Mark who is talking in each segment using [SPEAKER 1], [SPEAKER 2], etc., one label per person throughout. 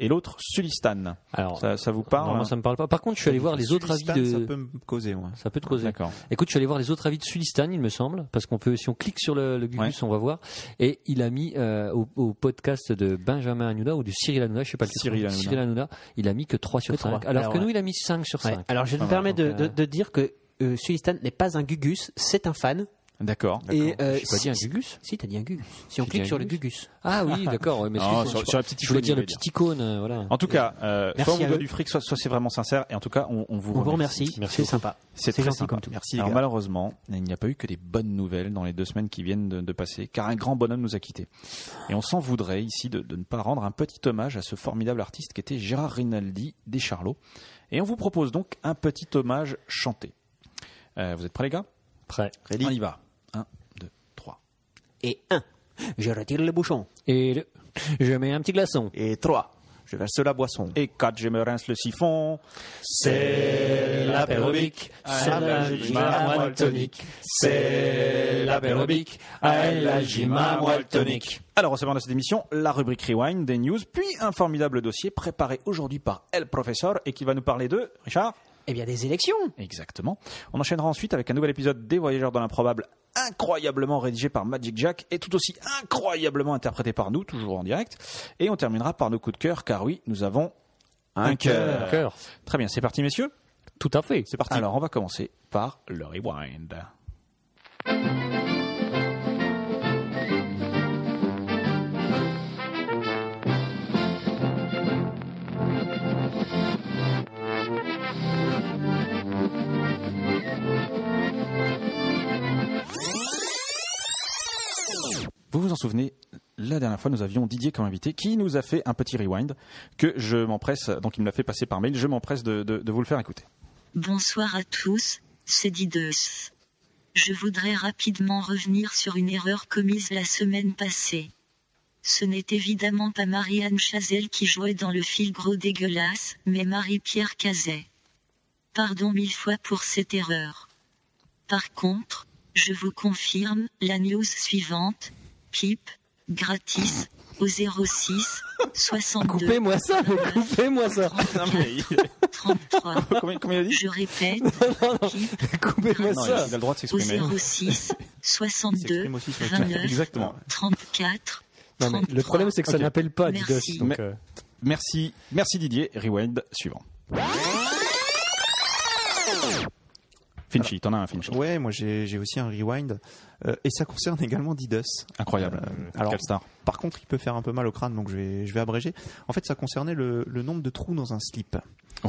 [SPEAKER 1] et l'autre Sulistan.
[SPEAKER 2] Alors,
[SPEAKER 1] Ça, hein. ça vous
[SPEAKER 2] non,
[SPEAKER 1] parle
[SPEAKER 2] moi, Oh, ça me parle pas. Par contre, je suis allé voir les autres avis
[SPEAKER 3] Sulistan, Ça
[SPEAKER 2] de.
[SPEAKER 3] peut me causer, moi.
[SPEAKER 2] Ça peut te causer.
[SPEAKER 1] D'accord.
[SPEAKER 2] Écoute, je suis allé voir les autres avis de Sulistan, il me semble, parce qu'on peut, si on clique sur le, le Gugus, on va voir. Et il a mis euh, au, au podcast de Benjamin Hanouna ou de Cyril Hanouna, je sais pas lequel.
[SPEAKER 1] Cyril Hanouna. Ah
[SPEAKER 2] il a mis que 3 sur
[SPEAKER 4] Que
[SPEAKER 2] 5.
[SPEAKER 4] trois.
[SPEAKER 2] Alors,
[SPEAKER 4] Alors,
[SPEAKER 2] que
[SPEAKER 4] ouais.
[SPEAKER 2] nous, il a mis 5 sur 5.
[SPEAKER 4] Ouais. Alors je
[SPEAKER 1] Pas mal,
[SPEAKER 4] me permets de,
[SPEAKER 2] donc, euh,
[SPEAKER 4] de- de dire que euh, Sulistan n'est pas un gugus, c'est un fan.
[SPEAKER 1] D'accord.
[SPEAKER 4] Et euh,
[SPEAKER 2] J'ai pas dit un
[SPEAKER 4] si-
[SPEAKER 2] Gugus.
[SPEAKER 4] Si t'as dit un gugus. Si on
[SPEAKER 2] J'ai
[SPEAKER 4] clique
[SPEAKER 2] dit un
[SPEAKER 4] sur le
[SPEAKER 2] gugus.
[SPEAKER 4] gugus.
[SPEAKER 2] Ah oui, d'accord. ouais, mais
[SPEAKER 1] Non,
[SPEAKER 2] excuse-moi,
[SPEAKER 1] sur-
[SPEAKER 2] je-
[SPEAKER 1] sur la petite
[SPEAKER 2] Je voulais
[SPEAKER 1] icône,
[SPEAKER 2] dire
[SPEAKER 1] il
[SPEAKER 2] le
[SPEAKER 1] veut
[SPEAKER 2] petit icône, euh, voilà.
[SPEAKER 1] En tout cas, euh,
[SPEAKER 4] Merci
[SPEAKER 1] soit on vous
[SPEAKER 4] à
[SPEAKER 1] doit
[SPEAKER 4] eux.
[SPEAKER 1] du fric, soit, soit c'est vraiment sincère. Et en tout cas, on, on vous
[SPEAKER 4] On vous
[SPEAKER 1] remercie.
[SPEAKER 4] remercie,
[SPEAKER 2] Merci
[SPEAKER 4] c'est
[SPEAKER 2] beaucoup.
[SPEAKER 4] sympa.
[SPEAKER 1] C'est très
[SPEAKER 4] gentil
[SPEAKER 1] sympa.
[SPEAKER 4] comme tout.
[SPEAKER 3] Merci, les
[SPEAKER 1] Alors
[SPEAKER 3] gars.
[SPEAKER 1] malheureusement, il n'y a pas eu que des bonnes nouvelles dans les deux semaines qui viennent de, de passer, car un grand bonhomme nous a quittés. Et on s'en voudrait ici de, de ne pas rendre un petit hommage à ce formidable artiste qui était Gérard Rinaldi des Charlots. Et on vous propose donc un petit hommage chanté. Euh, vous êtes prêts les gars
[SPEAKER 2] Prêt.
[SPEAKER 1] On y va. 1, 2, 3.
[SPEAKER 4] Et un, je retire le bouchon.
[SPEAKER 2] Et le- je mets un petit glaçon.
[SPEAKER 3] Et 3. Je verse la boisson.
[SPEAKER 1] Et 4, je me rince le siphon.
[SPEAKER 2] C'est l'apérobique,
[SPEAKER 4] Ah,
[SPEAKER 3] Ah,
[SPEAKER 1] c'est la gym à moelle
[SPEAKER 2] tonique. C'est l'apérobique, la
[SPEAKER 1] Jima Alors, recevant de cette émission la rubrique Rewind, des news, puis un formidable dossier préparé aujourd'hui par El Professeur et qui va nous parler de, Richard
[SPEAKER 4] Eh bien des élections.
[SPEAKER 1] Exactement. On enchaînera ensuite avec un nouvel épisode des Voyageurs dans l'improbable, incroyablement rédigé par Magic Jack et tout aussi incroyablement interprété par nous, toujours en direct. Et on terminera par nos coups de cœur, car oui, nous avons un, cœur.
[SPEAKER 2] Cœur.
[SPEAKER 1] Très bien, c'est parti, messieurs.
[SPEAKER 2] Tout à fait.
[SPEAKER 1] C'est parti. Alors, on va commencer par le rewind. Vous vous en souvenez, la dernière fois, nous avions Didier comme invité qui nous a fait un petit rewind que je m'empresse, donc il me l'a fait passer par mail, je m'empresse de- de- de vous le faire écouter.
[SPEAKER 5] Bonsoir à tous, c'est Didus. Je voudrais rapidement revenir sur une erreur commise la semaine passée. Ce n'est évidemment pas Marianne Chazelle qui jouait dans le fil gros dégueulasse, mais Marie-Pierre Cazet. Pardon mille fois pour cette erreur. Par contre, je vous confirme la news suivante. Pipe, gratis, au 06 62
[SPEAKER 2] Coupez-moi ça, coupez-moi ça,
[SPEAKER 5] 33.
[SPEAKER 1] Combien, combien il a dit
[SPEAKER 5] Je répète, pipe,
[SPEAKER 2] coupez-moi
[SPEAKER 1] Non, il
[SPEAKER 2] ça.
[SPEAKER 1] a, il a le droit de
[SPEAKER 5] au
[SPEAKER 1] s'exprimer.
[SPEAKER 5] 06 62
[SPEAKER 3] S'exprime aussi sur le chat.
[SPEAKER 5] 29
[SPEAKER 1] Exactement.
[SPEAKER 5] 34
[SPEAKER 2] Non, mais le
[SPEAKER 5] 33.
[SPEAKER 2] problème, c'est que ça
[SPEAKER 1] Ok.
[SPEAKER 2] n'appelle pas
[SPEAKER 5] Merci.
[SPEAKER 2] Didos. donc,
[SPEAKER 1] Mais-
[SPEAKER 2] euh,
[SPEAKER 1] Merci, merci Didier. Rewind suivant. Finchy, t'en as un Finchy.
[SPEAKER 3] Ouais, moi j'ai j'ai aussi un rewind. Euh, et ça concerne également Didus.
[SPEAKER 1] Incroyable.
[SPEAKER 3] Euh,
[SPEAKER 1] alors,
[SPEAKER 3] alors-
[SPEAKER 1] quelle star.
[SPEAKER 3] Par contre, il peut faire un peu mal au crâne, donc je vais, je vais abréger. En fait, ça concernait le, le nombre de trous dans un slip.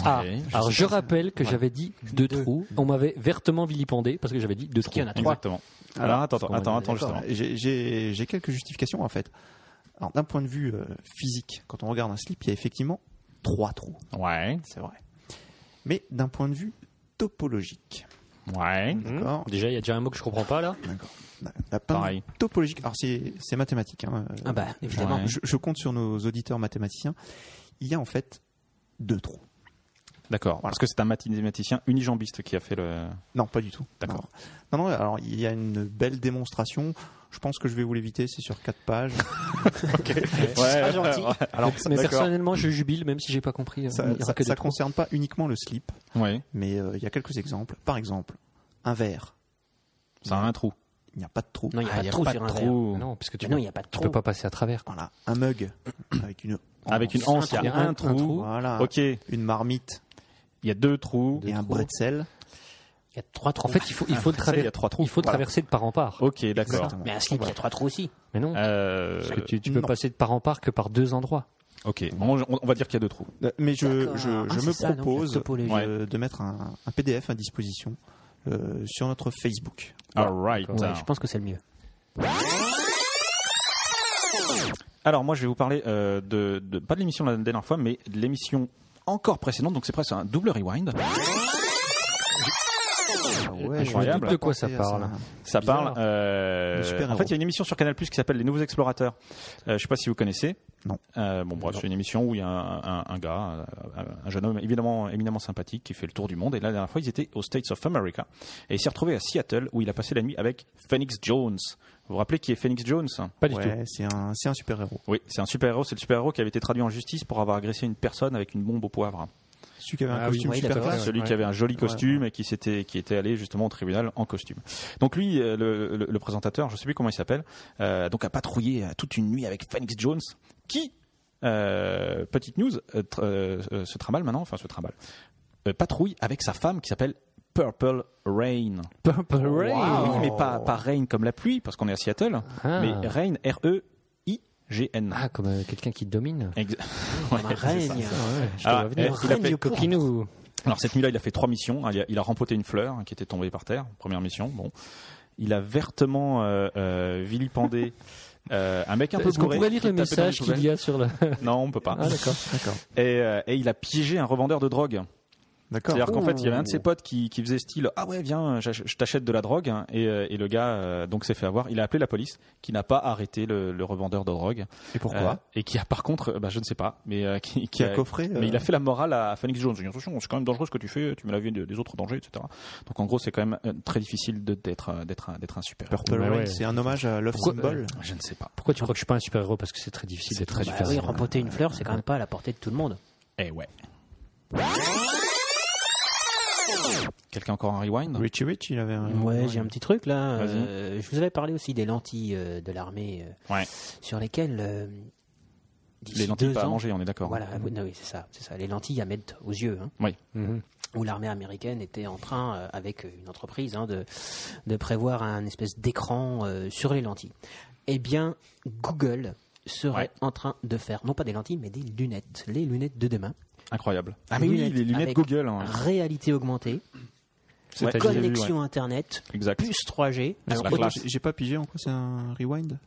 [SPEAKER 2] Ah,
[SPEAKER 1] Ouais.
[SPEAKER 2] alors je rappelle que j'avais dit deux, trous. On m'avait vertement vilipendé parce que j'avais dit deux trous.
[SPEAKER 4] qu'il y en a trois.
[SPEAKER 1] Exactement. Alors attends, attends,
[SPEAKER 2] qu'on
[SPEAKER 1] attends,
[SPEAKER 2] est
[SPEAKER 1] attends, justement.
[SPEAKER 3] J'ai- J'ai j'ai quelques justifications en fait. Alors, d'un point de vue euh, physique, quand on regarde un slip, il y a effectivement trois trous,
[SPEAKER 1] Ouais,
[SPEAKER 3] c'est vrai. Mais d'un point de vue topologique,
[SPEAKER 1] ouais.
[SPEAKER 3] Mmh. d'accord
[SPEAKER 2] Déjà, il y a déjà un mot que je comprends pas là.
[SPEAKER 3] D'accord. La- la peinte
[SPEAKER 1] Pareil.
[SPEAKER 3] topologique. Alors c'est c'est mathématique. hein, euh,
[SPEAKER 4] Ah bah, évidemment.
[SPEAKER 1] Ouais.
[SPEAKER 3] je, je compte sur nos auditeurs mathématiciens. Il y a en fait deux trous.
[SPEAKER 1] D'accord. Parce que c'est un mathématicien unijambiste qui a fait le.
[SPEAKER 3] Non, pas du tout.
[SPEAKER 1] D'accord.
[SPEAKER 3] Non. non, non, alors il y a une belle démonstration. Je pense que je vais vous l'éviter, c'est sur quatre pages.
[SPEAKER 1] Ouais,
[SPEAKER 4] gentil.
[SPEAKER 3] Alors,
[SPEAKER 2] Mais
[SPEAKER 3] d'accord.
[SPEAKER 2] personnellement, je jubile même si j'ai pas compris. euh, il
[SPEAKER 3] ça
[SPEAKER 2] y aura
[SPEAKER 3] ça-
[SPEAKER 2] que deux
[SPEAKER 3] ça
[SPEAKER 2] trous.
[SPEAKER 3] concerne pas uniquement le slip,
[SPEAKER 1] ouais.
[SPEAKER 3] mais euh, il y a quelques exemples. Par exemple, un verre,
[SPEAKER 1] Ça a un trou.
[SPEAKER 3] il n'y a pas de trou.
[SPEAKER 4] Non, il n'y a
[SPEAKER 1] Ah,
[SPEAKER 4] pas
[SPEAKER 1] y
[SPEAKER 4] de
[SPEAKER 1] a
[SPEAKER 4] trou
[SPEAKER 1] pas
[SPEAKER 4] sur
[SPEAKER 1] de
[SPEAKER 4] un
[SPEAKER 1] trou.
[SPEAKER 4] verre.
[SPEAKER 2] Non, parce que tu,
[SPEAKER 4] Mais non, il n'y a pas de
[SPEAKER 2] tu
[SPEAKER 4] trou.
[SPEAKER 2] peux pas passer à travers. quoi.
[SPEAKER 3] Voilà, un mug avec une
[SPEAKER 1] Avec une anse, il y
[SPEAKER 2] trou.
[SPEAKER 1] a un,
[SPEAKER 2] Un trou.
[SPEAKER 1] trou.
[SPEAKER 3] voilà,
[SPEAKER 1] Ok. Il
[SPEAKER 3] une marmite
[SPEAKER 1] y a deux trous.
[SPEAKER 3] et un bretzel.
[SPEAKER 4] Il y a trois trous.
[SPEAKER 2] En fait, il faut, il
[SPEAKER 1] Un
[SPEAKER 2] faut, le,
[SPEAKER 1] bretzel,
[SPEAKER 2] traver-
[SPEAKER 1] Ah, Il y a trois trous.
[SPEAKER 2] il faut le
[SPEAKER 1] Voilà.
[SPEAKER 2] traverser de part en part.
[SPEAKER 1] Ok, d'accord.
[SPEAKER 3] Exactement.
[SPEAKER 4] mais un slip, il y a trois trous aussi.
[SPEAKER 2] Mais non,
[SPEAKER 1] Oh. Euh,
[SPEAKER 2] parce que tu, tu peux
[SPEAKER 3] non.
[SPEAKER 2] passer de part en part que par deux endroits.
[SPEAKER 1] ok. Bon, on, on va dire qu'il y a deux trous.
[SPEAKER 3] Euh, Mais je,
[SPEAKER 4] D'accord.
[SPEAKER 3] je,
[SPEAKER 4] Ah,
[SPEAKER 3] je
[SPEAKER 4] c'est
[SPEAKER 3] me
[SPEAKER 4] ça, donc, la
[SPEAKER 3] propose
[SPEAKER 4] topologie.
[SPEAKER 3] euh, de mettre un, un PDF à disposition euh, sur notre Facebook.
[SPEAKER 1] Alright.
[SPEAKER 4] Ouais, je pense que c'est le mieux.
[SPEAKER 1] Alors moi je vais vous parler euh, de, de- pas de l'émission de la dernière fois mais de l'émission encore précédente donc c'est presque un double rewind.
[SPEAKER 3] Ah Ouais,
[SPEAKER 1] Incroyable.
[SPEAKER 3] je me doute
[SPEAKER 2] De quoi ça
[SPEAKER 3] penser à
[SPEAKER 2] parle
[SPEAKER 1] Ça
[SPEAKER 2] Bizarre.
[SPEAKER 1] parle. euh,
[SPEAKER 3] Le super-héros.
[SPEAKER 1] en fait il y a une émission sur Canal Plus qui s'appelle Les Nouveaux Explorateurs. Euh, je sais pas si vous connaissez.
[SPEAKER 3] Non.
[SPEAKER 1] Euh, bon bref
[SPEAKER 3] Non.
[SPEAKER 1] c'est une émission où il y a un, un- un gars un, un jeune homme évidemment éminemment sympathique qui fait le tour du monde et la dernière fois ils étaient aux States of America et il s'est retrouvé à Seattle où il a passé la nuit avec Phoenix Jones. Vous vous rappelez qui est Phoenix Jones
[SPEAKER 2] Pas du tout.
[SPEAKER 3] Ouais, c'est un, c'est un super héros.
[SPEAKER 1] Oui, c'est un super-héros, c'est le super-héros qui avait été traduit en justice pour avoir agressé une personne avec une bombe au poivre.
[SPEAKER 3] Celui qui avait un
[SPEAKER 2] Ah oui,
[SPEAKER 3] costume
[SPEAKER 2] ouais, il a
[SPEAKER 3] super
[SPEAKER 2] tout à fait,
[SPEAKER 3] classe.
[SPEAKER 1] celui qui avait un joli
[SPEAKER 3] Ouais,
[SPEAKER 1] costume et qui s'était qui était allé justement au tribunal en costume. Donc lui, euh, le, le- le présentateur, je sais plus comment il s'appelle, euh, donc a patrouillé euh, toute une nuit avec Phoenix Jones, qui euh, petite news, euh, tr- euh, euh, se trimballe maintenant, enfin se trimballe, euh, patrouille avec sa femme qui s'appelle Purple Rain.
[SPEAKER 2] Purple Rain.
[SPEAKER 1] Oui, mais pas pas Rain comme la pluie parce qu'on est à Seattle,
[SPEAKER 2] Ah.
[SPEAKER 1] mais Rain R E I G N.
[SPEAKER 2] Ah, comme euh, quelqu'un qui te domine.
[SPEAKER 1] Ex-
[SPEAKER 4] Comme
[SPEAKER 1] Ouais,
[SPEAKER 4] un règne.
[SPEAKER 2] Je
[SPEAKER 1] Ah,
[SPEAKER 2] te vois venir.
[SPEAKER 1] eh, il a fait-
[SPEAKER 2] Règne coquinou.
[SPEAKER 1] Alors cette nuit-là, il a fait trois missions. Il a, il a rempoté une fleur hein, qui était tombée par terre, première mission. Bon, il a vertement euh, euh, vilipendé euh, un mec un peu
[SPEAKER 2] Est-ce qu'on
[SPEAKER 1] bourré.
[SPEAKER 2] pourrait lire
[SPEAKER 1] qui
[SPEAKER 2] le
[SPEAKER 1] tapait dans les
[SPEAKER 2] message qu'il y a sur le.
[SPEAKER 1] poubelles. Non, on peut pas.
[SPEAKER 2] Ah, d'accord.
[SPEAKER 1] Et, euh, et il a piégé un revendeur de drogue.
[SPEAKER 3] D'accord.
[SPEAKER 1] C'est-à-dire qu'en fait, il y avait un
[SPEAKER 2] Oh.
[SPEAKER 1] de ses potes qui, qui faisait style ah ouais viens, j'ach- je t'achète de la drogue. Et, euh, et le gars euh, donc s'est fait avoir. Il a appelé la police, qui n'a pas arrêté le, le revendeur de drogue.
[SPEAKER 3] Et pourquoi
[SPEAKER 1] Euh, Et qui a par contre, euh, bah, je ne sais pas, mais euh, qui, qui
[SPEAKER 3] Qui a coffré euh,
[SPEAKER 1] mais il a fait la morale à Phoenix Jones. Il a dit, attention, c'est quand même dangereux ce que tu fais, tu mets la vie de- des autres dangers, etc. Donc en gros, c'est quand même euh, très difficile de- d'être euh, d'être un, d'être un super héros.
[SPEAKER 3] Purple
[SPEAKER 2] Ouais,
[SPEAKER 3] Rain,
[SPEAKER 2] ouais.
[SPEAKER 3] c'est un hommage à Love
[SPEAKER 2] Pourquoi-
[SPEAKER 3] Symbol.
[SPEAKER 1] Je ne sais pas.
[SPEAKER 2] Pourquoi tu crois que je suis pas un super héros Parce que c'est très difficile d'être un
[SPEAKER 4] Bah
[SPEAKER 2] super
[SPEAKER 4] oui,
[SPEAKER 2] héros.
[SPEAKER 4] rempoter une fleur, c'est quand même pas à la portée de tout le monde.
[SPEAKER 1] Eh ouais. Quelqu'un encore un rewind
[SPEAKER 3] Richie Rich, il avait un.
[SPEAKER 4] Ouais, j'ai un petit truc là.
[SPEAKER 1] Vas-y.
[SPEAKER 4] Euh, je vous avais parlé aussi des lentilles euh, de l'armée euh,
[SPEAKER 1] Ouais.
[SPEAKER 4] sur lesquelles euh, d'ici
[SPEAKER 1] Les lentilles
[SPEAKER 4] deux
[SPEAKER 1] pas à
[SPEAKER 4] ans-
[SPEAKER 1] manger, on est d'accord.
[SPEAKER 4] Voilà, oui, non, oui, c'est ça, c'est ça. Les lentilles à mettre aux yeux, hein,
[SPEAKER 2] Mhm.
[SPEAKER 4] où l'armée américaine était en train, euh, avec une entreprise, hein, de, de prévoir un espèce d'écran euh, sur les lentilles. Eh bien, Google serait
[SPEAKER 1] Ouais.
[SPEAKER 4] en train de faire, non pas des lentilles, mais des lunettes, les lunettes de demain.
[SPEAKER 1] Incroyable. Ah mais oui, les lunettes
[SPEAKER 4] avec
[SPEAKER 1] Google. hein.
[SPEAKER 4] Réalité augmentée,
[SPEAKER 1] Ouais, j'ai vu, ouais. Ah,
[SPEAKER 4] connexion Internet,
[SPEAKER 1] Exact.
[SPEAKER 4] plus 3G.
[SPEAKER 1] Alors,
[SPEAKER 4] Alors,
[SPEAKER 1] la
[SPEAKER 3] Attends,
[SPEAKER 1] classe.
[SPEAKER 3] j'ai j'ai pas pigé en quoi c'est un rewind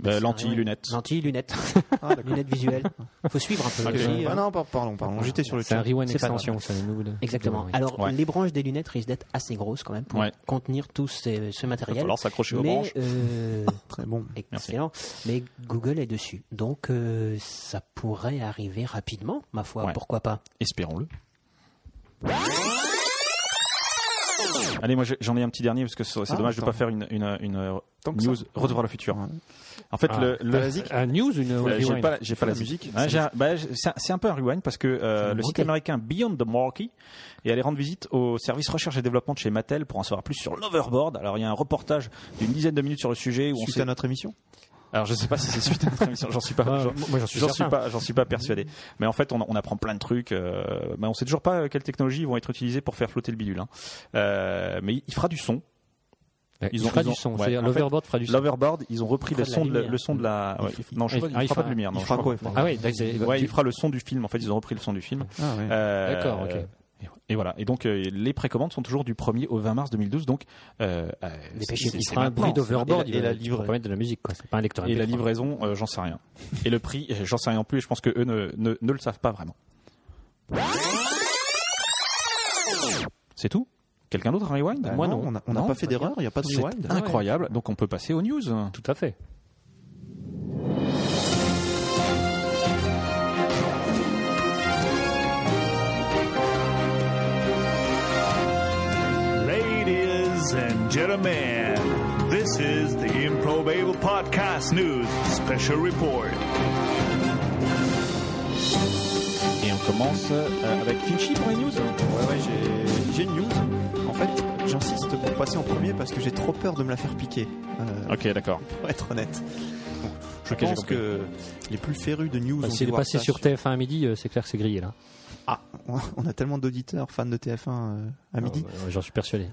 [SPEAKER 1] Bah, lentilles, lunettes.
[SPEAKER 4] ah Lentilles, lunettes.
[SPEAKER 3] Ah, d'accord.
[SPEAKER 4] lunettes visuelles. Faut suivre un peu.
[SPEAKER 1] Ok.
[SPEAKER 4] aussi,
[SPEAKER 3] Ah
[SPEAKER 4] euh,
[SPEAKER 3] non, par- pardon, pardon, j'étais sur le
[SPEAKER 2] C'est un
[SPEAKER 3] chat.
[SPEAKER 2] rewind
[SPEAKER 4] C'est pas
[SPEAKER 2] extension, c'est un nouveau.
[SPEAKER 4] Exactement. Alors,
[SPEAKER 1] Ouais.
[SPEAKER 4] les branches des lunettes risquent d'être assez grosses quand même pour
[SPEAKER 1] Ouais.
[SPEAKER 4] contenir tout ces- ce
[SPEAKER 1] Il va
[SPEAKER 4] matériel.
[SPEAKER 1] falloir s'accrocher aux
[SPEAKER 4] Mais,
[SPEAKER 1] branches.
[SPEAKER 4] euh,
[SPEAKER 3] Très bon.
[SPEAKER 4] excellent. Mais Google est dessus. Donc, euh, ça pourrait arriver rapidement, ma foi.
[SPEAKER 1] Ouais.
[SPEAKER 4] Pourquoi pas
[SPEAKER 1] Espérons-le. Allez, moi j'ai- j'en ai un petit dernier parce que c'est c'est
[SPEAKER 3] Ah,
[SPEAKER 1] dommage de ne
[SPEAKER 3] attends.
[SPEAKER 1] pas faire une, une, une, euh,
[SPEAKER 3] Tant que
[SPEAKER 1] news
[SPEAKER 3] ça.
[SPEAKER 1] retour vers le futur.
[SPEAKER 3] Ouais.
[SPEAKER 1] En fait,
[SPEAKER 2] Ah,
[SPEAKER 1] le, le-
[SPEAKER 2] Un news ou une
[SPEAKER 1] Euh,
[SPEAKER 2] rewind
[SPEAKER 1] j'ai pas, la- j'ai pas la
[SPEAKER 3] la
[SPEAKER 1] musique.
[SPEAKER 3] musique.
[SPEAKER 1] Ouais, j'ai un- bah, j'ai- c'est un- c'est un peu un rewind parce que euh,
[SPEAKER 4] C'est un
[SPEAKER 1] le site
[SPEAKER 4] bretel.
[SPEAKER 1] américain Beyond the Marquee est allé rendre visite au service recherche et développement de chez Mattel pour en savoir plus sur l'overboard. Alors il y a un reportage d'une dizaine de minutes sur le sujet où on
[SPEAKER 3] Suite
[SPEAKER 1] s'est-
[SPEAKER 3] à notre émission
[SPEAKER 1] Alors je sais pas si c'est suite à notre émission, j'en suis pas,
[SPEAKER 2] Ah,
[SPEAKER 1] j'en-
[SPEAKER 2] moi, j'en suis
[SPEAKER 1] j'en suis
[SPEAKER 2] certain.
[SPEAKER 1] pas, j'en suis pas persuadé. Mais en fait, on, on apprend plein de trucs. Euh, mais on sait toujours pas euh, quelles technologies vont être utilisées pour faire flotter le bidule. hein. Euh, mais il- il fera du son.
[SPEAKER 2] Ils
[SPEAKER 1] Ils
[SPEAKER 2] ont,
[SPEAKER 1] ont-
[SPEAKER 2] fera
[SPEAKER 1] ils
[SPEAKER 2] du
[SPEAKER 1] ont-
[SPEAKER 2] son.
[SPEAKER 1] ouais,
[SPEAKER 2] C'est-à-dire
[SPEAKER 1] en fait,
[SPEAKER 2] l'overboard fera du son.
[SPEAKER 1] L'overboard, ils ont repris
[SPEAKER 4] Il fera
[SPEAKER 1] le
[SPEAKER 4] de
[SPEAKER 1] son
[SPEAKER 4] la
[SPEAKER 1] de la-
[SPEAKER 4] lumière.
[SPEAKER 1] le son de la. ouais, il- non, je
[SPEAKER 2] Ah,
[SPEAKER 1] crois qu'il
[SPEAKER 2] il
[SPEAKER 1] fera
[SPEAKER 2] fera-
[SPEAKER 1] pas de lumière. non,
[SPEAKER 3] il
[SPEAKER 1] je
[SPEAKER 3] fera
[SPEAKER 1] crois
[SPEAKER 3] quoi
[SPEAKER 1] pas.
[SPEAKER 2] Ah ouais, d'accord, c'est-
[SPEAKER 1] Ouais,
[SPEAKER 2] tu-
[SPEAKER 1] il fera le son du film. En fait, ils ont repris le son du film.
[SPEAKER 3] Ah, ouais.
[SPEAKER 1] Euh,
[SPEAKER 2] D'accord, ok.
[SPEAKER 1] Et voilà. Et donc, euh, les précommandes sont toujours du 1er au 20 mars 2012. Donc, euh, euh, c'est-
[SPEAKER 2] Dépêchez-vous,
[SPEAKER 1] c'est-
[SPEAKER 2] il
[SPEAKER 1] c'est
[SPEAKER 2] fera un
[SPEAKER 1] maintenant,
[SPEAKER 2] bruit
[SPEAKER 1] c'est-
[SPEAKER 2] d'overboard.
[SPEAKER 3] et
[SPEAKER 2] Il
[SPEAKER 3] la- et
[SPEAKER 2] va
[SPEAKER 3] la
[SPEAKER 2] il va
[SPEAKER 3] livrée.
[SPEAKER 2] pas mettre de la musique, quoi. C'est pas un lecteur.
[SPEAKER 1] Et la
[SPEAKER 3] hein.
[SPEAKER 2] MP3.
[SPEAKER 1] livraison, euh, j'en sais rien. Et le prix, euh, j'en sais rien non plus. Et je pense que eux ne, ne, ne le savent pas vraiment. C'est tout Quelqu'un d'autre un rewind
[SPEAKER 3] Bah
[SPEAKER 1] Moi
[SPEAKER 3] non,
[SPEAKER 1] non.
[SPEAKER 3] on a- on n'a
[SPEAKER 1] Non,
[SPEAKER 3] pas fait d'erreur, il n'y a pas de
[SPEAKER 1] C'est
[SPEAKER 3] rewind.
[SPEAKER 1] incroyable. Donc on peut passer aux news.
[SPEAKER 2] Tout à fait.
[SPEAKER 6] Ladies and gentlemen, this is the Improbable Podcast News Special Report.
[SPEAKER 1] Et on commence euh, avec Finchy pour les news.
[SPEAKER 3] Ouais, ouais, j'ai- j'ai une news. En fait, j'insiste pour passer en premier parce que j'ai trop peur de me la faire piquer, euh,
[SPEAKER 1] Ok, d'accord.
[SPEAKER 3] pour être honnête. Donc, je
[SPEAKER 1] Ok, j'ai
[SPEAKER 3] pense
[SPEAKER 1] compris.
[SPEAKER 3] que les plus férus de news
[SPEAKER 2] Bah,
[SPEAKER 3] ont
[SPEAKER 2] S'il est
[SPEAKER 3] dû voir
[SPEAKER 2] passé
[SPEAKER 3] ça
[SPEAKER 2] sur TF1 à midi, euh, c'est clair que c'est grillé là.
[SPEAKER 3] Ah, on a tellement d'auditeurs fans de TF1 euh, à midi.
[SPEAKER 2] Ah, ouais, ouais, J'en suis persuadé.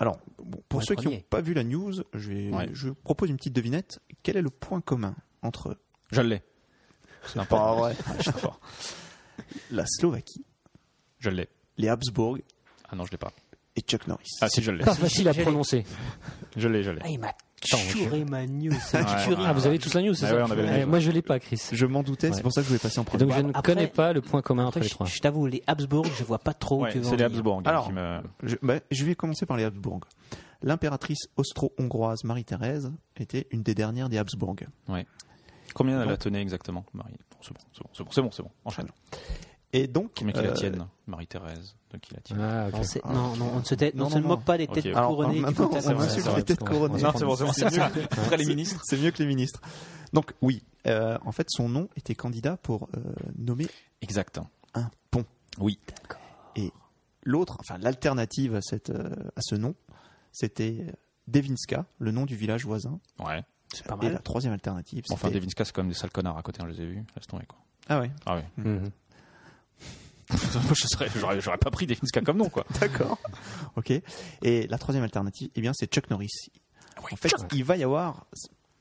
[SPEAKER 3] Alors, bon, pour
[SPEAKER 4] Ouais,
[SPEAKER 3] ceux qui
[SPEAKER 4] premier.
[SPEAKER 3] n'ont pas vu la news, je, vais-
[SPEAKER 1] Ouais.
[SPEAKER 3] je propose une petite devinette. Quel est le point commun entre
[SPEAKER 1] Je l'ai. C'est important.
[SPEAKER 3] vrai.
[SPEAKER 1] Je suis fort.
[SPEAKER 3] la Slovaquie,
[SPEAKER 1] Je l'ai.
[SPEAKER 3] les Habsbourg
[SPEAKER 1] Ah non, je l'ai pas.
[SPEAKER 3] et Chuck Norris
[SPEAKER 1] Ah si, je l'ai.
[SPEAKER 2] Pas facile à
[SPEAKER 4] j'ai-
[SPEAKER 2] prononcer.
[SPEAKER 1] Je l'ai, je l'ai.
[SPEAKER 4] Ah, il m'a
[SPEAKER 2] je-
[SPEAKER 4] chouré ma news. ça m'a
[SPEAKER 1] Ouais,
[SPEAKER 4] chouré.
[SPEAKER 2] Ah, vous avez tous la news, c'est
[SPEAKER 1] Ah
[SPEAKER 2] ça
[SPEAKER 1] ouais, on avait la
[SPEAKER 2] Eh,
[SPEAKER 1] news,
[SPEAKER 2] Moi, je l'ai pas, Chris.
[SPEAKER 3] Je m'en doutais, c'est pour ça que je voulais passer en
[SPEAKER 2] Et
[SPEAKER 3] premier.
[SPEAKER 2] donc, je ne
[SPEAKER 4] Après-
[SPEAKER 2] connais pas le point commun entre
[SPEAKER 4] Après,
[SPEAKER 2] les
[SPEAKER 4] je,
[SPEAKER 2] trois.
[SPEAKER 4] je t'avoue, les Habsbourg, je vois pas trop
[SPEAKER 1] Ouais,
[SPEAKER 4] que
[SPEAKER 1] c'est les Habsbourg
[SPEAKER 3] Alors,
[SPEAKER 1] qui me.
[SPEAKER 3] Je, bah, je vais commencer par les Habsbourg. L'impératrice austro-hongroise Marie-Thérèse était une des dernières des Habsbourg.
[SPEAKER 1] Combien elle
[SPEAKER 3] donc-
[SPEAKER 1] a tenait exactement, Marie Bon, c'est bon, c'est bon, c'est bon, c'est bon, c'est bon. Enchaîne.
[SPEAKER 3] Et donc,
[SPEAKER 1] Combien qu'il la
[SPEAKER 3] euh,
[SPEAKER 1] tienne, Marie-Thérèse Donc il la tienne.
[SPEAKER 2] Ah, ok.
[SPEAKER 4] Non, c'est- non, non, on ne se, tait-
[SPEAKER 3] Non,
[SPEAKER 4] on se
[SPEAKER 3] non, non.
[SPEAKER 4] moque pas des têtes
[SPEAKER 1] Ok.
[SPEAKER 3] alors,
[SPEAKER 4] couronnées.
[SPEAKER 3] maintenant,
[SPEAKER 4] qui coûtent à
[SPEAKER 3] on
[SPEAKER 4] ça.
[SPEAKER 3] insulte
[SPEAKER 2] ouais,
[SPEAKER 3] les têtes
[SPEAKER 2] ouais,
[SPEAKER 3] couronnées.
[SPEAKER 2] ouais.
[SPEAKER 1] Non, c'est bon, c'est bon. C'est mieux. Après les ministres.
[SPEAKER 3] C'est mieux que les ministres. Donc oui, euh, en fait, son nom était candidat pour euh, nommer
[SPEAKER 1] Exact.
[SPEAKER 3] un pont.
[SPEAKER 1] Oui.
[SPEAKER 3] Et l'autre, enfin l'alternative à, cette, euh, à ce nom, c'était euh, Devinska, le nom du village voisin.
[SPEAKER 1] Ouais.
[SPEAKER 4] C'est pas
[SPEAKER 3] Et
[SPEAKER 4] mal.
[SPEAKER 3] la troisième alternative,
[SPEAKER 1] Bon, Enfin,
[SPEAKER 3] c'était-
[SPEAKER 1] Devinska, c'est quand même des sales connards à côté, hein, je les ai vus. Laisse tomber, quoi.
[SPEAKER 3] Ah ouais,
[SPEAKER 1] Ah oui.
[SPEAKER 2] Mhm.
[SPEAKER 1] Moi, je serais, j'aurais, j'aurais pas pris Devinska comme nom, quoi.
[SPEAKER 3] d'accord. ok. Et la troisième alternative, eh bien, c'est Chuck Norris. En fait, il va y avoir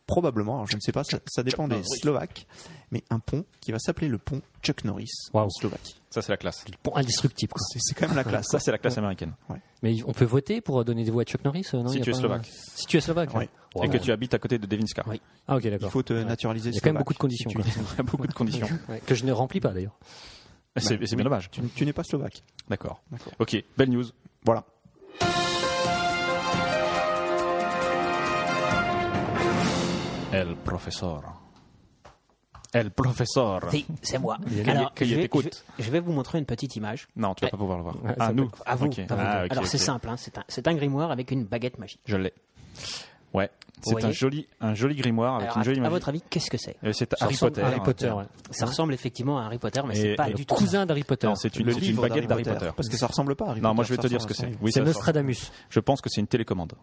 [SPEAKER 3] probablement, alors je ne sais pas, ça, ça dépend des Slovaques, mais un pont qui va s'appeler le pont Chuck Norris
[SPEAKER 2] Waouh.
[SPEAKER 3] en Slovaque.
[SPEAKER 1] Ça, c'est la classe.
[SPEAKER 2] Bon, indestructible, quoi.
[SPEAKER 3] C'est c'est quand même la classe. hein.
[SPEAKER 1] Ça, c'est la classe américaine.
[SPEAKER 2] Mais on peut voter pour donner des voix à Chuck Norris euh, non,
[SPEAKER 1] Si
[SPEAKER 2] il y a
[SPEAKER 1] tu es
[SPEAKER 2] pas un-
[SPEAKER 1] slovaque.
[SPEAKER 2] Si tu es slovaque.
[SPEAKER 3] Oui.
[SPEAKER 2] hein. Wow.
[SPEAKER 1] Et que tu habites à côté de Devinska.
[SPEAKER 4] Oui.
[SPEAKER 2] Ah, ok,
[SPEAKER 3] Il
[SPEAKER 2] d'accord.
[SPEAKER 3] faut te naturaliser.
[SPEAKER 2] Il y a quand même
[SPEAKER 3] slovaque
[SPEAKER 2] beaucoup de conditions.
[SPEAKER 3] si
[SPEAKER 2] quoi.
[SPEAKER 3] tu-
[SPEAKER 1] Il y a beaucoup de conditions.
[SPEAKER 2] Ouais, Que je ne remplis pas, d'ailleurs.
[SPEAKER 1] c'est, c'est bien dommage.
[SPEAKER 3] tu tu n'es pas slovaque.
[SPEAKER 1] D'accord.
[SPEAKER 3] D'accord.
[SPEAKER 1] Ok, belle news.
[SPEAKER 3] Voilà.
[SPEAKER 1] El professeur. El professeur.
[SPEAKER 4] Si, C'est moi.
[SPEAKER 1] Il y a des
[SPEAKER 4] Alors,
[SPEAKER 1] qui
[SPEAKER 4] je vais, je, vais,
[SPEAKER 1] t'écoutent.
[SPEAKER 4] je vais vous montrer une petite image.
[SPEAKER 1] Non, tu vas pas pouvoir le voir.
[SPEAKER 2] Ouais,
[SPEAKER 1] ah,
[SPEAKER 2] ça
[SPEAKER 1] nous.
[SPEAKER 4] À vous.
[SPEAKER 1] Ok.
[SPEAKER 4] à vous.
[SPEAKER 1] Ah, ok,
[SPEAKER 4] Alors, c'est
[SPEAKER 1] ok.
[SPEAKER 4] simple. hein, c'est un, c'est un grimoire avec une baguette magique.
[SPEAKER 1] Je l'ai. Ouais.
[SPEAKER 4] Vous
[SPEAKER 1] C'est un
[SPEAKER 4] voyez
[SPEAKER 1] joli, un joli grimoire avec
[SPEAKER 4] Alors,
[SPEAKER 1] une
[SPEAKER 4] à,
[SPEAKER 1] jolie
[SPEAKER 4] à
[SPEAKER 1] magie.
[SPEAKER 4] votre avis, qu'est-ce que c'est
[SPEAKER 1] Euh, C'est
[SPEAKER 2] Ça
[SPEAKER 1] Harry
[SPEAKER 2] ressemble
[SPEAKER 1] Potter.
[SPEAKER 2] à Harry Potter, ouais.
[SPEAKER 4] Ça ressemble effectivement à Harry Potter, mais
[SPEAKER 1] Et-
[SPEAKER 4] c'est pas
[SPEAKER 1] et
[SPEAKER 4] du
[SPEAKER 2] Le
[SPEAKER 4] tout. ça.
[SPEAKER 2] cousin d'Harry Potter.
[SPEAKER 1] Non, c'est une,
[SPEAKER 3] Le
[SPEAKER 1] c'est
[SPEAKER 3] livre
[SPEAKER 1] une baguette d'Harry Potter.
[SPEAKER 3] Parce que ça ressemble pas à Harry
[SPEAKER 1] Non,
[SPEAKER 3] Potter,
[SPEAKER 1] moi je vais
[SPEAKER 3] ça
[SPEAKER 1] te dire ce
[SPEAKER 3] ressemble
[SPEAKER 1] que
[SPEAKER 3] à
[SPEAKER 1] c'est.
[SPEAKER 3] son
[SPEAKER 1] Oui,
[SPEAKER 2] C'est
[SPEAKER 1] ça- ça-
[SPEAKER 2] Nostradamus.
[SPEAKER 1] Je pense que c'est une télécommande.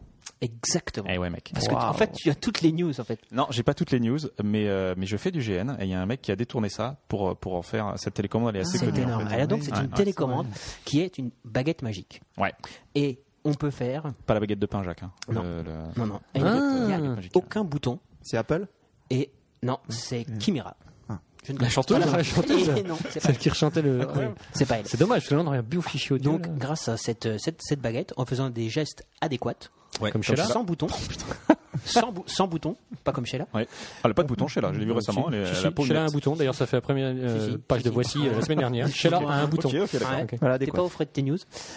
[SPEAKER 4] Exactement.
[SPEAKER 1] Eh Ah, ouais, mec.
[SPEAKER 4] Parce que,
[SPEAKER 3] Wow.
[SPEAKER 4] en fait, tu as toutes les news, en fait.
[SPEAKER 1] Non, j'ai pas toutes les news, mais, euh, mais je fais du GN et il y a un mec qui a détourné ça pour, euh, pour en faire cette télécommande. Elle est assez
[SPEAKER 4] Ah, C'est
[SPEAKER 1] connue.
[SPEAKER 4] énorme. Alors, donc, c'est
[SPEAKER 1] Ouais,
[SPEAKER 4] une
[SPEAKER 1] ouais,
[SPEAKER 4] télécommande qui est une baguette magique.
[SPEAKER 1] Ouais.
[SPEAKER 4] Et on peut faire.
[SPEAKER 1] Pas la baguette de pain, Jacques. hein.
[SPEAKER 4] Non.
[SPEAKER 1] Le- le-
[SPEAKER 4] Non, non. Il
[SPEAKER 2] Ah.
[SPEAKER 4] n'y a
[SPEAKER 1] Magique.
[SPEAKER 4] aucun bouton.
[SPEAKER 3] C'est Apple
[SPEAKER 4] Et non, c'est Kimira.
[SPEAKER 3] Ah.
[SPEAKER 4] Je ne
[SPEAKER 2] La chanteuse,
[SPEAKER 4] Voilà.
[SPEAKER 2] la chanteuse.
[SPEAKER 4] Et non, c'est pas
[SPEAKER 2] Celle qui rechantait le.
[SPEAKER 4] elle. C'est pas elle.
[SPEAKER 2] C'est dommage, parce que là, on aurait bu au fichier audio.
[SPEAKER 4] Donc,
[SPEAKER 2] Donc,
[SPEAKER 4] grâce à cette, euh, cette, cette baguette, en faisant des gestes adéquats,
[SPEAKER 2] comme Oh, chez
[SPEAKER 4] donc
[SPEAKER 2] là.
[SPEAKER 4] sans bouton, sans, bou- sans bouton, pas comme chez là,
[SPEAKER 1] Ouais. Ah, Elle a pas de bouton chez là, je l'ai vu récemment. Elle est- elle a euh, la peau
[SPEAKER 2] Sheila a un
[SPEAKER 1] nette.
[SPEAKER 2] bouton. D'ailleurs, ça fait la première euh,
[SPEAKER 4] Si, si.
[SPEAKER 2] page de
[SPEAKER 4] Si, si.
[SPEAKER 2] Voici euh, la semaine dernière. Sheila a un bouton.
[SPEAKER 1] Ok, ok, d'accord.
[SPEAKER 4] Ouais.
[SPEAKER 2] ok.
[SPEAKER 3] Voilà,
[SPEAKER 4] t'es
[SPEAKER 3] des
[SPEAKER 4] pas au frais de tes news.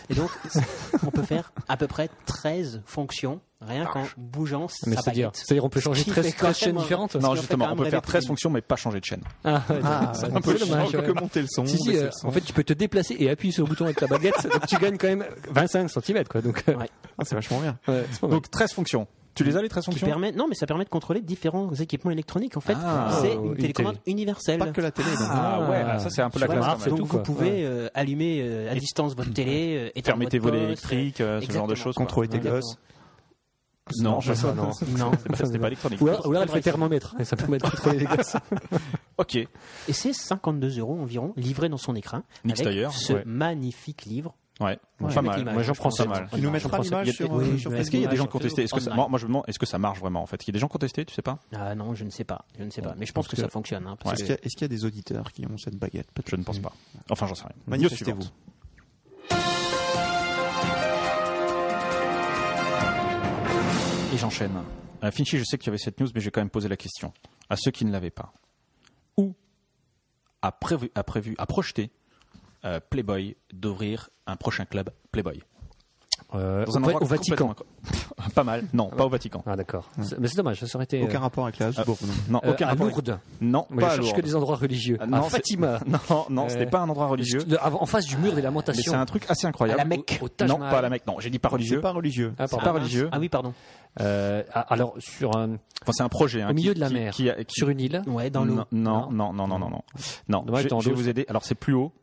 [SPEAKER 4] Et donc, on peut faire à peu près 13 fonctions, rien qu'en bougeant sa
[SPEAKER 2] Ah, Mais c'est-à-dire,
[SPEAKER 4] baguette.
[SPEAKER 2] c'est-à-dire, on peut changer
[SPEAKER 4] Ce qui
[SPEAKER 2] 13,
[SPEAKER 4] fait quand
[SPEAKER 2] 13 chaînes
[SPEAKER 4] même un-
[SPEAKER 2] différentes.
[SPEAKER 4] Parce
[SPEAKER 1] Non,
[SPEAKER 4] qu'on fait
[SPEAKER 1] justement,
[SPEAKER 4] quand
[SPEAKER 1] on
[SPEAKER 4] même
[SPEAKER 1] peut faire
[SPEAKER 4] répéter
[SPEAKER 1] 13
[SPEAKER 4] une-
[SPEAKER 1] fonctions, mais pas changer de chaîne.
[SPEAKER 2] Ah, ouais,
[SPEAKER 3] Ah,
[SPEAKER 2] c'est
[SPEAKER 3] ouais.
[SPEAKER 2] un peu dommage.
[SPEAKER 3] On
[SPEAKER 2] ouais.
[SPEAKER 3] peut monter le son.
[SPEAKER 1] Mmh,
[SPEAKER 2] Si,
[SPEAKER 1] bah,
[SPEAKER 2] si,
[SPEAKER 3] baisser
[SPEAKER 2] euh,
[SPEAKER 3] le son.
[SPEAKER 2] en fait, tu peux te déplacer et appuyer sur le bouton avec la baguette, donc tu gagnes quand même 25 cm. Quoi, donc, euh,
[SPEAKER 4] Ouais.
[SPEAKER 3] Ah, c'est vachement bien.
[SPEAKER 2] ouais, c'est pas mal.
[SPEAKER 1] Donc 13 fonctions. Tu les as les 13
[SPEAKER 4] qui
[SPEAKER 1] fonctions
[SPEAKER 4] permet, non, mais ça permet de contrôler différents équipements électroniques. En fait,
[SPEAKER 1] Ah.
[SPEAKER 4] c'est
[SPEAKER 2] Oh,
[SPEAKER 4] une
[SPEAKER 2] une
[SPEAKER 4] télécommande universelle.
[SPEAKER 3] Pas que la télé. donc.
[SPEAKER 1] Ah ouais,
[SPEAKER 2] Ah.
[SPEAKER 1] ah, ça c'est un peu la
[SPEAKER 4] Voilà,
[SPEAKER 1] classe. quand même.
[SPEAKER 4] donc
[SPEAKER 2] tout,
[SPEAKER 4] vous
[SPEAKER 2] quoi.
[SPEAKER 4] pouvez euh, allumer euh, à distance votre télé, euh, éteindre
[SPEAKER 1] Fermer tes
[SPEAKER 4] votre
[SPEAKER 1] volets
[SPEAKER 4] poste,
[SPEAKER 1] électriques, euh, ce genre de
[SPEAKER 4] exactement.
[SPEAKER 1] choses. quoi.
[SPEAKER 3] Contrôler tes
[SPEAKER 4] Exactement.
[SPEAKER 3] gosses.
[SPEAKER 1] Non, je sais pas.
[SPEAKER 4] Non.
[SPEAKER 1] Bah, C'était pas électronique.
[SPEAKER 2] Ou alors, ou alors elle fait thermomètre, et ça permet de contrôler les glaces.
[SPEAKER 1] Ok.
[SPEAKER 4] Et c'est 52 euros envenyon, livré dans son écran,
[SPEAKER 1] Nick
[SPEAKER 4] avec
[SPEAKER 1] Steyer,
[SPEAKER 4] ce
[SPEAKER 1] ouais.
[SPEAKER 4] magnifique livre.
[SPEAKER 1] Ouais.
[SPEAKER 4] Moi, je
[SPEAKER 1] Pas
[SPEAKER 4] vais mettre
[SPEAKER 1] mal.
[SPEAKER 4] l'image,
[SPEAKER 1] Moi, j'en
[SPEAKER 4] je
[SPEAKER 1] prends
[SPEAKER 4] pense.
[SPEAKER 1] ça mal.
[SPEAKER 3] Tu nous mettras l'image sur,
[SPEAKER 4] Oui,
[SPEAKER 3] euh,
[SPEAKER 4] mais
[SPEAKER 3] sur
[SPEAKER 4] est-ce
[SPEAKER 1] Est-ce qu'il y a des gens
[SPEAKER 4] Ouais,
[SPEAKER 1] qui ont testé Est-ce que ça-
[SPEAKER 4] online.
[SPEAKER 1] moi, moi, je me demande, est-ce que ça marche vraiment en fait Il y a des gens qui ont testé, tu sais pas
[SPEAKER 4] Ah non, je ne sais pas, je ne sais pas. Mais je pense que, ça fonctionne. hein, parce
[SPEAKER 3] Est-ce qu'il y, a- est-ce qu'il y a des auditeurs qui ont cette baguette Peut-être.
[SPEAKER 1] Je ne pense pas. Enfin, j'en sais rien. News
[SPEAKER 3] Manifestez-vous.
[SPEAKER 1] suivante. Et j'enchaîne. Euh, Finchy, je sais que tu avais cette news, mais j'ai quand même posé la question à ceux qui ne l'avaient pas. Où a prévu, a prévu, a projeté euh, Playboy d'ouvrir un prochain club Playboy
[SPEAKER 2] Euh, au, Va-
[SPEAKER 1] endroit
[SPEAKER 2] au Vatican.
[SPEAKER 1] complètement- Pas mal. Non, pas au Vatican.
[SPEAKER 2] Ah d'accord. C'est- Mais c'est dommage, ça aurait été.
[SPEAKER 3] Aucun rapport avec la Habsbourg, non
[SPEAKER 1] Ah, Non,
[SPEAKER 2] euh,
[SPEAKER 1] aucun
[SPEAKER 2] à
[SPEAKER 1] rapport avec-
[SPEAKER 2] Lourdes.
[SPEAKER 1] Non,
[SPEAKER 2] Moi,
[SPEAKER 1] pas à
[SPEAKER 2] je cherche
[SPEAKER 1] Lourdes.
[SPEAKER 2] que des endroits religieux.
[SPEAKER 1] Ah,
[SPEAKER 2] à
[SPEAKER 1] c'est-
[SPEAKER 2] Fatima.
[SPEAKER 1] Non, non, c'était
[SPEAKER 2] Euh,
[SPEAKER 1] pas un endroit religieux.
[SPEAKER 2] Le- avant- en face du mur des
[SPEAKER 1] Mais
[SPEAKER 2] lamentations.
[SPEAKER 1] c'est un truc assez incroyable.
[SPEAKER 4] À la Mecque.
[SPEAKER 2] Au- au Taj
[SPEAKER 1] non,
[SPEAKER 2] Mahal.
[SPEAKER 1] pas à la Mecque. Non, j'ai dit pas religieux.
[SPEAKER 3] C'est pas religieux.
[SPEAKER 2] Ah,
[SPEAKER 1] C'est
[SPEAKER 2] pardon.
[SPEAKER 1] pas religieux.
[SPEAKER 4] Ah oui, pardon.
[SPEAKER 2] Euh, ah, alors sur un-
[SPEAKER 1] Enfin, c'est un projet. hein,
[SPEAKER 2] au
[SPEAKER 1] qui-
[SPEAKER 2] milieu de la
[SPEAKER 1] qui-
[SPEAKER 2] mer,
[SPEAKER 1] qui a- qui-
[SPEAKER 2] sur une île,
[SPEAKER 4] Ouais, dans l'eau.
[SPEAKER 1] non, non, non, non, non, non, non. Non,
[SPEAKER 2] Dommage,
[SPEAKER 1] je,
[SPEAKER 2] t'es en
[SPEAKER 1] je vais
[SPEAKER 2] dose.
[SPEAKER 1] vous aider. Alors, c'est plus haut.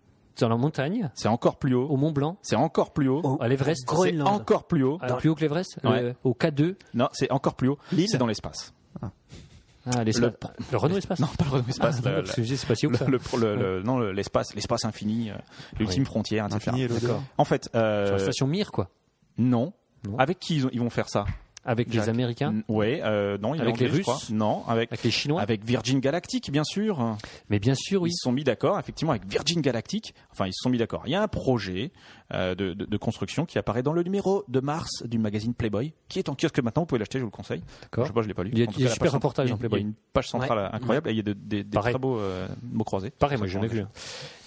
[SPEAKER 2] dans la montagne,
[SPEAKER 1] C'est encore plus haut.
[SPEAKER 2] au Mont Blanc,
[SPEAKER 1] C'est encore plus haut.
[SPEAKER 2] à l'Everest,
[SPEAKER 4] Gros-
[SPEAKER 1] C'est
[SPEAKER 4] Groenland.
[SPEAKER 1] encore plus haut.
[SPEAKER 2] c'est- alors, plus haut que l'Everest,
[SPEAKER 1] Ouais.
[SPEAKER 2] euh, au K2,
[SPEAKER 1] Non, c'est encore plus haut.
[SPEAKER 3] L'île
[SPEAKER 1] C'est dans l'espace.
[SPEAKER 2] ah, les-
[SPEAKER 1] Le-
[SPEAKER 2] le, Renault Espace.
[SPEAKER 1] Non, pas le l'espace.
[SPEAKER 2] Ah, non, parce que j'ai- c'est pas si haut que ça.
[SPEAKER 1] le, le- le- le- non, le- l'espace, l'espace infini, euh, l'ultime frontière, etc.
[SPEAKER 3] L'infini et l'au-delà.
[SPEAKER 1] En fait, euh,
[SPEAKER 2] Sur la station Mir, quoi,
[SPEAKER 1] non.
[SPEAKER 2] Non.
[SPEAKER 1] Avec qui ils, ont- ils vont faire ça
[SPEAKER 2] avec
[SPEAKER 1] Jacques.
[SPEAKER 2] les Américains,
[SPEAKER 1] Mm, Ouais, euh, non,
[SPEAKER 2] Avec les
[SPEAKER 1] Irlandais, je crois.
[SPEAKER 2] Russes
[SPEAKER 1] Non, avec
[SPEAKER 2] avec les Chinois.
[SPEAKER 1] avec Virgin Galactic, bien sûr.
[SPEAKER 2] Mais bien sûr, oui.
[SPEAKER 1] Ils se sont mis d'accord, effectivement, avec Virgin Galactic. Enfin, ils se sont mis d'accord. Il y a un projet euh, de, de- de construction qui apparaît dans le numéro de mars du magazine Playboy, qui est en kiosque maintenant. Vous pouvez l'acheter, je vous le conseille.
[SPEAKER 2] D'accord.
[SPEAKER 1] Je sais pas, je l'ai pas lu.
[SPEAKER 2] Il y a-
[SPEAKER 1] En tout
[SPEAKER 2] il y
[SPEAKER 1] cas,
[SPEAKER 2] a un
[SPEAKER 1] la
[SPEAKER 2] super
[SPEAKER 1] page centrale-
[SPEAKER 2] reportage dans Playboy.
[SPEAKER 1] Il y a une page centrale incroyable et il y a de- des, des
[SPEAKER 2] Pareil.
[SPEAKER 1] très beaux euh, mots croisés.
[SPEAKER 2] Pareil, moi, j'en ai vu. hein.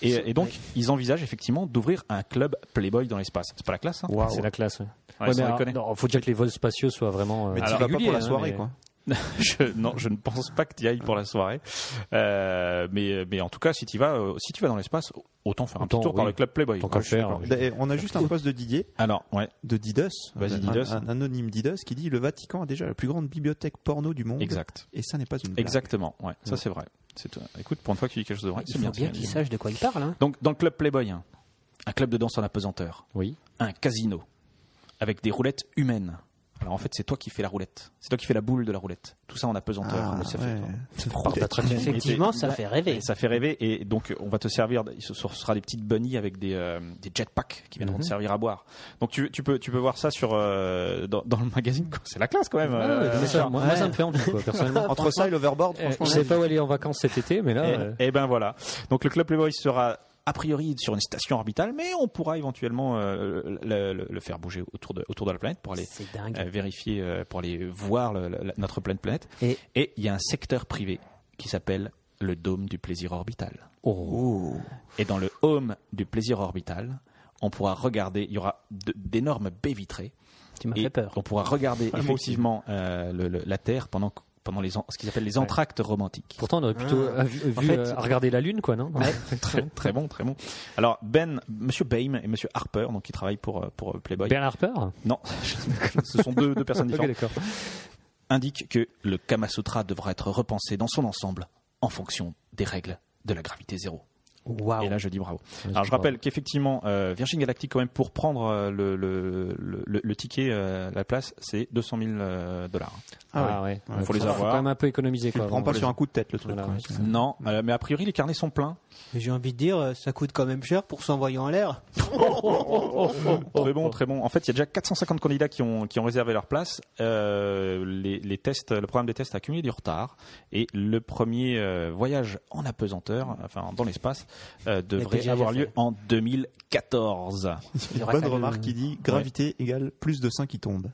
[SPEAKER 1] Et, et donc, ils envisagent effectivement d'ouvrir un club Playboy dans l'espace. C'est pas la classe. Hein
[SPEAKER 2] C'est la classe. Ouais.
[SPEAKER 1] Ouais, euh,
[SPEAKER 2] Ouais,
[SPEAKER 1] sans
[SPEAKER 2] mais alors,
[SPEAKER 1] déconner.
[SPEAKER 2] non, faut déjà que les vols spatiaux soient vraiment. euh,
[SPEAKER 3] Mais tu
[SPEAKER 2] alors,
[SPEAKER 3] vas pas
[SPEAKER 2] réguliers,
[SPEAKER 3] pour la
[SPEAKER 2] hein,
[SPEAKER 3] soirée,
[SPEAKER 2] mais-
[SPEAKER 3] quoi.
[SPEAKER 1] je, non, je ne pense pas que tu ailles pour la soirée. Euh, mais, mais en tout cas, si tu vas, euh, si tu vas dans l'espace, autant faire un
[SPEAKER 2] Autant,
[SPEAKER 1] petit tour par
[SPEAKER 2] oui.
[SPEAKER 1] le club Playboy.
[SPEAKER 2] Tant qu'à
[SPEAKER 1] Ouais, je suis
[SPEAKER 2] faire,
[SPEAKER 1] d'accord.
[SPEAKER 2] oui.
[SPEAKER 3] D'ailleurs, Bah, eh, On a juste un poste de Didier,
[SPEAKER 1] Alors, ouais,
[SPEAKER 3] de Didos,
[SPEAKER 1] Vas-y,
[SPEAKER 3] un-
[SPEAKER 1] Didos.
[SPEAKER 3] un, anonyme Didos, qui dit le Vatican a déjà la plus grande bibliothèque porno du
[SPEAKER 2] Mmh.
[SPEAKER 3] monde.
[SPEAKER 1] exact,
[SPEAKER 3] Et ça n'est pas une blague.
[SPEAKER 1] exactement. Ouais, ça c'est vrai. C'est tout. Écoute, pour une fois que tu dis quelque chose de vrai,
[SPEAKER 4] Il
[SPEAKER 1] c'est
[SPEAKER 4] faut
[SPEAKER 1] bien.
[SPEAKER 4] bien,
[SPEAKER 1] c'est bien
[SPEAKER 4] qu'ils
[SPEAKER 1] dit.
[SPEAKER 4] sachent de quoi ils parlent. hein.
[SPEAKER 1] Donc, dans le club Playboy, hein, un club de danse en apesanteur,
[SPEAKER 2] Oui.
[SPEAKER 1] un casino avec des roulettes humaines. Alors en fait, c'est toi qui fais la roulette. C'est toi qui fais la boule de la roulette. Tout ça en apesanteur.
[SPEAKER 3] Ah,
[SPEAKER 1] Mais ça fait-
[SPEAKER 3] ouais.
[SPEAKER 4] Effectivement, ça fait rêver.
[SPEAKER 1] Et ça fait rêver. Et donc, on va te servir. Ce sera des petites bunnies avec des, euh, des jetpacks qui viendront te servir à boire. Donc, tu, tu peux, tu peux voir ça sur, euh, dans, dans le magazine. quoi. C'est la classe quand même. euh,
[SPEAKER 2] Mais ça, moi, moi, ça me fait envie, quoi, personnellement.
[SPEAKER 3] Entre ça et l'overboard,
[SPEAKER 2] Euh,
[SPEAKER 3] franchement,
[SPEAKER 2] je savais pas où aller en vacances cet été, mais là. euh,
[SPEAKER 1] et, et ben voilà. Donc, le Club Playboy sera a priori sur une station orbitale, mais on pourra éventuellement euh, le, le- le faire bouger autour de, autour de la planète pour aller
[SPEAKER 4] C'est dingue.
[SPEAKER 1] euh, vérifier, euh, pour aller voir le- la- notre pleine planète.
[SPEAKER 4] Et-
[SPEAKER 1] Et il y a un secteur privé qui s'appelle le dôme du plaisir orbital.
[SPEAKER 2] oh.
[SPEAKER 1] Et dans le home du plaisir orbital, on pourra regarder, il y aura de- d'énormes baies vitrées.
[SPEAKER 4] Tu m'as
[SPEAKER 1] Et
[SPEAKER 4] fait peur.
[SPEAKER 1] On pourra regarder effectivement euh, le- le- la Terre pendant, que- pendant les, en- ce qu'ils appellent les entractes romantiques.
[SPEAKER 2] Pourtant, on aurait plutôt
[SPEAKER 4] Ah.
[SPEAKER 2] euh, vu,
[SPEAKER 4] En
[SPEAKER 2] vu,
[SPEAKER 4] fait-
[SPEAKER 2] euh, à regarder la lune, quoi, non
[SPEAKER 1] Très, très bon, très bon. Alors, Ben, Monsieur Baim et Monsieur Harper, donc qui travaillent pour, euh, pour Playboy.
[SPEAKER 2] Bernard Harper
[SPEAKER 1] Non, ce sont deux, deux personnes
[SPEAKER 2] Ok,
[SPEAKER 1] différentes.
[SPEAKER 2] d'accord.
[SPEAKER 1] Indique que le Kama Sutra devra être repensé dans son ensemble en fonction des règles de la gravité zéro. Et
[SPEAKER 4] Waouh.
[SPEAKER 1] là, je dis bravo.
[SPEAKER 2] Ouais,
[SPEAKER 1] Alors,
[SPEAKER 2] je
[SPEAKER 1] je rappelle qu'effectivement, euh, Virgin Galactic, quand même, pour prendre euh, le, le, le, le ticket, euh, la place, c'est 200 000 euh, dollars.
[SPEAKER 2] Ah ouais.
[SPEAKER 3] Ouais,
[SPEAKER 2] Ouais,
[SPEAKER 1] faut les
[SPEAKER 2] Faut
[SPEAKER 1] avoir.
[SPEAKER 2] quand même un peu économiser,
[SPEAKER 3] tu
[SPEAKER 2] quoi.
[SPEAKER 3] le prends
[SPEAKER 2] avant
[SPEAKER 3] pas
[SPEAKER 2] de
[SPEAKER 3] sur un coup de tête, le truc.
[SPEAKER 2] Voilà,
[SPEAKER 3] quoi.
[SPEAKER 2] ouais.
[SPEAKER 3] C'est-
[SPEAKER 1] Non, euh, mais a priori, les carnets sont pleins.
[SPEAKER 4] J'ai envie de dire, euh, ça coûte quand même cher pour s'envoyer en l'air.
[SPEAKER 2] Oh,
[SPEAKER 1] très bon, très bon. En fait, il y a déjà 450 candidats qui ont, qui ont réservé leur place. Euh, les, les tests, le programme des tests a cumulé du retard. Et le premier euh, voyage en apesanteur, enfin, dans l'espace, euh, devrait
[SPEAKER 4] déjà
[SPEAKER 1] avoir
[SPEAKER 4] fait.
[SPEAKER 1] lieu en 2014.
[SPEAKER 4] Il y aura
[SPEAKER 3] Bonne
[SPEAKER 4] quand même-
[SPEAKER 3] remarque qui dit gravité égale plus de seins qui tombent.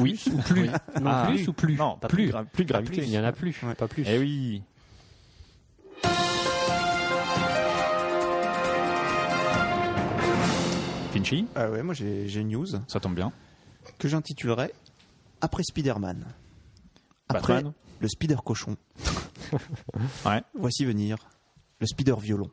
[SPEAKER 1] Oui. Plus ou plus
[SPEAKER 2] Non, plus ou plus
[SPEAKER 1] Non, pas
[SPEAKER 2] Plus.
[SPEAKER 1] plus. de gra- Plus de
[SPEAKER 2] Pas plus,
[SPEAKER 1] gravité.
[SPEAKER 2] Il y en a plus.
[SPEAKER 3] Ouais.
[SPEAKER 2] Pas plus.
[SPEAKER 1] Eh oui. Finchy,
[SPEAKER 3] Ah ouais, moi j'ai j'ai une news
[SPEAKER 1] ça tombe bien.
[SPEAKER 3] que j'intitulerai Après Spider-Man. Après
[SPEAKER 1] Batman.
[SPEAKER 3] le Spider-Cochon.
[SPEAKER 1] Ouais.
[SPEAKER 3] Voici venir le Spider-Violon.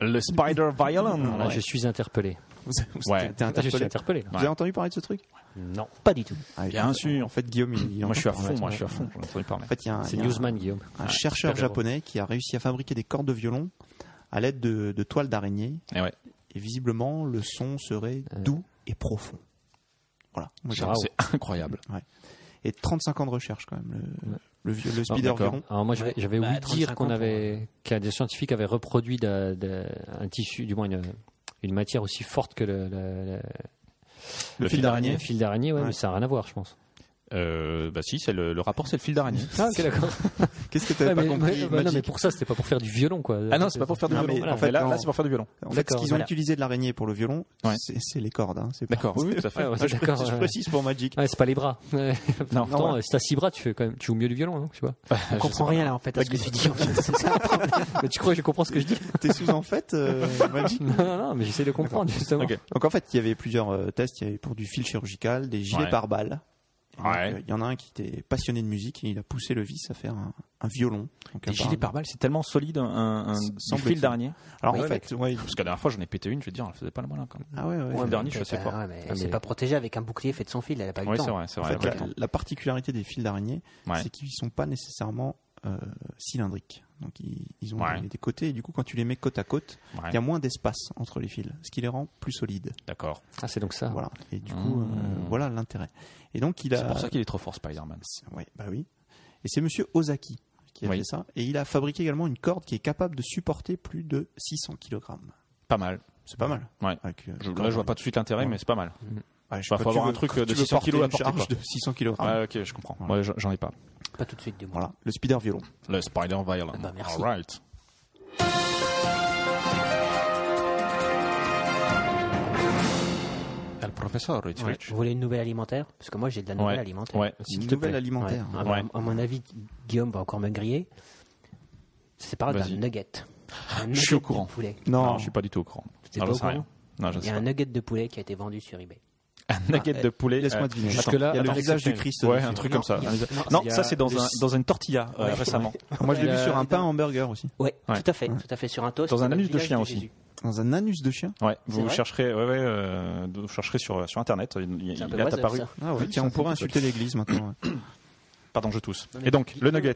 [SPEAKER 1] Le Spider Violin.
[SPEAKER 2] Voilà, Je suis interpellé.
[SPEAKER 3] Vous, vous
[SPEAKER 1] Ouais.
[SPEAKER 3] t'es
[SPEAKER 2] Je suis
[SPEAKER 3] interpellé
[SPEAKER 2] interpellé. là.
[SPEAKER 3] Vous avez entendu parler de ce truc
[SPEAKER 2] Non.
[SPEAKER 4] Pas du tout.
[SPEAKER 3] Ah,
[SPEAKER 1] Bien
[SPEAKER 3] en fait-
[SPEAKER 1] sûr.
[SPEAKER 3] En fait, Guillaume, il, il en
[SPEAKER 1] Moi, je suis à
[SPEAKER 3] parle.
[SPEAKER 1] fond. Moi, je suis à fond. J'en ai entendu parler.
[SPEAKER 3] En fait, il y a un,
[SPEAKER 2] C'est
[SPEAKER 3] il y a un-
[SPEAKER 2] Newsman, Guillaume.
[SPEAKER 3] un chercheur
[SPEAKER 2] super-héros.
[SPEAKER 3] japonais qui a réussi à fabriquer des cordes de violon à l'aide de, de toiles d'araignée.
[SPEAKER 1] Eh ouais.
[SPEAKER 2] Euh.
[SPEAKER 3] Et visiblement, le son serait doux et profond. Voilà. Moi, j'ai-
[SPEAKER 1] C'est c'est incroyable.
[SPEAKER 3] Et 35 ans de recherche quand même. Le, le, vieux- le
[SPEAKER 2] Ah,
[SPEAKER 3] speeder
[SPEAKER 2] d'accord.
[SPEAKER 3] Viron.
[SPEAKER 2] Alors moi j'avais
[SPEAKER 4] Ouais.
[SPEAKER 2] j'avais
[SPEAKER 4] Bah,
[SPEAKER 2] ouï dire
[SPEAKER 4] 35
[SPEAKER 2] qu'on
[SPEAKER 4] ans,
[SPEAKER 2] avait qu'un des scientifiques avait reproduit de- de- un tissu, du moins une, une matière aussi forte que le, le- le-
[SPEAKER 1] Le fil d'araignée
[SPEAKER 2] le fil d'araignée, ouais,
[SPEAKER 3] Ouais.
[SPEAKER 2] mais ça n'a rien à voir, je pense.
[SPEAKER 1] Euh, Bah si, c'est le, le rapport, c'est le fil d'araignée.
[SPEAKER 2] Ah ok d'accord.
[SPEAKER 3] Qu'est-ce que tu
[SPEAKER 2] Ouais,
[SPEAKER 3] n'avais pas
[SPEAKER 2] mais-
[SPEAKER 3] compris
[SPEAKER 2] mais- bah, non
[SPEAKER 3] Magic
[SPEAKER 2] mais pour ça c'était pas pour faire du violon quoi.
[SPEAKER 1] Ah non, c'est pas pour faire du
[SPEAKER 3] Non,
[SPEAKER 1] violon.
[SPEAKER 3] mais
[SPEAKER 1] Voilà.
[SPEAKER 3] en fait,
[SPEAKER 1] Mais là,
[SPEAKER 3] non.
[SPEAKER 1] là, c'est pour faire du violon.
[SPEAKER 3] En fait, ce
[SPEAKER 2] D'accord,
[SPEAKER 3] qu'ils ont
[SPEAKER 2] voilà.
[SPEAKER 3] utilisé de l'araignée pour le violon,
[SPEAKER 1] Ouais.
[SPEAKER 3] c'est c'est les cordes. hein, c'est pas-
[SPEAKER 1] D'accord. Oui, oui, tout à fait.
[SPEAKER 2] Ouais, ouais,
[SPEAKER 3] Ah, je,
[SPEAKER 2] d'accord,
[SPEAKER 3] précise, je
[SPEAKER 2] ouais.
[SPEAKER 3] précise pour Magic.
[SPEAKER 2] Ouais, c'est pas les bras. Ouais.
[SPEAKER 1] Non.
[SPEAKER 2] Pourtant, euh, si t'as six bras, tu fais quand même, tu joues mieux du violon, hein, tu vois.
[SPEAKER 1] Ah,
[SPEAKER 4] On comprend rien là en fait à ce que tu dis. en fait. C'est ça.
[SPEAKER 2] Mais tu crois que je comprends ce que je dis
[SPEAKER 3] T'es sous en fait, euh, Magic
[SPEAKER 2] Non, non, non, mais j'essaie de comprendre justement.
[SPEAKER 1] Ok.
[SPEAKER 3] Donc en fait, il y avait plusieurs euh, tests. Il y avait pour du fil chirurgical, des gilets
[SPEAKER 1] Ouais.
[SPEAKER 3] par balles. Et donc,
[SPEAKER 1] Ouais.
[SPEAKER 3] euh, Il y en a un qui était passionné de musique et il a poussé le vice à faire un, un violon. Donc,
[SPEAKER 1] Les gilets
[SPEAKER 3] apparemment-
[SPEAKER 1] pare-balles, c'est tellement solide, un, un, un-
[SPEAKER 3] S-
[SPEAKER 1] du
[SPEAKER 3] semble-t-il.
[SPEAKER 1] fil d'araignée.
[SPEAKER 3] Alors
[SPEAKER 1] Ouais,
[SPEAKER 3] en fait, ouais,
[SPEAKER 1] Parce que la dernière fois, j'en ai pété une, je veux dire, elle faisait pas le malin quand même.
[SPEAKER 3] ah ouais, ouais.
[SPEAKER 1] Le dernier, je suis assez
[SPEAKER 4] Ah,
[SPEAKER 1] fort.
[SPEAKER 4] ouais, mais
[SPEAKER 2] Ah,
[SPEAKER 4] c'est
[SPEAKER 2] mais-
[SPEAKER 4] pas protégé avec un bouclier fait de son fil. Elle a pas eu
[SPEAKER 1] Oui,
[SPEAKER 4] le
[SPEAKER 1] c'est
[SPEAKER 4] temps.
[SPEAKER 1] vrai, c'est
[SPEAKER 3] En
[SPEAKER 1] vrai.
[SPEAKER 3] fait,
[SPEAKER 1] ouais.
[SPEAKER 3] la, la particularité des fils d'araignée,
[SPEAKER 1] Ouais.
[SPEAKER 3] c'est qu'ils ne sont pas nécessairement euh, cylindriques. Donc ils, ils ont
[SPEAKER 1] Ouais.
[SPEAKER 3] des, des côtés et du coup, quand tu les mets côte à côte, il
[SPEAKER 1] Ouais,
[SPEAKER 3] y a moins d'espace entre les fils, ce qui les rend plus solides.
[SPEAKER 1] D'accord.
[SPEAKER 2] Ah, c'est donc ça.
[SPEAKER 3] Voilà. Et du coup,
[SPEAKER 1] Mmh.
[SPEAKER 3] euh, voilà l'intérêt. Et donc il a.
[SPEAKER 1] C'est pour ça qu'il est trop fort, Spider-Man.
[SPEAKER 3] C'est- ouais, bah oui. Et c'est Monsieur Ozaki qui a
[SPEAKER 1] Oui.
[SPEAKER 3] fait ça. Et il a fabriqué également une corde qui est capable de supporter plus de 600 kg.
[SPEAKER 1] Pas mal.
[SPEAKER 3] C'est pas mal.
[SPEAKER 1] Ouais.
[SPEAKER 3] Avec, euh,
[SPEAKER 1] Je,
[SPEAKER 3] une corde.
[SPEAKER 1] là, je vois pas tout de suite l'intérêt,
[SPEAKER 3] Ouais.
[SPEAKER 1] mais c'est pas mal.
[SPEAKER 3] Ouais, je
[SPEAKER 1] Bah,
[SPEAKER 3] sais
[SPEAKER 1] faut
[SPEAKER 3] pas,
[SPEAKER 1] avoir
[SPEAKER 3] tu
[SPEAKER 1] un
[SPEAKER 3] veux-
[SPEAKER 1] truc
[SPEAKER 3] tu
[SPEAKER 1] de
[SPEAKER 3] veux
[SPEAKER 1] 600
[SPEAKER 3] porter
[SPEAKER 1] kilos à
[SPEAKER 3] une
[SPEAKER 1] porter,
[SPEAKER 3] charge
[SPEAKER 1] quoi.
[SPEAKER 3] de 600 kg.
[SPEAKER 1] Ouais, ok, je comprends.
[SPEAKER 3] Voilà.
[SPEAKER 1] Ouais, j'en- j'en ai pas.
[SPEAKER 4] Pas tout de suite du moins.
[SPEAKER 3] Voilà, le speeder violon.
[SPEAKER 1] Le Spider-Violon.
[SPEAKER 4] bah, merci.
[SPEAKER 1] All right. El Euh, professeur
[SPEAKER 4] Ouais.
[SPEAKER 1] Rich.
[SPEAKER 4] Vous voulez une nouvelle alimentaire Parce que moi j'ai de la nouvelle
[SPEAKER 1] Ouais.
[SPEAKER 4] alimentaire.
[SPEAKER 1] Ouais.
[SPEAKER 3] Une nouvelle alimentaire.
[SPEAKER 4] Ouais. Ah,
[SPEAKER 1] Ouais.
[SPEAKER 4] bah, À mon avis, Guillaume va encore me griller. C'est pas grave,
[SPEAKER 1] Vas-y.
[SPEAKER 4] d'un nugget. Un
[SPEAKER 1] Je suis
[SPEAKER 4] nugget
[SPEAKER 1] au courant.
[SPEAKER 4] De poulet.
[SPEAKER 3] Non,
[SPEAKER 1] Non, je suis pas du tout au courant. Ah, ben,
[SPEAKER 4] T'es
[SPEAKER 1] Non,
[SPEAKER 4] pas
[SPEAKER 1] j'en
[SPEAKER 4] au
[SPEAKER 1] sais rien.
[SPEAKER 4] courant
[SPEAKER 1] Non, je
[SPEAKER 4] Il y
[SPEAKER 1] sais
[SPEAKER 4] a
[SPEAKER 1] pas.
[SPEAKER 4] un nugget de poulet qui a été vendu sur eBay.
[SPEAKER 1] Un nugget de poulet.
[SPEAKER 3] laisse-moi
[SPEAKER 1] euh,
[SPEAKER 3] deviner.
[SPEAKER 1] attends,
[SPEAKER 2] Jusque-là,
[SPEAKER 3] il y a le
[SPEAKER 2] attends,
[SPEAKER 3] visage
[SPEAKER 1] c'est-
[SPEAKER 3] du Christ.
[SPEAKER 1] Ouais,
[SPEAKER 3] dessus.
[SPEAKER 1] Ah, un truc comme ça.
[SPEAKER 4] Non, il y a-
[SPEAKER 1] Non,
[SPEAKER 2] il y a
[SPEAKER 1] ça c'est dans
[SPEAKER 2] les-
[SPEAKER 1] un dans une tortilla euh,
[SPEAKER 4] Ouais.
[SPEAKER 1] récemment.
[SPEAKER 3] Moi, je l'ai
[SPEAKER 2] Il y
[SPEAKER 3] vu
[SPEAKER 2] a-
[SPEAKER 3] sur un pain hamburger aussi.
[SPEAKER 4] Ouais,
[SPEAKER 1] Ouais.
[SPEAKER 4] tout à fait, tout à fait sur un toast.
[SPEAKER 1] Dans un
[SPEAKER 4] le
[SPEAKER 1] anus de
[SPEAKER 4] village
[SPEAKER 1] chien aussi.
[SPEAKER 4] Jésus.
[SPEAKER 3] Dans un anus de chien.
[SPEAKER 1] Ouais,
[SPEAKER 4] C'est
[SPEAKER 1] vous
[SPEAKER 4] vrai
[SPEAKER 1] chercherez, ouais, ouais, euh, vous chercherez sur sur internet. Il, il-
[SPEAKER 4] C'est un
[SPEAKER 1] il
[SPEAKER 4] peu
[SPEAKER 1] a
[SPEAKER 4] oiseau,
[SPEAKER 1] apparu.
[SPEAKER 4] ça.
[SPEAKER 3] Ah ouais, tiens, on pourrait insulter l'église maintenant. ouais.
[SPEAKER 1] Pardon, je tousse.
[SPEAKER 4] Non, mais
[SPEAKER 1] Et donc le
[SPEAKER 4] dites-le.
[SPEAKER 1] nugget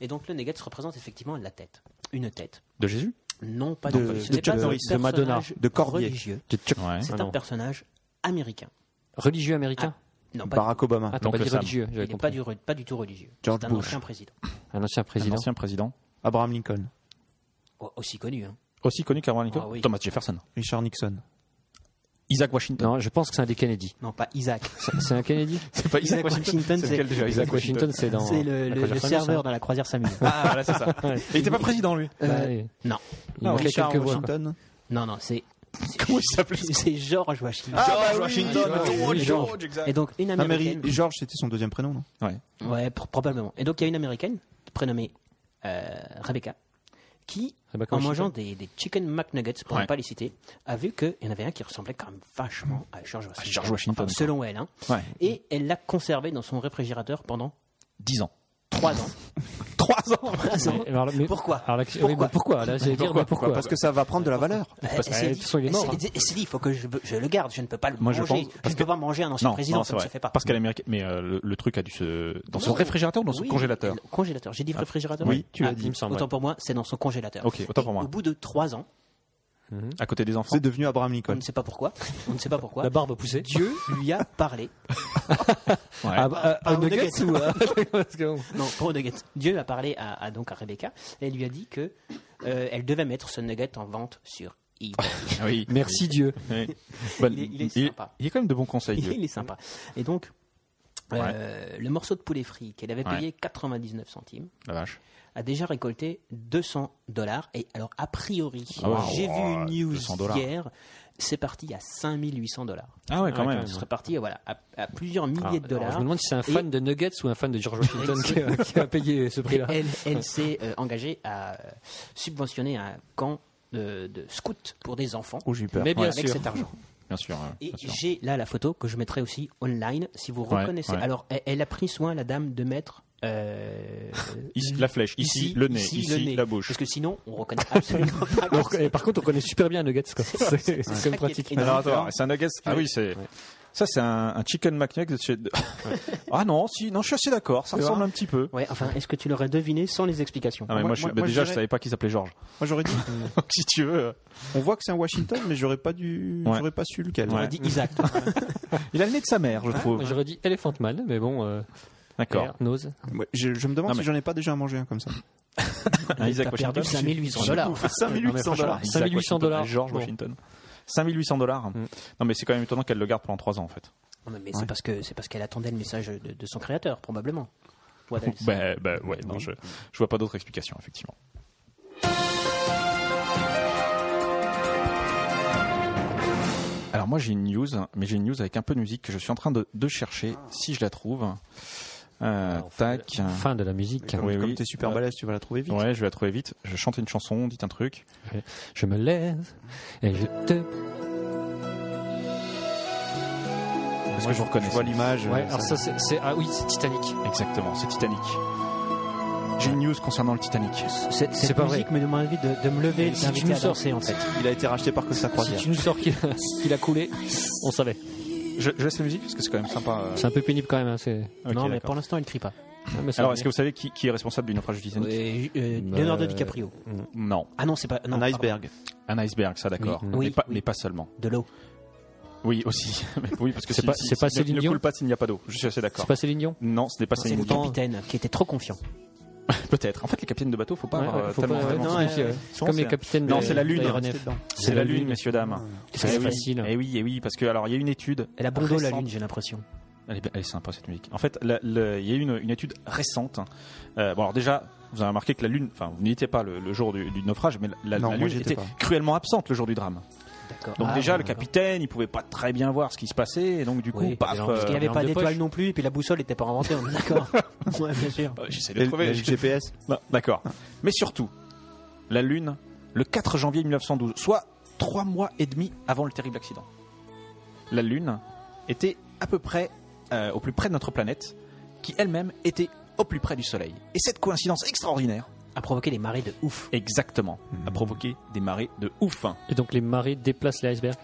[SPEAKER 4] Et donc le nugget se représente effectivement la tête, une tête.
[SPEAKER 1] de Jésus.
[SPEAKER 4] Non pas
[SPEAKER 3] De-
[SPEAKER 4] de,
[SPEAKER 3] de
[SPEAKER 4] ce n'est
[SPEAKER 3] Chuck
[SPEAKER 4] pas un
[SPEAKER 3] Norris,
[SPEAKER 2] de Madonna,
[SPEAKER 4] personnage
[SPEAKER 3] de Corbier.
[SPEAKER 4] religieux.
[SPEAKER 2] Tu- tu-
[SPEAKER 1] Ouais.
[SPEAKER 4] C'est
[SPEAKER 2] Ah
[SPEAKER 4] un
[SPEAKER 2] non.
[SPEAKER 4] personnage américain.
[SPEAKER 2] Religieux américain
[SPEAKER 4] Non, pas,
[SPEAKER 3] Barack Obama.
[SPEAKER 2] Ah, t'as
[SPEAKER 1] Ah. Donc
[SPEAKER 2] pas
[SPEAKER 1] le
[SPEAKER 2] dit
[SPEAKER 1] Sam.
[SPEAKER 2] religieux,
[SPEAKER 4] il
[SPEAKER 2] j'avais
[SPEAKER 4] n'est pas
[SPEAKER 2] compris.
[SPEAKER 4] du, pas du tout religieux.
[SPEAKER 3] George
[SPEAKER 4] C'est un
[SPEAKER 3] Bush.
[SPEAKER 4] ancien président.
[SPEAKER 2] Un ancien
[SPEAKER 1] Un
[SPEAKER 2] président.
[SPEAKER 1] ancien président.
[SPEAKER 3] Abraham Lincoln.
[SPEAKER 4] O- Aussi connu. Hein.
[SPEAKER 1] Aussi connu qu'Abraham Lincoln.
[SPEAKER 4] Ah oui.
[SPEAKER 1] Thomas Jefferson.
[SPEAKER 3] Richard Nixon.
[SPEAKER 1] Isaac Washington.
[SPEAKER 2] Non, je pense que c'est un des Kennedy.
[SPEAKER 4] Non, pas Isaac.
[SPEAKER 2] C'est c'est un Kennedy
[SPEAKER 1] C'est pas
[SPEAKER 4] Isaac Washington,
[SPEAKER 1] C'est
[SPEAKER 4] c'est-
[SPEAKER 1] lequel déjà Isaac
[SPEAKER 2] Washington,
[SPEAKER 1] Washington.
[SPEAKER 2] c'est dans.
[SPEAKER 4] C'est le,
[SPEAKER 2] la
[SPEAKER 4] le-
[SPEAKER 2] croisière
[SPEAKER 4] le
[SPEAKER 2] Samuel,
[SPEAKER 4] serveur
[SPEAKER 2] ça.
[SPEAKER 4] dans la hein. croisière Samuel.
[SPEAKER 1] Ah voilà, c'est ça. Il était pas président lui.
[SPEAKER 2] Bah,
[SPEAKER 4] Euh,
[SPEAKER 2] oui.
[SPEAKER 4] non,
[SPEAKER 2] Il manquait
[SPEAKER 3] Richard
[SPEAKER 2] quelques voix.
[SPEAKER 3] Washington.
[SPEAKER 4] non, non, c'est. c'est-
[SPEAKER 1] Comment il s'appelait
[SPEAKER 4] C'est George Washington.
[SPEAKER 2] Ah bah George, George,
[SPEAKER 4] Et donc une
[SPEAKER 3] Ah, mais
[SPEAKER 4] américaine.
[SPEAKER 3] Ri- George, c'était son deuxième prénom, non
[SPEAKER 1] Ouais.
[SPEAKER 4] Ouais, pr- probablement. Et donc il y a une américaine prénommée euh, Rebecca qui,
[SPEAKER 2] Rebecca
[SPEAKER 4] en
[SPEAKER 2] Washington.
[SPEAKER 4] mangeant des, des chicken McNuggets, pour
[SPEAKER 1] Ouais.
[SPEAKER 4] ne pas les citer, a vu qu'il y en avait un qui ressemblait quand même vachement à George Washington.
[SPEAKER 1] George Washington,
[SPEAKER 4] Enfin,
[SPEAKER 1] quoi.
[SPEAKER 4] selon elle. hein.
[SPEAKER 1] Ouais.
[SPEAKER 4] Et elle l'a conservé dans son réfrigérateur pendant
[SPEAKER 1] 10 ans.
[SPEAKER 4] 3 ans.
[SPEAKER 1] Trois ans.
[SPEAKER 4] Trois ans.
[SPEAKER 2] Ah, Mais- alors, mais-
[SPEAKER 4] Pourquoi
[SPEAKER 2] alors, la- oui,
[SPEAKER 4] Pourquoi
[SPEAKER 2] mais pourquoi Là, j'allais dire, mais pourquoi
[SPEAKER 3] Parce que ça va prendre de la valeur.
[SPEAKER 4] Elle
[SPEAKER 2] parce que-
[SPEAKER 4] s'est
[SPEAKER 2] de
[SPEAKER 4] Euh, dit-
[SPEAKER 2] toute façon, il est
[SPEAKER 4] elle
[SPEAKER 2] mort,
[SPEAKER 4] s'est
[SPEAKER 2] hein.
[SPEAKER 4] dit- elle s'est dit, il faut que je, je le garde, je ne peux pas le
[SPEAKER 1] Moi, je
[SPEAKER 4] manger. Je,
[SPEAKER 1] pense- parce
[SPEAKER 4] ne peux
[SPEAKER 1] que-
[SPEAKER 4] pas manger un ancien
[SPEAKER 1] Non,
[SPEAKER 4] président,
[SPEAKER 1] non, c'est
[SPEAKER 4] ça ne se
[SPEAKER 1] vrai.
[SPEAKER 4] fait pas.
[SPEAKER 1] Parce qu'elle est américaine. Mais euh, le, le truc a dû se dans son
[SPEAKER 4] Non.
[SPEAKER 1] réfrigérateur ou dans son
[SPEAKER 4] Oui,
[SPEAKER 1] congélateur. Ah.
[SPEAKER 4] le Congélateur. J'ai dit le réfrigérateur
[SPEAKER 3] Oui, tu l'as
[SPEAKER 2] Ah, Il me
[SPEAKER 3] dit.
[SPEAKER 2] semble.
[SPEAKER 4] Autant pour moi, c'est dans son congélateur.
[SPEAKER 1] Ok, autant pour
[SPEAKER 4] Et
[SPEAKER 1] moi.
[SPEAKER 4] Au bout de 3 ans,
[SPEAKER 1] À côté des enfants.
[SPEAKER 3] C'est devenu Abraham
[SPEAKER 4] On
[SPEAKER 3] Lincoln.
[SPEAKER 4] ne sait pas pourquoi. On ne sait pas pourquoi.
[SPEAKER 2] La barbe poussée.
[SPEAKER 4] Dieu lui a parlé.
[SPEAKER 1] Ouais.
[SPEAKER 2] Ah, bah, euh,
[SPEAKER 4] Par
[SPEAKER 2] un
[SPEAKER 4] le
[SPEAKER 2] nugget
[SPEAKER 4] nugget.
[SPEAKER 2] ou euh, parce que-
[SPEAKER 4] Non, pas au nugget. Dieu a parlé à, à- donc à Rebecca. Et elle lui a dit que euh, elle devait mettre ce nugget en vente sur eBay.
[SPEAKER 1] Oh, Ah Oui.
[SPEAKER 2] Merci Dieu.
[SPEAKER 1] Oui. Bonne-
[SPEAKER 4] Il est- il est sympa.
[SPEAKER 1] il est quand même de bons conseils. euh, Dieu.
[SPEAKER 4] Il est sympa. Et donc, euh, le morceau de poulet frit qu'elle avait payé 99 centimes
[SPEAKER 1] La vache.
[SPEAKER 4] a déjà récolté 200 dollars. Et alors, a priori,
[SPEAKER 1] Ah ouais.
[SPEAKER 4] j'ai vu
[SPEAKER 1] Oh,
[SPEAKER 4] une news
[SPEAKER 1] 200
[SPEAKER 4] hier, c'est parti à 5800 dollars.
[SPEAKER 1] Ah ouais, quand
[SPEAKER 2] Ouais,
[SPEAKER 1] même. Ah,
[SPEAKER 4] Ce serait parti voilà, à, à plusieurs milliers de
[SPEAKER 2] Alors,
[SPEAKER 4] dollars.
[SPEAKER 2] je me demande si c'est un fan
[SPEAKER 4] Et-
[SPEAKER 2] de Nuggets ou un fan de George Washington qui, a, qui a payé ce prix-là.
[SPEAKER 4] elle, elle s'est euh, engagée à euh, subventionner un camp de, de scouts pour des enfants
[SPEAKER 3] Oh, j'ai eu peur.
[SPEAKER 2] Mais bien
[SPEAKER 4] avec
[SPEAKER 2] sûr.
[SPEAKER 4] cet argent.
[SPEAKER 1] Bien sûr. ouais,
[SPEAKER 4] Et
[SPEAKER 1] bien sûr.
[SPEAKER 4] j'ai là la photo que je mettrai aussi online si vous
[SPEAKER 1] Ouais,
[SPEAKER 4] reconnaissez.
[SPEAKER 1] ouais.
[SPEAKER 4] Alors, elle, elle a pris soin, la dame, de mettre. euh,
[SPEAKER 1] Ici, la flèche, ici, le nez, ici,
[SPEAKER 4] le nez.
[SPEAKER 1] la bouche.
[SPEAKER 4] Parce que sinon, on reconnaît absolument pas.
[SPEAKER 2] Alors que- et par contre, on connaît super bien Nuggets. quoi. C'est
[SPEAKER 4] ça
[SPEAKER 2] c'est
[SPEAKER 4] qui est
[SPEAKER 2] pratique.
[SPEAKER 4] énorme.
[SPEAKER 1] Alors attends, c'est un nugget Ah oui, c'est. Ça, c'est un, un chicken McNuggets de chez. de- ah non, si, non, je suis assez d'accord. Ça
[SPEAKER 3] C'est
[SPEAKER 1] ressemble un
[SPEAKER 3] vrai
[SPEAKER 1] petit peu.
[SPEAKER 4] Ouais, enfin, est-ce que tu l'aurais deviné sans les explications
[SPEAKER 1] Ah, mais
[SPEAKER 3] Moi-
[SPEAKER 1] moi, je,
[SPEAKER 3] moi-
[SPEAKER 1] bah,
[SPEAKER 3] moi, je
[SPEAKER 1] déjà, je
[SPEAKER 3] dirais-
[SPEAKER 1] savais pas qu'il s'appelait Georges.
[SPEAKER 3] Moi j'aurais dit,
[SPEAKER 1] Donc, si tu veux, euh,
[SPEAKER 3] on voit que c'est un Washington, mais j'aurais pas dû,
[SPEAKER 1] Ouais.
[SPEAKER 3] j'aurais pas su lequel.
[SPEAKER 1] Ouais.
[SPEAKER 4] J'aurais dit Isaac.
[SPEAKER 1] il a le nez de sa mère, je trouve.
[SPEAKER 2] J'aurais dit Elephant Man, mais bon, euh,
[SPEAKER 1] D'accord.
[SPEAKER 2] Air, Nose.
[SPEAKER 3] Ouais, je, je me demande
[SPEAKER 1] Non,
[SPEAKER 3] si
[SPEAKER 1] mais-
[SPEAKER 3] j'en ai pas déjà mangé un comme ça.
[SPEAKER 1] Un Isaac
[SPEAKER 4] T'as perdu
[SPEAKER 1] Washington.
[SPEAKER 4] 5800 dollars.
[SPEAKER 2] Non, mais franchement,
[SPEAKER 1] Isaac
[SPEAKER 2] 5800
[SPEAKER 1] Washington,
[SPEAKER 2] dollars.
[SPEAKER 1] George
[SPEAKER 2] Bon.
[SPEAKER 1] Washington. 5800 dollars.
[SPEAKER 2] Mm.
[SPEAKER 1] Non, mais c'est quand même étonnant qu'elle le garde pendant 3 ans, en fait.
[SPEAKER 4] Non, mais
[SPEAKER 3] Ouais.
[SPEAKER 4] c'est parce que c'est parce qu'elle attendait le message de, de son créateur, probablement. What else
[SPEAKER 1] Bah, bah, ouais, non, je, je vois pas d'autre explication, effectivement. Alors moi j'ai une news, mais j'ai une news avec un peu de musique que je suis en train de, de chercher si je la trouve. Euh,
[SPEAKER 2] Alors, fin
[SPEAKER 1] tac.
[SPEAKER 2] de la- Fin de la musique.
[SPEAKER 1] Oui,
[SPEAKER 3] Comme
[SPEAKER 1] oui.
[SPEAKER 3] t'es super
[SPEAKER 1] Euh,
[SPEAKER 3] balèze, tu vas la trouver vite.
[SPEAKER 1] Ouais, je vais la trouver vite. Je chante une chanson, dites un truc.
[SPEAKER 2] Je me lève et je te.
[SPEAKER 1] Parce que je reconnais.
[SPEAKER 3] Je vois
[SPEAKER 1] ça.
[SPEAKER 3] l'image.
[SPEAKER 2] Ouais,
[SPEAKER 3] euh,
[SPEAKER 2] alors ça,
[SPEAKER 3] ça-
[SPEAKER 2] c'est. c'est- Ah oui, c'est Titanic.
[SPEAKER 1] Exactement, c'est Titanic. J'ai une news concernant le Titanic.
[SPEAKER 4] Cette,
[SPEAKER 2] C'est
[SPEAKER 4] cette
[SPEAKER 2] pas
[SPEAKER 4] musique me demande envie de, de me lever et de
[SPEAKER 2] Si tu
[SPEAKER 4] t'inviter
[SPEAKER 2] nous
[SPEAKER 4] à
[SPEAKER 2] sors-
[SPEAKER 4] danser, en fait.
[SPEAKER 3] Il a été racheté par Costa
[SPEAKER 2] Si
[SPEAKER 3] Croisière.
[SPEAKER 2] tu nous sors qu'il a, qu'il a coulé, on savait.
[SPEAKER 1] Je, je laisse la musique parce que c'est quand même sympa. euh.
[SPEAKER 2] C'est un peu pénible quand même. hein, c'est-
[SPEAKER 1] Ok,
[SPEAKER 4] non, mais
[SPEAKER 1] d'accord.
[SPEAKER 4] pour l'instant, elle crie pas.
[SPEAKER 2] Ah, mais ça
[SPEAKER 1] Alors
[SPEAKER 2] va
[SPEAKER 1] est-ce que vous savez qui, qui est responsable du naufrage du Titanic
[SPEAKER 4] Euh, euh,
[SPEAKER 2] Bah,
[SPEAKER 4] Leonardo DiCaprio.
[SPEAKER 1] mm. Non,
[SPEAKER 4] Ah non, c'est pas. Non,
[SPEAKER 3] un iceberg.
[SPEAKER 1] un iceberg, ça d'accord.
[SPEAKER 2] Oui,
[SPEAKER 4] oui,
[SPEAKER 1] mais, pas,
[SPEAKER 4] oui.
[SPEAKER 1] mais pas seulement.
[SPEAKER 4] pardon. De l'eau.
[SPEAKER 1] Oui, aussi. Mais oui, parce que
[SPEAKER 2] C'est
[SPEAKER 1] si-
[SPEAKER 2] pas-
[SPEAKER 1] si-
[SPEAKER 2] c'est
[SPEAKER 1] si-
[SPEAKER 2] pas
[SPEAKER 1] ne-
[SPEAKER 2] Céline
[SPEAKER 1] ne
[SPEAKER 2] Dion
[SPEAKER 1] coule pas s'il n'y a pas d'eau. Je suis assez d'accord.
[SPEAKER 2] C'est pas Céline Dion
[SPEAKER 1] Non, ce n'est pas
[SPEAKER 4] C'est
[SPEAKER 1] Céline
[SPEAKER 4] le
[SPEAKER 1] Dion.
[SPEAKER 4] capitaine qui était trop confiant.
[SPEAKER 1] Peut-être. En fait, les capitaines de bateau, faut pas.
[SPEAKER 2] Ouais,
[SPEAKER 1] avoir,
[SPEAKER 2] ouais,
[SPEAKER 1] euh,
[SPEAKER 2] faut
[SPEAKER 1] tellement-
[SPEAKER 2] pas- ouais,
[SPEAKER 1] tellement-
[SPEAKER 2] non,
[SPEAKER 1] souvent,
[SPEAKER 2] ouais,
[SPEAKER 1] c'est-
[SPEAKER 2] ouais.
[SPEAKER 1] souvent,
[SPEAKER 2] Comme
[SPEAKER 1] c'est-
[SPEAKER 2] les capitaines
[SPEAKER 1] Non, c'est la lune. hein.
[SPEAKER 2] d'aéronef.
[SPEAKER 1] C'est la lune, messieurs dames.
[SPEAKER 2] C'est
[SPEAKER 1] Eh oui.
[SPEAKER 2] facile.
[SPEAKER 1] Eh oui, eh oui, parce que alors il y a une étude.
[SPEAKER 4] Elle a bon dos, la
[SPEAKER 1] récente-
[SPEAKER 4] lune, j'ai l'impression.
[SPEAKER 1] Elle est, bien- elle est sympa cette musique. En fait, la- le- il y a eu une, une étude récente. Euh, bon, alors déjà, vous avez remarqué que la Lune, enfin, vous n'y étiez pas le, le jour du, du naufrage, mais la- la,
[SPEAKER 3] Non,
[SPEAKER 1] la
[SPEAKER 3] moi,
[SPEAKER 1] Lune
[SPEAKER 3] j'y étais
[SPEAKER 1] était
[SPEAKER 3] pas.
[SPEAKER 1] cruellement absente le jour du drame.
[SPEAKER 4] D'accord.
[SPEAKER 1] Donc
[SPEAKER 4] Ah,
[SPEAKER 1] déjà,
[SPEAKER 4] bon,
[SPEAKER 1] le
[SPEAKER 4] d'accord.
[SPEAKER 1] capitaine, il pouvait pas très bien voir ce qui se passait, et donc du coup,
[SPEAKER 4] Oui,
[SPEAKER 1] paf.
[SPEAKER 4] parce qu'il n'y
[SPEAKER 1] euh,
[SPEAKER 4] avait
[SPEAKER 2] euh,
[SPEAKER 4] pas
[SPEAKER 2] de
[SPEAKER 4] d'étoile
[SPEAKER 2] poche.
[SPEAKER 4] non plus, et puis la boussole n'était pas inventée, on est d'accord. ouais, bien sûr.
[SPEAKER 1] euh, J'essaie de
[SPEAKER 3] Le,
[SPEAKER 1] trouver.
[SPEAKER 3] le
[SPEAKER 1] je-
[SPEAKER 3] GPS.
[SPEAKER 1] Non, Bah, D'accord. Mais surtout, la Lune, le 4 janvier 1912, soit trois mois et demi avant le terrible accident. La Lune était à peu près euh, au plus près de notre planète, qui elle-même était au plus près du Soleil. Et cette coïncidence extraordinaire,
[SPEAKER 4] A provoqué des marées de ouf.
[SPEAKER 1] exactement, a provoqué des marées de ouf.
[SPEAKER 2] Et donc les marées déplacent les icebergs.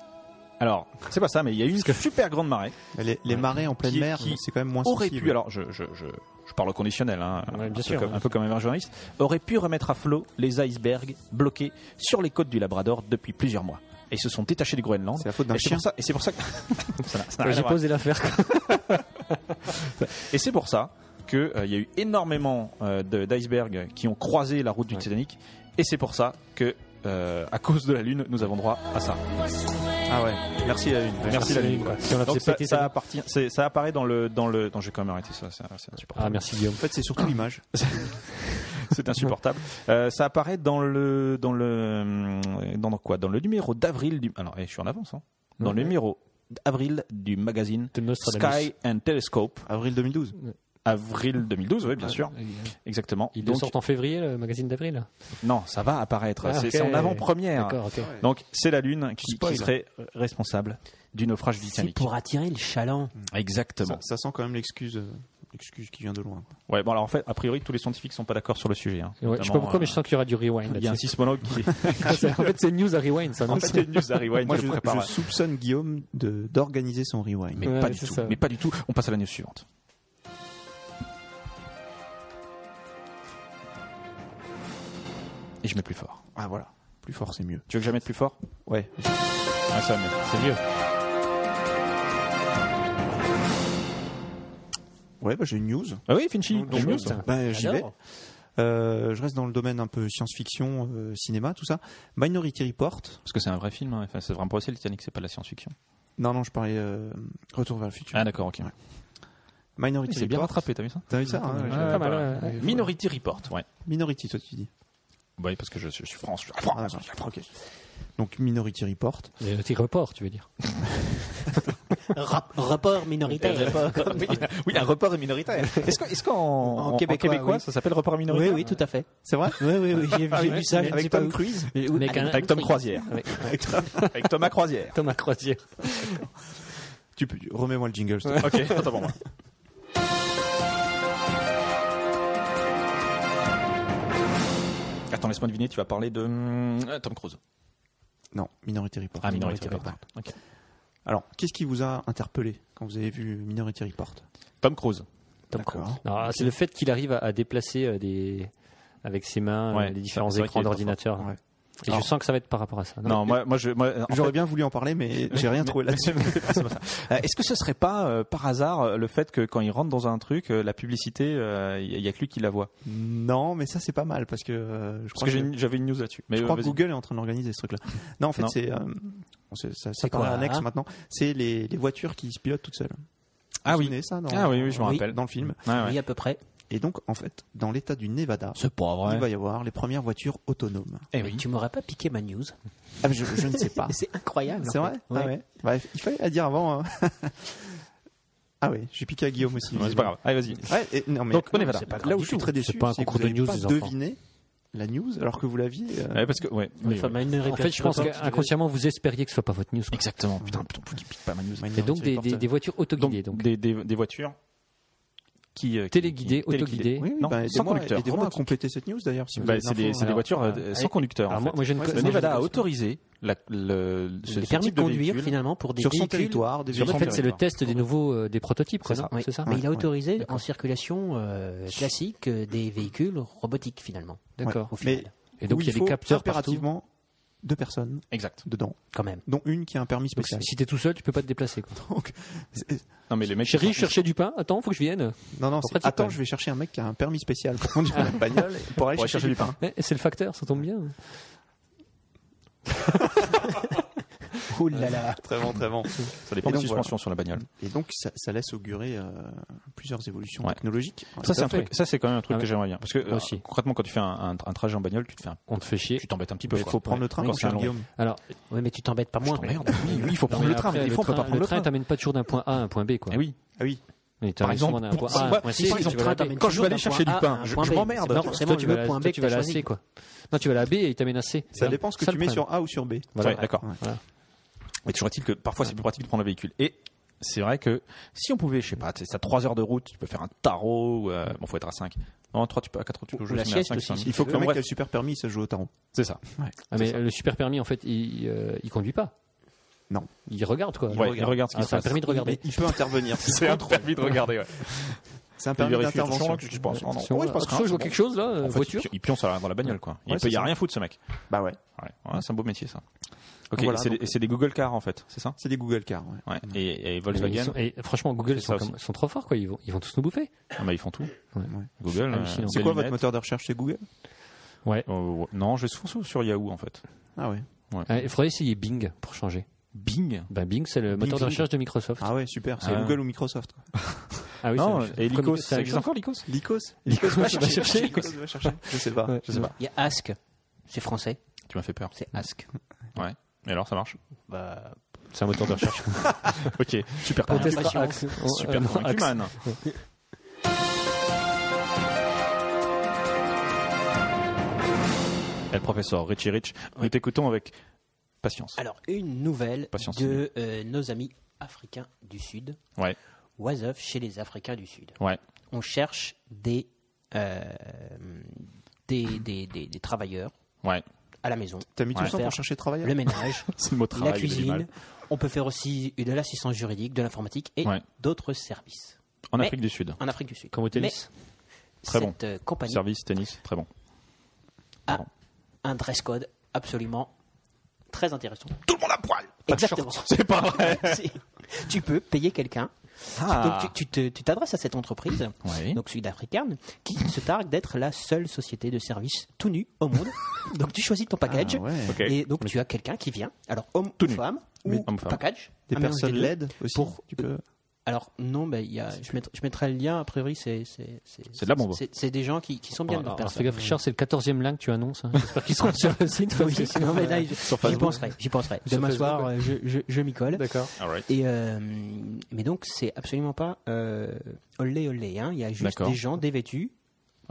[SPEAKER 1] Alors, c'est pas ça, mais il y a eu une super grande marée
[SPEAKER 3] Les, les marées en pleine
[SPEAKER 1] Qui-
[SPEAKER 3] mer,
[SPEAKER 1] qui
[SPEAKER 3] c'est quand même moins
[SPEAKER 1] aurait
[SPEAKER 3] sensible.
[SPEAKER 1] pu, alors je, je, je, je parle au conditionnel, hein,
[SPEAKER 2] Ouais, bien
[SPEAKER 1] un, peu
[SPEAKER 2] sûr,
[SPEAKER 1] comme-
[SPEAKER 2] ouais.
[SPEAKER 1] un peu comme un journaliste, aurait pu remettre à flot les icebergs bloqués sur les côtes du Labrador depuis plusieurs mois. Et se sont détachés du Groenland.
[SPEAKER 3] C'est la faute d'un
[SPEAKER 1] Et c'est
[SPEAKER 3] chien.
[SPEAKER 1] pour ça, et c'est pour ça que. Ça n'a- ça n'a rien à
[SPEAKER 2] J'ai
[SPEAKER 1] voir.
[SPEAKER 2] posé l'affaire.
[SPEAKER 1] Et c'est pour ça qu'il y a eu énormément euh, de- d'icebergs qui ont croisé la route du Titanic. Et c'est pour ça que, euh, à cause de la Lune, nous avons droit à ça.
[SPEAKER 3] Ah ouais. Merci la lune.
[SPEAKER 1] Merci, la Lune. quoi.
[SPEAKER 2] Si on la
[SPEAKER 1] Donc
[SPEAKER 2] faisait
[SPEAKER 1] ça,
[SPEAKER 2] péter,
[SPEAKER 1] ça
[SPEAKER 2] ça-
[SPEAKER 1] appartient- c'est- ça apparaît dans le. Dans le dans, je vais quand même arrêter ça, c'est c'est insupportable.
[SPEAKER 2] Ah merci Guillaume.
[SPEAKER 3] En fait, c'est surtout l'image.
[SPEAKER 1] C'est insupportable. Euh, ça apparaît dans le dans le dans quoi Dans le numéro d'avril du. Alors, eh, je suis en avance. hein. Dans
[SPEAKER 2] Ouais.
[SPEAKER 1] le numéro d'avril du magazine
[SPEAKER 2] De Nostradamus.
[SPEAKER 1] Sky and Telescope,
[SPEAKER 3] Avril 2012.
[SPEAKER 1] avril 2012. Oui, bien sûr, exactement.
[SPEAKER 2] Ils le
[SPEAKER 1] Donc,
[SPEAKER 2] sortent en février, le magazine d'avril.
[SPEAKER 1] non, ça va apparaître.
[SPEAKER 2] Ah,
[SPEAKER 1] c'est
[SPEAKER 2] ok.
[SPEAKER 1] c'est en avant-première.
[SPEAKER 2] D'accord, ok.
[SPEAKER 1] Donc, c'est la Lune qui,
[SPEAKER 3] Spoil.
[SPEAKER 1] qui serait responsable du naufrage du
[SPEAKER 4] C'est
[SPEAKER 1] Titanic.
[SPEAKER 4] pour attirer le chaland.
[SPEAKER 1] Exactement.
[SPEAKER 3] Ça, ça sent quand même l'excuse, euh, l'excuse qui vient de loin. quoi.
[SPEAKER 1] Ouais. Bon, alors en fait, a priori, tous les scientifiques sont pas d'accord sur le sujet. hein.
[SPEAKER 2] Ouais, je sais
[SPEAKER 1] Notamment,
[SPEAKER 2] pas pourquoi, mais
[SPEAKER 1] euh,
[SPEAKER 2] je sens qu'il y aura du rewind.
[SPEAKER 1] il y a un
[SPEAKER 2] là-dessus.
[SPEAKER 1] sismologue qui.
[SPEAKER 2] en fait, c'est une news à rewind, ça. non
[SPEAKER 1] en fait, il y a une news à Rewind
[SPEAKER 3] Moi,
[SPEAKER 1] qui
[SPEAKER 3] je,
[SPEAKER 1] le prépare.
[SPEAKER 3] je soupçonne Guillaume de d'organiser son rewind.
[SPEAKER 1] Mais
[SPEAKER 2] Ouais,
[SPEAKER 1] pas du
[SPEAKER 2] c'est
[SPEAKER 1] tout.
[SPEAKER 2] ça.
[SPEAKER 1] Mais pas du tout. On passe à la news suivante. Et je mets plus fort.
[SPEAKER 3] Ah voilà. Plus fort, c'est mieux.
[SPEAKER 1] Tu veux que je la mette plus fort
[SPEAKER 3] Ouais.
[SPEAKER 1] Ah, ça va mieux.
[SPEAKER 2] C'est mieux.
[SPEAKER 3] Ouais, bah, j'ai une news.
[SPEAKER 1] Ah oui, Finchy,
[SPEAKER 3] Donc,
[SPEAKER 1] la news.
[SPEAKER 2] hein.
[SPEAKER 3] Bah, j'y vais.
[SPEAKER 4] Alors
[SPEAKER 3] Euh, je reste dans le domaine un peu science-fiction, euh, cinéma, tout ça. Minority Report.
[SPEAKER 1] Parce que c'est un vrai film. hein. Enfin, c'est vraiment possible, le Titanic, c'est pas de la science-fiction.
[SPEAKER 3] Non, non, je parlais euh, Retour vers le futur.
[SPEAKER 1] Ah d'accord, ok.
[SPEAKER 3] Ouais.
[SPEAKER 1] Il
[SPEAKER 3] Minority
[SPEAKER 1] s'est bien
[SPEAKER 3] Report.
[SPEAKER 1] rattrapé, t'as vu ça
[SPEAKER 3] T'as vu ça hein, ouais,
[SPEAKER 2] Pas
[SPEAKER 3] j'ai-
[SPEAKER 2] mal. ouais.
[SPEAKER 1] Minority Report, ouais.
[SPEAKER 3] Minority, toi tu dis.
[SPEAKER 1] Oui, parce que je, je suis France. je suis
[SPEAKER 3] Ah,
[SPEAKER 1] France,
[SPEAKER 3] d'accord.
[SPEAKER 1] je suis France.
[SPEAKER 3] Donc Minority Report.
[SPEAKER 2] Mais le petit report, tu veux dire.
[SPEAKER 4] Rap- Rapport minoritaire.
[SPEAKER 1] Oui, oui, un report est minoritaire. Est-ce que- est-ce qu'en en- en québécois,
[SPEAKER 4] québécois, oui.
[SPEAKER 1] ça s'appelle report
[SPEAKER 4] Oui,
[SPEAKER 1] minoritaire
[SPEAKER 4] oui, tout à fait.
[SPEAKER 3] C'est vrai
[SPEAKER 4] Oui, oui, oui, j'ai j'ai vu ça. je ne sais
[SPEAKER 3] Avec
[SPEAKER 4] pas
[SPEAKER 3] Tom
[SPEAKER 4] où.
[SPEAKER 3] Cruise
[SPEAKER 4] Mais oui,
[SPEAKER 2] Avec un-
[SPEAKER 1] Avec Tom Croisière.
[SPEAKER 2] Avec
[SPEAKER 1] Avec Thomas Croisière.
[SPEAKER 2] Thomas Croisière.
[SPEAKER 3] Tu peux, tu- remets-moi le jingle. s'il te plaît.
[SPEAKER 1] ok, attends pour moi. Attends, laisse-moi deviner, tu vas parler de hum, Tom Cruise.
[SPEAKER 3] Non, Minority Report.
[SPEAKER 1] Ah, Minority Report.
[SPEAKER 3] Alors, qu'est-ce qui vous a interpellé quand vous avez vu Minority Report
[SPEAKER 1] Tom Cruise.
[SPEAKER 2] Tom Cruise.
[SPEAKER 3] D'accord.
[SPEAKER 2] Non, C'est le fait qu'il arrive à, à déplacer euh, des... avec ses mains euh,
[SPEAKER 1] Ouais,
[SPEAKER 2] les différents
[SPEAKER 1] c'est vrai qu'il
[SPEAKER 2] écrans
[SPEAKER 1] est fort,
[SPEAKER 2] d'ordinateur.
[SPEAKER 3] ouais.
[SPEAKER 2] Et
[SPEAKER 1] Alors-
[SPEAKER 2] je sens que ça va être par rapport à ça.
[SPEAKER 1] Non, moi, moi, je, moi, en
[SPEAKER 3] J'aurais
[SPEAKER 1] fait-
[SPEAKER 3] bien voulu en parler, mais j'ai rien trouvé là-dessus.
[SPEAKER 1] Euh, Est-ce que ce serait pas euh, par hasard euh, le fait que quand il rentre dans un truc, euh, la publicité, il y a que lui qui la voit
[SPEAKER 3] non, mais ça c'est pas mal parce que euh, je
[SPEAKER 1] Parce
[SPEAKER 3] crois
[SPEAKER 1] que
[SPEAKER 3] que,
[SPEAKER 1] j'ai une- j'avais une news là-dessus. Mais
[SPEAKER 3] je
[SPEAKER 1] euh,
[SPEAKER 3] crois que
[SPEAKER 1] vas-y.
[SPEAKER 3] Google est en train d'organiser ce truc-là. Non, en fait,
[SPEAKER 1] Non.
[SPEAKER 3] c'est euh, bon, c'est- ça, ça
[SPEAKER 4] C'est
[SPEAKER 3] parle
[SPEAKER 4] quoi,
[SPEAKER 3] annexe
[SPEAKER 4] hein
[SPEAKER 3] maintenant. C'est les, les voitures qui se pilotent toutes seules. Vous
[SPEAKER 1] Ah
[SPEAKER 3] vous
[SPEAKER 1] oui.
[SPEAKER 3] souvenez de ça dans,
[SPEAKER 1] Ah oui, oui, je me
[SPEAKER 4] Oui.
[SPEAKER 1] rappelle.
[SPEAKER 3] dans le film.
[SPEAKER 1] Ah ouais.
[SPEAKER 4] Oui, à peu près.
[SPEAKER 3] Et donc, en fait, dans l'État du Nevada,
[SPEAKER 1] C'est pas
[SPEAKER 3] il va y avoir les premières voitures autonomes.
[SPEAKER 1] Eh
[SPEAKER 4] Mais
[SPEAKER 1] oui.
[SPEAKER 4] Tu m'aurais pas piqué ma news.
[SPEAKER 3] Ah, mais je, je ne sais pas.
[SPEAKER 4] C'est incroyable.
[SPEAKER 3] C'est
[SPEAKER 4] en
[SPEAKER 3] vrai
[SPEAKER 4] fait.
[SPEAKER 3] Ah ouais. Bah, il fallait la dire avant. hein. ah oui, j'ai piqué à Guillaume aussi.
[SPEAKER 1] Ouais, C'est pas grave. Allez, vas-y.
[SPEAKER 3] Ouais, et- non, mais,
[SPEAKER 1] Donc, on
[SPEAKER 3] non,
[SPEAKER 1] est pas là.
[SPEAKER 3] c'est
[SPEAKER 4] pas grave
[SPEAKER 3] là où
[SPEAKER 4] du
[SPEAKER 3] je suis
[SPEAKER 4] tout.
[SPEAKER 3] très déçu,
[SPEAKER 2] pas un
[SPEAKER 3] c'est que
[SPEAKER 2] concours
[SPEAKER 3] vous n'avez
[SPEAKER 2] de news,
[SPEAKER 3] pas
[SPEAKER 2] les enfants.
[SPEAKER 3] deviné la news alors que vous l'aviez. euh,
[SPEAKER 1] Ouais, parce que, ouais. oui,
[SPEAKER 4] Enfin,
[SPEAKER 1] ouais.
[SPEAKER 4] Minority
[SPEAKER 2] En fait, je pense
[SPEAKER 4] Report,
[SPEAKER 2] qu'inconsciemment, vous espériez que ce soit pas votre news. quoi.
[SPEAKER 1] Exactement. Putain, putain, qui pique pas ma news.
[SPEAKER 2] Et donc des, des- des voitures
[SPEAKER 1] Donc,
[SPEAKER 2] autoguidées. Donc,
[SPEAKER 1] Des, des, des voitures qui. euh, qui-
[SPEAKER 2] téléguidées,
[SPEAKER 1] qui- téléguidées.
[SPEAKER 2] autoguidées.
[SPEAKER 3] Oui, oui,
[SPEAKER 1] Non,
[SPEAKER 3] bah,
[SPEAKER 1] sans
[SPEAKER 3] aidez-moi-
[SPEAKER 1] conducteur,
[SPEAKER 3] Aidez-moi à
[SPEAKER 1] robotique.
[SPEAKER 3] compléter cette news d'ailleurs. Si vous
[SPEAKER 1] Bah,
[SPEAKER 3] avez
[SPEAKER 1] c'est
[SPEAKER 3] des
[SPEAKER 1] des,
[SPEAKER 3] infos.
[SPEAKER 1] c'est des
[SPEAKER 3] Alors,
[SPEAKER 1] voitures euh,
[SPEAKER 2] euh,
[SPEAKER 1] sans conducteur. en
[SPEAKER 2] Alors, moi,
[SPEAKER 1] fait.
[SPEAKER 2] moi, je ne
[SPEAKER 3] Ouais,
[SPEAKER 2] connais-
[SPEAKER 1] Le
[SPEAKER 3] moi, j'ai
[SPEAKER 1] Nevada
[SPEAKER 3] des
[SPEAKER 1] a
[SPEAKER 3] questions.
[SPEAKER 1] autorisé la, le, ce,
[SPEAKER 4] Les
[SPEAKER 1] ce
[SPEAKER 4] permis
[SPEAKER 1] type
[SPEAKER 4] de conduire
[SPEAKER 1] véhicule.
[SPEAKER 4] finalement pour des
[SPEAKER 3] Sur son
[SPEAKER 4] véhicules-
[SPEAKER 3] territoire, des
[SPEAKER 1] Sur
[SPEAKER 2] En
[SPEAKER 1] son
[SPEAKER 3] véhicules-
[SPEAKER 2] fait, c'est le
[SPEAKER 1] territoire.
[SPEAKER 2] test des nouveaux euh, des prototypes, quoi,
[SPEAKER 4] C'est
[SPEAKER 2] non
[SPEAKER 4] ça, oui.
[SPEAKER 2] c'est ça.
[SPEAKER 4] Mais il a
[SPEAKER 3] Ouais.
[SPEAKER 4] autorisé en circulation euh, classique euh, des véhicules robotiques finalement.
[SPEAKER 2] D'accord.
[SPEAKER 4] Au final,
[SPEAKER 3] Mais-
[SPEAKER 2] Et donc
[SPEAKER 3] où
[SPEAKER 2] il y a
[SPEAKER 3] faut
[SPEAKER 2] des capteurs partout.
[SPEAKER 3] impérativement deux personnes
[SPEAKER 1] Exact.
[SPEAKER 3] dedans,
[SPEAKER 4] quand même.
[SPEAKER 3] dont une qui a un permis
[SPEAKER 2] Donc
[SPEAKER 3] spécial.
[SPEAKER 2] si t'es tout seul, tu peux pas te déplacer. Quoi.
[SPEAKER 3] Donc, c'est-
[SPEAKER 1] Non, mais les mecs.
[SPEAKER 2] Chérie, je cherchais du pain. Attends, faut que je vienne.
[SPEAKER 3] non, non, c'est-
[SPEAKER 2] pratique, quand
[SPEAKER 3] attends,
[SPEAKER 2] même.
[SPEAKER 3] je vais chercher un mec qui a un permis spécial pour conduire la bagnole pour aller
[SPEAKER 1] Pour aller
[SPEAKER 3] chercher du pain.
[SPEAKER 2] Eh, C'est le facteur, ça tombe bien.
[SPEAKER 4] Oh là là.
[SPEAKER 3] Très bon, très bon.
[SPEAKER 1] Ça dépend
[SPEAKER 3] Et
[SPEAKER 1] des
[SPEAKER 3] donc, voilà.
[SPEAKER 1] suspensions sur la bagnole.
[SPEAKER 3] Et donc, ça, ça laisse augurer euh, plusieurs évolutions
[SPEAKER 1] Ouais.
[SPEAKER 3] technologiques.
[SPEAKER 1] Ça,
[SPEAKER 2] Tout
[SPEAKER 1] c'est
[SPEAKER 2] à
[SPEAKER 1] un
[SPEAKER 2] fait.
[SPEAKER 1] truc. Ça, c'est quand même un truc
[SPEAKER 2] Ah
[SPEAKER 1] que
[SPEAKER 2] ouais.
[SPEAKER 1] j'aimerais bien. Parce que
[SPEAKER 2] Moi
[SPEAKER 1] euh,
[SPEAKER 2] aussi.
[SPEAKER 1] concrètement, quand tu fais un, un- un trajet en bagnole, tu te fais un-
[SPEAKER 2] On te fait chier.
[SPEAKER 1] tu t'embêtes un petit peu.
[SPEAKER 3] Il
[SPEAKER 1] quoi.
[SPEAKER 3] faut prendre le train,
[SPEAKER 1] Ouais,
[SPEAKER 3] mon
[SPEAKER 1] quand c'est un
[SPEAKER 3] cher
[SPEAKER 1] long- Ah
[SPEAKER 3] Guillaume.
[SPEAKER 2] Alors,
[SPEAKER 4] Oui, mais tu t'embêtes pas moins.
[SPEAKER 1] Merde. Oui, oui, il faut prendre
[SPEAKER 2] mais
[SPEAKER 1] le train.
[SPEAKER 2] après,
[SPEAKER 1] mais Des fois, on peut pas prendre le train.
[SPEAKER 2] t'amène pas toujours d'un point A à un point B, quoi.
[SPEAKER 1] Eh oui.
[SPEAKER 3] Ah oui,
[SPEAKER 2] Mais
[SPEAKER 1] Par
[SPEAKER 2] t'arrives
[SPEAKER 1] exemple,
[SPEAKER 2] souvent d'un point
[SPEAKER 1] pour-
[SPEAKER 2] A à un
[SPEAKER 1] moi,
[SPEAKER 2] point
[SPEAKER 1] si,
[SPEAKER 2] C.
[SPEAKER 1] par
[SPEAKER 2] tu
[SPEAKER 1] exemple,
[SPEAKER 2] vas à la
[SPEAKER 4] t'amènes
[SPEAKER 2] B.
[SPEAKER 1] quand je vais
[SPEAKER 4] toujours
[SPEAKER 1] aller
[SPEAKER 4] d'un
[SPEAKER 1] chercher
[SPEAKER 4] point
[SPEAKER 1] du
[SPEAKER 4] A
[SPEAKER 1] pain,
[SPEAKER 4] à un
[SPEAKER 1] je-
[SPEAKER 4] point
[SPEAKER 1] je
[SPEAKER 4] B.
[SPEAKER 1] m'emmerde.
[SPEAKER 4] C'est
[SPEAKER 2] Non,
[SPEAKER 4] pas
[SPEAKER 2] toi,
[SPEAKER 4] forcément
[SPEAKER 2] tu
[SPEAKER 4] le
[SPEAKER 2] vas la-
[SPEAKER 4] point B
[SPEAKER 2] toi, tu
[SPEAKER 4] que
[SPEAKER 2] vas
[SPEAKER 4] t'as
[SPEAKER 2] la
[SPEAKER 4] choisi.
[SPEAKER 2] C, quoi. Non, tu vas à la B et il t'amène à C.
[SPEAKER 3] ça dépend ce que
[SPEAKER 2] Ça,
[SPEAKER 3] tu
[SPEAKER 2] le
[SPEAKER 3] mets
[SPEAKER 2] problème.
[SPEAKER 3] sur A ou sur B.
[SPEAKER 2] Voilà.
[SPEAKER 1] Ouais, d'accord.
[SPEAKER 2] Voilà.
[SPEAKER 1] Mais toujours est-il que parfois c'est plus pratique de prendre le véhicule. Et c'est vrai que si on pouvait, je sais pas, c'est à 3 heures de route, tu peux faire un tarot, ou, euh, bon, faut être à 5. Non, à 3, tu peux, à 4, tu peux
[SPEAKER 4] Ou
[SPEAKER 1] jouer
[SPEAKER 4] la
[SPEAKER 1] mais à
[SPEAKER 4] sieste
[SPEAKER 1] cinq, Euh,
[SPEAKER 4] aussi,
[SPEAKER 1] c'est un-
[SPEAKER 4] si
[SPEAKER 3] Il faut que le
[SPEAKER 1] Enfin,
[SPEAKER 3] mec qui a
[SPEAKER 1] bref,
[SPEAKER 3] le super permis, ça joue au tarot.
[SPEAKER 1] c'est ça.
[SPEAKER 2] Ah, mais le super permis, en fait, il, euh, il conduit pas.
[SPEAKER 3] Non.
[SPEAKER 2] Il regarde, quoi.
[SPEAKER 1] Ouais, il regarde ce qui
[SPEAKER 2] Ah,
[SPEAKER 1] se
[SPEAKER 2] c'est un
[SPEAKER 1] passe.
[SPEAKER 2] permis de regarder.
[SPEAKER 3] Il peut intervenir.
[SPEAKER 1] C'est un permis de regarder, ouais.
[SPEAKER 3] C'est un
[SPEAKER 1] Il
[SPEAKER 3] permis
[SPEAKER 1] vérifie attention,
[SPEAKER 3] d'intervention.
[SPEAKER 1] là, qu'est-ce que je pense. Oh Non, non.
[SPEAKER 2] Attention,
[SPEAKER 1] Ouais,
[SPEAKER 2] là.
[SPEAKER 1] je pense
[SPEAKER 2] Attention,
[SPEAKER 1] que-
[SPEAKER 2] je vois quelque chose, là, euh,
[SPEAKER 1] En fait,
[SPEAKER 2] voiture.
[SPEAKER 1] il- Il pionce à- dans la bagnole, quoi. Il
[SPEAKER 3] Ouais,
[SPEAKER 1] peut y
[SPEAKER 3] c'est
[SPEAKER 1] a
[SPEAKER 3] ça.
[SPEAKER 1] rien foutre, ce mec.
[SPEAKER 3] Bah ouais.
[SPEAKER 1] Ouais, ouais, c'est un beau métier, ça. Ok,
[SPEAKER 3] Voilà,
[SPEAKER 1] et c'est
[SPEAKER 3] donc-
[SPEAKER 1] des- et c'est des Google Cars, en fait, c'est ça
[SPEAKER 3] C'est des Google Cars. ouais.
[SPEAKER 1] Ouais. Et, et
[SPEAKER 2] Mais ils
[SPEAKER 1] Volkswagen,
[SPEAKER 2] sont- et franchement, Google,
[SPEAKER 1] C'est
[SPEAKER 2] ils
[SPEAKER 1] ça
[SPEAKER 2] sont, comme- sont trop forts, quoi. Ils vont, ils vont tous nous bouffer.
[SPEAKER 1] ah, bah, ils font tout.
[SPEAKER 2] Ouais.
[SPEAKER 1] Google, euh,
[SPEAKER 2] Hallucinant.
[SPEAKER 1] des
[SPEAKER 2] C'est
[SPEAKER 3] C'est quoi votre
[SPEAKER 1] lunettes.
[SPEAKER 3] moteur de recherche C'est Google
[SPEAKER 2] Ouais.
[SPEAKER 1] Oh, ouais. Non, je vais souvent sur Yahoo, en fait.
[SPEAKER 3] Ah ouais.
[SPEAKER 2] Ah, Il faudrait essayer Bing pour changer.
[SPEAKER 1] Bing
[SPEAKER 2] Ben, Bing, c'est le moteur de
[SPEAKER 3] Bing.
[SPEAKER 2] recherche de Microsoft.
[SPEAKER 3] Ah ouais, super. C'est
[SPEAKER 1] Ah.
[SPEAKER 3] Google ou Microsoft. quoi.
[SPEAKER 2] Ah oui,
[SPEAKER 1] Non,
[SPEAKER 2] c'est-
[SPEAKER 1] et Lycos,
[SPEAKER 2] c'est
[SPEAKER 1] ça existe encore, Lycos
[SPEAKER 3] Lycos
[SPEAKER 1] Lycos, va chercher.
[SPEAKER 3] Lycos va chercher. Je sais pas.
[SPEAKER 2] Ouais.
[SPEAKER 3] Je sais pas.
[SPEAKER 4] Il y a Ask. C'est français.
[SPEAKER 1] Tu m'as fait peur.
[SPEAKER 4] C'est Ask.
[SPEAKER 1] Ouais. Et alors, ça marche
[SPEAKER 4] Bah,
[SPEAKER 2] C'est un moteur de recherche.
[SPEAKER 1] Ok, super
[SPEAKER 4] Pas
[SPEAKER 1] convaincu.
[SPEAKER 4] de patience.
[SPEAKER 2] Axe.
[SPEAKER 1] Super
[SPEAKER 2] Euh, non,
[SPEAKER 1] convaincu,
[SPEAKER 2] Axe.
[SPEAKER 1] man. Et Eh, le professeur Richie Rich, nous t'écoutons avec patience.
[SPEAKER 4] alors une nouvelle
[SPEAKER 1] Patience.
[SPEAKER 4] de euh, nos amis africains du Sud.
[SPEAKER 1] Ouais,
[SPEAKER 4] Oiseuf chez les Africains du Sud.
[SPEAKER 1] ouais.
[SPEAKER 4] On cherche des, euh, des, des, des- des travailleurs
[SPEAKER 1] Ouais,
[SPEAKER 4] à la maison.
[SPEAKER 3] T'as mis tout
[SPEAKER 4] Ouais.
[SPEAKER 3] ça
[SPEAKER 4] Faire
[SPEAKER 3] pour chercher travailleur
[SPEAKER 4] Le ménage,
[SPEAKER 1] c'est le mot travail.
[SPEAKER 4] la
[SPEAKER 1] il est mal.
[SPEAKER 4] cuisine. On peut faire aussi de l'assistance juridique, de l'informatique et
[SPEAKER 1] Ouais.
[SPEAKER 4] d'autres services
[SPEAKER 1] En
[SPEAKER 4] Mais-
[SPEAKER 1] Afrique du Sud.
[SPEAKER 4] en Afrique du Sud.
[SPEAKER 2] Comme au tennis.
[SPEAKER 4] Mais
[SPEAKER 1] Très
[SPEAKER 4] cette euh, compagnie
[SPEAKER 1] Service, tennis, très bon.
[SPEAKER 4] a
[SPEAKER 1] pardon.
[SPEAKER 4] un dress code absolument très intéressant.
[SPEAKER 1] Tout le monde à poil
[SPEAKER 4] Exactement.
[SPEAKER 1] C'est pas vrai
[SPEAKER 4] Si. tu peux payer quelqu'un.
[SPEAKER 1] Ah.
[SPEAKER 4] Tu- donc, tu- tu te- tu t'adresses à cette entreprise,
[SPEAKER 1] Oui.
[SPEAKER 4] donc sud-africaine, qui se targue d'être la seule société de services tout nu au monde. donc tu choisis ton package.
[SPEAKER 3] Ah ouais.
[SPEAKER 1] Ok.
[SPEAKER 4] Et donc tu as quelqu'un qui vient, alors homme
[SPEAKER 1] Tout
[SPEAKER 4] ou
[SPEAKER 1] nu.
[SPEAKER 4] femme,
[SPEAKER 1] Mais-
[SPEAKER 4] ou
[SPEAKER 1] homme ou femme.
[SPEAKER 4] package. Ah,
[SPEAKER 3] Des
[SPEAKER 4] un mélange
[SPEAKER 3] personnes
[SPEAKER 4] des deux.
[SPEAKER 3] laides aussi.
[SPEAKER 4] Pour-
[SPEAKER 3] Tu peux.
[SPEAKER 4] Alors non, mais il y a, je, mettrai, je mettrai le lien, a priori c'est...
[SPEAKER 1] C'est de la bombe. Oh,
[SPEAKER 4] C'est c'est des gens qui, qui sont bien de leur
[SPEAKER 2] Alors,
[SPEAKER 4] personne.
[SPEAKER 2] fais gaffe, Richard, c'est le 14e lien que tu annonces. hein. J'espère qu'ils seront sur le site.
[SPEAKER 4] Oui, non, mais là, j'y
[SPEAKER 2] Facebook.
[SPEAKER 4] penserai, j'y penserai.
[SPEAKER 2] Sur
[SPEAKER 4] Demain
[SPEAKER 2] Facebook,
[SPEAKER 4] soir, euh, je, je, je m'y colle.
[SPEAKER 2] D'accord.
[SPEAKER 1] All right.
[SPEAKER 4] Et euh, mais donc c'est absolument pas euh, olé olé. hein. Il y a juste
[SPEAKER 1] D'accord.
[SPEAKER 4] des gens dévêtus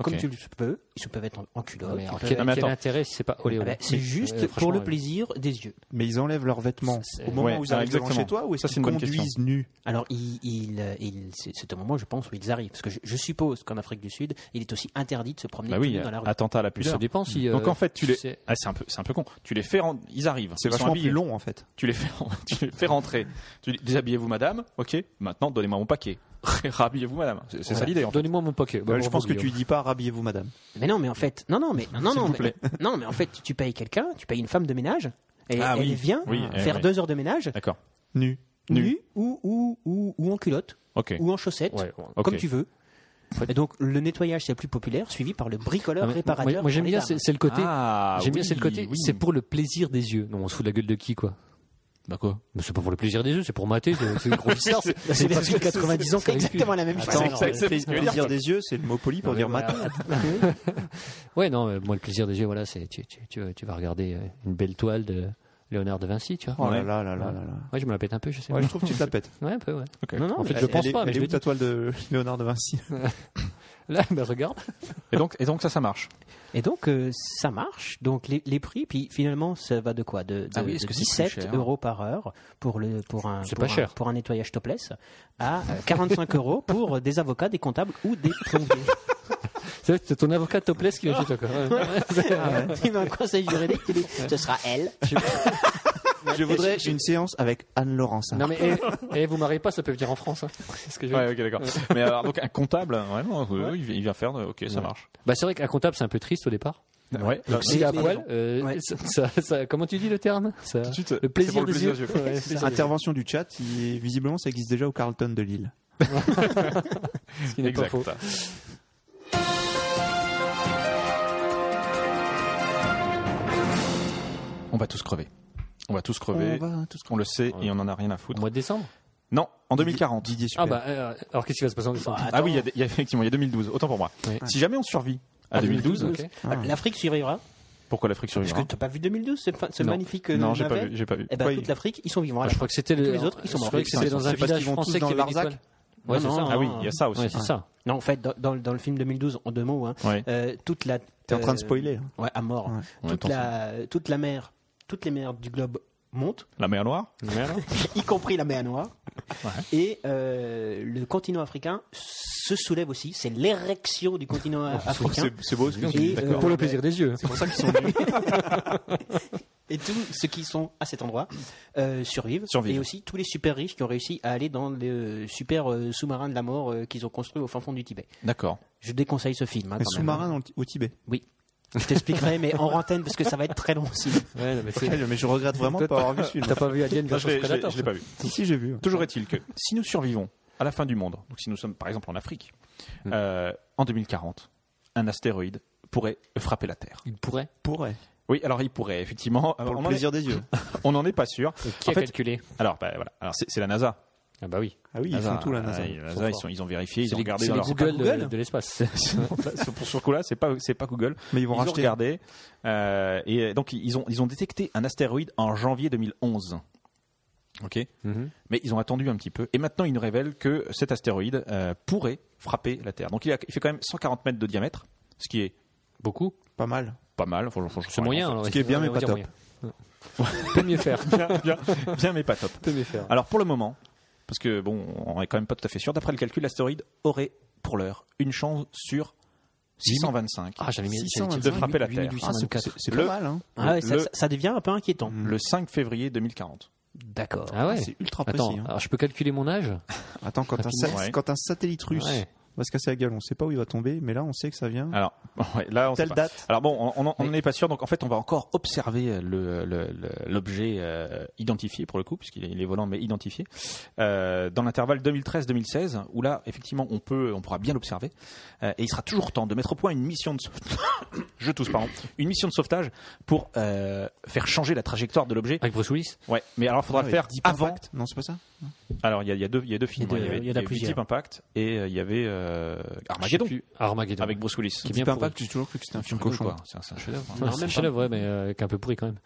[SPEAKER 4] comme
[SPEAKER 1] Ok.
[SPEAKER 4] tu le peux. Ils peuvent être en, en culotte.
[SPEAKER 2] Mais
[SPEAKER 4] ils
[SPEAKER 2] alors,
[SPEAKER 4] peuvent
[SPEAKER 2] quel,
[SPEAKER 4] être-
[SPEAKER 1] mais
[SPEAKER 2] quel
[SPEAKER 1] attends.
[SPEAKER 2] intérêt si c'est pas olé,
[SPEAKER 4] Ah
[SPEAKER 2] olé.
[SPEAKER 4] bah, c'est
[SPEAKER 2] Mais,
[SPEAKER 4] juste
[SPEAKER 2] euh,
[SPEAKER 4] pour le
[SPEAKER 2] franchement,
[SPEAKER 4] plaisir des yeux.
[SPEAKER 3] Mais ils enlèvent leurs vêtements
[SPEAKER 2] C'est-
[SPEAKER 3] au moment
[SPEAKER 1] Ouais,
[SPEAKER 3] où ils
[SPEAKER 1] ah,
[SPEAKER 3] arrivent devant
[SPEAKER 1] exactement.
[SPEAKER 3] chez toi ou est-ce
[SPEAKER 1] Ça, c'est
[SPEAKER 3] qu'ils
[SPEAKER 1] une bonne
[SPEAKER 3] conduisent nus
[SPEAKER 4] Alors, il, il, euh, il- c'est c'est un moment, je pense, où ils arrivent. Parce que je, je suppose qu'en Afrique du Sud, il est aussi interdit de se promener
[SPEAKER 1] Bah
[SPEAKER 4] tout
[SPEAKER 1] oui,
[SPEAKER 4] nu dans la rue.
[SPEAKER 1] attentat à la
[SPEAKER 2] Ça
[SPEAKER 1] pudeur.
[SPEAKER 2] dépend si.
[SPEAKER 1] Donc
[SPEAKER 2] euh,
[SPEAKER 1] en fait, tu les.
[SPEAKER 2] c'est-
[SPEAKER 1] Ah, c'est un peu, c'est un peu con. Tu les fais, ren- ils arrivent.
[SPEAKER 3] C'est
[SPEAKER 1] ils sont
[SPEAKER 3] vachement
[SPEAKER 1] habillés.
[SPEAKER 3] plus long en fait.
[SPEAKER 1] Tu les fais, tu les fais rentrer. Tu dis, déshabillez-vous, madame. Ok. Maintenant, donnez-moi mon paquet. Rhabillez-vous, madame. C'est c'est ça
[SPEAKER 2] voilà.
[SPEAKER 1] l'idée. En fait.
[SPEAKER 2] Donnez-moi mon paquet. Bah,
[SPEAKER 3] je
[SPEAKER 2] bravo,
[SPEAKER 3] pense que
[SPEAKER 2] Guillaume.
[SPEAKER 3] tu dis pas rhabillez-vous madame.
[SPEAKER 4] Mais non, mais en fait, non, non, mais non, non, mais, non, mais en fait, tu payes quelqu'un, tu payes une femme de ménage, et
[SPEAKER 1] Ah
[SPEAKER 4] elle
[SPEAKER 1] oui.
[SPEAKER 4] vient
[SPEAKER 1] Oui, eh
[SPEAKER 4] faire
[SPEAKER 1] oui.
[SPEAKER 4] deux heures de ménage
[SPEAKER 1] D'accord.
[SPEAKER 3] Nus.
[SPEAKER 1] Nue.
[SPEAKER 4] nue ou, ou, ou, ou en culotte
[SPEAKER 1] Ok.
[SPEAKER 4] ou en chaussettes,
[SPEAKER 2] Ouais, ouais.
[SPEAKER 1] Ok.
[SPEAKER 4] comme tu veux. Et donc le nettoyage c'est le plus populaire, suivi par le bricoleur
[SPEAKER 2] Ah, mais-
[SPEAKER 4] réparateur.
[SPEAKER 2] moi, moi, j'aime
[SPEAKER 4] pour les
[SPEAKER 2] bien,
[SPEAKER 4] dames.
[SPEAKER 2] c'est c'est le côté.
[SPEAKER 1] Ah,
[SPEAKER 2] J'aime bien,
[SPEAKER 1] oui,
[SPEAKER 2] c'est le côté.
[SPEAKER 1] oui.
[SPEAKER 2] C'est pour le plaisir des yeux. Non, on se fout de la gueule de qui, quoi
[SPEAKER 1] Bah quoi
[SPEAKER 2] Mais c'est pas pour le plaisir des yeux, c'est pour mater. c'est- C'est une grosse histoire. c'est-
[SPEAKER 4] Bah, c'est parce que
[SPEAKER 2] c'est-
[SPEAKER 4] 90 ans,
[SPEAKER 2] c'est
[SPEAKER 4] c'est
[SPEAKER 2] ridicule.
[SPEAKER 4] exactement la même
[SPEAKER 2] Attends,
[SPEAKER 4] histoire.
[SPEAKER 2] c'est- c'est-
[SPEAKER 3] Bah, Le plaisir des yeux, c'est le mot poli pour
[SPEAKER 2] Non, mais
[SPEAKER 3] dire
[SPEAKER 2] voilà.
[SPEAKER 3] matin.
[SPEAKER 2] Ouais, non, mais moi, le plaisir des yeux, voilà, c'est tu, tu, tu, vas- tu vas regarder euh, une belle toile de Léonard de Vinci, tu vois.
[SPEAKER 3] Oh là là là là là là.
[SPEAKER 2] Ouais, je me la pète un peu, je sais.
[SPEAKER 3] Ouais, je trouve que tu te la pètes.
[SPEAKER 2] Ouais, un peu, ouais.
[SPEAKER 1] Ok.
[SPEAKER 2] Non, non, en fait, je
[SPEAKER 3] Elle-
[SPEAKER 2] pense
[SPEAKER 3] elle est-
[SPEAKER 2] pas, mais
[SPEAKER 3] elle
[SPEAKER 2] je
[SPEAKER 3] est
[SPEAKER 2] le
[SPEAKER 3] où ta
[SPEAKER 2] dis.
[SPEAKER 3] toile de Léonard de Vinci
[SPEAKER 2] Là, ben, regarde.
[SPEAKER 1] Et donc, et donc ça, ça marche.
[SPEAKER 4] Et donc euh, ça marche. Donc les, les prix, puis finalement ça va de quoi De, de,
[SPEAKER 1] Ah oui, est-ce
[SPEAKER 4] de
[SPEAKER 1] que c'est plus
[SPEAKER 4] 17
[SPEAKER 1] cher
[SPEAKER 4] euros par heure pour le pour un
[SPEAKER 2] C'est
[SPEAKER 4] pour
[SPEAKER 2] pas
[SPEAKER 4] un-
[SPEAKER 2] cher.
[SPEAKER 4] pour un nettoyage topless à euh, 45 euros pour des avocats, des comptables ou des plombiers.
[SPEAKER 2] C'est c'est ton avocat topless qui va chez toi, quoi. Ah Ouais.
[SPEAKER 4] Il m'a un conseil juridique qui dit ce sera elle.
[SPEAKER 3] Je voudrais une séance avec Anne Laurence.
[SPEAKER 2] Non, mais eh, eh, vous mariez pas, ça peut venir en France. Hein. C'est ce que je veux dire.
[SPEAKER 1] Ouais, ok, d'accord. Mais alors, donc un comptable, vraiment, euh, il vient- il vient faire. euh, Ok, ça
[SPEAKER 2] Ouais.
[SPEAKER 1] marche.
[SPEAKER 2] Bah, c'est vrai qu'un comptable, c'est un peu triste au départ.
[SPEAKER 1] Ouais.
[SPEAKER 2] Donc, s'il est à poil, euh,
[SPEAKER 4] Ouais.
[SPEAKER 2] ça, ça- ça- comment tu dis le terme ça,
[SPEAKER 1] de suite,
[SPEAKER 2] Le plaisir,
[SPEAKER 1] c'est pour le plaisir
[SPEAKER 2] des yeux.
[SPEAKER 1] des yeux.
[SPEAKER 2] Ouais, c'est ça.
[SPEAKER 3] euh, Intervention du chat, il- visiblement ça existe déjà au Carlton de Lille.
[SPEAKER 2] Ce qui n'est pas
[SPEAKER 1] Exact.
[SPEAKER 2] faux.
[SPEAKER 1] On va tous crever. On va tous crever.
[SPEAKER 3] On va tous
[SPEAKER 1] On le sait et on en a rien à
[SPEAKER 2] Au
[SPEAKER 1] foutre.
[SPEAKER 2] mois de décembre
[SPEAKER 1] Non, en 2040.
[SPEAKER 3] Didier Super.
[SPEAKER 2] Ah, bah, euh, alors qu'est-ce qui va se passer en décembre
[SPEAKER 1] Ah oui, il y a des- il y a, effectivement, il y a 2012. Autant pour moi.
[SPEAKER 2] Oui.
[SPEAKER 1] Si jamais on survit à
[SPEAKER 2] Ah,
[SPEAKER 1] 2012,
[SPEAKER 2] ok.
[SPEAKER 3] Ah.
[SPEAKER 4] L'Afrique survivra.
[SPEAKER 1] pourquoi l'Afrique
[SPEAKER 4] Parce que
[SPEAKER 1] survivra
[SPEAKER 4] t'as pas vu 2012, ce, fa- ce
[SPEAKER 1] Non.
[SPEAKER 4] magnifique. euh,
[SPEAKER 1] Non, j'ai pas
[SPEAKER 4] navet
[SPEAKER 1] vu. J'ai pas vu.
[SPEAKER 4] Eh ben,
[SPEAKER 3] Oui.
[SPEAKER 4] toute l'Afrique, ils sont vivants.
[SPEAKER 2] Ah,
[SPEAKER 4] Alors,
[SPEAKER 2] je crois que c'était le-
[SPEAKER 4] les autres, ils sont
[SPEAKER 2] je
[SPEAKER 4] morts.
[SPEAKER 2] croyais que c'était dans un
[SPEAKER 3] C'est parce qu'ils
[SPEAKER 2] village
[SPEAKER 3] vont tous
[SPEAKER 2] français
[SPEAKER 3] dans
[SPEAKER 2] qui avait des
[SPEAKER 3] l'Arzac.
[SPEAKER 2] toiles. Ouais, c'est
[SPEAKER 4] Non,
[SPEAKER 2] ça.
[SPEAKER 4] non,
[SPEAKER 1] Ah oui, il y a ça
[SPEAKER 2] ben, Ouais,
[SPEAKER 1] aussi.
[SPEAKER 2] c'est ça.
[SPEAKER 4] Non, en fait, dans, dans- dans le film 2012, en deux mots, hein,
[SPEAKER 1] Ouais.
[SPEAKER 4] euh, toute la.
[SPEAKER 3] T'es en train de
[SPEAKER 4] euh,
[SPEAKER 3] spoiler. hein.
[SPEAKER 4] Ouais, à mort.
[SPEAKER 3] Ouais.
[SPEAKER 1] Ouais,
[SPEAKER 4] Toute,
[SPEAKER 1] attention.
[SPEAKER 4] la, toute la mer, toutes les mers du globe montent,
[SPEAKER 1] La mer Noire
[SPEAKER 4] y compris la mer Noire. Et euh, le continent africain se soulève aussi. C'est l'érection du continent africain.
[SPEAKER 1] Oh, C'est c'est beau ce que tu dis,
[SPEAKER 4] Et, euh,
[SPEAKER 1] d'accord.
[SPEAKER 2] Pour le plaisir des yeux.
[SPEAKER 4] C'est pour ça qu'ils sont venus. Et tous ceux qui sont à cet endroit euh, survivent.
[SPEAKER 1] Survivent.
[SPEAKER 4] Et aussi tous les super riches qui ont réussi à aller dans le super euh, sous-marin de la mort euh, qu'ils ont construit au fin fond du Tibet.
[SPEAKER 1] D'accord.
[SPEAKER 4] Je déconseille ce film. hein,
[SPEAKER 3] Un
[SPEAKER 4] quand même,
[SPEAKER 3] sous-marin dans le- au Tibet.
[SPEAKER 4] hein. Je t'expliquerai, mais en rantaine, parce que ça va être très long aussi.
[SPEAKER 2] Ouais, non, mais c'est-
[SPEAKER 3] Mais je regrette vraiment de
[SPEAKER 2] Peut-être
[SPEAKER 3] pas avoir vu celui-là.
[SPEAKER 2] T'as pas vu Alien
[SPEAKER 1] Non, Ah, Je
[SPEAKER 2] versus
[SPEAKER 1] l'ai- je l'ai
[SPEAKER 2] Predator
[SPEAKER 1] je l'ai pas vu.
[SPEAKER 3] Si, si, j'ai vu.
[SPEAKER 1] Toujours est-il que si nous survivons à la fin du monde, donc si nous sommes par exemple en Afrique, euh, en 2040, un astéroïde pourrait frapper la Terre.
[SPEAKER 2] Il pourrait.
[SPEAKER 3] Pourrait.
[SPEAKER 1] Oui, alors il pourrait effectivement.
[SPEAKER 3] Pour
[SPEAKER 1] on
[SPEAKER 3] le
[SPEAKER 1] en est-
[SPEAKER 3] plaisir des yeux.
[SPEAKER 1] on n'en est pas sûr.
[SPEAKER 2] Qui
[SPEAKER 1] En
[SPEAKER 2] a
[SPEAKER 1] fait-
[SPEAKER 2] calculé
[SPEAKER 1] Alors, bah, voilà. Alors, c'est c'est la NASA.
[SPEAKER 2] Ah bah oui.
[SPEAKER 3] Ah oui, ils font tout la NASA.
[SPEAKER 1] Ah, la NASA, ils, sont- ils ont vérifié, ils
[SPEAKER 2] C'est
[SPEAKER 1] ont
[SPEAKER 2] les,
[SPEAKER 1] regardé
[SPEAKER 2] c'est
[SPEAKER 1] dans
[SPEAKER 2] les
[SPEAKER 1] leur-
[SPEAKER 2] Google,
[SPEAKER 4] pas Google
[SPEAKER 2] de, de l'espace.
[SPEAKER 1] Sur- pour ce coup-là, c'est pas c'est pas Google.
[SPEAKER 3] Mais ils vont
[SPEAKER 1] ils ont
[SPEAKER 3] racheter.
[SPEAKER 1] regardé euh, et donc ils ont ils ont détecté un astéroïde en janvier 2011. Ok,
[SPEAKER 2] Mhm.
[SPEAKER 1] mais ils ont attendu un petit peu et maintenant ils nous révèlent que cet astéroïde euh, pourrait frapper la Terre. Donc il, a- il fait quand même 140 mètres de diamètre, ce qui est
[SPEAKER 2] Beaucoup.
[SPEAKER 3] Pas mal.
[SPEAKER 1] pas mal. Enfin, je- je- je-
[SPEAKER 2] C'est moyen.
[SPEAKER 1] je-
[SPEAKER 2] alors,
[SPEAKER 3] qui est bien,
[SPEAKER 2] on
[SPEAKER 3] mais
[SPEAKER 2] va
[SPEAKER 3] pas
[SPEAKER 2] dire
[SPEAKER 3] top.
[SPEAKER 2] moyen. Peut mieux faire.
[SPEAKER 1] bien, bien, bien, mais pas top.
[SPEAKER 2] Peut mieux faire.
[SPEAKER 1] Alors pour le moment, parce que bon, on est quand même pas tout à fait sûr. D'après le calcul, l'astéroïde aurait pour l'heure une chance sur 625.
[SPEAKER 2] Ah, j'avais mis j'avais dit-
[SPEAKER 1] de frapper la Terre.
[SPEAKER 3] Ah, c'est- c'est- c'est pas
[SPEAKER 1] Le-
[SPEAKER 3] mal. hein.
[SPEAKER 4] Ah ouais, ça,
[SPEAKER 1] Le- Mm.
[SPEAKER 4] ça- ça devient un peu inquiétant.
[SPEAKER 1] Le 5 février 2040.
[SPEAKER 4] D'accord.
[SPEAKER 2] Ah ouais.
[SPEAKER 3] C'est ultra précis.
[SPEAKER 2] Attends,
[SPEAKER 3] hein.
[SPEAKER 2] alors je peux calculer mon âge
[SPEAKER 3] Attends, quand, un,
[SPEAKER 2] Rapidement.
[SPEAKER 3] sat-
[SPEAKER 1] Ouais.
[SPEAKER 3] quand un satellite russe
[SPEAKER 2] Ouais.
[SPEAKER 3] va se casser la gueule, on sait pas où il va tomber, mais là on sait que ça vient.
[SPEAKER 1] Alors, ouais, là, on sait
[SPEAKER 3] Telle
[SPEAKER 1] pas.
[SPEAKER 3] date.
[SPEAKER 1] Alors bon, on- on on n'en est pas sûr, donc en fait, on va encore observer le- le- le- l'objet euh, identifié pour le coup, puisqu'il est, il est volant mais identifié, euh, dans l'intervalle 2013-2016, où là, effectivement, on peut, on pourra bien l'observer, euh, et il sera toujours temps de mettre au point une mission de sauvetage, je tousse, pardon, une mission de sauvetage pour euh, faire changer la trajectoire de l'objet.
[SPEAKER 2] avec Bruce Willis.
[SPEAKER 1] Ouais, mais alors, faudra
[SPEAKER 3] Ah
[SPEAKER 1] le
[SPEAKER 3] ouais,
[SPEAKER 1] faire
[SPEAKER 3] Deep
[SPEAKER 1] avant.
[SPEAKER 3] Impact. Non, c'est pas ça.
[SPEAKER 1] Alors, il y a, il y a deux, il y a deux films.
[SPEAKER 4] Il y a
[SPEAKER 1] hein.
[SPEAKER 4] deux-
[SPEAKER 1] avait-
[SPEAKER 4] il y en a
[SPEAKER 1] avait
[SPEAKER 4] plusieurs.
[SPEAKER 1] Deep Impact et euh, il y avait euh, Armageddon
[SPEAKER 2] Je sais plus. Armageddon.
[SPEAKER 1] avec Bruce Willis.
[SPEAKER 2] Qui est
[SPEAKER 3] Deep
[SPEAKER 2] bien pourri.
[SPEAKER 3] Impact, j'ai toujours cru que c'était un film
[SPEAKER 1] Cochon,
[SPEAKER 3] cochon.
[SPEAKER 1] quoi. C'est un- c'est un chef-d'œuvre.
[SPEAKER 2] Ouais,
[SPEAKER 4] Non,
[SPEAKER 2] c'est un
[SPEAKER 4] même
[SPEAKER 2] chef-d'œuvre, ouais, mais euh, qui est un peu pourri quand même.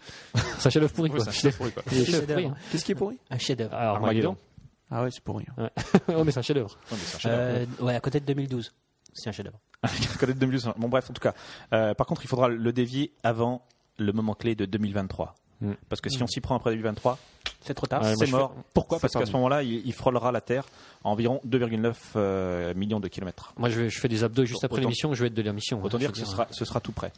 [SPEAKER 2] C'est un chef-d'œuvre pourri
[SPEAKER 1] Ouais,
[SPEAKER 2] quoi.
[SPEAKER 1] c'est un chef-d'œuvre, quoi.
[SPEAKER 2] Il est chef-d'œuvre,
[SPEAKER 4] Chef-d'œuvre.
[SPEAKER 2] hein.
[SPEAKER 3] Qu'est-ce qui est pourri
[SPEAKER 4] Un chef-d'œuvre.
[SPEAKER 2] Ah, Armageddon.
[SPEAKER 3] Ah ouais, c'est pourri.
[SPEAKER 2] oh, mais c'est un chef-d'œuvre.
[SPEAKER 1] Ouais, mais c'est un chef-d'œuvre.
[SPEAKER 4] Euh, ouais, à côté de 2012. C'est un chef-d'œuvre.
[SPEAKER 1] Connaître 2025. hein. Bon, bref, en tout cas. Euh, par contre, il faudra le dévier avant le moment clé de 2023.
[SPEAKER 2] Mm.
[SPEAKER 1] Parce que si on s'y prend après 2023,
[SPEAKER 4] C'est trop tard.
[SPEAKER 1] c'est mort. Pourquoi
[SPEAKER 3] c'est
[SPEAKER 1] Parce
[SPEAKER 3] pas
[SPEAKER 1] qu'à ce
[SPEAKER 3] bon.
[SPEAKER 1] moment-là, il, il frôlera la Terre à environ 2,9 euh, millions de kilomètres.
[SPEAKER 2] Moi, je, vais- je fais des abdos juste
[SPEAKER 1] Autant-
[SPEAKER 2] après l'émission, je vais être de l'émission.
[SPEAKER 1] Autant
[SPEAKER 2] hein,
[SPEAKER 1] dire
[SPEAKER 2] je
[SPEAKER 1] que
[SPEAKER 2] veux
[SPEAKER 1] ce sera, ce sera tout prêt.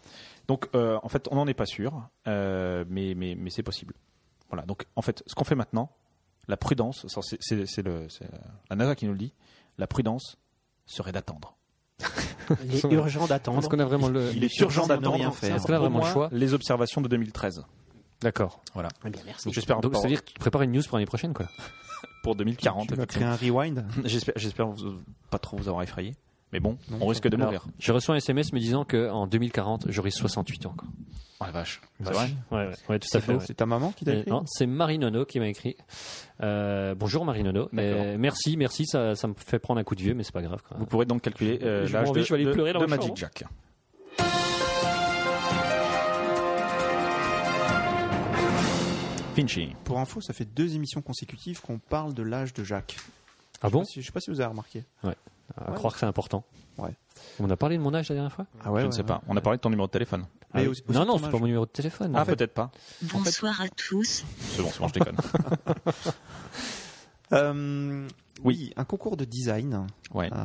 [SPEAKER 1] Donc, euh, en fait, on n'en est pas sûr, euh, mais, mais, mais c'est possible. Voilà. Donc, en fait, ce qu'on fait maintenant, la prudence, ça, c'est- c'est c'est le- c'est la NASA qui nous le dit, la prudence serait d'attendre.
[SPEAKER 4] Il est urgent
[SPEAKER 2] Je pense
[SPEAKER 4] d'attendre.
[SPEAKER 2] qu'on a vraiment le.
[SPEAKER 1] Il est urgent
[SPEAKER 3] urgent de ne
[SPEAKER 1] d'attendre
[SPEAKER 3] rien faire.
[SPEAKER 2] Parce que là,
[SPEAKER 1] au
[SPEAKER 2] vraiment, le
[SPEAKER 1] moins,
[SPEAKER 2] choix.
[SPEAKER 1] les observations de 2013.
[SPEAKER 2] D'accord.
[SPEAKER 1] Voilà.
[SPEAKER 4] Eh bien, merci.
[SPEAKER 1] Donc, j'espère
[SPEAKER 2] Donc,
[SPEAKER 1] pour,
[SPEAKER 2] c'est-à-dire que tu te prépares une news pour l'année prochaine, quoi.
[SPEAKER 1] pour
[SPEAKER 3] Tu
[SPEAKER 1] 2040.
[SPEAKER 3] vas créer un rewind
[SPEAKER 1] J'espère j'espère vous- pas trop vous avoir effrayé. Mais bon,
[SPEAKER 3] Non,
[SPEAKER 1] on risque de mourir.
[SPEAKER 2] Je reçois un SMS me disant qu'en 2040, j'aurai 68 ans. Quoi.
[SPEAKER 1] Oh la vache. C'est vrai
[SPEAKER 2] Ouais, ouais, ouais, tout à
[SPEAKER 3] C'est
[SPEAKER 2] fait.
[SPEAKER 3] beau,
[SPEAKER 2] ouais.
[SPEAKER 3] c'est ta maman qui t'a
[SPEAKER 2] Et
[SPEAKER 3] écrit
[SPEAKER 2] Euh, Non, c'est Marie Nono qui m'a écrit. Euh, bonjour Marie Nono.
[SPEAKER 1] D'accord.
[SPEAKER 2] Euh, merci, merci. Ça, ça me fait prendre un coup de vieux, mais c'est pas grave. quoi.
[SPEAKER 1] Vous pourrez donc calculer euh,
[SPEAKER 2] J'ai
[SPEAKER 1] l'âge
[SPEAKER 2] envie,
[SPEAKER 1] de,
[SPEAKER 2] je vais aller
[SPEAKER 1] de-
[SPEAKER 2] pleurer dans
[SPEAKER 1] de
[SPEAKER 2] ma
[SPEAKER 1] Magic
[SPEAKER 2] chambre.
[SPEAKER 1] Jack. Finchy.
[SPEAKER 3] Pour info, ça fait deux émissions consécutives qu'on parle de l'âge de Jacques.
[SPEAKER 2] Ah bon
[SPEAKER 3] Je sais pas si vous avez remarqué.
[SPEAKER 2] À
[SPEAKER 3] Ouais.
[SPEAKER 2] croire que c'est important.
[SPEAKER 3] Ouais.
[SPEAKER 2] On a parlé de mon âge la dernière fois
[SPEAKER 3] Ah ouais,
[SPEAKER 1] je ne sais pas. On a parlé de ton numéro de téléphone.
[SPEAKER 3] Mais
[SPEAKER 2] Ah,
[SPEAKER 3] aussi-
[SPEAKER 2] Non,
[SPEAKER 3] aussi
[SPEAKER 2] non,
[SPEAKER 3] ton
[SPEAKER 2] c'est
[SPEAKER 3] âge.
[SPEAKER 2] pas mon numéro de téléphone.
[SPEAKER 1] Ah, peut-être pas.
[SPEAKER 5] Bonsoir à tous.
[SPEAKER 1] C'est bon, c'est bon, je déconne.
[SPEAKER 3] Euh, oui, un concours de design.
[SPEAKER 1] Ouais.
[SPEAKER 3] Euh,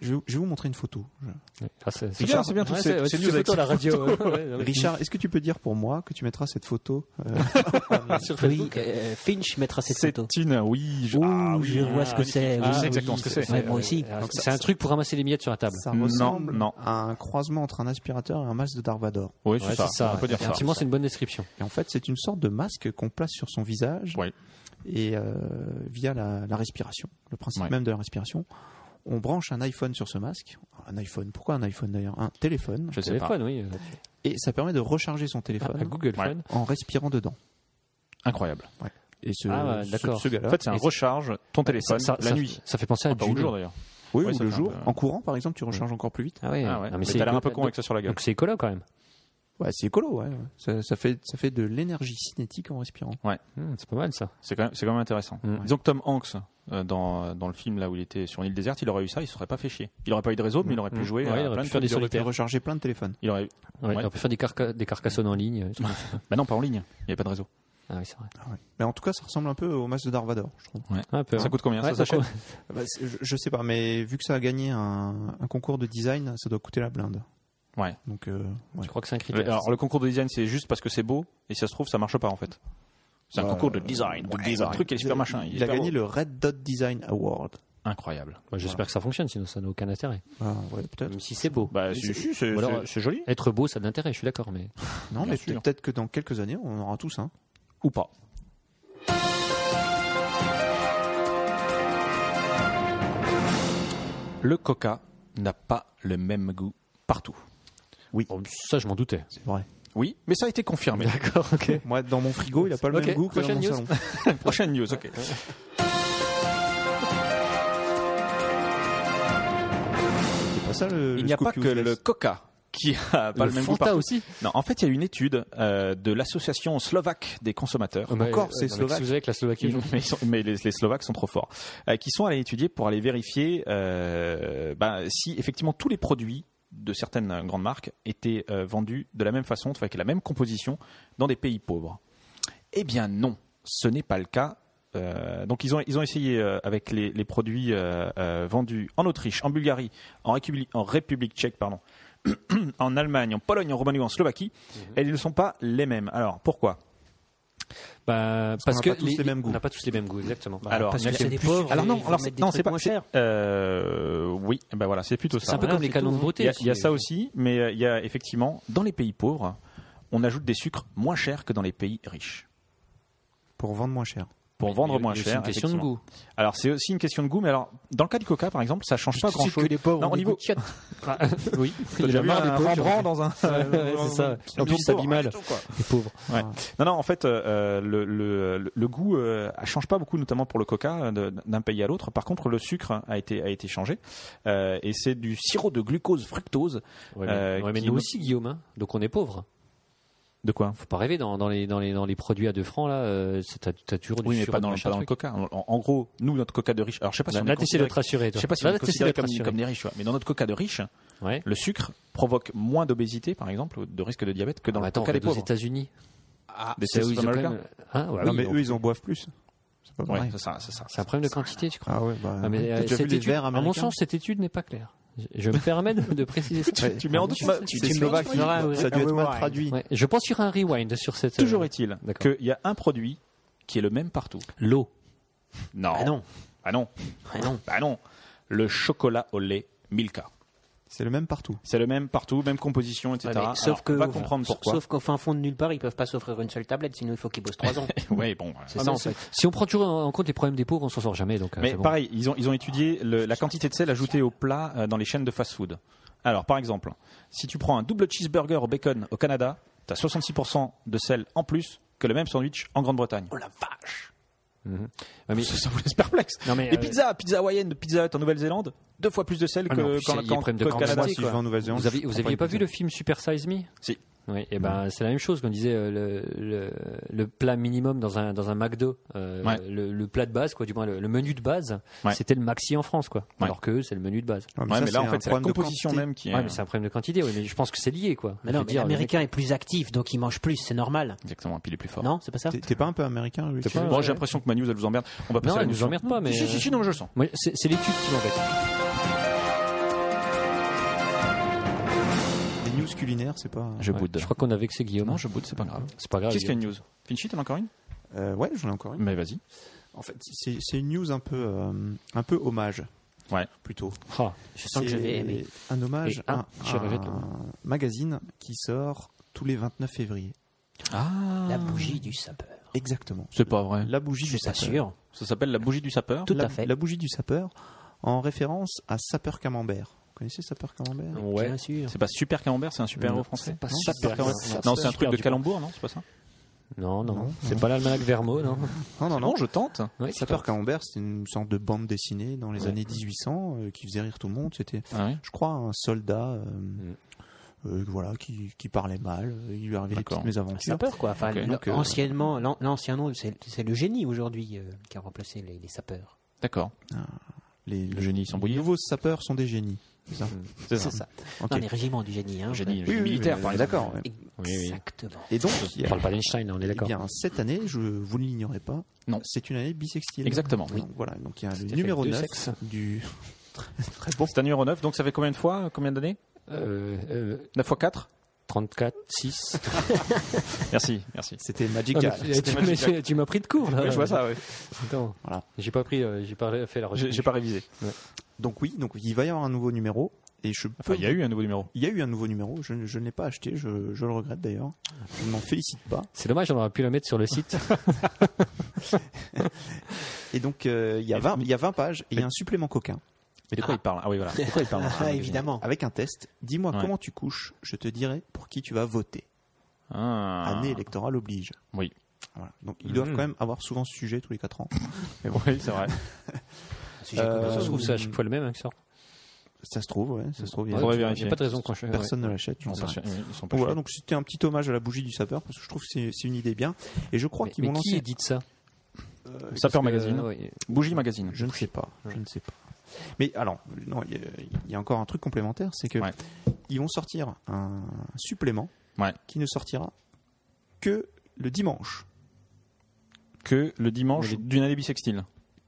[SPEAKER 3] je, vais- je vais vous montrer une photo. Je-
[SPEAKER 2] Ah, c'est
[SPEAKER 1] C'est bien, c'est bien, toutes ces-
[SPEAKER 2] ouais,
[SPEAKER 1] ces
[SPEAKER 2] toutes
[SPEAKER 1] news
[SPEAKER 2] ces
[SPEAKER 1] avec
[SPEAKER 2] photos à la radio. euh,
[SPEAKER 3] Richard, est-ce que tu peux dire pour moi que tu mettras cette photo euh,
[SPEAKER 2] sur
[SPEAKER 4] Oui,
[SPEAKER 2] Facebook.
[SPEAKER 4] euh, Finch mettra cette
[SPEAKER 1] C'est
[SPEAKER 4] photo.
[SPEAKER 1] une, oui. je-
[SPEAKER 4] Ouh,
[SPEAKER 1] ah, oui.
[SPEAKER 4] je vois ce que c'est.
[SPEAKER 1] Ah,
[SPEAKER 4] oui,
[SPEAKER 1] je sais
[SPEAKER 4] oui,
[SPEAKER 1] exactement ce que c'est.
[SPEAKER 4] ouais, moi aussi.
[SPEAKER 2] Ah,
[SPEAKER 3] Donc,
[SPEAKER 2] C'est
[SPEAKER 3] ça-
[SPEAKER 2] un truc pour ramasser les miettes sur la table.
[SPEAKER 3] Ça
[SPEAKER 1] Non,
[SPEAKER 3] ressemble
[SPEAKER 1] non.
[SPEAKER 3] à un croisement entre un aspirateur et un masque de Darvador.
[SPEAKER 1] Oui,
[SPEAKER 2] Ouais,
[SPEAKER 1] c'est ça. On
[SPEAKER 2] ouais.
[SPEAKER 1] peut dire ça.
[SPEAKER 2] Effectivement, c'est une bonne description.
[SPEAKER 3] Et en fait, c'est une sorte de masque qu'on place sur son visage.
[SPEAKER 1] Ouais.
[SPEAKER 3] Et euh, via la, la respiration, le principe
[SPEAKER 1] Ouais.
[SPEAKER 3] même de la respiration, on branche un iPhone sur ce masque. Un iPhone, pourquoi un iPhone d'ailleurs Un téléphone.
[SPEAKER 1] Je sais pas.
[SPEAKER 2] Téléphone, oui.
[SPEAKER 3] Et ça permet de recharger son
[SPEAKER 2] Ah,
[SPEAKER 3] téléphone
[SPEAKER 2] à Google
[SPEAKER 1] Ouais.
[SPEAKER 2] Phone.
[SPEAKER 3] en respirant dedans.
[SPEAKER 1] Incroyable.
[SPEAKER 3] Et ce,
[SPEAKER 2] Ah, ouais,
[SPEAKER 3] ce-
[SPEAKER 2] d'accord.
[SPEAKER 3] ce gars-là.
[SPEAKER 1] En fait, c'est un
[SPEAKER 2] Et-
[SPEAKER 1] recharge, ton téléphone,
[SPEAKER 2] Ça- ça-
[SPEAKER 1] la
[SPEAKER 2] ça-
[SPEAKER 1] nuit.
[SPEAKER 2] Ça fait penser à
[SPEAKER 1] Pas
[SPEAKER 2] du
[SPEAKER 1] au jour d'ailleurs.
[SPEAKER 3] oui,
[SPEAKER 1] ouais,
[SPEAKER 3] ou
[SPEAKER 1] ça
[SPEAKER 3] le
[SPEAKER 1] fait un
[SPEAKER 3] jour.
[SPEAKER 1] peu-
[SPEAKER 3] En courant, par exemple, tu recharges encore plus vite.
[SPEAKER 2] Ah ouais.
[SPEAKER 1] Ah ouais.
[SPEAKER 2] Ah,
[SPEAKER 1] Mais
[SPEAKER 2] c'est-
[SPEAKER 1] t'as l'air un peu con avec ça sur la gueule.
[SPEAKER 2] Donc c'est écolo quand même.
[SPEAKER 3] Ouais, c'est écolo, ouais. ouais. Ça, ça fait, ça fait de l'énergie cinétique en respirant.
[SPEAKER 2] Hmm, c'est pas mal ça.
[SPEAKER 1] C'est quand, même- c'est quand même intéressant.
[SPEAKER 2] Mm.
[SPEAKER 1] Disons que Tom Hanks, euh, dans, dans le film là où il était sur une île déserte, il aurait eu ça, il se serait pas fait chier. Il aurait pas eu de réseau, mais il aurait pu
[SPEAKER 2] Mm.
[SPEAKER 1] jouer
[SPEAKER 2] Ouais,
[SPEAKER 1] à
[SPEAKER 2] il aurait
[SPEAKER 1] plein
[SPEAKER 2] pu
[SPEAKER 1] de
[SPEAKER 2] faire des
[SPEAKER 1] trucs.
[SPEAKER 3] Tu
[SPEAKER 2] solitaires.
[SPEAKER 3] recharger plein de téléphones.
[SPEAKER 1] Il aurait...
[SPEAKER 2] Ouais,
[SPEAKER 1] Ouais.
[SPEAKER 2] On peut faire des, carca- des carcassonnes en ligne. euh,
[SPEAKER 1] Bah non, pas en ligne, il n'y avait pas de réseau.
[SPEAKER 2] ah oui, c'est vrai.
[SPEAKER 3] Mais en tout cas, ça ressemble un peu au masque de Darvador, je trouve.
[SPEAKER 2] Un peu,
[SPEAKER 1] Ça
[SPEAKER 2] hein.
[SPEAKER 1] coûte combien
[SPEAKER 2] Ouais,
[SPEAKER 1] ça s'achète
[SPEAKER 2] coûte-
[SPEAKER 3] Ah bah, c'est- je, je sais pas, mais vu que ça a gagné un, un concours de design, ça doit coûter la blinde.
[SPEAKER 1] Ouais.
[SPEAKER 3] Donc, euh, ouais.
[SPEAKER 2] Je crois que c'est un
[SPEAKER 1] Ouais,
[SPEAKER 2] critère.
[SPEAKER 1] Alors le concours de design, c'est juste parce que c'est beau, et si ça se trouve, ça marche pas en fait. C'est un
[SPEAKER 3] Bah,
[SPEAKER 1] concours de design, de
[SPEAKER 3] ouais,
[SPEAKER 1] design.
[SPEAKER 3] ouais.
[SPEAKER 1] Le truc est super machin.
[SPEAKER 3] Il a gagné le Red Dot Design Award.
[SPEAKER 1] Incroyable.
[SPEAKER 2] Bah, J'espère que ça fonctionne, sinon ça n'a aucun intérêt.
[SPEAKER 3] Ah, ouais, peut-être.
[SPEAKER 2] Même si c'est beau.
[SPEAKER 1] Bah, si, si, c'est
[SPEAKER 2] Ou alors,
[SPEAKER 1] c'est- c'est joli.
[SPEAKER 2] Être beau, ça a de l'intérêt, je suis d'accord, mais
[SPEAKER 3] Non,
[SPEAKER 1] Euh, bien
[SPEAKER 3] mais
[SPEAKER 1] sûr.
[SPEAKER 3] peut-être que dans quelques années, on en aura tous hein. un.
[SPEAKER 1] Ou pas. Le coca n'a pas le même goût partout.
[SPEAKER 2] Bon, ça, je m'en doutais.
[SPEAKER 3] C'est vrai.
[SPEAKER 1] Oui, mais ça a été confirmé.
[SPEAKER 2] D'accord, ok.
[SPEAKER 3] Moi, dans mon frigo, il a pas le
[SPEAKER 2] Ok,
[SPEAKER 3] même goût que dans
[SPEAKER 2] prochaine
[SPEAKER 3] mon
[SPEAKER 2] news.
[SPEAKER 3] salon.
[SPEAKER 1] Prochaine news, Euh, ok.
[SPEAKER 3] C'est pas ça le.
[SPEAKER 1] Il
[SPEAKER 3] le
[SPEAKER 1] n'y a pas
[SPEAKER 3] Scoop
[SPEAKER 1] que
[SPEAKER 3] Useless.
[SPEAKER 1] le coca qui a pas le, même goût
[SPEAKER 2] Fanta
[SPEAKER 1] partout.
[SPEAKER 2] aussi.
[SPEAKER 1] Non, en fait, il y a une étude euh, de l'association slovaque des consommateurs.
[SPEAKER 3] Encore, c'est Slovaque.
[SPEAKER 2] Vous avec la Slovaquie.
[SPEAKER 1] Ils- mais ils sont- mais les, les Slovaques sont trop forts, euh, qui sont allés étudier pour aller vérifier euh, ben, si effectivement tous les produits de certaines euh, grandes marques étaient euh, vendus de la même façon, enfin, avec la même composition, dans des pays pauvres. Eh bien non, ce n'est pas le cas. Euh, donc ils ont, ils ont essayé euh, avec les, les produits euh, euh, vendus en Autriche, en Bulgarie, en, Républi- en République tchèque, pardon, en Allemagne, en Pologne, en Roumanie ou en Slovaquie, et ils ne sont pas les mêmes. Alors pourquoi
[SPEAKER 2] Bah,
[SPEAKER 3] Parce
[SPEAKER 2] parce que
[SPEAKER 3] qu'on a pas tous les mêmes goûts.
[SPEAKER 2] On n'a pas tous les mêmes goûts, exactement.
[SPEAKER 1] Alors,
[SPEAKER 4] parce
[SPEAKER 1] mais
[SPEAKER 4] que
[SPEAKER 1] c'est-
[SPEAKER 4] c'est des pauvres.
[SPEAKER 1] alors non,
[SPEAKER 4] ils vont
[SPEAKER 1] alors
[SPEAKER 4] mettre
[SPEAKER 1] c'est-
[SPEAKER 4] des
[SPEAKER 1] non,
[SPEAKER 4] trucs
[SPEAKER 1] c'est pas.
[SPEAKER 4] moins
[SPEAKER 1] c'est-
[SPEAKER 4] chers.
[SPEAKER 1] euh, oui, ben voilà, c'est plutôt
[SPEAKER 2] c'est
[SPEAKER 1] ça.
[SPEAKER 2] un peu
[SPEAKER 4] Voilà,
[SPEAKER 2] comme les
[SPEAKER 4] c'est
[SPEAKER 2] canons
[SPEAKER 4] tout,
[SPEAKER 2] de
[SPEAKER 4] hein.
[SPEAKER 2] beauté.
[SPEAKER 1] Il y, a,
[SPEAKER 2] aussi.
[SPEAKER 1] il y a ça aussi, mais euh, il y a effectivement dans les pays pauvres, on ajoute des sucres moins chers que dans les pays riches
[SPEAKER 3] Pour vendre moins cher.
[SPEAKER 1] pour
[SPEAKER 2] Mais-
[SPEAKER 1] vendre
[SPEAKER 2] mais-
[SPEAKER 1] moins
[SPEAKER 2] mais
[SPEAKER 1] cher.
[SPEAKER 2] C'est une question de
[SPEAKER 1] effectivement.
[SPEAKER 2] goût.
[SPEAKER 1] Alors c'est aussi une question de goût, mais alors dans le cas du Coca par exemple, ça change pas grand chose.
[SPEAKER 4] les pauvres
[SPEAKER 1] Non, au niveau
[SPEAKER 2] oui,
[SPEAKER 1] T'as déjà vu un Rembrandt dans un.
[SPEAKER 2] c'est ça. En plus, il s'habille mal. Les pauvres.
[SPEAKER 1] Ouais. Non, non, en fait, euh, le, le- le- le goût euh, change pas beaucoup, notamment pour le coca, euh, de- d'un pays à l'autre. Par contre, le sucre a été, a été changé. Euh, et c'est du sirop de glucose fructose.
[SPEAKER 2] Ouais, mais,
[SPEAKER 1] Euh,
[SPEAKER 2] ouais, mais
[SPEAKER 1] qui
[SPEAKER 2] nous
[SPEAKER 1] me-
[SPEAKER 2] aussi, Guillaume. hein. Donc, on est pauvres.
[SPEAKER 1] De quoi
[SPEAKER 2] Faut pas rêver dans, dans les dans les dans les produits à 2 francs là, euh, c'est- t'as t'as toujours du
[SPEAKER 1] Oui, mais
[SPEAKER 2] sur-
[SPEAKER 1] pas dans, le-
[SPEAKER 2] machin
[SPEAKER 1] pas dans le
[SPEAKER 2] truc.
[SPEAKER 1] coca. En, en gros, nous, notre coca de riche. Alors, je sais pas si
[SPEAKER 2] Là,
[SPEAKER 1] on est
[SPEAKER 2] là, t'essaies
[SPEAKER 1] considéré-
[SPEAKER 2] d'être rassuré, toi.
[SPEAKER 1] Je sais pas si on
[SPEAKER 2] Là,
[SPEAKER 1] est
[SPEAKER 2] t'essaies
[SPEAKER 1] considéré
[SPEAKER 2] d'être
[SPEAKER 1] comme,
[SPEAKER 2] rassuré.
[SPEAKER 1] comme des riches, tu vois. mais dans notre coca de riche,
[SPEAKER 2] Ouais.
[SPEAKER 1] le sucre provoque moins d'obésité, par exemple, de risque de diabète que dans
[SPEAKER 2] Ah,
[SPEAKER 1] le
[SPEAKER 2] attends,
[SPEAKER 1] coca
[SPEAKER 2] on
[SPEAKER 1] des
[SPEAKER 2] est aux
[SPEAKER 1] pauvres.
[SPEAKER 2] États-Unis.
[SPEAKER 1] Ah,
[SPEAKER 2] C'est où ils ont quand même- Hein, ouais,
[SPEAKER 3] Non,
[SPEAKER 2] oui,
[SPEAKER 3] mais
[SPEAKER 2] donc,
[SPEAKER 3] eux, ils en boivent plus. C'est pas
[SPEAKER 1] Ouais,
[SPEAKER 3] pareil.
[SPEAKER 1] c'est ça, c'est ça.
[SPEAKER 2] C'est un problème de quantité, tu crois
[SPEAKER 3] Ah ouais, bah.
[SPEAKER 2] Ah, mais, euh,
[SPEAKER 3] t'as déjà vu
[SPEAKER 2] cette
[SPEAKER 3] les
[SPEAKER 2] étude-
[SPEAKER 3] verres
[SPEAKER 2] À
[SPEAKER 3] américains
[SPEAKER 2] mon sens, cette étude n'est pas claire. Je- Je me permets de, de préciser ça. Ah,
[SPEAKER 3] Ouais.
[SPEAKER 1] Tu mets en doute ma-
[SPEAKER 3] C'est
[SPEAKER 1] tu- tu-
[SPEAKER 3] slovaque,
[SPEAKER 4] tu-
[SPEAKER 3] ça a dû être mal
[SPEAKER 4] Ouais.
[SPEAKER 3] traduit.
[SPEAKER 2] Ouais. Je pense qu'il y aura un rewind sur cette. euh,
[SPEAKER 1] Toujours est-il
[SPEAKER 2] D'accord.
[SPEAKER 1] qu'il y a un produit qui est le même partout.
[SPEAKER 2] L'eau.
[SPEAKER 1] Non.
[SPEAKER 4] Ah non.
[SPEAKER 1] Ah non.
[SPEAKER 4] Ah non.
[SPEAKER 1] Ah non. Le chocolat au lait Milka.
[SPEAKER 3] C'est le même partout.
[SPEAKER 1] C'est le même partout, même composition, etc.
[SPEAKER 4] Ouais, mais
[SPEAKER 1] Alors,
[SPEAKER 4] sauf que,
[SPEAKER 1] on va
[SPEAKER 4] au-
[SPEAKER 1] comprendre pourquoi.
[SPEAKER 4] Sauf qu'au fin fond de nulle part, ils peuvent pas s'offrir une seule tablette, sinon il faut qu'ils bossent trois ans.
[SPEAKER 1] Ouais, bon. ah, voilà.
[SPEAKER 4] C'est ça en fait.
[SPEAKER 2] Si on prend toujours en en compte les problèmes des pauvres, on s'en sort jamais. Donc, euh,
[SPEAKER 1] Mais
[SPEAKER 2] c'est bon.
[SPEAKER 1] pareil, ils ont, ils ont étudié le- la quantité de sel ajoutée au plat euh, dans les chaînes de fast-food. Alors, par exemple, si tu prends un double cheeseburger au bacon au Canada, tu as 66% de sel en plus que le même sandwich en Grande-Bretagne.
[SPEAKER 4] la vache
[SPEAKER 2] Ouais, mais-
[SPEAKER 1] Ça vous laisse perplexe.
[SPEAKER 2] Non, mais,
[SPEAKER 1] les
[SPEAKER 2] euh,
[SPEAKER 1] pizzas, pizza hawaïenne de Pizza Hut en Nouvelle-Zélande, deux fois plus de sel
[SPEAKER 2] Ah, mais en
[SPEAKER 1] que
[SPEAKER 2] plus, il y a
[SPEAKER 1] qu'en
[SPEAKER 2] des
[SPEAKER 1] qu'en-
[SPEAKER 2] problèmes de
[SPEAKER 1] qu'au
[SPEAKER 2] quantité,
[SPEAKER 1] Canada.
[SPEAKER 3] Moi, si je
[SPEAKER 2] quoi.
[SPEAKER 3] vais en Nouvelle-Zélande,
[SPEAKER 2] Vous, avez,
[SPEAKER 3] je
[SPEAKER 2] vous
[SPEAKER 3] prends
[SPEAKER 2] aviez
[SPEAKER 3] une
[SPEAKER 2] pas vu
[SPEAKER 3] pizza.
[SPEAKER 2] le film Super Size Me
[SPEAKER 1] Si.
[SPEAKER 2] Oui, et ben c'est la même chose qu'on disait euh, le, le, le plat minimum dans un dans un McDo, euh,
[SPEAKER 1] Ouais.
[SPEAKER 2] le, le plat de base quoi, du moins le, le menu de base,
[SPEAKER 1] Ouais.
[SPEAKER 2] c'était le maxi en France quoi.
[SPEAKER 1] Ouais.
[SPEAKER 2] Alors que eux, c'est le menu de base.
[SPEAKER 3] Ouais,
[SPEAKER 1] Ouais,
[SPEAKER 3] ça,
[SPEAKER 1] mais là, en
[SPEAKER 3] un
[SPEAKER 1] fait, c'est la
[SPEAKER 3] problème de
[SPEAKER 1] composition
[SPEAKER 3] quantité.
[SPEAKER 1] même qui est.
[SPEAKER 2] Ouais, mais c'est un problème de quantité. Oui, mais je pense que c'est lié quoi.
[SPEAKER 4] Mais non,
[SPEAKER 2] Je veux
[SPEAKER 4] mais
[SPEAKER 2] dire, les mecs-
[SPEAKER 4] l'américain est plus actif, donc il mange plus, c'est normal.
[SPEAKER 1] Exactement, puis il est plus fort.
[SPEAKER 4] Non, c'est pas ça
[SPEAKER 3] T'es- T'es pas un peu américain, Louis
[SPEAKER 2] pas-
[SPEAKER 1] Bon, j'ai l'impression que ma news, elle vous emmerde. On va passer
[SPEAKER 2] Non,
[SPEAKER 1] à la
[SPEAKER 2] elle nous
[SPEAKER 1] notion.
[SPEAKER 2] emmerde pas, mais- euh,
[SPEAKER 1] Si, si, si, non, je le sens.
[SPEAKER 2] Moi, c'est c'est les tubes qui m'embêtent.
[SPEAKER 3] Les news culinaires, c'est pas.
[SPEAKER 1] Je
[SPEAKER 2] Ouais,
[SPEAKER 1] boude.
[SPEAKER 2] Je crois qu'on a vexé Guillaume.
[SPEAKER 1] Non, je boude, c'est pas grave.
[SPEAKER 2] C'est pas grave. Ah,
[SPEAKER 1] Qu'est-ce qu'il y a
[SPEAKER 2] Guillaume.
[SPEAKER 1] une news Finchy, t'en as encore une
[SPEAKER 3] Euh, ouais, j'en ai encore une.
[SPEAKER 1] Mais vas-y.
[SPEAKER 3] En fait, c'est c'est une news un peu, euh, un peu hommage.
[SPEAKER 1] Ouais.
[SPEAKER 3] Plutôt.
[SPEAKER 2] Ah,
[SPEAKER 4] Je sens que je
[SPEAKER 3] C'est
[SPEAKER 4] vais aimer.
[SPEAKER 3] Un hommage
[SPEAKER 2] Et un,
[SPEAKER 3] à
[SPEAKER 2] je rejette le
[SPEAKER 3] un magazine qui sort tous les 29 février.
[SPEAKER 1] Ah.
[SPEAKER 4] La bougie du sapeur.
[SPEAKER 3] Exactement.
[SPEAKER 1] C'est pas vrai.
[SPEAKER 3] La bougie
[SPEAKER 4] Je
[SPEAKER 3] du sapeur.
[SPEAKER 4] t'assure.
[SPEAKER 1] Ça s'appelle la bougie du sapeur.
[SPEAKER 4] Tout
[SPEAKER 3] la,
[SPEAKER 4] à fait.
[SPEAKER 3] La bougie du sapeur, en référence à Sapeur Camembert. Vous connaissez Sapeur Camembert
[SPEAKER 2] ouais.
[SPEAKER 4] Bien sûr.
[SPEAKER 1] C'est pas super camembert, c'est un super héros
[SPEAKER 2] Non,
[SPEAKER 1] français.
[SPEAKER 2] c'est pas
[SPEAKER 1] Non,
[SPEAKER 2] super
[SPEAKER 1] Camembert.
[SPEAKER 2] Camembert.
[SPEAKER 1] Non, c'est un truc
[SPEAKER 2] Super
[SPEAKER 1] de
[SPEAKER 2] du-
[SPEAKER 1] calembour, non C'est pas ça
[SPEAKER 2] Non, non,
[SPEAKER 3] Non.
[SPEAKER 2] c'est pas l'almanach Vermo, non.
[SPEAKER 3] Non, non, non.
[SPEAKER 1] je tente.
[SPEAKER 2] Ouais,
[SPEAKER 3] Sapeur Camembert, c'est une sorte de bande dessinée dans les années 1800 euh, qui faisait rire tout le monde. C'était,
[SPEAKER 1] Ah
[SPEAKER 3] je crois, un soldat euh,
[SPEAKER 1] Mm.
[SPEAKER 3] euh, voilà, qui, qui parlait mal. euh, Il lui arrivait des
[SPEAKER 1] D'accord. Ah,
[SPEAKER 3] petites mésaventures.
[SPEAKER 4] Sapeur quoi. Enfin,
[SPEAKER 1] Ok.
[SPEAKER 4] l-
[SPEAKER 3] Donc, euh,
[SPEAKER 4] anciennement, l'an- l'ancien nom, c'est c'est le génie aujourd'hui euh, qui a remplacé les, les sapeurs.
[SPEAKER 1] D'accord.
[SPEAKER 3] Les,
[SPEAKER 1] Le génie, ils sont
[SPEAKER 3] les
[SPEAKER 1] bouillis.
[SPEAKER 3] nouveaux sapeurs sont des génies. C'est ça
[SPEAKER 1] C'est
[SPEAKER 4] C'est
[SPEAKER 1] ça.
[SPEAKER 4] ça.
[SPEAKER 3] Ok.
[SPEAKER 4] Dans les régiments du génie. Hein,
[SPEAKER 1] Le génie,
[SPEAKER 4] en
[SPEAKER 1] le génie militaire, par exemple.
[SPEAKER 3] Euh, D'accord. ouais.
[SPEAKER 4] fait.
[SPEAKER 2] oui.
[SPEAKER 4] Exactement.
[SPEAKER 3] Et donc, il y
[SPEAKER 2] On
[SPEAKER 3] a-
[SPEAKER 2] parle pas d'Einstein, on est
[SPEAKER 3] eh
[SPEAKER 2] d'accord.
[SPEAKER 3] bien, cette année, je, vous ne l'ignorez pas,
[SPEAKER 1] Non.
[SPEAKER 3] c'est une année bisextile.
[SPEAKER 1] Exactement.
[SPEAKER 3] Donc, voilà, donc il y a le
[SPEAKER 2] C'était
[SPEAKER 3] numéro
[SPEAKER 2] fait deux
[SPEAKER 3] 9
[SPEAKER 2] sexes.
[SPEAKER 3] du. Très bon.
[SPEAKER 1] C'est un numéro 9, donc ça fait combien de fois euh, Combien d'années
[SPEAKER 2] Euh, euh,
[SPEAKER 1] 9 fois 4
[SPEAKER 2] 34, 6.
[SPEAKER 1] Merci, merci.
[SPEAKER 3] C'était Magical.
[SPEAKER 2] Ah, mais tu- tu m'as- tu m'as pris de court là.
[SPEAKER 1] Ouais, je vois ça, ouais.
[SPEAKER 2] Attends.
[SPEAKER 3] Voilà.
[SPEAKER 2] J'ai pas pris, euh, j'ai pas fait la
[SPEAKER 1] J'ai
[SPEAKER 2] recherche.
[SPEAKER 1] j'ai pas révisé.
[SPEAKER 3] Donc oui, donc il va y avoir un nouveau numéro et je peux-
[SPEAKER 1] Enfin, Ah, il y a eu un nouveau numéro.
[SPEAKER 3] il y a eu un nouveau numéro. Je, ne- je ne l'ai pas acheté. Je, je le regrette d'ailleurs. Je ne m'en félicite pas.
[SPEAKER 2] C'est dommage, on aurait pu la mettre sur le site.
[SPEAKER 3] Et donc euh, il y a 20 il y a 20 pages et il y a un supplément coquin
[SPEAKER 1] Mais de quoi il parle Ah oui, voilà. De quoi il parle
[SPEAKER 4] Ah, évidemment.
[SPEAKER 3] avec un test. Dis-moi
[SPEAKER 1] Ouais.
[SPEAKER 3] comment tu couches. Je te dirai pour qui tu vas voter.
[SPEAKER 1] Ah.
[SPEAKER 3] Année électorale oblige.
[SPEAKER 1] Oui. Mmh.
[SPEAKER 3] Voilà. Donc ils doivent
[SPEAKER 2] Mhm.
[SPEAKER 3] quand même avoir souvent ce sujet tous les 4 ans.
[SPEAKER 1] Oui, c'est vrai.
[SPEAKER 4] Sujet
[SPEAKER 3] Euh,
[SPEAKER 4] complètement
[SPEAKER 2] Ça se
[SPEAKER 4] sous-
[SPEAKER 2] trouve, c'est à chaque fois le même hein, qui sort.
[SPEAKER 3] Ça se trouve, ouais, ça se trouve. il y a-
[SPEAKER 2] Ouais,
[SPEAKER 1] faudrait
[SPEAKER 2] tu-
[SPEAKER 1] vérifier.
[SPEAKER 2] y a pas de raison qu'on change.
[SPEAKER 3] Personne ne l'achète. je
[SPEAKER 1] Ils
[SPEAKER 3] ne sais
[SPEAKER 1] sont
[SPEAKER 3] rien.
[SPEAKER 1] pas chers. Ils sont pas
[SPEAKER 3] Voilà,
[SPEAKER 1] chers.
[SPEAKER 3] donc c'était un petit hommage à la bougie du sapeur parce que je trouve que c'est c'est une idée bien et je crois
[SPEAKER 2] Mais,
[SPEAKER 3] qu'ils vont
[SPEAKER 2] mais qui
[SPEAKER 3] lancer.
[SPEAKER 2] édite ça
[SPEAKER 1] Sapeur
[SPEAKER 2] Parce que,
[SPEAKER 1] Magazine.
[SPEAKER 2] euh, ouais,
[SPEAKER 1] Bougie Magazine.
[SPEAKER 3] Je ne sais pas. Je ne sais pas. Mais alors, non, il y, a- il y a encore un truc complémentaire, c'est que
[SPEAKER 1] Ouais.
[SPEAKER 3] ils vont sortir un supplément
[SPEAKER 1] Ouais.
[SPEAKER 3] qui ne sortira que le dimanche,
[SPEAKER 1] Que le dimanche d'une année bisextile.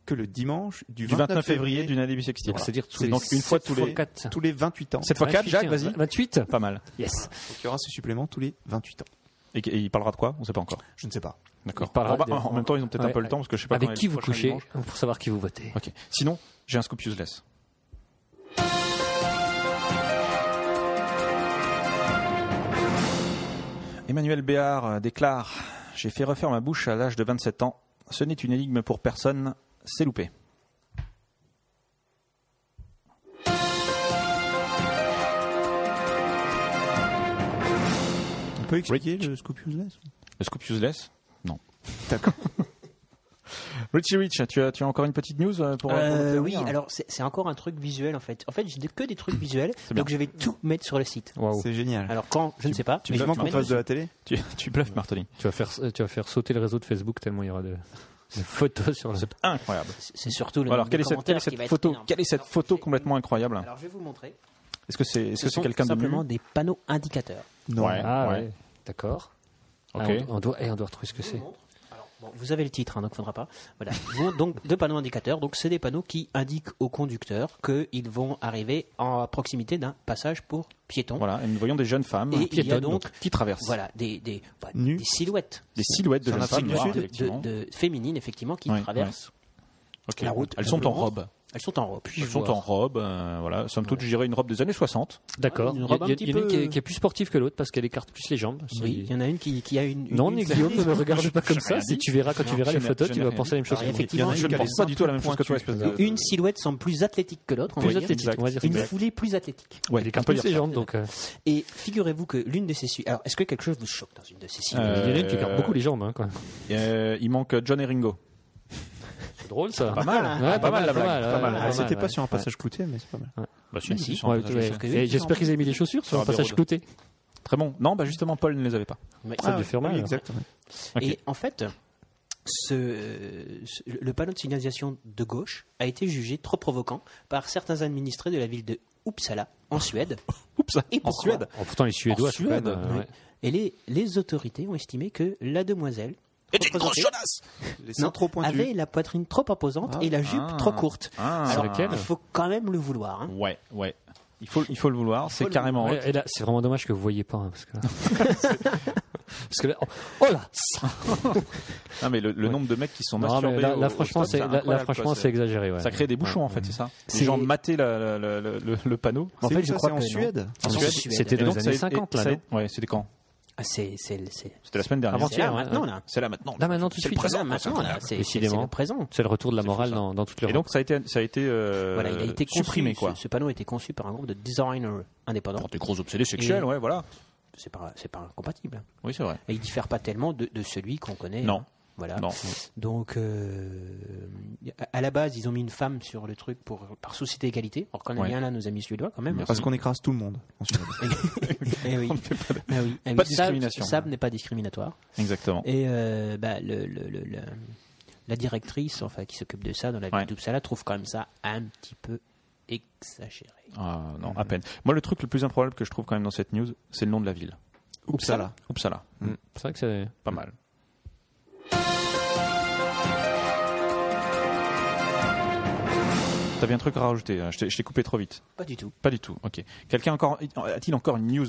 [SPEAKER 3] que le dimanche du,
[SPEAKER 1] Du 29 février d'une année bisextile.
[SPEAKER 3] Voilà.
[SPEAKER 2] C'est-à-dire tous
[SPEAKER 3] C'est
[SPEAKER 2] les
[SPEAKER 3] donc
[SPEAKER 1] une fois
[SPEAKER 2] sept
[SPEAKER 1] tous les-
[SPEAKER 2] quatre.
[SPEAKER 3] tous les 28 ans.
[SPEAKER 1] 7 fois 4,
[SPEAKER 2] 28,
[SPEAKER 1] Jacques, vas-y.
[SPEAKER 2] 28
[SPEAKER 1] Pas mal.
[SPEAKER 2] Yes.
[SPEAKER 3] Donc, il y aura ce supplément tous les 28 ans.
[SPEAKER 1] Et, et il parlera de quoi On sait pas encore.
[SPEAKER 3] Je ne sais pas.
[SPEAKER 1] D'accord.
[SPEAKER 2] Il parlera
[SPEAKER 1] Bon, bah,
[SPEAKER 2] des-
[SPEAKER 1] en même temps, ils ont peut-être un
[SPEAKER 2] Ouais,
[SPEAKER 1] peu le temps parce que je sais pas quand
[SPEAKER 2] Avec
[SPEAKER 1] est
[SPEAKER 2] qui
[SPEAKER 1] le
[SPEAKER 2] vous
[SPEAKER 1] prochain
[SPEAKER 2] couchez
[SPEAKER 1] dimanche.
[SPEAKER 2] pour savoir qui vous votez
[SPEAKER 1] Ok. Sinon, j'ai un scoop useless. Emmanuel Béard euh, déclare J'ai fait refaire ma bouche à l'âge de 27 ans. Ce n'est une énigme pour personne, c'est loupé.
[SPEAKER 3] On peut expliquer le scoop useless
[SPEAKER 1] Le scoop useless Non.
[SPEAKER 3] D'accord.
[SPEAKER 1] Richie Rich, tu as, tu as encore une petite news euh, pour, pour
[SPEAKER 4] Euh,
[SPEAKER 1] nous faire
[SPEAKER 4] oui,
[SPEAKER 1] rire
[SPEAKER 4] alors c'est c'est encore un truc visuel en fait. En fait, j'ai que des trucs visuels, donc
[SPEAKER 1] bien.
[SPEAKER 4] je vais tout mettre sur le site.
[SPEAKER 2] Waouh.
[SPEAKER 3] C'est génial.
[SPEAKER 4] Alors quand, je ne sais pas.
[SPEAKER 3] tu
[SPEAKER 4] mais
[SPEAKER 3] veux
[SPEAKER 4] je
[SPEAKER 3] vraiment
[SPEAKER 4] vais
[SPEAKER 3] qu'on
[SPEAKER 4] tout mettre
[SPEAKER 3] fasse de la télé
[SPEAKER 1] tu, tu bluffes, Martoni.
[SPEAKER 2] Tu vas faire, tu vas faire sauter le réseau de Facebook tellement il y aura de, de photos sur le.
[SPEAKER 1] Incroyable.
[SPEAKER 4] dessus. C'est surtout le.
[SPEAKER 1] alors,
[SPEAKER 4] nombre
[SPEAKER 1] quelle
[SPEAKER 4] de
[SPEAKER 1] est cette, quelle
[SPEAKER 4] commentaires
[SPEAKER 1] est cette
[SPEAKER 4] qui va être
[SPEAKER 1] photo,
[SPEAKER 4] énorme.
[SPEAKER 1] quelle est cette
[SPEAKER 4] Alors,
[SPEAKER 1] photo
[SPEAKER 4] j'ai-
[SPEAKER 1] complètement incroyable
[SPEAKER 4] Alors je vais vous montrer.
[SPEAKER 1] Est-ce que c'est est-ce
[SPEAKER 4] Ce
[SPEAKER 1] que c'est
[SPEAKER 4] sont
[SPEAKER 1] quelqu'un de nu
[SPEAKER 4] simplement des panneaux indicateurs.
[SPEAKER 3] Non.
[SPEAKER 1] Ouais.
[SPEAKER 2] Ah ouais. D'accord.
[SPEAKER 1] Ok.
[SPEAKER 2] Ah, on, on doit, et on doit retrouver ce que
[SPEAKER 4] Je vous
[SPEAKER 2] c'est.
[SPEAKER 4] le montre. Alors, bon, vous avez le titre, hein, donc faudra pas. Voilà. Bon, donc deux panneaux indicateurs. Donc c'est des panneaux qui indiquent aux conducteurs qu'ils vont arriver en- à proximité d'un passage pour piétons.
[SPEAKER 1] Voilà, et nous voyons des jeunes femmes
[SPEAKER 4] Et il y a
[SPEAKER 1] piétonnes,
[SPEAKER 4] donc-
[SPEAKER 1] qui traversent.
[SPEAKER 4] Voilà, des, des, bah,
[SPEAKER 3] Nus.
[SPEAKER 4] des silhouettes
[SPEAKER 1] Des silhouettes de jeunes
[SPEAKER 3] Sur l'Afrique
[SPEAKER 1] femmes noires,
[SPEAKER 3] du Sud.
[SPEAKER 4] de,
[SPEAKER 1] effectivement.
[SPEAKER 4] de- de féminines effectivement qui
[SPEAKER 1] Ouais, ouais.
[SPEAKER 4] traversent
[SPEAKER 1] Ok.
[SPEAKER 4] la route.
[SPEAKER 1] Elles
[SPEAKER 4] Je
[SPEAKER 1] sont
[SPEAKER 4] vous
[SPEAKER 1] en
[SPEAKER 4] le montre.
[SPEAKER 1] robe.
[SPEAKER 4] Elles sont en robe.
[SPEAKER 1] Elles sont en robe, euh, voilà. Somme toute, je dirais une robe des années 60.
[SPEAKER 2] D'accord.
[SPEAKER 4] Une
[SPEAKER 2] Il y,
[SPEAKER 4] robe
[SPEAKER 2] a- il y a-
[SPEAKER 4] un petit
[SPEAKER 2] il y en a une qui est,
[SPEAKER 4] peu-
[SPEAKER 2] qui est plus sportive que l'autre parce qu'elle écarte plus les jambes.
[SPEAKER 4] Oui, il y en a une qui, qui a une. une-
[SPEAKER 2] Non,
[SPEAKER 4] une-
[SPEAKER 2] mais Guillaume, ne me regarde pas comme
[SPEAKER 1] j'ai
[SPEAKER 2] ça.
[SPEAKER 1] rien
[SPEAKER 2] Si
[SPEAKER 1] dit.
[SPEAKER 2] tu verras quand
[SPEAKER 1] Non,
[SPEAKER 2] tu verras
[SPEAKER 1] je
[SPEAKER 2] les
[SPEAKER 1] n'ai-
[SPEAKER 2] photos,
[SPEAKER 1] je
[SPEAKER 2] tu
[SPEAKER 1] n'ai
[SPEAKER 2] vas
[SPEAKER 1] rien
[SPEAKER 2] penser à la même chose.
[SPEAKER 4] Alors,
[SPEAKER 2] que moi.
[SPEAKER 4] effectivement,
[SPEAKER 1] Je ne pense pas du tout à la même chose que toi, espèce de-
[SPEAKER 4] une silhouette semble plus athlétique que l'autre. on
[SPEAKER 2] Plus
[SPEAKER 4] va dire.
[SPEAKER 2] athlétique, on va dire.
[SPEAKER 4] Une
[SPEAKER 2] Exact.
[SPEAKER 4] foulée plus athlétique.
[SPEAKER 1] Ouais,
[SPEAKER 2] Elle écarte plus ses jambes, donc. euh,
[SPEAKER 4] Et figurez-vous que l'une de ces silhouettes. Alors, est-ce que quelque chose vous choque dans une de ces silhouettes
[SPEAKER 1] Euh,
[SPEAKER 2] Il y en a une qui écarte beaucoup les jambes, hein, quoi.
[SPEAKER 1] Euh, il manque John et Ringo.
[SPEAKER 2] C'est drôle ça.
[SPEAKER 1] Pas mal.
[SPEAKER 4] Ah.
[SPEAKER 2] Ouais,
[SPEAKER 1] pas, mal la blague.
[SPEAKER 2] ouais,
[SPEAKER 1] pas mal.
[SPEAKER 2] ouais,
[SPEAKER 3] Ah,
[SPEAKER 2] ouais,
[SPEAKER 3] C'était
[SPEAKER 2] ouais.
[SPEAKER 3] pas sur un passage clouté, mais c'est pas mal.
[SPEAKER 1] Bah, si,
[SPEAKER 4] Bah, si.
[SPEAKER 1] si,
[SPEAKER 2] Ouais,
[SPEAKER 1] si.
[SPEAKER 2] ouais, ouais.
[SPEAKER 4] que-
[SPEAKER 2] Et J'espère qu'ils avaient mis les chaussures sur
[SPEAKER 1] Sur
[SPEAKER 2] un
[SPEAKER 1] un
[SPEAKER 2] passage
[SPEAKER 1] bureau de-
[SPEAKER 2] clouté.
[SPEAKER 1] Très bon. Non, bah justement, Paul ne les avait pas.
[SPEAKER 4] Ouais.
[SPEAKER 2] Ça devait faire mal.
[SPEAKER 3] Oui,
[SPEAKER 2] alors.
[SPEAKER 3] exact. ouais.
[SPEAKER 1] Ok.
[SPEAKER 4] ah, Et en fait, ce, ce- le panneau de signalisation de gauche a été jugé trop provoquant par certains administrés de la ville de Uppsala, en Suède.
[SPEAKER 1] Oups,
[SPEAKER 4] Et
[SPEAKER 1] en
[SPEAKER 4] pourquoi
[SPEAKER 1] Suède.
[SPEAKER 2] Oh, pourtant, les Suédois,
[SPEAKER 1] En
[SPEAKER 2] c'est quand même,
[SPEAKER 1] Suède,
[SPEAKER 2] euh,
[SPEAKER 1] oui.
[SPEAKER 2] ouais.
[SPEAKER 4] Et les, les autorités ont estimé que la demoiselle représentée-
[SPEAKER 3] Les
[SPEAKER 4] non,
[SPEAKER 3] seins trop
[SPEAKER 4] avait
[SPEAKER 3] pointus.
[SPEAKER 4] la poitrine trop imposante et la jupe
[SPEAKER 1] Ah.
[SPEAKER 4] trop courte.
[SPEAKER 1] Ah.
[SPEAKER 4] Alors,
[SPEAKER 2] C'est laquelle
[SPEAKER 4] il faut quand même le vouloir. hein.
[SPEAKER 1] Ouais, ouais. Il faut, il faut le vouloir. C'est carrément.
[SPEAKER 2] Ouais, et là, c'est vraiment dommage que vous voyez pas, hein, parce que là. parce que là, oh, oh là, ça-
[SPEAKER 1] Non, mais le, le nombre de mecs qui sont
[SPEAKER 2] Non, mais
[SPEAKER 1] masturbés.
[SPEAKER 2] là,
[SPEAKER 1] au-
[SPEAKER 2] là,
[SPEAKER 1] au
[SPEAKER 2] franchement,
[SPEAKER 1] stade,
[SPEAKER 2] c'est, là, là,
[SPEAKER 1] incroyable, quoi.
[SPEAKER 2] franchement,
[SPEAKER 1] C'est-
[SPEAKER 2] c'est exagéré. ouais.
[SPEAKER 1] Ça crée des bouchons en fait, c'est ça Les
[SPEAKER 4] C'est-
[SPEAKER 1] gens mataient la- la- la- le- le le panneau.
[SPEAKER 3] En
[SPEAKER 4] fait, je crois
[SPEAKER 3] c'est en
[SPEAKER 4] que non.
[SPEAKER 3] Suède.
[SPEAKER 4] En
[SPEAKER 2] Suède,
[SPEAKER 4] Suède.
[SPEAKER 2] c'était
[SPEAKER 1] Et
[SPEAKER 2] dans
[SPEAKER 1] donc,
[SPEAKER 2] les
[SPEAKER 1] ça a
[SPEAKER 2] années
[SPEAKER 1] été-
[SPEAKER 2] 50 là.
[SPEAKER 1] ça a-
[SPEAKER 2] non
[SPEAKER 1] Ouais, c'était quand
[SPEAKER 4] Ah, C'est c'est- c'est-
[SPEAKER 1] C'était la semaine dernière.
[SPEAKER 4] c'est là
[SPEAKER 2] Avant-hier, ouais.
[SPEAKER 4] maintenant là.
[SPEAKER 1] C'est là maintenant.
[SPEAKER 2] Là maintenant tout de
[SPEAKER 4] C'est
[SPEAKER 2] suite.
[SPEAKER 4] présent maintenant là. C'est c'est-
[SPEAKER 2] Décidément.
[SPEAKER 4] c'est le présent.
[SPEAKER 2] C'est le retour de la morale dans, dans toute
[SPEAKER 1] Et
[SPEAKER 2] l'Europe.
[SPEAKER 1] donc ça a été, ça a été, euh,
[SPEAKER 4] Voilà, il a été conçu-
[SPEAKER 1] supprimé quoi.
[SPEAKER 4] Ce, ce panneau a été conçu par un groupe de designers indépendants.
[SPEAKER 1] Pour des gros obsédés sexuels,
[SPEAKER 4] Et-
[SPEAKER 1] ouais, voilà.
[SPEAKER 4] C'est pas c'est pas incompatible.
[SPEAKER 1] Oui, c'est vrai.
[SPEAKER 4] Et il diffère pas tellement de, de celui qu'on connaît.
[SPEAKER 1] Non.
[SPEAKER 4] Voilà.
[SPEAKER 1] Non.
[SPEAKER 4] Donc, euh, à- à la base, ils ont mis une femme sur le truc pour, par souci d'égalité. On reconnaît
[SPEAKER 1] Ouais.
[SPEAKER 4] bien là nos amis suédois quand même.
[SPEAKER 3] Parce qu'on écrase tout le monde en Suède.
[SPEAKER 4] Eh oui. Ah oui, ah oui.
[SPEAKER 1] pas de
[SPEAKER 4] Sable-
[SPEAKER 1] discrimination.
[SPEAKER 4] Sable n'est pas discriminatoire.
[SPEAKER 1] Exactement.
[SPEAKER 4] Et euh, bah, le, le- le- le- la directrice enfin, qui s'occupe de ça dans la
[SPEAKER 1] Ouais.
[SPEAKER 4] ville d'Uppsala trouve quand même ça un petit peu exagéré.
[SPEAKER 1] Ah non,
[SPEAKER 4] Mm.
[SPEAKER 1] à peine. Moi, le truc le plus improbable que je trouve quand même dans cette news, c'est le nom de la ville.
[SPEAKER 3] Uppsala.
[SPEAKER 1] Uppsala.
[SPEAKER 2] c'est vrai que c'est.
[SPEAKER 1] Pas mal. T'avais un truc à rajouter, hein. je t'ai- je t'ai coupé trop vite.
[SPEAKER 4] Pas du tout.
[SPEAKER 1] Pas du tout, ok. Quelqu'un encore a-t-il encore une news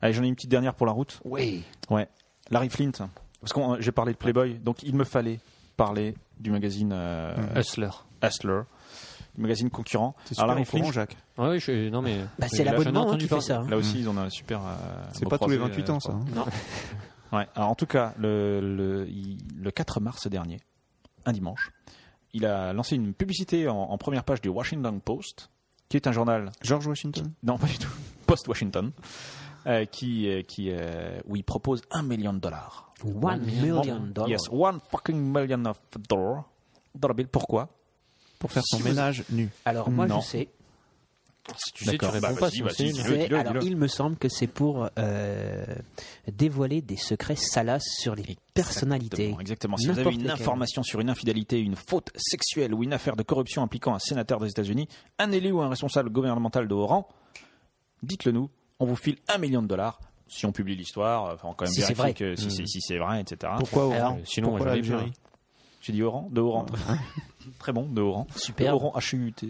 [SPEAKER 1] Allez, j'en ai une petite dernière pour la route.
[SPEAKER 4] Oui.
[SPEAKER 1] Ouais. Larry Flint. Parce que j'ai parlé de Playboy, donc il me fallait parler du
[SPEAKER 3] Mhm.
[SPEAKER 1] magazine euh,
[SPEAKER 2] Hustler.
[SPEAKER 1] Hustler, du magazine concurrent.
[SPEAKER 3] C'est super
[SPEAKER 1] Alors Larry
[SPEAKER 3] au courant,
[SPEAKER 1] Flint,
[SPEAKER 3] Jacques.
[SPEAKER 2] Ah oui, je, non mais.
[SPEAKER 4] Bah, c'est
[SPEAKER 2] j'en ai
[SPEAKER 4] l'abonnement hein,
[SPEAKER 2] entendu
[SPEAKER 4] qui fait
[SPEAKER 2] parler.
[SPEAKER 4] ça. hein.
[SPEAKER 1] là aussi, ils ont un super. euh,
[SPEAKER 3] Mhm. C'est
[SPEAKER 1] beau
[SPEAKER 3] pas tous les
[SPEAKER 1] croisé,
[SPEAKER 3] 28
[SPEAKER 1] euh,
[SPEAKER 3] ans, ça. hein.
[SPEAKER 1] Ouais. Alors, en tout cas, le, le, il- le 4 mars dernier, un dimanche, il a lancé une publicité en, en première page du Washington Post, qui est un journal
[SPEAKER 3] George Washington.
[SPEAKER 1] Non, pas du tout. Post Washington, euh, qui, euh, qui, euh, où il propose un million de dollars.
[SPEAKER 4] One million dollars.
[SPEAKER 1] Yes, one fucking million of dollars. Dollar bill. Pourquoi
[SPEAKER 3] Pour faire son ménage nu.
[SPEAKER 4] Alors moi
[SPEAKER 1] Non. Ah, bah,
[SPEAKER 4] je sais.
[SPEAKER 1] Si tu
[SPEAKER 2] sais, tu réponds pas, sinon c'est nul.
[SPEAKER 4] C'est- alors il me semble que c'est pour euh, dévoiler des secrets salaces sur les personnalités.
[SPEAKER 1] Exactement, exactement. Si vous avez
[SPEAKER 4] N'importe
[SPEAKER 1] une
[SPEAKER 4] lesquelles.
[SPEAKER 1] information sur une infidélité, une faute sexuelle ou une affaire de corruption impliquant un sénateur des États-Unis, un élu ou un responsable gouvernemental de haut rang, dites-le nous. On vous file un million de dollars si on publie l'histoire. euh, Enfin, quand même
[SPEAKER 4] Si c'est
[SPEAKER 1] vérifier
[SPEAKER 4] vrai.
[SPEAKER 1] que si c'est si c'est vrai, etc.
[SPEAKER 3] Pourquoi
[SPEAKER 4] Alors,
[SPEAKER 3] Oran
[SPEAKER 2] Euh, Sinon, moi,
[SPEAKER 3] Pourquoi
[SPEAKER 2] j'en ai plein.
[SPEAKER 3] l'Algérie
[SPEAKER 1] J'ai dit Oran, de Oran. Très bon, de Oran.
[SPEAKER 4] Superbe.
[SPEAKER 1] Oran, H-U-T.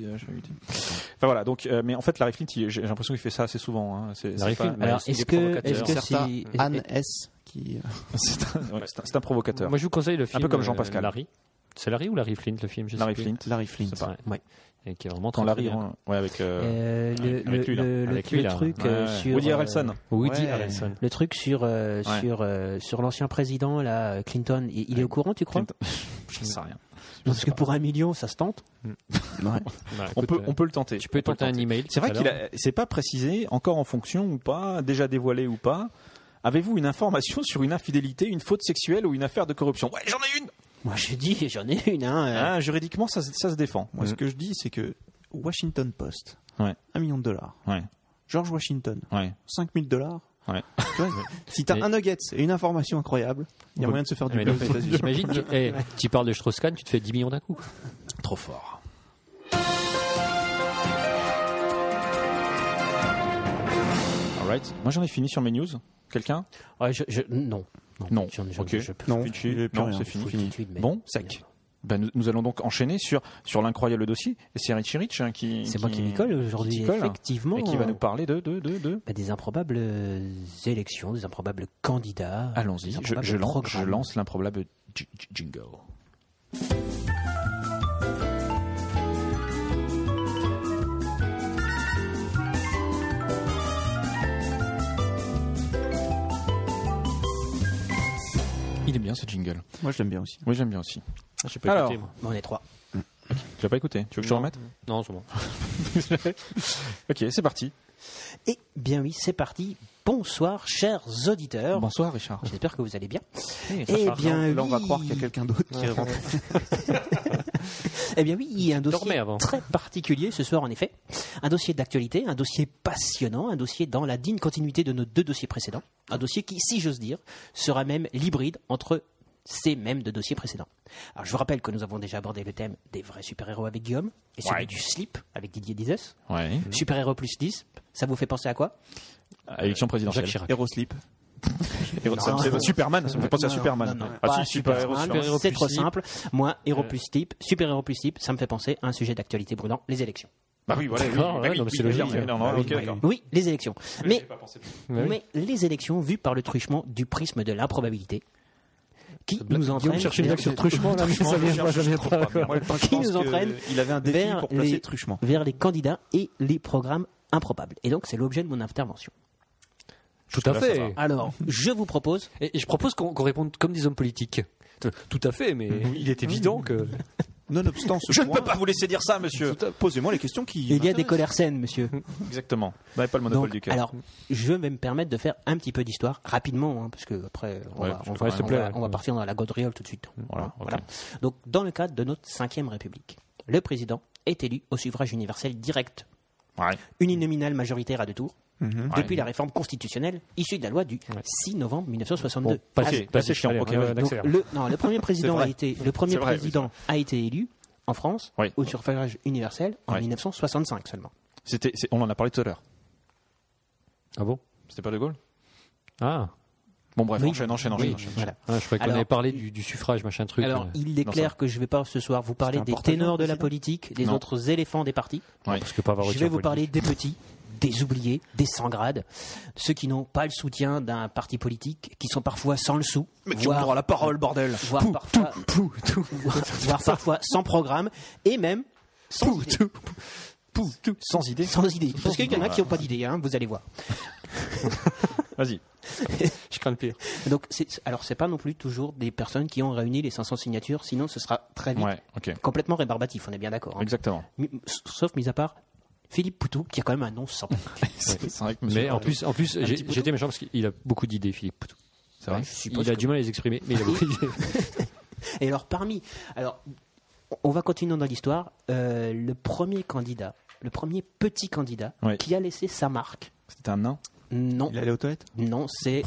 [SPEAKER 1] Enfin voilà, donc, euh, mais en fait, Larry Flint, il- j'ai j'ai l'impression qu'il fait ça assez souvent. hein. C'est
[SPEAKER 2] Larry
[SPEAKER 1] c'est pas-
[SPEAKER 2] Flint,
[SPEAKER 4] Alors
[SPEAKER 2] c'est des
[SPEAKER 4] est-ce que est-ce
[SPEAKER 2] provocateurs.
[SPEAKER 4] que
[SPEAKER 3] Certains,
[SPEAKER 4] si
[SPEAKER 3] Anne S. qui. euh,
[SPEAKER 1] c'est un, ouais, c'est un- c'est un provocateur.
[SPEAKER 2] Moi, je vous conseille le film.
[SPEAKER 1] peu comme
[SPEAKER 2] euh,
[SPEAKER 1] Jean-Pascal.
[SPEAKER 2] Larry. C'est Larry ou Larry Flint le film je sais
[SPEAKER 1] Larry
[SPEAKER 2] plus.
[SPEAKER 1] Flint.
[SPEAKER 3] Larry Flint.
[SPEAKER 2] C'est vrai.
[SPEAKER 4] Ouais.
[SPEAKER 2] Et qui est vraiment
[SPEAKER 1] Quand
[SPEAKER 2] très, très
[SPEAKER 1] Larry.
[SPEAKER 2] bien.
[SPEAKER 1] rend- Ouais, avec. euh,
[SPEAKER 4] euh, le,
[SPEAKER 1] Avec lui, là.
[SPEAKER 4] le- le-
[SPEAKER 2] Avec lui,
[SPEAKER 4] le
[SPEAKER 2] là.
[SPEAKER 4] truc euh,
[SPEAKER 1] ouais,
[SPEAKER 4] sur
[SPEAKER 1] Woody
[SPEAKER 4] euh,
[SPEAKER 1] Harrelson.
[SPEAKER 2] Woody
[SPEAKER 3] Ouais.
[SPEAKER 2] Harrelson.
[SPEAKER 4] Le truc sur, euh,
[SPEAKER 1] Ouais.
[SPEAKER 4] sur, euh, sur l'ancien président, là, euh, Clinton, il, il est au courant, tu crois
[SPEAKER 1] Clinton. J'en sais rien.
[SPEAKER 4] Parce que pour un million, ça se tente.
[SPEAKER 2] Bah,
[SPEAKER 1] On
[SPEAKER 2] écoute,
[SPEAKER 1] peut, on peut le tenter.
[SPEAKER 2] Tu peux
[SPEAKER 1] On peut
[SPEAKER 2] tenter
[SPEAKER 1] le
[SPEAKER 2] un email.
[SPEAKER 1] euh, C'est vrai
[SPEAKER 2] tout à
[SPEAKER 1] qu'il
[SPEAKER 2] l'heure.
[SPEAKER 1] a- c'est pas précisé encore en fonction ou pas, déjà dévoilé ou pas. Avez-vous une information sur une infidélité, une faute sexuelle ou une affaire de corruption Ouais, j'en ai une.
[SPEAKER 4] Moi, je dis, j'en ai une. Hein, euh,
[SPEAKER 1] Ah, juridiquement, ça, se- ça se défend.
[SPEAKER 3] Moi, ce que je dis, c'est que Washington Post,
[SPEAKER 1] Ouais.
[SPEAKER 3] 1 million de dollars.
[SPEAKER 1] Ouais,
[SPEAKER 3] George Washington,
[SPEAKER 1] ouais,
[SPEAKER 3] 5000 dollars.
[SPEAKER 1] ouais.
[SPEAKER 3] Tu vois, si t'as
[SPEAKER 2] Mais-
[SPEAKER 3] un nugget et une information incroyable, il y a moyen de se faire du
[SPEAKER 2] Mais
[SPEAKER 3] blé
[SPEAKER 2] non,
[SPEAKER 3] aux États-Unis.
[SPEAKER 2] J'imagine, tu, eh, tu parles de Strauss-Kahn, tu te fais 10 millions d'un coup.
[SPEAKER 1] Trop fort. Alright. Moi, j'en ai fini sur mes news. Quelqu'un
[SPEAKER 4] ouais, je- je- non.
[SPEAKER 1] Non.
[SPEAKER 4] j'en ai- j'en ai-
[SPEAKER 1] Ok.
[SPEAKER 4] je peux-
[SPEAKER 3] Non,
[SPEAKER 1] Pitchy.
[SPEAKER 3] il y a plus
[SPEAKER 1] Non,
[SPEAKER 3] rien.
[SPEAKER 1] c'est fini.
[SPEAKER 4] faut tout de suite, mais-
[SPEAKER 1] Bon, sec. Ben, nous, nous allons donc enchaîner sur, sur l'incroyable dossier. Et c'est Richie Rich hein, qui.
[SPEAKER 4] C'est moi qui m'y colle aujourd'hui,
[SPEAKER 1] qui t'y colle, hein.
[SPEAKER 4] effectivement. hein.
[SPEAKER 1] Et qui va nous parler de. de, de, de...
[SPEAKER 4] Bah, des improbables euh, élections, des improbables candidats.
[SPEAKER 1] Allons-y.
[SPEAKER 4] des
[SPEAKER 1] Je,
[SPEAKER 4] improbables
[SPEAKER 1] je lance, je
[SPEAKER 4] programmes.
[SPEAKER 1] lance l'improbable j- j- jingle. Il est bien ce jingle.
[SPEAKER 3] Moi, je l'aime bien aussi.
[SPEAKER 1] Oui, j'aime bien aussi.
[SPEAKER 4] Ah,
[SPEAKER 2] J'ai
[SPEAKER 1] pas écouté, moi.
[SPEAKER 4] Bon, on est trois.
[SPEAKER 1] Tu l'as pas écouté Tu veux que je te remette
[SPEAKER 2] Non, c'est bon.
[SPEAKER 1] Ok, c'est parti.
[SPEAKER 4] Eh bien oui, c'est parti. Bonsoir, chers auditeurs.
[SPEAKER 1] Bonsoir Richard.
[SPEAKER 4] J'espère que vous allez bien.
[SPEAKER 1] ça hein.
[SPEAKER 4] eh bien,
[SPEAKER 3] Là, on va
[SPEAKER 4] oui.
[SPEAKER 3] croire qu'il y a quelqu'un d'autre qui est rentré.
[SPEAKER 4] Eh bien oui, il y a un dossier
[SPEAKER 2] dormais avant.
[SPEAKER 4] très particulier ce soir en effet. Un dossier d'actualité, un dossier passionnant, un dossier dans la digne continuité de nos deux dossiers précédents. Un dossier qui, si j'ose dire, sera même l'hybride entre ces mêmes deux dossiers précédents. Alors je vous rappelle que nous avons déjà abordé le thème des vrais super-héros avec Guillaume et celui
[SPEAKER 1] Ouais. Mhm.
[SPEAKER 4] du slip avec Didier Dizes.
[SPEAKER 1] Ouais.
[SPEAKER 4] Super-héros plus 10, ça vous fait penser à quoi
[SPEAKER 1] Ah, Élection présidentielle.
[SPEAKER 2] Jacques Chirac.
[SPEAKER 3] Aeroslip.
[SPEAKER 1] Héros- ça me
[SPEAKER 4] Non.
[SPEAKER 1] fait- Superman, ça me fait penser à
[SPEAKER 4] Non,
[SPEAKER 1] Superman.
[SPEAKER 4] non, non,
[SPEAKER 1] ah
[SPEAKER 4] pas
[SPEAKER 1] si, super héros.
[SPEAKER 4] Superman,
[SPEAKER 1] super héros.
[SPEAKER 4] C'est
[SPEAKER 2] plus
[SPEAKER 4] trop
[SPEAKER 2] type.
[SPEAKER 4] simple. Moi,
[SPEAKER 1] Euh.
[SPEAKER 4] héros plus type, super héros plus type, ça me fait penser à un sujet d'actualité brûlant, les élections.
[SPEAKER 1] Bah oui, voilà.
[SPEAKER 2] D'accord,
[SPEAKER 1] oui,
[SPEAKER 2] ouais,
[SPEAKER 1] bah oui,
[SPEAKER 2] non, mais c'est
[SPEAKER 1] oui,
[SPEAKER 2] logique. bah
[SPEAKER 1] oui, non, non, ok, d'accord.
[SPEAKER 4] Oui, les élections. Mais,
[SPEAKER 2] Mais oui.
[SPEAKER 4] mais les élections vues par le truchement du prisme de l'improbabilité, qui
[SPEAKER 2] Blague-
[SPEAKER 4] nous entraîne
[SPEAKER 2] Guillaume cherche une blague sur Truchement, là, mais ça vient pas, ça vient pas, quoi.
[SPEAKER 3] Moi, je
[SPEAKER 4] Qui
[SPEAKER 3] pense
[SPEAKER 4] nous
[SPEAKER 3] que
[SPEAKER 4] entraîne
[SPEAKER 3] Il avait un défi
[SPEAKER 4] vers
[SPEAKER 3] pour placer
[SPEAKER 4] les-
[SPEAKER 3] Truchement.
[SPEAKER 4] vers les candidats et les programmes improbables. Et donc, c'est l'objet de mon intervention.
[SPEAKER 2] Tout à
[SPEAKER 1] Là, ça va.
[SPEAKER 2] fait.
[SPEAKER 4] Alors, je vous propose
[SPEAKER 2] Et, et je propose qu'on qu'on réponde comme des hommes politiques. Tout à fait, mais il est évident que.
[SPEAKER 3] Nonobstant ce
[SPEAKER 1] Je ne
[SPEAKER 3] point,
[SPEAKER 1] peux pas vous laisser dire ça, monsieur.
[SPEAKER 3] tout à- posez-moi les questions qui.
[SPEAKER 4] il y a des
[SPEAKER 3] m'intéressent.
[SPEAKER 4] colères saines, monsieur.
[SPEAKER 1] Exactement. Vous n'avez pas le monopole
[SPEAKER 4] Donc,
[SPEAKER 1] du cœur.
[SPEAKER 4] Alors, je vais me permettre de faire un petit peu d'histoire rapidement, hein, parce que après, on,
[SPEAKER 1] Ouais,
[SPEAKER 4] va,
[SPEAKER 1] parce que
[SPEAKER 4] on,
[SPEAKER 1] quand
[SPEAKER 4] va,
[SPEAKER 1] même,
[SPEAKER 4] on
[SPEAKER 2] plaît,
[SPEAKER 4] va-
[SPEAKER 2] ouais. Mmh,
[SPEAKER 4] on va partir dans la gaudriole tout de suite.
[SPEAKER 1] Voilà, ok.
[SPEAKER 4] Donc, dans le cadre de notre 5ème République, le président est élu au suffrage universel direct,
[SPEAKER 1] Ouais.
[SPEAKER 4] uninominal majoritaire à deux tours, depuis
[SPEAKER 1] Mhm. Ouais.
[SPEAKER 4] la réforme constitutionnelle issue de la loi du 6 novembre 1962.
[SPEAKER 2] Bon, pas
[SPEAKER 4] Ah,
[SPEAKER 1] Ok, là, c'est chiant. Ok, ouais,
[SPEAKER 4] Donc,
[SPEAKER 2] d'accélère.
[SPEAKER 4] le, non, le premier président
[SPEAKER 3] vrai.
[SPEAKER 4] a été le premier
[SPEAKER 1] C'est vrai, oui,
[SPEAKER 4] président a été élu en France
[SPEAKER 1] Oui.
[SPEAKER 4] au suffrage universel en
[SPEAKER 1] Ouais.
[SPEAKER 4] 1965 seulement.
[SPEAKER 1] C'était, c'est- on en a parlé tout à l'heure.
[SPEAKER 2] Ah bon
[SPEAKER 1] C'était pas De Gaulle
[SPEAKER 2] Ah,
[SPEAKER 1] Bon bref,
[SPEAKER 4] Oui.
[SPEAKER 1] enchaîne, enchaîne,
[SPEAKER 4] Oui,
[SPEAKER 1] enchaîne. enchaîne.
[SPEAKER 4] voilà.
[SPEAKER 2] Ah, je croyais qu'on
[SPEAKER 4] Alors-
[SPEAKER 2] avait parlé du, du suffrage, machin truc.
[SPEAKER 4] Alors,
[SPEAKER 2] euh,
[SPEAKER 4] il est
[SPEAKER 1] Non,
[SPEAKER 4] clair que je ne vais pas ce soir vous parler
[SPEAKER 3] un
[SPEAKER 4] des
[SPEAKER 3] porte-avions,
[SPEAKER 4] ténors de la
[SPEAKER 3] président
[SPEAKER 4] politique, des
[SPEAKER 1] Non.
[SPEAKER 4] autres éléphants des partis.
[SPEAKER 1] Ouais.
[SPEAKER 2] parce que pas avoir
[SPEAKER 4] Je
[SPEAKER 2] été
[SPEAKER 4] vais
[SPEAKER 2] en
[SPEAKER 4] vous parler
[SPEAKER 2] politique.
[SPEAKER 4] des petits, des oubliés, des sans grades, ceux qui n'ont pas le soutien d'un parti politique, qui sont parfois sans le sou, voire, euh,
[SPEAKER 3] la parole, bordel.
[SPEAKER 4] voire parfois, voire- voire parfois sans programme, et même sans idée.
[SPEAKER 1] Sans idée.
[SPEAKER 4] Sans idée. Parce qu'il y en a qui n'ont pas d'idée, hein, vous allez voir.
[SPEAKER 1] Vas-y.
[SPEAKER 2] Je crains le pire.
[SPEAKER 4] Donc, c'est- alors, c'est pas non plus toujours des personnes qui ont réuni les 500 signatures, sinon ce sera très vite
[SPEAKER 1] Ouais, ok.
[SPEAKER 4] complètement rébarbatif, on est bien d'accord. hein.
[SPEAKER 1] Exactement.
[SPEAKER 4] Mi- Sauf mis à part Philippe Poutou, qui a quand même un nom sans.
[SPEAKER 1] C'est c'est vrai que monsieur-
[SPEAKER 2] Mais
[SPEAKER 4] euh,
[SPEAKER 2] en plus, en plus, j'ai- j'étais méchant parce qu'il a beaucoup d'idées, Philippe. Poutou.
[SPEAKER 1] c'est vrai.
[SPEAKER 4] suppose
[SPEAKER 2] Il a
[SPEAKER 4] que-
[SPEAKER 2] du mal à les exprimer, mais il a beaucoup d'idées.
[SPEAKER 4] Et alors, parmi. Alors, on va continuer dans l'histoire. Euh, le premier candidat, le premier petit candidat
[SPEAKER 1] Oui.
[SPEAKER 4] qui a laissé sa marque,
[SPEAKER 1] C'était un nain.
[SPEAKER 4] non,
[SPEAKER 3] Il allait aux toilettes
[SPEAKER 4] non, c'est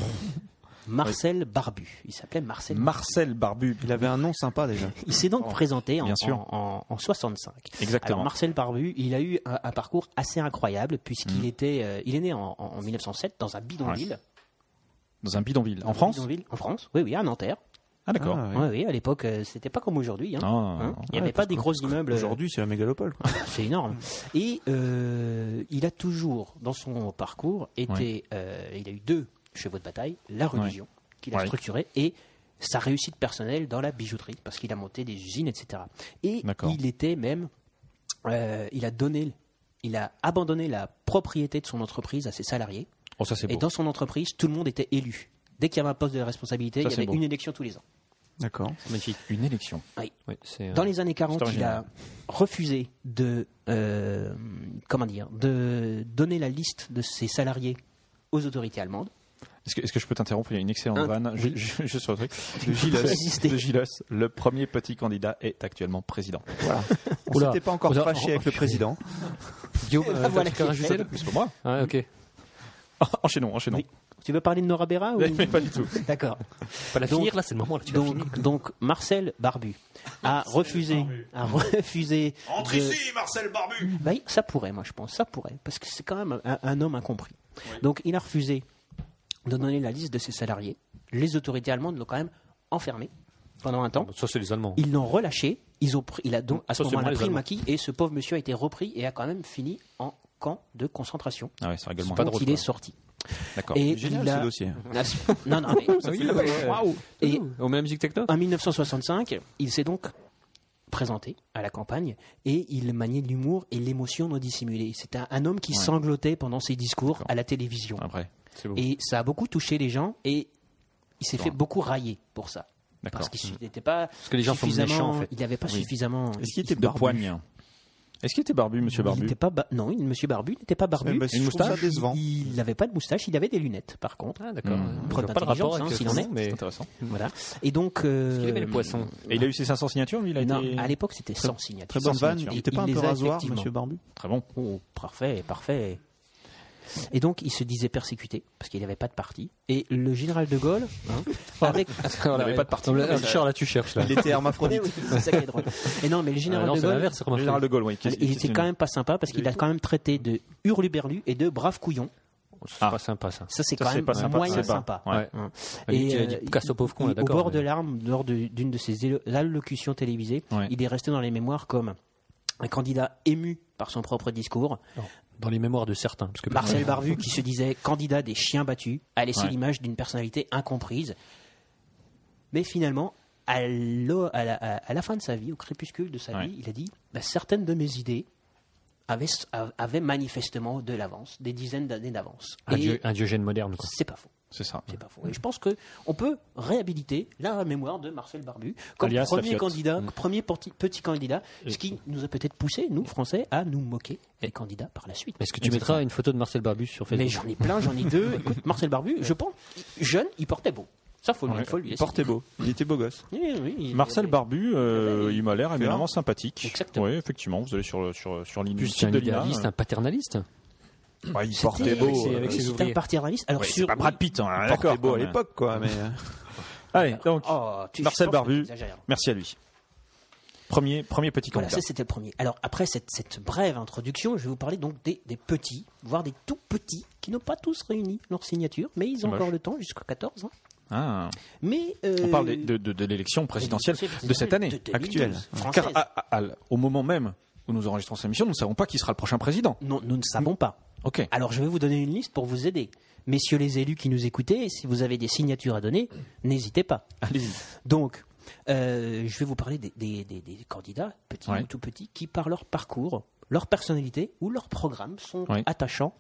[SPEAKER 4] Marcel Barbu. Il s'appelait Marcel
[SPEAKER 1] Marcel Barbu.
[SPEAKER 3] Il avait un nom sympa déjà.
[SPEAKER 4] Il s'est donc présenté en,
[SPEAKER 1] Oh, Bien sûr.
[SPEAKER 4] en, en- en 65.
[SPEAKER 1] Exactement.
[SPEAKER 4] Alors, Marcel Barbu, il a eu un, un parcours assez incroyable
[SPEAKER 1] Mm.
[SPEAKER 4] puisqu'il était, euh, il est né en, en- en 1907 dans un bidonville.
[SPEAKER 1] Dans un bidonville. En France
[SPEAKER 4] Bidonville, En France, oui, oui, à Nanterre.
[SPEAKER 1] Ah d'accord. Ah.
[SPEAKER 3] Ah, oui.
[SPEAKER 4] Oui, oui, à l'époque, euh, c'était pas comme aujourd'hui. hein.
[SPEAKER 1] Non, non,
[SPEAKER 4] Hein
[SPEAKER 1] non.
[SPEAKER 4] Il n'y avait
[SPEAKER 3] Ouais,
[SPEAKER 4] pas
[SPEAKER 3] parce
[SPEAKER 4] des gros immeubles. euh,
[SPEAKER 3] Aujourd'hui, c'est la mégalopole. quoi.
[SPEAKER 4] C'est énorme. Et euh, il a toujours, dans son parcours, été,
[SPEAKER 1] Ouais.
[SPEAKER 4] euh, il a eu deux chevaux de bataille, la religion qu'il a
[SPEAKER 1] Ouais.
[SPEAKER 4] structurée et sa réussite personnelle dans la bijouterie, parce qu'il a monté des usines, etc. Et
[SPEAKER 1] D'accord.
[SPEAKER 4] il était même, euh, il a donné, il a abandonné la propriété de son entreprise à ses salariés.
[SPEAKER 1] Oh ça c'est
[SPEAKER 4] Et
[SPEAKER 1] beau.
[SPEAKER 4] dans son entreprise, tout le monde était élu. Dès qu'il y avait un poste de responsabilité,
[SPEAKER 1] Ça,
[SPEAKER 4] il y
[SPEAKER 1] c'est
[SPEAKER 4] avait
[SPEAKER 1] beau.
[SPEAKER 4] une élection tous les ans.
[SPEAKER 3] D'accord.
[SPEAKER 2] Magnifique.
[SPEAKER 1] Une élection.
[SPEAKER 4] Oui.
[SPEAKER 2] Ouais, c'est, euh,
[SPEAKER 4] Dans les années 40, il
[SPEAKER 1] original.
[SPEAKER 4] a refusé de, euh, comment dire, de donner la liste de ses salariés aux autorités allemandes.
[SPEAKER 1] Est-ce que, est-ce que je peux t'interrompre Il y a une excellente
[SPEAKER 4] Hein
[SPEAKER 1] vanne ju- ju- juste sur le truc. De Gilles,
[SPEAKER 4] Résister.
[SPEAKER 1] de Gilles, le premier petit candidat est actuellement président.
[SPEAKER 3] Voilà. On
[SPEAKER 2] Oula.
[SPEAKER 3] s'était pas encore
[SPEAKER 2] Oula.
[SPEAKER 3] fâché avec le président.
[SPEAKER 2] Guillaume, euh,
[SPEAKER 4] Ah,
[SPEAKER 2] t'as
[SPEAKER 4] voilà
[SPEAKER 2] un truc à
[SPEAKER 4] qui est
[SPEAKER 2] rajouter là
[SPEAKER 1] C'est pour moi.
[SPEAKER 2] Ah, ok.
[SPEAKER 1] Enchaînons, enchaînons.
[SPEAKER 4] Oui. Tu veux parler de Nora Berra ou...
[SPEAKER 1] Mais pas du tout.
[SPEAKER 4] D'accord.
[SPEAKER 2] Pas la
[SPEAKER 4] Donc-
[SPEAKER 2] finir là, c'est le moment là. Tu vas finir.
[SPEAKER 4] Donc, donc Marcel Barbu a refusé, a refusé.
[SPEAKER 7] Entre
[SPEAKER 4] de-
[SPEAKER 7] ici, Marcel Barbu
[SPEAKER 4] Bah, ça pourrait, moi je pense, ça pourrait, parce que c'est quand même un, un homme incompris. Donc il a refusé de donner la liste de ses salariés. Les autorités allemandes l'ont quand même enfermé pendant un temps.
[SPEAKER 2] Ça, c'est les Allemands.
[SPEAKER 4] Ils l'ont relâché. Ils ont pris- il a donc à ce
[SPEAKER 2] Mm. Ça, c'est moi,
[SPEAKER 4] moment-là
[SPEAKER 2] les
[SPEAKER 4] pris le
[SPEAKER 2] Allemands.
[SPEAKER 4] maquis et ce pauvre monsieur a été repris et a quand même fini en camp de concentration.
[SPEAKER 1] Ah ouais, ça rigole moins.
[SPEAKER 4] dont il est
[SPEAKER 1] quoi.
[SPEAKER 4] sorti.
[SPEAKER 1] D'accord.
[SPEAKER 4] Et
[SPEAKER 3] Génial
[SPEAKER 4] il a- Ah,
[SPEAKER 3] ce dossier.
[SPEAKER 4] Non, non, mais-
[SPEAKER 2] Waouh
[SPEAKER 4] Et-
[SPEAKER 2] On met la musique techno
[SPEAKER 4] En 1965, il s'est donc présenté à la campagne et il maniait l'humour et l'émotion non dissimulée. C'est un, un homme qui sanglotait pendant ses discours à la télévision.
[SPEAKER 2] Ah,
[SPEAKER 1] Après. C'est beau.
[SPEAKER 4] Et ça a beaucoup touché les gens et il s'est fait beaucoup railler pour ça.
[SPEAKER 1] D'accord.
[SPEAKER 4] Parce qu'il n'était pas
[SPEAKER 2] que Mm. les gens sont
[SPEAKER 4] suffisamment,
[SPEAKER 2] méchants, en fait.
[SPEAKER 4] il n'avait pas suffisamment.
[SPEAKER 3] Est-ce qu'il
[SPEAKER 4] il-
[SPEAKER 3] était
[SPEAKER 1] De
[SPEAKER 3] barbu
[SPEAKER 1] poigne. Est-ce qu'il était barbu, monsieur
[SPEAKER 4] il
[SPEAKER 1] Barbu
[SPEAKER 4] n'était pas ba- Non, il- Monsieur Barbu n'était pas barbu.
[SPEAKER 3] Eh ben, je
[SPEAKER 1] Une
[SPEAKER 3] trouve ça
[SPEAKER 1] moustache
[SPEAKER 3] décevant.
[SPEAKER 4] Il n'avait pas de moustache, il avait des lunettes, par contre.
[SPEAKER 2] Ah, d'accord.
[SPEAKER 1] Hmm.
[SPEAKER 2] Je vois
[SPEAKER 4] Preuve
[SPEAKER 2] pas le rapport
[SPEAKER 4] d'intelligence,
[SPEAKER 2] avec
[SPEAKER 4] hein,
[SPEAKER 2] ce
[SPEAKER 4] s'il en
[SPEAKER 2] qu'on
[SPEAKER 4] est.
[SPEAKER 2] mais-
[SPEAKER 1] C'est intéressant.
[SPEAKER 4] Voilà. Et donc. euh,
[SPEAKER 2] Il aimait les poissons.
[SPEAKER 1] Et il a eu ses 500 signatures, lui Il a
[SPEAKER 4] non,
[SPEAKER 1] été.
[SPEAKER 4] à l'époque, c'était sans signature.
[SPEAKER 3] Très bonne
[SPEAKER 4] Sans
[SPEAKER 3] vanne.
[SPEAKER 4] signature.
[SPEAKER 3] Il était pas un
[SPEAKER 4] les
[SPEAKER 3] peu
[SPEAKER 4] a
[SPEAKER 3] rasoir,
[SPEAKER 4] effectivement.
[SPEAKER 3] monsieur Barbu
[SPEAKER 1] Très bon.
[SPEAKER 4] Oh, parfait, parfait. Et donc, il se disait persécuté parce qu'il n'avait pas de parti. Et le général de Gaulle, hein,
[SPEAKER 1] Oh,
[SPEAKER 4] avec.
[SPEAKER 2] On
[SPEAKER 1] n'avait pas de parti.
[SPEAKER 2] Là, Richard, là, tu cherches. Là.
[SPEAKER 3] Il était
[SPEAKER 4] Eh
[SPEAKER 3] hermaphrodite.
[SPEAKER 4] oui, c'est ça qui est drôle. Et non, mais le
[SPEAKER 2] Ah,
[SPEAKER 4] général
[SPEAKER 2] non,
[SPEAKER 4] de
[SPEAKER 2] c'est
[SPEAKER 4] Gaulle,
[SPEAKER 2] l'inverse. c'est
[SPEAKER 1] Le
[SPEAKER 2] remarqué.
[SPEAKER 1] général de Gaulle, oui. qu'est-ce-
[SPEAKER 4] il
[SPEAKER 1] qu'est-ce
[SPEAKER 4] était
[SPEAKER 1] qu'il-
[SPEAKER 4] quand même pas sympa parce qu'il a quand même traité de hurluberlu et de brave couillon.
[SPEAKER 2] C'est
[SPEAKER 1] Ah.
[SPEAKER 2] pas sympa, ça.
[SPEAKER 4] Ça, c'est
[SPEAKER 1] Ça,
[SPEAKER 4] quand
[SPEAKER 1] c'est
[SPEAKER 4] même
[SPEAKER 1] pas sympa,
[SPEAKER 4] moyen
[SPEAKER 1] c'est pas.
[SPEAKER 4] sympa.
[SPEAKER 1] Ouais.
[SPEAKER 4] Hein.
[SPEAKER 2] Ah, lui, tu l'as
[SPEAKER 4] euh,
[SPEAKER 2] dit, casse au pauvre con, là,
[SPEAKER 4] il- Au
[SPEAKER 2] d'accord,
[SPEAKER 4] bord
[SPEAKER 2] mais-
[SPEAKER 4] de l'arme, lors de- d'une de ses élo- allocutions télévisées,
[SPEAKER 1] Ouais.
[SPEAKER 4] il est resté dans les mémoires comme un candidat ému par son propre discours,
[SPEAKER 2] Dans les mémoires de certains. Parce que
[SPEAKER 4] Marcel Barbu, qui se disait candidat des chiens battus, a laissé
[SPEAKER 1] Ouais.
[SPEAKER 4] l'image d'une personnalité incomprise. Mais finalement, à, l'o- à la, à- à la fin de sa vie, au crépuscule de sa
[SPEAKER 1] Ouais.
[SPEAKER 4] vie, il a dit Bah, certaines de mes idées avaient, s- a- avaient manifestement de l'avance, des dizaines d'années d'avance.
[SPEAKER 2] Un,
[SPEAKER 4] Et
[SPEAKER 2] dieu, un diogène moderne, quoi.
[SPEAKER 4] c'est pas faux.
[SPEAKER 1] C'est ça.
[SPEAKER 4] C'est pas faux. Et je pense que on peut réhabiliter la mémoire de Marcel Barbu comme
[SPEAKER 1] Alias la
[SPEAKER 4] premier
[SPEAKER 1] fiotte.
[SPEAKER 4] candidat, premier porti- petit candidat, ce qui nous a peut-être poussé, nous Français, à nous moquer des candidats par la suite.
[SPEAKER 2] Est-ce que tu mettras une photo de Marcel Barbu sur Facebook
[SPEAKER 4] Mais j'en ai plein, j'en ai deux. Écoute, Marcel Barbu, je pense, jeune, il portait beau. Ça, faut lui, faut lui
[SPEAKER 3] Il
[SPEAKER 4] laisser.
[SPEAKER 3] portait beau. Il était beau gosse.
[SPEAKER 4] Oui, oui, il-
[SPEAKER 1] Marcel Barbu, euh, il m'a l'air éminemment sympathique.
[SPEAKER 4] Exactement.
[SPEAKER 1] Oui, effectivement. Vous allez sur, le- sur, sur l'île- le
[SPEAKER 2] Plus,
[SPEAKER 1] site
[SPEAKER 2] c'est un
[SPEAKER 1] de euh. l'INA.
[SPEAKER 2] idéaliste, un paternaliste.
[SPEAKER 1] Ouais, il
[SPEAKER 4] C'était-
[SPEAKER 1] portait beau.
[SPEAKER 2] ses-
[SPEAKER 1] euh,
[SPEAKER 2] avec ses
[SPEAKER 4] c'était
[SPEAKER 2] ouvriers.
[SPEAKER 4] un parti réaliste. Alors
[SPEAKER 1] ouais, c'est
[SPEAKER 4] sur
[SPEAKER 1] pas Brad Pitt, hein,
[SPEAKER 3] Il
[SPEAKER 1] d'accord.
[SPEAKER 3] portait beau à
[SPEAKER 1] Ouais.
[SPEAKER 3] l'époque, quoi. Mais euh,
[SPEAKER 1] Allez, donc,
[SPEAKER 4] Oh, tu- je
[SPEAKER 1] Marcel
[SPEAKER 4] pense que
[SPEAKER 1] Barbu.
[SPEAKER 4] t'exagères.
[SPEAKER 1] merci à lui. Premier, premier petit
[SPEAKER 4] Voilà,
[SPEAKER 1] candidat.
[SPEAKER 4] ça c'était le premier. Alors après cette, cette brève introduction, je vais vous parler donc des, des petits, voire des tout petits, qui n'ont pas tous réuni leur signature, mais ils ont
[SPEAKER 1] Dommage.
[SPEAKER 4] encore le temps jusqu'au 14. hein.
[SPEAKER 1] Ah.
[SPEAKER 4] Mais euh,
[SPEAKER 1] On parle de, de- de- de l'élection présidentielle de cette année.
[SPEAKER 4] de 2012,
[SPEAKER 3] actuelle.
[SPEAKER 4] française.
[SPEAKER 1] Car à- à- à- au moment même où nous enregistrons cette émission, nous ne savons pas qui sera le prochain président.
[SPEAKER 4] Non, nous ne savons pas.
[SPEAKER 1] Ok.
[SPEAKER 4] Alors je vais vous donner une liste pour vous aider. Messieurs les élus qui nous écoutez, si vous avez des signatures à donner, n'hésitez pas. Donc, euh, je vais vous parler des, des- des- des candidats, petits
[SPEAKER 1] Ouais.
[SPEAKER 4] ou tout petits, qui par leur parcours, leur personnalité ou leur programme sont
[SPEAKER 1] Ouais.
[SPEAKER 4] attachants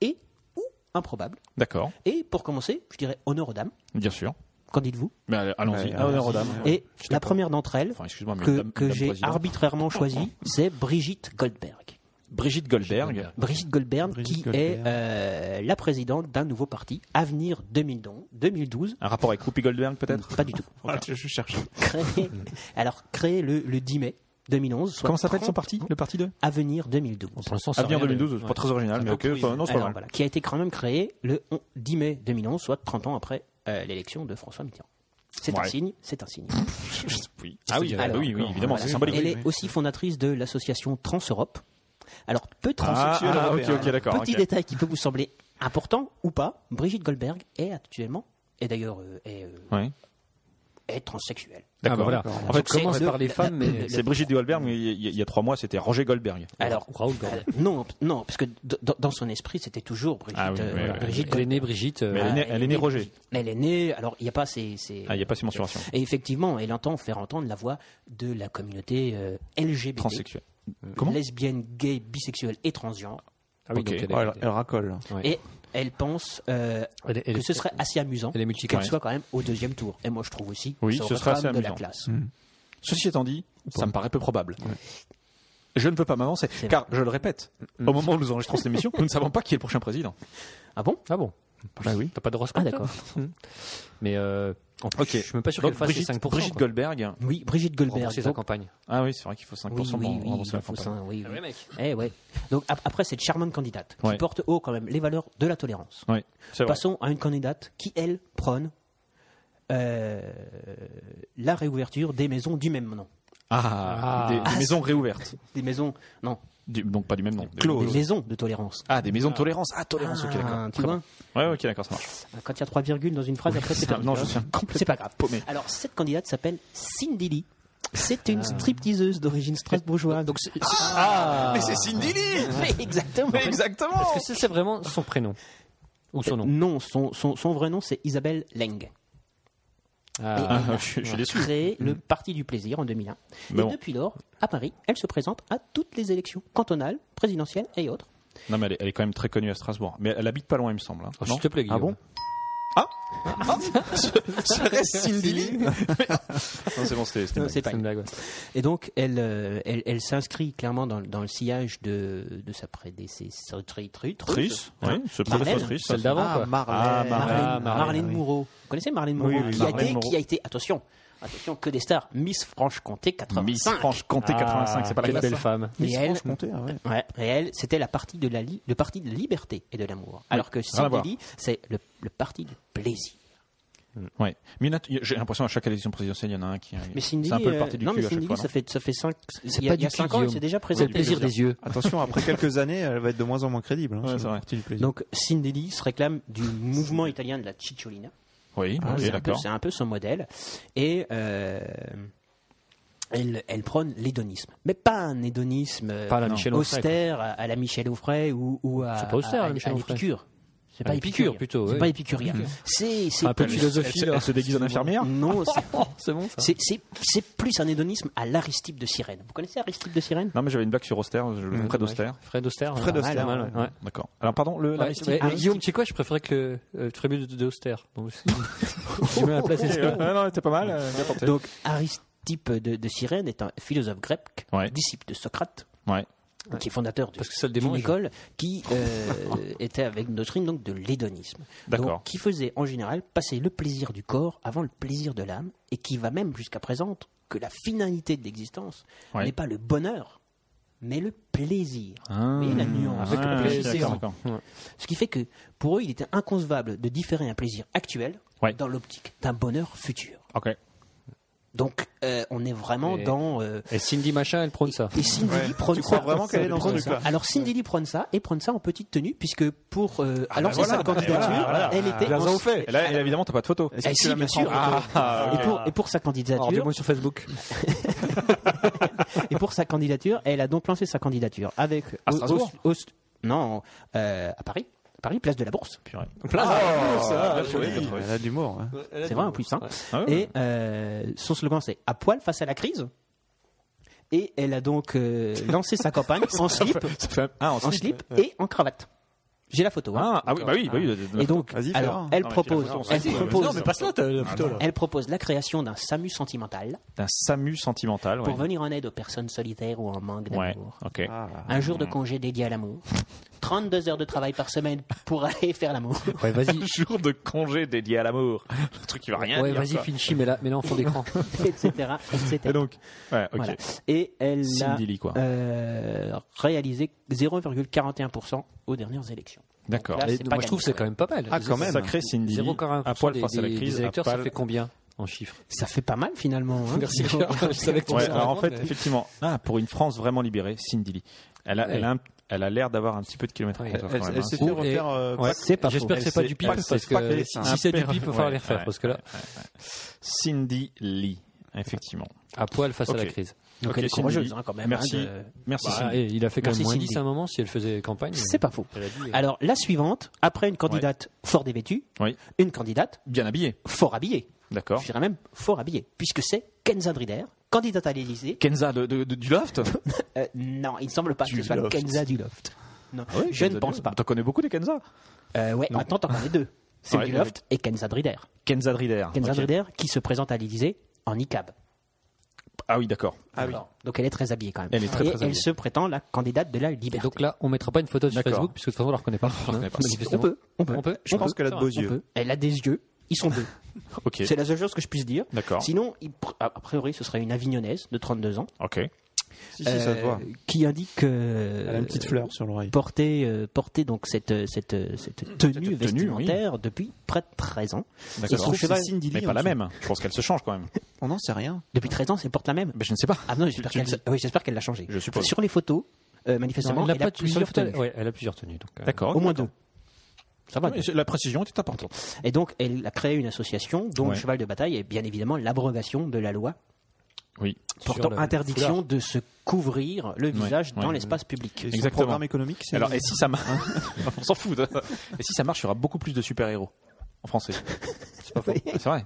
[SPEAKER 4] et ou improbables.
[SPEAKER 1] D'accord,
[SPEAKER 4] Et pour commencer, je dirais honneur aux dames.
[SPEAKER 1] bien sûr.
[SPEAKER 4] Qu'en dites-vous
[SPEAKER 1] Mais allez, allons-y.
[SPEAKER 3] Bah, honneur aux
[SPEAKER 1] dames.
[SPEAKER 4] Et la première d'entre elles
[SPEAKER 1] Enfin, excuse-moi, mais
[SPEAKER 4] que,
[SPEAKER 1] dame-
[SPEAKER 4] que
[SPEAKER 1] dame
[SPEAKER 4] j'ai
[SPEAKER 1] présidente.
[SPEAKER 4] arbitrairement choisie, c'est Brigitte Goldberg.
[SPEAKER 1] Brigitte Goldberg.
[SPEAKER 4] Brigitte Goldberg,
[SPEAKER 3] Brigitte
[SPEAKER 4] qui
[SPEAKER 3] Goldberg.
[SPEAKER 4] est euh, la présidente d'un nouveau parti, Avenir 2011 2012.
[SPEAKER 1] Un rapport avec Whoopi Goldberg, peut-être
[SPEAKER 4] Pas du tout.
[SPEAKER 3] voilà, je je cherche.
[SPEAKER 4] Créé- alors, créé le, le 10 mai 2011. soit
[SPEAKER 1] Comment s'appelle son
[SPEAKER 4] 30
[SPEAKER 1] parti Le parti de
[SPEAKER 4] Avenir 2012.
[SPEAKER 2] Pour l'instant, ça
[SPEAKER 1] Avenir
[SPEAKER 2] rien de-
[SPEAKER 1] 2012, c'est
[SPEAKER 2] Ouais.
[SPEAKER 1] pas très original, mais ok, enfin, non, c'est pas
[SPEAKER 4] Alors,
[SPEAKER 1] mal.
[SPEAKER 4] voilà, qui a été quand même créé le on- 10 mai 2011, soit 30 ans après euh, l'élection de François Mitterrand. C'est un
[SPEAKER 1] Ouais.
[SPEAKER 4] signe, c'est un signe.
[SPEAKER 1] Oui. Ah oui,
[SPEAKER 4] Alors,
[SPEAKER 1] bah oui, oui,
[SPEAKER 4] alors,
[SPEAKER 1] évidemment,
[SPEAKER 4] voilà.
[SPEAKER 1] c'est symbolique.
[SPEAKER 4] Elle est aussi fondatrice de l'association Trans-Europe. Alors, peu
[SPEAKER 1] Ah,
[SPEAKER 4] transsexuel.
[SPEAKER 1] ah, ok,
[SPEAKER 3] européen.
[SPEAKER 1] ok, d'accord.
[SPEAKER 4] Petit
[SPEAKER 1] ok.
[SPEAKER 4] détail qui peut vous sembler important ou pas, Brigitte Goldberg est actuellement, et d'ailleurs euh, est, euh,
[SPEAKER 1] Ouais.
[SPEAKER 4] est transsexuelle.
[SPEAKER 2] Ah, bah
[SPEAKER 1] D'accord.
[SPEAKER 2] voilà.
[SPEAKER 1] d'accord.
[SPEAKER 2] En fait,
[SPEAKER 4] Donc, c'est
[SPEAKER 2] commence
[SPEAKER 4] le-
[SPEAKER 2] par les
[SPEAKER 4] la-
[SPEAKER 2] femmes, mais.
[SPEAKER 1] C'est Brigitte Goldberg, mais il y a- il y, a trois mois, c'était Roger Goldberg.
[SPEAKER 4] Alors,
[SPEAKER 2] Raoul Goldberg.
[SPEAKER 4] euh, non, non, parce que d- dans- dans son esprit, c'était toujours Brigitte.
[SPEAKER 1] Ah oui,
[SPEAKER 4] euh,
[SPEAKER 1] oui,
[SPEAKER 4] voilà,
[SPEAKER 1] oui,
[SPEAKER 4] Brigitte
[SPEAKER 2] Elle est
[SPEAKER 4] Goldberg.
[SPEAKER 2] née, Brigitte. euh,
[SPEAKER 1] Mais elle est née,
[SPEAKER 4] Ah,
[SPEAKER 1] elle est née Roger.
[SPEAKER 4] Elle est née, alors il n'y a pas ces. ces-
[SPEAKER 1] Ah, il n'y a pas ces mensurations.
[SPEAKER 4] Et effectivement, elle entend faire entendre la voix de la communauté euh, LGBT,
[SPEAKER 1] Transsexuelle.
[SPEAKER 4] lesbienne, gay, bisexuelle et transgenre.
[SPEAKER 2] Ah oui,
[SPEAKER 1] Ok.
[SPEAKER 2] donc elle est-
[SPEAKER 3] Ouais, elle- elle racole.
[SPEAKER 2] Ouais.
[SPEAKER 4] Et elle pense euh,
[SPEAKER 2] Elle est- elle
[SPEAKER 4] que
[SPEAKER 2] est-
[SPEAKER 4] ce serait assez amusant
[SPEAKER 2] elle est multicolore.
[SPEAKER 4] qu'elle soit quand même au deuxième tour. Et moi, je trouve aussi
[SPEAKER 1] Oui,
[SPEAKER 4] que ça
[SPEAKER 1] ce
[SPEAKER 4] aurait
[SPEAKER 1] serait
[SPEAKER 4] quand
[SPEAKER 1] assez
[SPEAKER 4] même de la
[SPEAKER 1] amusant. Mm.
[SPEAKER 4] classe.
[SPEAKER 1] Ceci étant dit, ça me paraît peu probable. Je ne peux pas m'avancer,
[SPEAKER 4] vrai.
[SPEAKER 1] Mm. car je le répète, au moment où nous enregistrons cette émission, nous ne savons pas qui est le prochain président.
[SPEAKER 4] Ah bon
[SPEAKER 2] Ah bon
[SPEAKER 3] Bah oui.
[SPEAKER 2] T'as pas d'horoscope
[SPEAKER 4] Ah, d'accord.
[SPEAKER 2] toi Hmm. Mais euh, en plus,
[SPEAKER 1] Ok.
[SPEAKER 2] je suis même pas sûr
[SPEAKER 1] Donc
[SPEAKER 2] qu'elle fasse les
[SPEAKER 1] Brigitte,
[SPEAKER 2] 5%.
[SPEAKER 1] Brigitte
[SPEAKER 2] quoi,
[SPEAKER 1] Goldberg.
[SPEAKER 4] Oui, Brigitte
[SPEAKER 2] pour rembourser
[SPEAKER 4] Goldberg.
[SPEAKER 2] sa
[SPEAKER 4] Donc-
[SPEAKER 2] campagne.
[SPEAKER 1] Ah oui, c'est vrai qu'il faut 5%
[SPEAKER 4] Oui,
[SPEAKER 1] pour
[SPEAKER 4] oui, oui,
[SPEAKER 1] rembourser la
[SPEAKER 4] il faut
[SPEAKER 1] campagne.
[SPEAKER 4] ça, oui, oui.
[SPEAKER 2] Ouais, mec.
[SPEAKER 4] Eh ouais. Donc ap- après cette charmante candidate qui
[SPEAKER 1] Ouais.
[SPEAKER 4] porte haut quand même les valeurs de la tolérance.
[SPEAKER 1] Oui, c'est vrai.
[SPEAKER 4] Passons à une candidate qui elle prône euh, la réouverture des maisons du même nom.
[SPEAKER 1] Ah,
[SPEAKER 2] Ah.
[SPEAKER 1] Des, des
[SPEAKER 4] Ah,
[SPEAKER 1] maisons réouvertes.
[SPEAKER 4] Des maisons, non,
[SPEAKER 1] Du- donc pas du même nom. Des-
[SPEAKER 4] des
[SPEAKER 1] des-
[SPEAKER 4] maisons de tolérance.
[SPEAKER 1] Ah, des maisons de tolérance. Ah, tolérance, ok,
[SPEAKER 4] Ah,
[SPEAKER 1] d'accord.
[SPEAKER 4] tu
[SPEAKER 1] Très
[SPEAKER 4] vois
[SPEAKER 1] bien. Ouais, ok, d'accord, ça marche.
[SPEAKER 4] Quand il y a trois virgules dans une phrase, après c'est
[SPEAKER 1] ça-
[SPEAKER 4] perdu,
[SPEAKER 1] non,
[SPEAKER 4] hein.
[SPEAKER 1] je suis
[SPEAKER 4] C'est pas grave.
[SPEAKER 1] paumé.
[SPEAKER 4] Alors cette candidate s'appelle Cindy Lee. C'est
[SPEAKER 1] Ah.
[SPEAKER 4] une stripteaseuse d'origine strasbourgeoise. Donc c'est-
[SPEAKER 2] Ah,
[SPEAKER 1] Mais c'est Cindy Lee
[SPEAKER 4] Mais exactement.
[SPEAKER 1] Mais exactement
[SPEAKER 2] Est-ce que c'est- c'est vraiment son prénom ou son nom
[SPEAKER 4] Non, son, son, son vrai nom c'est Isabelle Leng.
[SPEAKER 2] Ah.
[SPEAKER 1] Ah, je, je suis déçu. Hmm.
[SPEAKER 4] créé le Parti du plaisir en 2001.
[SPEAKER 1] Bon.
[SPEAKER 4] Et depuis lors, à Paris, elle se présente à toutes les élections cantonales, présidentielles et autres.
[SPEAKER 1] Non, mais elle est, elle est quand même très connue à Strasbourg. Mais elle habite pas loin, il me semble. hein.
[SPEAKER 2] Oh,
[SPEAKER 1] Non
[SPEAKER 2] S'il te plaît, Guillaume.
[SPEAKER 1] Ah bon Cindy Lee Non, c'est bon, c'était. c'était une blague.
[SPEAKER 4] C'est
[SPEAKER 2] C'est une blague. ouais.
[SPEAKER 4] Et donc, elle, euh, elle, elle s'inscrit clairement dans, dans le sillage de, de sa prédécesseuse.
[SPEAKER 1] Trice Oui, ce
[SPEAKER 4] Marlène, Euh,
[SPEAKER 1] professeur Trice. ça,
[SPEAKER 2] Celle d'avant,
[SPEAKER 3] Ah,
[SPEAKER 2] quoi.
[SPEAKER 1] Ah,
[SPEAKER 3] Marlène.
[SPEAKER 1] Marlène.
[SPEAKER 4] Marlène,
[SPEAKER 2] Ah, Marlène,
[SPEAKER 4] Marlène
[SPEAKER 3] oui.
[SPEAKER 4] Moreau. Vous connaissez Marlène Moreau,
[SPEAKER 1] oui, oui,
[SPEAKER 4] qui, a
[SPEAKER 1] Marlène
[SPEAKER 4] été,
[SPEAKER 1] Moreau.
[SPEAKER 4] qui a été, attention, attention, que des stars, Miss Franche-Comté
[SPEAKER 1] c'est-
[SPEAKER 4] 85.
[SPEAKER 1] Miss
[SPEAKER 4] Ah.
[SPEAKER 1] Franche-Comté 85, c'est pas la
[SPEAKER 2] Ah, Quelle
[SPEAKER 1] classe.
[SPEAKER 2] belle femme.
[SPEAKER 4] Et elle,
[SPEAKER 3] Franche-Comté, ah ouais.
[SPEAKER 4] Ouais, et elle, c'était la partie de la li- le parti de la liberté et de l'amour. Alors que
[SPEAKER 1] à voir.
[SPEAKER 4] Cindy Lee, c'est le, le parti du plaisir.
[SPEAKER 1] Ouais. Mais il y en a- il y a- j'ai l'impression à chaque élection présidentielle, il y en a un qui.
[SPEAKER 4] Mais Cindy,
[SPEAKER 1] c'est un peu le
[SPEAKER 4] euh,
[SPEAKER 1] parti du
[SPEAKER 4] non,
[SPEAKER 1] cul
[SPEAKER 4] mais
[SPEAKER 1] à chaque
[SPEAKER 4] Cindy,
[SPEAKER 1] fois.
[SPEAKER 4] ça
[SPEAKER 1] non
[SPEAKER 4] fait ça fait cinq. Il
[SPEAKER 2] C'est
[SPEAKER 4] y
[SPEAKER 2] pas
[SPEAKER 4] a, il y
[SPEAKER 2] du
[SPEAKER 4] a
[SPEAKER 2] cul,
[SPEAKER 4] cinq ans, elle
[SPEAKER 2] Guillaume.
[SPEAKER 4] s'est déjà
[SPEAKER 2] C'est
[SPEAKER 4] présentée.
[SPEAKER 2] le plaisir des yeux.
[SPEAKER 3] Attention, après quelques années, elle va être de moins en moins crédible. hein,
[SPEAKER 1] Ouais,
[SPEAKER 3] sur
[SPEAKER 1] c'est
[SPEAKER 3] le
[SPEAKER 1] vrai.
[SPEAKER 3] parti du plaisir.
[SPEAKER 4] Donc Cindy Lee se réclame du mouvement italien de la cicciolina.
[SPEAKER 1] Oui,
[SPEAKER 2] Ah,
[SPEAKER 4] Hein,
[SPEAKER 1] ok,
[SPEAKER 4] c'est, un peu,
[SPEAKER 1] d'accord.
[SPEAKER 4] c'est un peu son modèle. Et euh, elle, elle prône l'hédonisme. Mais pas un hédonisme euh,
[SPEAKER 2] Pas à la
[SPEAKER 4] non,
[SPEAKER 2] Michel Onfray,
[SPEAKER 4] austère à, à la Michel Onfray ou, ou à,
[SPEAKER 2] C'est pas austère,
[SPEAKER 4] à, à,
[SPEAKER 2] la Michel
[SPEAKER 4] à
[SPEAKER 2] Onfray.
[SPEAKER 4] l'épicure. C'est
[SPEAKER 2] À
[SPEAKER 4] pas
[SPEAKER 2] l'épicure,
[SPEAKER 4] épicurien.
[SPEAKER 2] Ah, plutôt,
[SPEAKER 4] C'est
[SPEAKER 2] oui.
[SPEAKER 4] pas épicurien. C'est, c'est
[SPEAKER 2] Un peu de
[SPEAKER 4] plus-
[SPEAKER 2] philosophie,
[SPEAKER 1] Elle
[SPEAKER 2] là.
[SPEAKER 1] se déguise en infirmière
[SPEAKER 4] Non, c'est,
[SPEAKER 2] Oh, c'est bon, ça.
[SPEAKER 4] c'est, c'est- c'est plus un hédonisme à l'Aristide de Sirène. Vous connaissez Aristide de Sirène
[SPEAKER 1] Non, mais j'avais une blague sur Auster, je le Fred Auster. Ah,
[SPEAKER 2] Fred Astaire.
[SPEAKER 3] Fred
[SPEAKER 2] ouais, Ah,
[SPEAKER 3] Astaire,
[SPEAKER 2] pas mal,
[SPEAKER 3] ouais.
[SPEAKER 2] ouais.
[SPEAKER 1] Mmh. D'accord. Alors, pardon, le, la
[SPEAKER 2] Ouais,
[SPEAKER 1] mystique
[SPEAKER 2] mais- mais
[SPEAKER 4] Aristide.
[SPEAKER 2] Guillaume, tu sais quoi Je préférais que euh, tu ferais mieux de- de Austère. Bon, je- Tu mets à la place
[SPEAKER 1] Ouais, ouais, non, c'était pas mal, euh, bien tenté.
[SPEAKER 4] Donc Aristippe de, de Cyrène est un philosophe grec,
[SPEAKER 1] Ouais.
[SPEAKER 4] disciple de Socrate,
[SPEAKER 1] Ouais.
[SPEAKER 4] qui est fondateur de
[SPEAKER 2] Parce que ça le
[SPEAKER 4] d'une
[SPEAKER 2] démange.
[SPEAKER 4] école qui euh, était avec une doctrine donc de l'hédonisme,
[SPEAKER 1] D'accord.
[SPEAKER 4] Donc, qui faisait en général passer le plaisir du corps avant le plaisir de l'âme, et qui va même jusqu'à présent que la finalité de l'existence
[SPEAKER 1] Ouais.
[SPEAKER 4] n'est pas le bonheur, mais le plaisir.
[SPEAKER 1] Ah.
[SPEAKER 4] Mais la nuance. Ah,
[SPEAKER 1] Avec
[SPEAKER 4] Ouais,
[SPEAKER 1] le
[SPEAKER 4] c'est
[SPEAKER 1] d'accord,
[SPEAKER 4] ça.
[SPEAKER 1] d'accord.
[SPEAKER 4] Ce qui fait que pour eux, il était inconcevable de différer un plaisir actuel
[SPEAKER 1] Ouais.
[SPEAKER 4] dans l'optique d'un bonheur futur.
[SPEAKER 1] Ok.
[SPEAKER 4] Donc, euh, on est vraiment
[SPEAKER 2] Et-
[SPEAKER 4] dans. euh,
[SPEAKER 2] Et Cindy Machin, elle prône ça.
[SPEAKER 4] et Cindy Lee prône
[SPEAKER 3] Tu
[SPEAKER 4] ça.
[SPEAKER 3] crois vraiment qu'elle est dans ce
[SPEAKER 4] Prône
[SPEAKER 3] truc-là
[SPEAKER 4] ça. Alors Cindy Lee prône ça et prône ça en petite tenue puisque pour euh,
[SPEAKER 3] Ah, ben
[SPEAKER 4] lancer sa candidature, elle était. en-
[SPEAKER 1] Et là, et là, évidemment, t'as pas de photo.
[SPEAKER 4] Eh si, bien sûr.
[SPEAKER 1] Ah,
[SPEAKER 4] et, pour, et pour sa candidature,
[SPEAKER 2] Rendez-moi sur Facebook.
[SPEAKER 4] et pour sa candidature, elle a donc lancé sa candidature avec
[SPEAKER 1] À
[SPEAKER 4] au-
[SPEAKER 1] Strasbourg
[SPEAKER 4] au- au- non euh, à Paris, à Paris, place de la Bourse.
[SPEAKER 3] Elle a de l'humour. hein.
[SPEAKER 4] C'est vrai en plus. Hein.
[SPEAKER 1] Ah ouais.
[SPEAKER 4] Et euh, son slogan c'est à poil face à la crise. Et elle a donc euh, lancé sa campagne en slip,
[SPEAKER 1] Ça fait un- ah, en
[SPEAKER 4] en
[SPEAKER 1] slip.
[SPEAKER 4] slip et en cravate. J'ai la photo.
[SPEAKER 1] Ah,
[SPEAKER 4] hein.
[SPEAKER 1] ah oui, bah oui, bah oui.
[SPEAKER 4] Et donc,
[SPEAKER 3] Vas-y, fais
[SPEAKER 4] alors,
[SPEAKER 3] voir.
[SPEAKER 4] elle
[SPEAKER 1] Non, mais
[SPEAKER 4] propose,
[SPEAKER 1] j'ai la photo,
[SPEAKER 4] elle
[SPEAKER 1] vas-y, vas-y.
[SPEAKER 4] propose,
[SPEAKER 1] Non, mais passe là,
[SPEAKER 2] la photo là.
[SPEAKER 4] elle propose la création d'un SAMU sentimental
[SPEAKER 1] d'un SAMU sentimental.
[SPEAKER 4] pour
[SPEAKER 1] Ouais.
[SPEAKER 4] venir en aide aux personnes solitaires ou en manque
[SPEAKER 1] Ouais, Mm.
[SPEAKER 4] d'amour.
[SPEAKER 1] ok.
[SPEAKER 3] Ah.
[SPEAKER 4] Un jour de congé dédié à l'amour. 32 heures de travail par semaine pour aller faire l'amour.
[SPEAKER 2] Ouais, vas-y.
[SPEAKER 1] Un jour de congé dédié à l'amour. Le truc qui va rien
[SPEAKER 2] Ouais,
[SPEAKER 1] dire.
[SPEAKER 2] vas-y,
[SPEAKER 1] quoi.
[SPEAKER 2] Finchy, mais là, mais là en fond d'écran.
[SPEAKER 4] etc. etc.
[SPEAKER 1] Et donc, ouais, ok.
[SPEAKER 4] Voilà. Et elle a
[SPEAKER 1] Cindy Lee, quoi.
[SPEAKER 4] euh, réalisé 0,41% aux dernières élections.
[SPEAKER 1] D'accord.
[SPEAKER 4] Donc là,
[SPEAKER 2] Et
[SPEAKER 4] c'est
[SPEAKER 2] moi,
[SPEAKER 4] pas
[SPEAKER 2] je trouve que
[SPEAKER 4] gagné.
[SPEAKER 2] c'est quand même pas mal.
[SPEAKER 3] Ah, quand même.
[SPEAKER 1] Sacré Cindy.
[SPEAKER 2] 0,1%
[SPEAKER 1] à poil
[SPEAKER 2] des-
[SPEAKER 1] face à la
[SPEAKER 2] des-
[SPEAKER 1] crise.
[SPEAKER 2] Des électeurs,
[SPEAKER 1] à
[SPEAKER 2] ça
[SPEAKER 1] poil-
[SPEAKER 2] fait combien en chiffres
[SPEAKER 4] Ça fait pas mal finalement. hein.
[SPEAKER 2] Je savais que tu
[SPEAKER 1] Ouais,
[SPEAKER 2] allais
[SPEAKER 1] alors en
[SPEAKER 2] répondre,
[SPEAKER 1] fait,
[SPEAKER 2] mais-
[SPEAKER 1] effectivement, ah, pour une France vraiment libérée, Cindy Lee. Elle a,
[SPEAKER 2] Ouais.
[SPEAKER 1] elle a, un- elle a l'air d'avoir un petit peu de kilomètre.
[SPEAKER 2] Ouais,
[SPEAKER 3] Elle,
[SPEAKER 1] hein.
[SPEAKER 3] elle s'est fait
[SPEAKER 2] Ou-
[SPEAKER 3] refaire.
[SPEAKER 2] et-
[SPEAKER 3] euh,
[SPEAKER 2] Ouais.
[SPEAKER 3] pas-
[SPEAKER 4] C'est pas faux.
[SPEAKER 2] J'espère que c'est pas du pipe
[SPEAKER 1] pas-
[SPEAKER 2] parce
[SPEAKER 1] c'est pas
[SPEAKER 2] que
[SPEAKER 1] que-
[SPEAKER 2] si c'est du
[SPEAKER 1] impérable.
[SPEAKER 2] pipe, il falloir les
[SPEAKER 1] Ouais,
[SPEAKER 2] refaire parce que là,
[SPEAKER 1] Cindy Lee, effectivement.
[SPEAKER 2] à poil face à la
[SPEAKER 1] Ok.
[SPEAKER 2] crise.
[SPEAKER 4] Donc
[SPEAKER 1] Ok,
[SPEAKER 4] elle est
[SPEAKER 1] Cindy
[SPEAKER 4] courageuse
[SPEAKER 1] Lee.
[SPEAKER 4] hein, quand même.
[SPEAKER 1] Merci.
[SPEAKER 4] hein, de-
[SPEAKER 1] Merci
[SPEAKER 2] Bah,
[SPEAKER 1] Cindy.
[SPEAKER 2] et il a fait quand
[SPEAKER 4] Merci,
[SPEAKER 2] même moins
[SPEAKER 4] Cindy.
[SPEAKER 2] 10 à un moment si elle faisait campagne.
[SPEAKER 4] C'est pas faux.
[SPEAKER 2] Elle a dit, euh,
[SPEAKER 4] Alors la suivante, après une candidate fort dévêtue,
[SPEAKER 1] Oui.
[SPEAKER 4] une candidate
[SPEAKER 1] Bien habillée.
[SPEAKER 4] fort habillée.
[SPEAKER 1] D'accord.
[SPEAKER 4] Je dirais même fort habillée, puisque c'est Kenza Drider, candidate à l'Élysée.
[SPEAKER 1] Kenza de- de- de- du loft
[SPEAKER 4] Euh, non, il ne semble pas que ce soit
[SPEAKER 1] loft.
[SPEAKER 4] Kenza du Loft. Non, je ne pense pas.
[SPEAKER 1] T'en connais beaucoup des Kenza
[SPEAKER 4] Euh, ouais, attends, t'en connais deux. C'est
[SPEAKER 1] Ouais,
[SPEAKER 4] du Loft et Kenza Drider.
[SPEAKER 1] Kenza Drider.
[SPEAKER 4] Kenza
[SPEAKER 1] Ok.
[SPEAKER 4] Drider qui se présente à l'Élysée en ICAB.
[SPEAKER 1] Ah oui, d'accord.
[SPEAKER 3] Ah oui.
[SPEAKER 4] Donc elle est très habillée quand même.
[SPEAKER 1] Elle est très,
[SPEAKER 4] Et
[SPEAKER 1] très habillée.
[SPEAKER 4] elle se prétend la candidate de la
[SPEAKER 2] Et
[SPEAKER 4] liberté.
[SPEAKER 2] donc là, on mettra pas une photo sur
[SPEAKER 1] D'accord.
[SPEAKER 2] Facebook, puisque de toute façon, on la reconnaît pas.
[SPEAKER 1] la reconnaît pas.
[SPEAKER 4] on peut, on peut.
[SPEAKER 2] On peut
[SPEAKER 3] Je pense qu'elle a de beaux
[SPEAKER 4] On
[SPEAKER 3] yeux.
[SPEAKER 4] peut. Elle a des yeux. Ils sont deux.
[SPEAKER 1] Ok.
[SPEAKER 4] C'est la seule chose que je puisse dire.
[SPEAKER 1] D'accord.
[SPEAKER 4] Sinon, il pr- a a priori, ce serait une avignonnaise de 32 ans
[SPEAKER 1] Ok.
[SPEAKER 3] Si, si, ça se
[SPEAKER 4] euh,
[SPEAKER 3] voit.
[SPEAKER 4] qui indique que
[SPEAKER 3] Elle a une petite fleur sur l'oreille.
[SPEAKER 4] porter, euh, porter donc cette, euh, cette, euh, cette tenue
[SPEAKER 1] tenue,
[SPEAKER 4] vestimentaire depuis près de 13 ans. Et
[SPEAKER 1] D'accord.
[SPEAKER 4] son cheval,
[SPEAKER 3] Cindy
[SPEAKER 1] Mais
[SPEAKER 3] Lee,
[SPEAKER 1] pas
[SPEAKER 3] en
[SPEAKER 1] la
[SPEAKER 3] dessous.
[SPEAKER 1] même. Je pense qu'elle se change quand même.
[SPEAKER 3] On n'en sait rien.
[SPEAKER 4] depuis 13 ans, elle porte la même.
[SPEAKER 1] Ben, je ne sais pas.
[SPEAKER 4] Ah non, j'espère
[SPEAKER 1] Tu-
[SPEAKER 4] qu'elle
[SPEAKER 1] tu
[SPEAKER 4] oui, j'espère qu'elle l'a changée.
[SPEAKER 1] Je suppose.
[SPEAKER 4] Sur les photos, euh,
[SPEAKER 2] Non,
[SPEAKER 4] manifestement,
[SPEAKER 2] elle, a
[SPEAKER 4] elle a
[SPEAKER 2] pas de- sur la
[SPEAKER 4] plusieurs
[SPEAKER 2] photo, elle-
[SPEAKER 4] tenues.
[SPEAKER 2] ouais, elle a plusieurs tenues. donc, euh,
[SPEAKER 1] D'accord.
[SPEAKER 4] Au moins deux.
[SPEAKER 2] Ça va.
[SPEAKER 1] Mais c'est- La précision était importante.
[SPEAKER 4] Et donc, elle a créé une association dont
[SPEAKER 1] Ouais.
[SPEAKER 4] le cheval de bataille est bien évidemment l'abrogation de la loi
[SPEAKER 1] Oui.
[SPEAKER 4] portant
[SPEAKER 2] le
[SPEAKER 4] interdiction de se couvrir le visage
[SPEAKER 1] ouais,
[SPEAKER 4] dans
[SPEAKER 1] ouais.
[SPEAKER 4] l'espace public.
[SPEAKER 3] Et son
[SPEAKER 1] Exactement.
[SPEAKER 3] programme économique, c'est.
[SPEAKER 1] Alors, et si ça marche On s'en fout. Et si ça marche, il y aura beaucoup plus de super-héros en français. C'est pas faux.
[SPEAKER 4] Oui.
[SPEAKER 1] C'est vrai.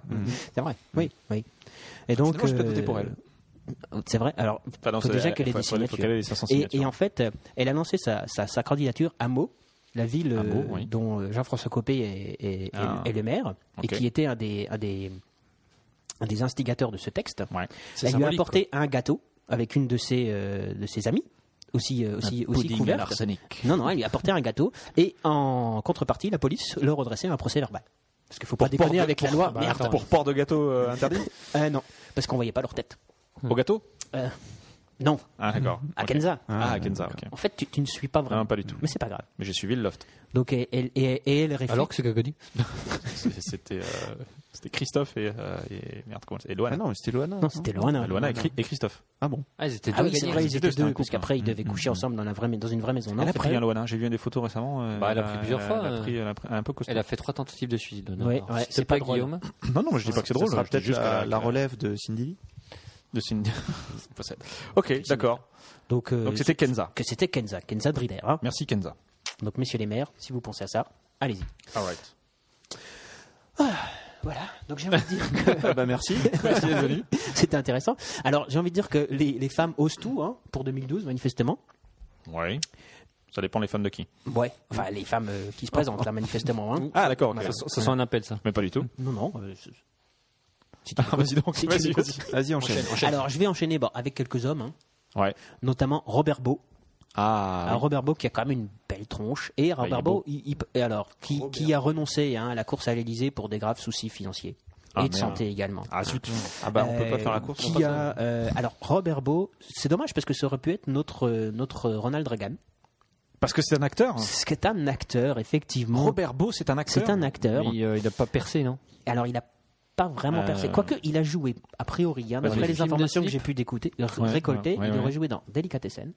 [SPEAKER 4] C'est vrai. Oui, oui. Et donc, euh,
[SPEAKER 1] Finalement, je peux voter pour elle.
[SPEAKER 4] C'est vrai. Alors,
[SPEAKER 1] Enfin, non,
[SPEAKER 4] faut
[SPEAKER 1] c'est-
[SPEAKER 4] déjà
[SPEAKER 1] elle-
[SPEAKER 4] qu'elle ait
[SPEAKER 1] faut-
[SPEAKER 4] des
[SPEAKER 1] faut- faut
[SPEAKER 4] signatures.
[SPEAKER 1] qu'elle ait les 500
[SPEAKER 4] et,
[SPEAKER 1] signatures.
[SPEAKER 4] et en fait, euh, elle a lancé sa, sa- sa candidature à Meaux, la ville euh,
[SPEAKER 1] Meaux, oui.
[SPEAKER 4] dont euh, Jean-François Copé est, est- est-
[SPEAKER 1] Ah.
[SPEAKER 4] est le maire
[SPEAKER 1] Ok.
[SPEAKER 4] et qui était un des, un des, un des instigateurs de ce texte.
[SPEAKER 1] Ouais. C'est
[SPEAKER 4] Elle lui a
[SPEAKER 1] symbolique,
[SPEAKER 4] apporté un gâteau avec une de ses, euh, de ses amies, aussi, euh, aussi, aussi
[SPEAKER 1] pudding à
[SPEAKER 4] couverte.
[SPEAKER 1] l'arsenic.
[SPEAKER 4] Non, non, elle lui a apporté un gâteau et en contrepartie, la police leur redressait un procès verbal. Parce qu'il faut pas déconner avec la loi.
[SPEAKER 2] bah,
[SPEAKER 4] Merde.
[SPEAKER 2] attends.
[SPEAKER 1] Pour port de gâteau euh, interdit
[SPEAKER 4] Euh, non, parce qu'on voyait pas leur tête.
[SPEAKER 1] Au gâteau
[SPEAKER 4] Euh, non,
[SPEAKER 1] Ah, d'accord.
[SPEAKER 4] à
[SPEAKER 1] Ok.
[SPEAKER 4] Kenza.
[SPEAKER 1] Ah, à Kenza, ok.
[SPEAKER 4] En fait, tu, tu ne suis pas vraiment.
[SPEAKER 1] Non, pas du tout.
[SPEAKER 4] Mais c'est pas grave.
[SPEAKER 1] Mais j'ai suivi le loft.
[SPEAKER 4] Donc, et- et- et- et elle réfléchit.
[SPEAKER 2] Alors que c'est Gagoni.
[SPEAKER 1] C'est- C'était euh, c'était Christophe et, euh, et merde comment et
[SPEAKER 3] Ah
[SPEAKER 1] Loana.
[SPEAKER 3] non, mais c'était Loana.
[SPEAKER 4] Non, c'était loin. hein.
[SPEAKER 1] Ah, Loana et, Chri- et Christophe.
[SPEAKER 3] Ah bon
[SPEAKER 2] Ah, ils étaient
[SPEAKER 4] Ah
[SPEAKER 2] deux
[SPEAKER 4] oui, c'est
[SPEAKER 2] gagnants.
[SPEAKER 4] vrai, ils
[SPEAKER 1] Ils
[SPEAKER 4] étaient
[SPEAKER 1] étaient
[SPEAKER 4] deux,
[SPEAKER 1] un
[SPEAKER 4] parce
[SPEAKER 1] couple,
[SPEAKER 4] qu'après, ils devaient coucher ensemble dans, la vraie, dans une vraie maison. Non,
[SPEAKER 1] elle a
[SPEAKER 4] c'est
[SPEAKER 1] pris
[SPEAKER 4] vrai.
[SPEAKER 1] un Loana. J'ai vu une des photos récemment. euh,
[SPEAKER 2] Bah, elle a pris plusieurs fois,
[SPEAKER 1] Elle a
[SPEAKER 2] euh.
[SPEAKER 1] pris, elle a pris- elle a un peu costaud.
[SPEAKER 2] Elle a fait trois tentatives de suicide. Loana.
[SPEAKER 4] Ouais,
[SPEAKER 2] Alors,
[SPEAKER 4] ouais,
[SPEAKER 2] si
[SPEAKER 4] c'est
[SPEAKER 2] c'est pas
[SPEAKER 4] pas drôle.
[SPEAKER 2] Guillaume.
[SPEAKER 1] Non, non, mais je dis pas que c'est drôle. euh,
[SPEAKER 3] Ça sera
[SPEAKER 1] je dis
[SPEAKER 3] peut-être
[SPEAKER 1] juste qu'elle
[SPEAKER 3] la,
[SPEAKER 1] a-
[SPEAKER 3] la relève de Cindy Lee.
[SPEAKER 1] de Cindy. C'est possible. ok, d'accord.
[SPEAKER 4] Donc, euh,
[SPEAKER 1] Donc c'était Kenza.
[SPEAKER 4] que c'était Kenza, Kenza Drider. hein.
[SPEAKER 1] Merci Kenza.
[SPEAKER 4] Donc, messieurs les maires, si vous pensez à ça, allez-y.
[SPEAKER 1] Alright.
[SPEAKER 4] Voilà. Donc, j'ai envie de dire que
[SPEAKER 3] Ah bah merci.
[SPEAKER 4] c'était intéressant. Alors, j'ai envie de dire que les, les femmes osent tout hein, pour 2012, manifestement.
[SPEAKER 1] Oui. Ça dépend les fans de qui.
[SPEAKER 4] Ouais. Enfin, les femmes euh, qui se présentent, là, manifestement. hein.
[SPEAKER 1] Ah d'accord. ok.
[SPEAKER 2] Ça, ça sent un appel, ça.
[SPEAKER 1] Mais pas du tout.
[SPEAKER 4] Non, non. euh, c'est- si tu
[SPEAKER 1] Ah, vas-y donc.
[SPEAKER 4] Si tu
[SPEAKER 1] Vas-y,
[SPEAKER 4] m'écoutes.
[SPEAKER 1] vas-y.
[SPEAKER 3] Vas-y, enchaîne.
[SPEAKER 4] Alors, je vais enchaîner bon, avec quelques hommes, hein,
[SPEAKER 1] Ouais.
[SPEAKER 4] notamment Robert Beau.
[SPEAKER 1] Ah. Bah,
[SPEAKER 4] Alors, Robert Beau qui a quand même une belle tronche. Et
[SPEAKER 1] il est
[SPEAKER 4] Robert
[SPEAKER 1] beau.
[SPEAKER 4] Beau, il- il- et alors, qui, qui a renoncé hein, à la course à l'Elysée pour des graves soucis financiers
[SPEAKER 1] Ah,
[SPEAKER 4] et de
[SPEAKER 1] merde.
[SPEAKER 4] santé également.
[SPEAKER 1] Ah zut. Ah bah on peut pas
[SPEAKER 4] Euh,
[SPEAKER 1] faire la course.
[SPEAKER 4] Qui a, euh, alors, Robert Beau, c'est dommage parce que ça aurait pu être notre, euh, notre Ronald Reagan.
[SPEAKER 1] Parce que c'est un acteur.
[SPEAKER 4] Ce qui est un acteur, effectivement.
[SPEAKER 1] Robert Beau, c'est un acteur.
[SPEAKER 4] c'est un acteur.
[SPEAKER 2] Il, euh, il a pas percé, non
[SPEAKER 4] Alors, il a pas vraiment
[SPEAKER 1] Euh,
[SPEAKER 4] percé. Quoique, il a joué, a priori, hein,
[SPEAKER 1] Bah, dans
[SPEAKER 4] d'après
[SPEAKER 1] les
[SPEAKER 4] les
[SPEAKER 2] films de
[SPEAKER 4] informations que
[SPEAKER 2] slip.
[SPEAKER 4] j'ai pu d'écouter, euh,
[SPEAKER 1] ouais,
[SPEAKER 4] récolter,
[SPEAKER 1] ouais,
[SPEAKER 4] il
[SPEAKER 1] ouais.
[SPEAKER 4] aurait joué dans Delicatessen.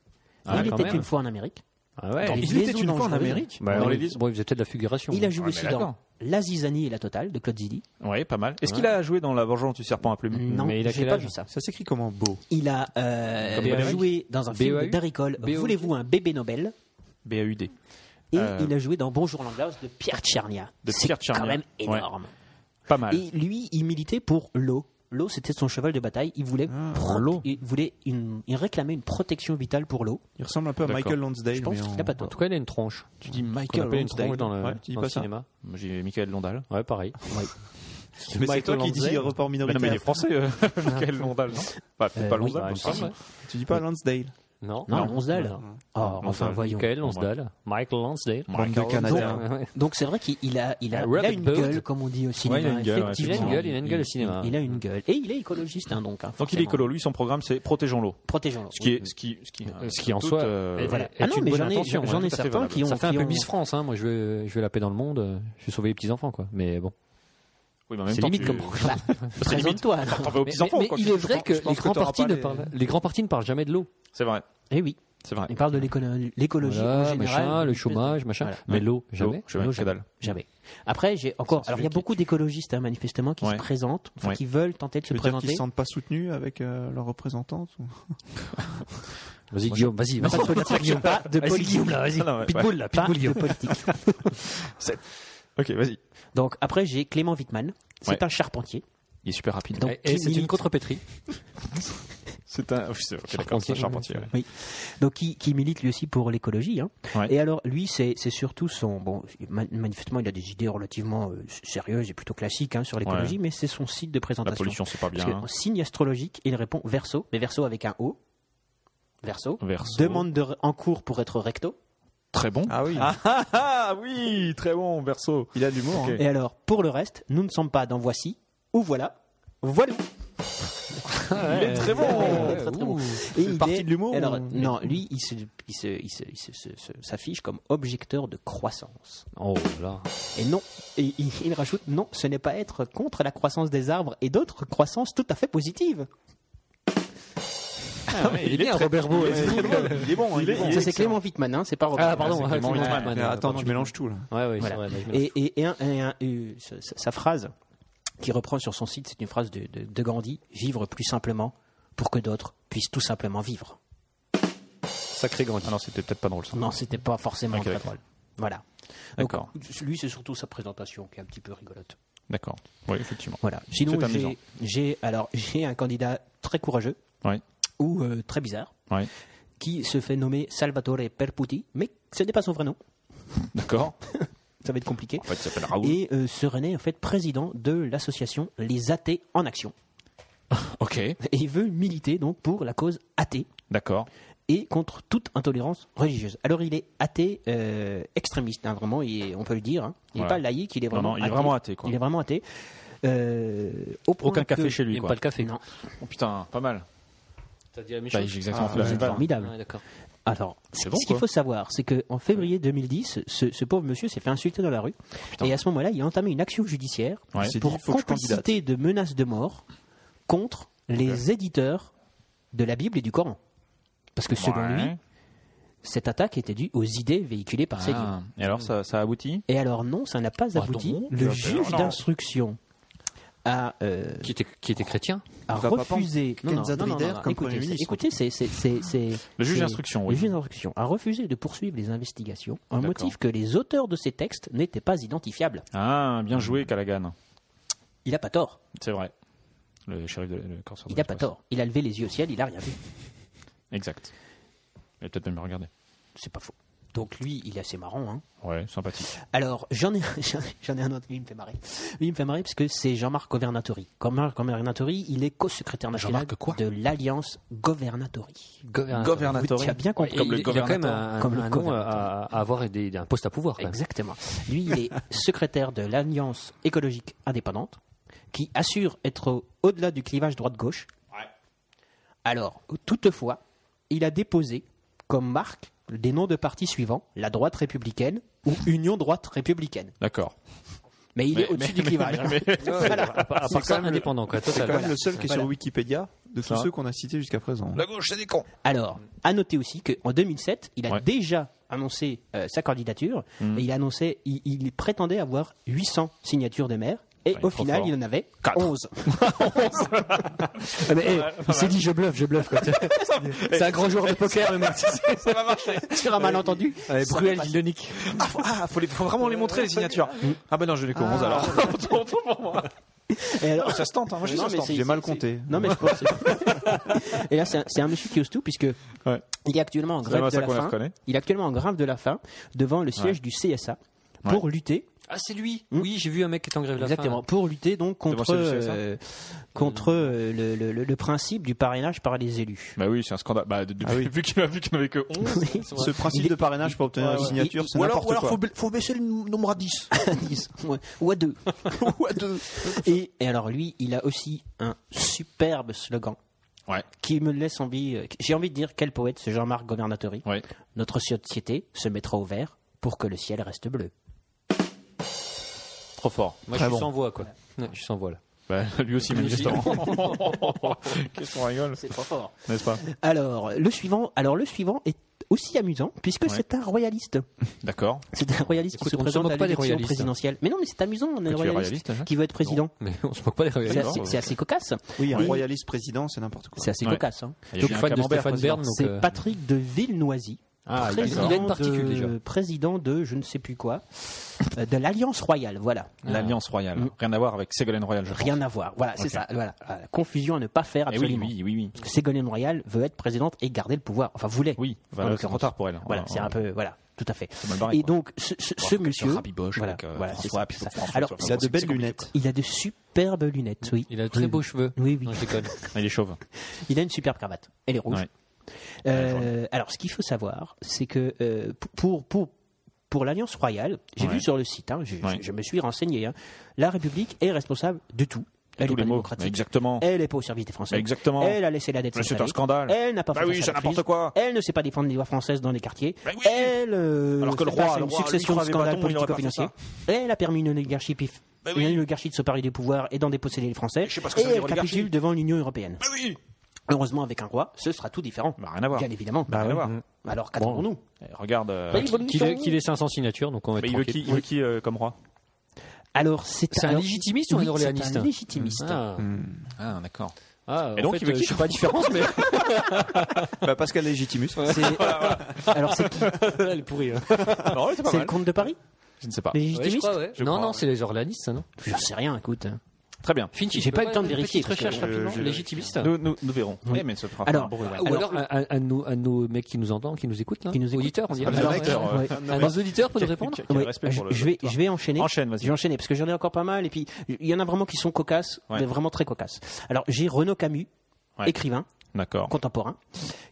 [SPEAKER 1] Ah,
[SPEAKER 4] il
[SPEAKER 1] quand
[SPEAKER 4] était
[SPEAKER 1] même.
[SPEAKER 4] une fois en Amérique.
[SPEAKER 2] Ah
[SPEAKER 4] Dans
[SPEAKER 2] ouais.
[SPEAKER 4] les
[SPEAKER 1] Il était
[SPEAKER 4] liaisons
[SPEAKER 1] une fois en
[SPEAKER 4] dangereuses.
[SPEAKER 1] Amérique.
[SPEAKER 2] Bah,
[SPEAKER 1] Dans
[SPEAKER 2] oui.
[SPEAKER 1] les listes.
[SPEAKER 2] Bon, il faisait peut-être de la figuration.
[SPEAKER 4] Il a
[SPEAKER 2] bon.
[SPEAKER 1] Ah,
[SPEAKER 4] joué
[SPEAKER 1] mais
[SPEAKER 4] aussi
[SPEAKER 1] d'accord.
[SPEAKER 4] dans La zizanie et la totale de Claude Zidi.
[SPEAKER 1] Ouais, Mm. pas mal. Est-ce qu'il a joué dans La Vengeance du serpent à plumes
[SPEAKER 4] Non,
[SPEAKER 2] mais il a
[SPEAKER 4] j'ai
[SPEAKER 2] quel
[SPEAKER 4] pas
[SPEAKER 2] âge
[SPEAKER 4] vu ça.
[SPEAKER 3] Ça s'écrit comment Beau
[SPEAKER 4] Il a euh,
[SPEAKER 2] Comme Derek
[SPEAKER 4] joué dans un film de
[SPEAKER 2] BAU?
[SPEAKER 4] Barry Cole,
[SPEAKER 2] BAU?
[SPEAKER 4] Voulez-vous un bébé Nobel
[SPEAKER 1] BAUD.
[SPEAKER 4] Et
[SPEAKER 1] Euh.
[SPEAKER 4] il a joué dans Bonjour l'Anglaise de Pierre Tchernia.
[SPEAKER 1] De
[SPEAKER 4] C'est
[SPEAKER 1] Pierre Tchernia.
[SPEAKER 4] quand même
[SPEAKER 1] Ouais.
[SPEAKER 4] énorme.
[SPEAKER 1] Pas mal.
[SPEAKER 4] Et lui, il militait pour l'eau. L'eau, c'était son cheval de bataille. Il voulait,
[SPEAKER 1] Ah,
[SPEAKER 4] pro- il voulait une, il réclamait une protection vitale pour l'eau.
[SPEAKER 3] Il ressemble un peu à
[SPEAKER 1] D'accord.
[SPEAKER 3] Michael Lonsdale.
[SPEAKER 4] Je pense
[SPEAKER 3] mais
[SPEAKER 4] qu'il
[SPEAKER 3] en-
[SPEAKER 4] n'a pas
[SPEAKER 2] En
[SPEAKER 4] tort.
[SPEAKER 2] tout cas, il a une tronche. Tu dis
[SPEAKER 3] Michael
[SPEAKER 2] une
[SPEAKER 3] Lonsdale.
[SPEAKER 2] tronche dans le,
[SPEAKER 3] Ouais, tu dis
[SPEAKER 2] dans le
[SPEAKER 3] pas ça.
[SPEAKER 2] cinéma.
[SPEAKER 1] Moi, J'ai Michael Londal.
[SPEAKER 2] Ouais, pareil.
[SPEAKER 3] Mais c'est
[SPEAKER 2] Michael
[SPEAKER 3] toi qui
[SPEAKER 2] Lonsdale.
[SPEAKER 3] dis report
[SPEAKER 1] Bah non, mais il est
[SPEAKER 3] minoritaire.
[SPEAKER 1] français, euh, Michael Londal, non Bah, peut-être
[SPEAKER 4] Euh,
[SPEAKER 1] pas
[SPEAKER 4] oui,
[SPEAKER 1] Londal,
[SPEAKER 4] bah,
[SPEAKER 1] mais
[SPEAKER 4] si,
[SPEAKER 1] pas
[SPEAKER 4] si.
[SPEAKER 1] mal.
[SPEAKER 3] Tu dis pas Lonsdale.
[SPEAKER 2] Non.
[SPEAKER 4] Non, Lonsdale. Oh, enfin,
[SPEAKER 1] Lonsdale.
[SPEAKER 4] voyons.
[SPEAKER 2] Michael Lonsdale. Michael Lonsdale.
[SPEAKER 3] Bande de Canadiens.
[SPEAKER 2] Ouais.
[SPEAKER 4] Donc c'est vrai qu'il il a, il a,
[SPEAKER 2] Un
[SPEAKER 4] il a
[SPEAKER 2] rabbit
[SPEAKER 4] une
[SPEAKER 2] boat.
[SPEAKER 4] gueule, comme on dit au cinéma.
[SPEAKER 1] il a une gueule, ouais,
[SPEAKER 2] Il a une
[SPEAKER 4] effectivement.
[SPEAKER 2] gueule, il a une gueule au cinéma.
[SPEAKER 4] Il a une gueule. Et il est écologiste, hein, donc. hein,
[SPEAKER 1] Donc il est
[SPEAKER 4] forcément.
[SPEAKER 1] écolo, lui son programme c'est protégeons l'eau.
[SPEAKER 4] Protégeons-le.
[SPEAKER 1] Ce qui est ce qui ce qui,
[SPEAKER 2] Euh, ce qui, en
[SPEAKER 1] toute,
[SPEAKER 2] soi,
[SPEAKER 1] euh,
[SPEAKER 2] est-
[SPEAKER 1] voilà.
[SPEAKER 2] est
[SPEAKER 4] Ah non,
[SPEAKER 2] une
[SPEAKER 4] mais
[SPEAKER 2] bonne
[SPEAKER 4] j'en ai,
[SPEAKER 2] intention,
[SPEAKER 4] j'en
[SPEAKER 2] ouais,
[SPEAKER 4] ai
[SPEAKER 1] hein, tout à fait
[SPEAKER 4] certains
[SPEAKER 1] valable.
[SPEAKER 4] qui ont.
[SPEAKER 2] Ça fait un
[SPEAKER 4] qui
[SPEAKER 2] peu
[SPEAKER 4] ont-
[SPEAKER 2] Miss France, hein. Moi, je veux, je veux la paix dans le monde. euh, Je veux sauver les petits enfants, quoi. Mais bon,
[SPEAKER 1] Oui, mais en même
[SPEAKER 2] c'est
[SPEAKER 1] temps,
[SPEAKER 2] limite
[SPEAKER 1] tu-
[SPEAKER 2] comme programme.
[SPEAKER 1] c'est limite.
[SPEAKER 4] Présente-toi. alors.
[SPEAKER 1] T'en veux aux
[SPEAKER 2] Mais,
[SPEAKER 1] petits enfants
[SPEAKER 2] mais
[SPEAKER 1] quoi,
[SPEAKER 2] il
[SPEAKER 1] tu-
[SPEAKER 2] est
[SPEAKER 1] je
[SPEAKER 2] vrai
[SPEAKER 1] pense-
[SPEAKER 2] que,
[SPEAKER 1] je pense
[SPEAKER 2] les, grands
[SPEAKER 1] t'auras
[SPEAKER 2] partis
[SPEAKER 1] pas
[SPEAKER 2] ne
[SPEAKER 1] les-
[SPEAKER 2] parlent, les grands partis ne parlent jamais de l'eau.
[SPEAKER 1] C'est vrai,
[SPEAKER 4] Eh oui.
[SPEAKER 1] c'est vrai.
[SPEAKER 4] Il parle de l'écono- l'écologie
[SPEAKER 2] Voilà,
[SPEAKER 4] en général.
[SPEAKER 2] machin, le chômage, machin.
[SPEAKER 4] Voilà.
[SPEAKER 2] Mais l'eau,
[SPEAKER 1] L'eau,
[SPEAKER 2] jamais.
[SPEAKER 1] je vais
[SPEAKER 2] L'eau,
[SPEAKER 1] que dalle.
[SPEAKER 4] Jamais. Après, j'ai encore.
[SPEAKER 1] C'est un
[SPEAKER 4] Alors, il y
[SPEAKER 1] sujet
[SPEAKER 4] a
[SPEAKER 1] qui-
[SPEAKER 4] beaucoup d'écologistes, hein, manifestement, qui
[SPEAKER 1] Ouais.
[SPEAKER 4] se présentent, enfin,
[SPEAKER 1] Ouais.
[SPEAKER 4] qui veulent tenter de se
[SPEAKER 3] Tu veux dire qu'ils
[SPEAKER 4] présenter.
[SPEAKER 3] se sentent pas soutenus avec euh, leur représentante ou-
[SPEAKER 2] Vas-y, Guillaume, vas-y,
[SPEAKER 4] Pas de politique, Guillaume, pas de
[SPEAKER 1] Vas-y,
[SPEAKER 4] politique.
[SPEAKER 1] Guillaume, là, vas-y. Ah, non, ouais,
[SPEAKER 4] Pitbull, là,
[SPEAKER 2] Pitbull,
[SPEAKER 4] pas de
[SPEAKER 2] Guillaume.
[SPEAKER 4] politique.
[SPEAKER 1] OK, vas-y.
[SPEAKER 4] Donc, après, j'ai Clément Wittmann. C'est
[SPEAKER 1] Ouais.
[SPEAKER 4] un charpentier.
[SPEAKER 2] Eh,
[SPEAKER 1] Il est super rapide.
[SPEAKER 4] Donc,
[SPEAKER 2] Et
[SPEAKER 4] qui
[SPEAKER 2] c'est une
[SPEAKER 4] milite-
[SPEAKER 2] contrepétrie.
[SPEAKER 1] C'est un officier. Ok, d'accord, c'est un charpentier. ouais.
[SPEAKER 4] Oui. Donc, qui, qui milite lui aussi pour l'écologie. hein.
[SPEAKER 1] Ouais.
[SPEAKER 4] Et alors, lui, c'est c'est surtout son. Bon, ma- manifestement, il a des idées relativement euh, sérieuses et plutôt classiques hein, sur l'écologie, mais c'est son site de
[SPEAKER 1] La
[SPEAKER 4] présentation.
[SPEAKER 1] pollution, c'est pas bien.
[SPEAKER 4] Parce que, en signe astrologique, il répond verso, mais verso avec un O. Verso.
[SPEAKER 1] hein. Verso.
[SPEAKER 4] Demande de- en cours pour être recto.
[SPEAKER 1] Très bon.
[SPEAKER 3] Ah oui,
[SPEAKER 1] ah, ah, oui, très bon, verso.
[SPEAKER 3] il a de l'humour.
[SPEAKER 1] Ok.
[SPEAKER 3] hein.
[SPEAKER 4] Et alors, pour le reste, nous ne sommes pas dans voici ou voilà. Voilà.
[SPEAKER 1] Il est très
[SPEAKER 4] Il est
[SPEAKER 1] bon.
[SPEAKER 4] très, très bon. Et il
[SPEAKER 3] partie
[SPEAKER 4] est-
[SPEAKER 3] de l'humour
[SPEAKER 4] Alors,
[SPEAKER 3] ou-
[SPEAKER 1] hein.
[SPEAKER 4] non, lui, il s'affiche se, il se, il se- il se- se- se- s'affiche comme objecteur de croissance.
[SPEAKER 2] Oh là.
[SPEAKER 4] Et non, et il, il rajoute non, ce n'est pas être contre la croissance des arbres et d'autres croissances tout à fait positives.
[SPEAKER 2] il, est bien, Robert Beau.
[SPEAKER 3] Il est bon, hein, il est bon.
[SPEAKER 4] Ça, c'est Clément Wittmann, hein, c'est pas Robert.
[SPEAKER 2] Ah, pardon.
[SPEAKER 1] c'est
[SPEAKER 2] ouais,
[SPEAKER 1] Clément
[SPEAKER 2] Clément
[SPEAKER 1] Wittmann.
[SPEAKER 2] Wittmann.
[SPEAKER 3] Mais Attends, tu mélanges tout là.
[SPEAKER 2] Ouais, ouais, c'est
[SPEAKER 4] Voilà.
[SPEAKER 2] vrai, là, je mélange.
[SPEAKER 4] Et, et- et un- et un- euh, sa, sa- sa phrase qui reprend sur son site, c'est une phrase de, de- de Gandhi vivre plus simplement pour que d'autres puissent tout simplement vivre.
[SPEAKER 1] Sacré Gandhi. Ah non, c'était peut-être pas drôle ça.
[SPEAKER 4] Non, c'était pas forcément
[SPEAKER 1] Ok,
[SPEAKER 4] très
[SPEAKER 1] d'accord.
[SPEAKER 4] drôle. Voilà. Donc,
[SPEAKER 1] D'accord.
[SPEAKER 4] lui, c'est surtout sa présentation qui est un petit peu rigolote.
[SPEAKER 1] D'accord. Oui, effectivement.
[SPEAKER 4] Voilà. Sinon,
[SPEAKER 1] C'est
[SPEAKER 4] j'ai-
[SPEAKER 1] amusant.
[SPEAKER 4] j'ai alors j'ai un candidat très courageux
[SPEAKER 1] Oui.
[SPEAKER 4] ou euh, très bizarre
[SPEAKER 1] Oui.
[SPEAKER 4] qui se fait nommer Salvatore Perputi, mais ce n'est pas son vrai nom.
[SPEAKER 1] D'accord.
[SPEAKER 4] Ça va être compliqué.
[SPEAKER 1] En fait, il s'appelle Raoul.
[SPEAKER 4] Et euh, ce René est en fait président de l'association Les Athées en Action.
[SPEAKER 1] Ok.
[SPEAKER 4] Et il veut militer donc pour la cause athée
[SPEAKER 1] D'accord.
[SPEAKER 4] et contre toute intolérance religieuse. Alors il est athée euh, extrémiste, hein, vraiment, il est- on peut le dire. hein. Il n'est
[SPEAKER 1] Ouais.
[SPEAKER 4] pas laïque, il est
[SPEAKER 1] Non,
[SPEAKER 4] vraiment,
[SPEAKER 1] non, il est
[SPEAKER 4] athée.
[SPEAKER 1] vraiment athée, quoi.
[SPEAKER 4] Il est vraiment athée. Euh, au point
[SPEAKER 1] Aucun café
[SPEAKER 4] que-
[SPEAKER 1] chez
[SPEAKER 2] Il
[SPEAKER 1] lui
[SPEAKER 2] aime
[SPEAKER 1] quoi.
[SPEAKER 2] pas le café.
[SPEAKER 4] Non,
[SPEAKER 1] Oh putain, pas mal.
[SPEAKER 2] T'as dit la même
[SPEAKER 1] Bah,
[SPEAKER 2] chose.
[SPEAKER 1] j'ai exactement
[SPEAKER 3] Ah,
[SPEAKER 1] fait la
[SPEAKER 3] ouais.
[SPEAKER 1] même
[SPEAKER 4] c'est
[SPEAKER 1] chose.
[SPEAKER 4] formidable.
[SPEAKER 2] Ouais, d'accord.
[SPEAKER 4] Alors, ce
[SPEAKER 1] bon,
[SPEAKER 4] ce qu'il
[SPEAKER 1] quoi.
[SPEAKER 4] faut savoir, c'est qu'en février 2010, ce, ce pauvre monsieur s'est fait insulter dans la rue. Et à ce moment-là, il a entamé une action judiciaire
[SPEAKER 1] Ouais.
[SPEAKER 3] Il s'est dit,
[SPEAKER 4] pour
[SPEAKER 3] faut que je candidate.
[SPEAKER 4] complicité de menaces de mort contre les éditeurs de la Bible et du Coran. Parce que selon lui,
[SPEAKER 1] Ouais.
[SPEAKER 4] cette attaque était due aux idées véhiculées par ces livres.
[SPEAKER 1] Ah. Et alors, ça, ça aboutit
[SPEAKER 4] Et alors non, ça n'a pas abouti.
[SPEAKER 1] donc,
[SPEAKER 4] Le
[SPEAKER 1] euh,
[SPEAKER 4] juge
[SPEAKER 1] non.
[SPEAKER 4] d'instruction a, euh,
[SPEAKER 2] Qui était, qui était chrétien
[SPEAKER 4] a
[SPEAKER 3] va pas
[SPEAKER 4] refusé.
[SPEAKER 3] prendre Kenza Drider comme
[SPEAKER 4] écoutez,
[SPEAKER 3] Premier
[SPEAKER 4] c'est-
[SPEAKER 3] ministre.
[SPEAKER 4] écoutez, c'est c'est- c'est- c'est-
[SPEAKER 1] Le juge
[SPEAKER 4] c'est-
[SPEAKER 1] d'instruction, oui. Ah,
[SPEAKER 4] Le juge d'instruction a refusé de poursuivre les investigations au
[SPEAKER 1] D'accord.
[SPEAKER 4] motif que les auteurs de ces textes n'étaient pas identifiables.
[SPEAKER 1] Ah, bien joué, Callaghan.
[SPEAKER 4] Il a pas tort.
[SPEAKER 1] C'est vrai. Le shérif de le corsaire de
[SPEAKER 4] Il a pas
[SPEAKER 1] l'Express.
[SPEAKER 4] tort. Il a levé les yeux au ciel. Il a rien vu.
[SPEAKER 1] Exact. Il a peut-être même regardé.
[SPEAKER 4] C'est pas faux. Donc lui, il est assez marrant. Hein.
[SPEAKER 1] Ouais, sympathique.
[SPEAKER 4] Alors, j'en ai, j'en j'en ai un autre, lui, il me fait marrer. Lui, il me fait marrer parce que c'est Jean-Marc Governatori. Comme Marc Governatori, il est co-secrétaire national
[SPEAKER 1] Jean-Marc quoi Ah,
[SPEAKER 4] de l'Alliance Governatori.
[SPEAKER 1] Governatori.
[SPEAKER 4] Tu as bien compris.
[SPEAKER 2] Comme le il a quand même un,
[SPEAKER 4] Comme le
[SPEAKER 2] un nom à,
[SPEAKER 4] governateur.
[SPEAKER 2] à avoir des, un poste à pouvoir. quand même.
[SPEAKER 4] Exactement. Lui, il est secrétaire de l'Alliance écologique indépendante, qui assure être au- au-delà du clivage droite-gauche. Alors, toutefois, il a déposé, comme marque, des noms de partis suivants, la droite républicaine ou Union droite républicaine.
[SPEAKER 1] D'accord.
[SPEAKER 4] Mais il
[SPEAKER 1] Mais-
[SPEAKER 4] est au-dessus
[SPEAKER 1] mais-
[SPEAKER 4] du clivage. hein.
[SPEAKER 2] À part- à part ça, indépendant, quoi,
[SPEAKER 3] C'est
[SPEAKER 2] total.
[SPEAKER 3] quand même le seul qui est sur Wikipédia de tous
[SPEAKER 1] Ça.
[SPEAKER 3] ceux qu'on a cités jusqu'à présent.
[SPEAKER 8] La gauche, c'est des cons.
[SPEAKER 4] Alors, à noter aussi qu'en 2007, il a
[SPEAKER 1] Ouais. Mhm.
[SPEAKER 4] déjà annoncé euh, sa candidature et il annonçait, il, il prétendait avoir 800 signatures de maires. Et
[SPEAKER 1] Ouais,
[SPEAKER 4] au
[SPEAKER 1] trop
[SPEAKER 4] final,
[SPEAKER 1] fort.
[SPEAKER 4] il en avait
[SPEAKER 1] Quatre.
[SPEAKER 4] 11. mais, hey, il s'est dit je bluffe, je bluffe. quoi. C'est un grand joueur de poker, le mec.
[SPEAKER 1] Ça va marcher.
[SPEAKER 4] Sur un malentendu. ça
[SPEAKER 1] Bruel
[SPEAKER 4] passe.
[SPEAKER 1] Guildonic. Ah, faut, ah, faut, les- faut vraiment les montrer, les signatures. Ah, bah non, je les cours 11 alors. Autant- autant pour moi.
[SPEAKER 4] Et alors-
[SPEAKER 1] Ça se tente, hein. Moi, je dis
[SPEAKER 4] Non,
[SPEAKER 1] ça se
[SPEAKER 4] mais
[SPEAKER 1] tente.
[SPEAKER 4] c'est-
[SPEAKER 3] J'ai mal
[SPEAKER 4] c'est-
[SPEAKER 3] compté.
[SPEAKER 4] Non, mais je pense. et là, c'est un, c'est un monsieur qui ose tout, puisque
[SPEAKER 1] Ouais.
[SPEAKER 4] il est actuellement en grève
[SPEAKER 1] vraiment
[SPEAKER 4] de
[SPEAKER 1] ça
[SPEAKER 4] la
[SPEAKER 1] qu'on la
[SPEAKER 4] faim.
[SPEAKER 1] reconnaît.
[SPEAKER 4] Il est actuellement en grève de la faim devant le siège du CSA pour lutter
[SPEAKER 2] Ah, c'est lui
[SPEAKER 1] Hmm
[SPEAKER 2] Oui, j'ai vu un mec qui est en grève la faim.
[SPEAKER 4] Exactement, pour lutter donc
[SPEAKER 1] Devant
[SPEAKER 4] contre,
[SPEAKER 1] celle du CSA.
[SPEAKER 4] euh, contre euh, le, le- le- le principe du parrainage par les élus.
[SPEAKER 1] Bah oui, c'est un scandale. Bah, de- de- vu qu'il a vu qu'il n'y en avait que 11.
[SPEAKER 4] Oui.
[SPEAKER 3] Ce principe de parrainage pour obtenir une signature, c'est n'importe quoi.
[SPEAKER 8] faut baisser le nombre à 10.
[SPEAKER 4] Ouais. Ou à deux. Et, et alors lui, il a aussi un superbe slogan
[SPEAKER 1] Ouais.
[SPEAKER 4] qui me laisse envie. euh, J'ai envie de dire quel poète, ce Jean-Marc Governatori.
[SPEAKER 1] Ouais.
[SPEAKER 4] Notre société se mettra au vert pour que le ciel reste bleu.
[SPEAKER 1] Trop fort.
[SPEAKER 2] Moi, je
[SPEAKER 3] Très
[SPEAKER 2] suis
[SPEAKER 3] bon.
[SPEAKER 2] sans voix, quoi. Ouais, Je suis sans voix, là.
[SPEAKER 1] Bah, lui aussi, manifestement. Qu'est-ce qu'on rigole,
[SPEAKER 4] C'est trop fort.
[SPEAKER 1] n'est-ce pas
[SPEAKER 4] Alors le suivant, alors le suivant est aussi amusant puisque c'est un royaliste.
[SPEAKER 1] D'accord.
[SPEAKER 4] C'est un royaliste
[SPEAKER 2] Écoute,
[SPEAKER 4] qui se
[SPEAKER 2] on ne se
[SPEAKER 4] présente
[SPEAKER 2] moque
[SPEAKER 4] à
[SPEAKER 2] pas des
[SPEAKER 4] l'élection
[SPEAKER 2] royalistes. Ah,
[SPEAKER 4] présidentielle. Mais non, mais c'est amusant, on
[SPEAKER 1] es
[SPEAKER 4] est royaliste
[SPEAKER 1] royaliste,
[SPEAKER 2] hein
[SPEAKER 1] Jacques
[SPEAKER 4] qui veut être président.
[SPEAKER 2] Mais on se moque pas des
[SPEAKER 4] C'est
[SPEAKER 2] réalisateurs.
[SPEAKER 4] assez, c'est assez cocasse.
[SPEAKER 3] Oui, un
[SPEAKER 4] Oui.
[SPEAKER 3] royaliste président, c'est n'importe quoi.
[SPEAKER 4] C'est assez
[SPEAKER 1] Ouais.
[SPEAKER 4] cocasse. hein.
[SPEAKER 1] Il y a
[SPEAKER 2] Donc,
[SPEAKER 1] eu un
[SPEAKER 2] fan de
[SPEAKER 1] camembert,
[SPEAKER 2] Stéphane
[SPEAKER 1] président.
[SPEAKER 2] Bern. donc,
[SPEAKER 4] C'est
[SPEAKER 2] euh,
[SPEAKER 4] Patrick de Villenoisy Ah,
[SPEAKER 2] il a une particule,
[SPEAKER 4] de-
[SPEAKER 2] déjà.
[SPEAKER 4] président de je ne sais plus quoi, euh, de l'Alliance Royale, voilà.
[SPEAKER 1] L'Alliance Royale. Rien à voir avec Ségolène Royal, je
[SPEAKER 4] Rien à voir, voilà, c'est ça, voilà. Voilà. Confusion à ne pas faire
[SPEAKER 1] Eh oui,
[SPEAKER 4] absolument.
[SPEAKER 1] oui, oui, oui.
[SPEAKER 4] Parce que Ségolène Royal veut être présidente et garder le pouvoir, enfin voulait.
[SPEAKER 1] Oui,
[SPEAKER 4] en
[SPEAKER 1] voilà, c'est
[SPEAKER 4] l'occurrence.
[SPEAKER 1] trop tard pour elle.
[SPEAKER 4] Voilà,
[SPEAKER 1] On-
[SPEAKER 4] c'est un peu, voilà, tout à fait.
[SPEAKER 1] mal barré,
[SPEAKER 4] et
[SPEAKER 1] quoi.
[SPEAKER 4] donc, ce, ce- ce
[SPEAKER 1] Faut que
[SPEAKER 4] monsieur,
[SPEAKER 1] sur Rabiboche,
[SPEAKER 4] voilà,
[SPEAKER 1] avec, euh,
[SPEAKER 4] voilà,
[SPEAKER 1] François,
[SPEAKER 4] c'est
[SPEAKER 1] puis
[SPEAKER 4] ça.
[SPEAKER 1] François,
[SPEAKER 4] Alors,
[SPEAKER 1] François,
[SPEAKER 3] Il a de
[SPEAKER 1] c'est-
[SPEAKER 3] belles
[SPEAKER 1] c'est
[SPEAKER 3] lunettes.
[SPEAKER 4] il a de superbes lunettes, oui.
[SPEAKER 2] Il a de très
[SPEAKER 1] Hmm.
[SPEAKER 4] Oui,
[SPEAKER 2] beaux
[SPEAKER 4] oui.
[SPEAKER 2] cheveux.
[SPEAKER 4] Oui, oui.
[SPEAKER 2] Non, je déconne.
[SPEAKER 1] Il est chauve.
[SPEAKER 4] Il a une superbe cravate. Elle est rouge.
[SPEAKER 1] Ouais.
[SPEAKER 4] Euh, alors, ce qu'il faut savoir, c'est que euh, p- pour, pour, pour l'Alliance royale, j'ai
[SPEAKER 1] Ouais.
[SPEAKER 4] vu sur le site, hein, je, je-
[SPEAKER 1] Ouais.
[SPEAKER 4] je me suis renseigné, hein, la République est responsable de tout. Elle
[SPEAKER 1] Tous
[SPEAKER 4] est pas
[SPEAKER 1] les mots.
[SPEAKER 4] démocratique.
[SPEAKER 1] Exactement.
[SPEAKER 4] Elle n'est pas au service des Français.
[SPEAKER 1] Exactement.
[SPEAKER 4] Elle a laissé la dette
[SPEAKER 1] Mais c'est
[SPEAKER 4] s'installer.
[SPEAKER 1] un scandale.
[SPEAKER 4] Elle n'a pas
[SPEAKER 1] Bah
[SPEAKER 4] fait
[SPEAKER 1] oui,
[SPEAKER 4] face à
[SPEAKER 1] c'est
[SPEAKER 4] la
[SPEAKER 1] n'importe
[SPEAKER 4] crise.
[SPEAKER 1] quoi.
[SPEAKER 4] Elle ne sait pas défendre les lois françaises dans les quartiers.
[SPEAKER 1] Bah oui.
[SPEAKER 4] Elle euh,
[SPEAKER 1] Alors que le
[SPEAKER 4] fait
[SPEAKER 1] roi,
[SPEAKER 4] face à
[SPEAKER 1] le
[SPEAKER 4] une
[SPEAKER 1] roi,
[SPEAKER 4] succession
[SPEAKER 1] lui,
[SPEAKER 4] de
[SPEAKER 1] il croit des
[SPEAKER 4] scandales
[SPEAKER 1] bâtons, il aurait pas fait
[SPEAKER 4] politico-financiers. Elle a permis une oligarchie pif-
[SPEAKER 1] Bah
[SPEAKER 4] Une
[SPEAKER 1] oui.
[SPEAKER 4] oligarchie de s'emparer du pouvoir et d'endéposséder les Français.
[SPEAKER 1] Je sais pas ce que c'est
[SPEAKER 4] et
[SPEAKER 1] une
[SPEAKER 4] elle
[SPEAKER 1] oligarchie.
[SPEAKER 4] capitule devant l'Union européenne.
[SPEAKER 1] Ah oui
[SPEAKER 4] Heureusement, avec un roi, ce sera tout différent.
[SPEAKER 1] Bah, rien à voir.
[SPEAKER 4] Bien évidemment.
[SPEAKER 1] Bah, rien à voir.
[SPEAKER 4] Alors qu'attendons-nous
[SPEAKER 1] Eh, Regarde. euh,
[SPEAKER 4] Bah, il veut-
[SPEAKER 2] Qu'il ait, qu'il ait 500 signatures, donc on va être
[SPEAKER 1] mais il veut qui,
[SPEAKER 2] tranquille.
[SPEAKER 1] il veut qui euh, comme roi
[SPEAKER 4] Alors c'est
[SPEAKER 2] C'est un
[SPEAKER 4] alors-
[SPEAKER 2] légitimiste ou un
[SPEAKER 4] Oui,
[SPEAKER 2] orléaniste
[SPEAKER 4] C'est un légitimiste.
[SPEAKER 2] Ah,
[SPEAKER 1] Ah, d'accord.
[SPEAKER 2] Ah,
[SPEAKER 1] Et
[SPEAKER 2] en
[SPEAKER 1] donc,
[SPEAKER 2] fait,
[SPEAKER 1] il veut
[SPEAKER 2] euh,
[SPEAKER 1] qui
[SPEAKER 2] Je sais pas la différence, mais
[SPEAKER 3] Bah, Pascal Légitimus.
[SPEAKER 4] C'est- alors c'est qui
[SPEAKER 2] elle est pourrie. hein.
[SPEAKER 1] Non, Ah c'est pas
[SPEAKER 4] C'est le
[SPEAKER 1] mal. Ah.
[SPEAKER 4] comte de Paris
[SPEAKER 1] Je ne sais pas.
[SPEAKER 4] Légitimiste
[SPEAKER 1] Je
[SPEAKER 2] non,
[SPEAKER 1] crois,
[SPEAKER 2] non,
[SPEAKER 1] ouais.
[SPEAKER 2] c'est les orléanistes, ça, non
[SPEAKER 4] J'en sais rien, écoute.
[SPEAKER 1] Très bien.
[SPEAKER 2] Finchi,
[SPEAKER 4] J'ai
[SPEAKER 2] tu
[SPEAKER 4] pas
[SPEAKER 2] peux
[SPEAKER 4] eu le temps de
[SPEAKER 2] une
[SPEAKER 4] vérifier,
[SPEAKER 2] petite recherche
[SPEAKER 4] parce que, euh,
[SPEAKER 2] rapidement.
[SPEAKER 4] je-
[SPEAKER 2] Légitimiste
[SPEAKER 1] Nous, nous, nous verrons.
[SPEAKER 4] Oui.
[SPEAKER 1] Eh, mais ce sera
[SPEAKER 4] Alors, euh,
[SPEAKER 1] un bon
[SPEAKER 2] Ou alors, un, un- un de nos- un de nos mecs qui nous entend, qui nous écoute, là
[SPEAKER 4] Qui nous écoute.
[SPEAKER 2] Auditeurs, on dit.
[SPEAKER 1] Ah, les
[SPEAKER 2] Alors,
[SPEAKER 1] auditeurs,
[SPEAKER 2] ouais.
[SPEAKER 1] ouais.
[SPEAKER 4] Ouais.
[SPEAKER 2] Un de nos auditeurs peut nous répondre
[SPEAKER 4] Ouais, je, je vais, je vais enchaîner.
[SPEAKER 1] Enchaîne, vas-y.
[SPEAKER 4] Je vais enchaîner parce que j'en ai encore pas mal. Et puis, il y en a vraiment qui sont cocasses,
[SPEAKER 1] Ouais.
[SPEAKER 4] mais vraiment très cocasses. Alors, j'ai Renaud Camus,
[SPEAKER 1] Ouais.
[SPEAKER 4] écrivain
[SPEAKER 1] D'accord.
[SPEAKER 4] contemporain,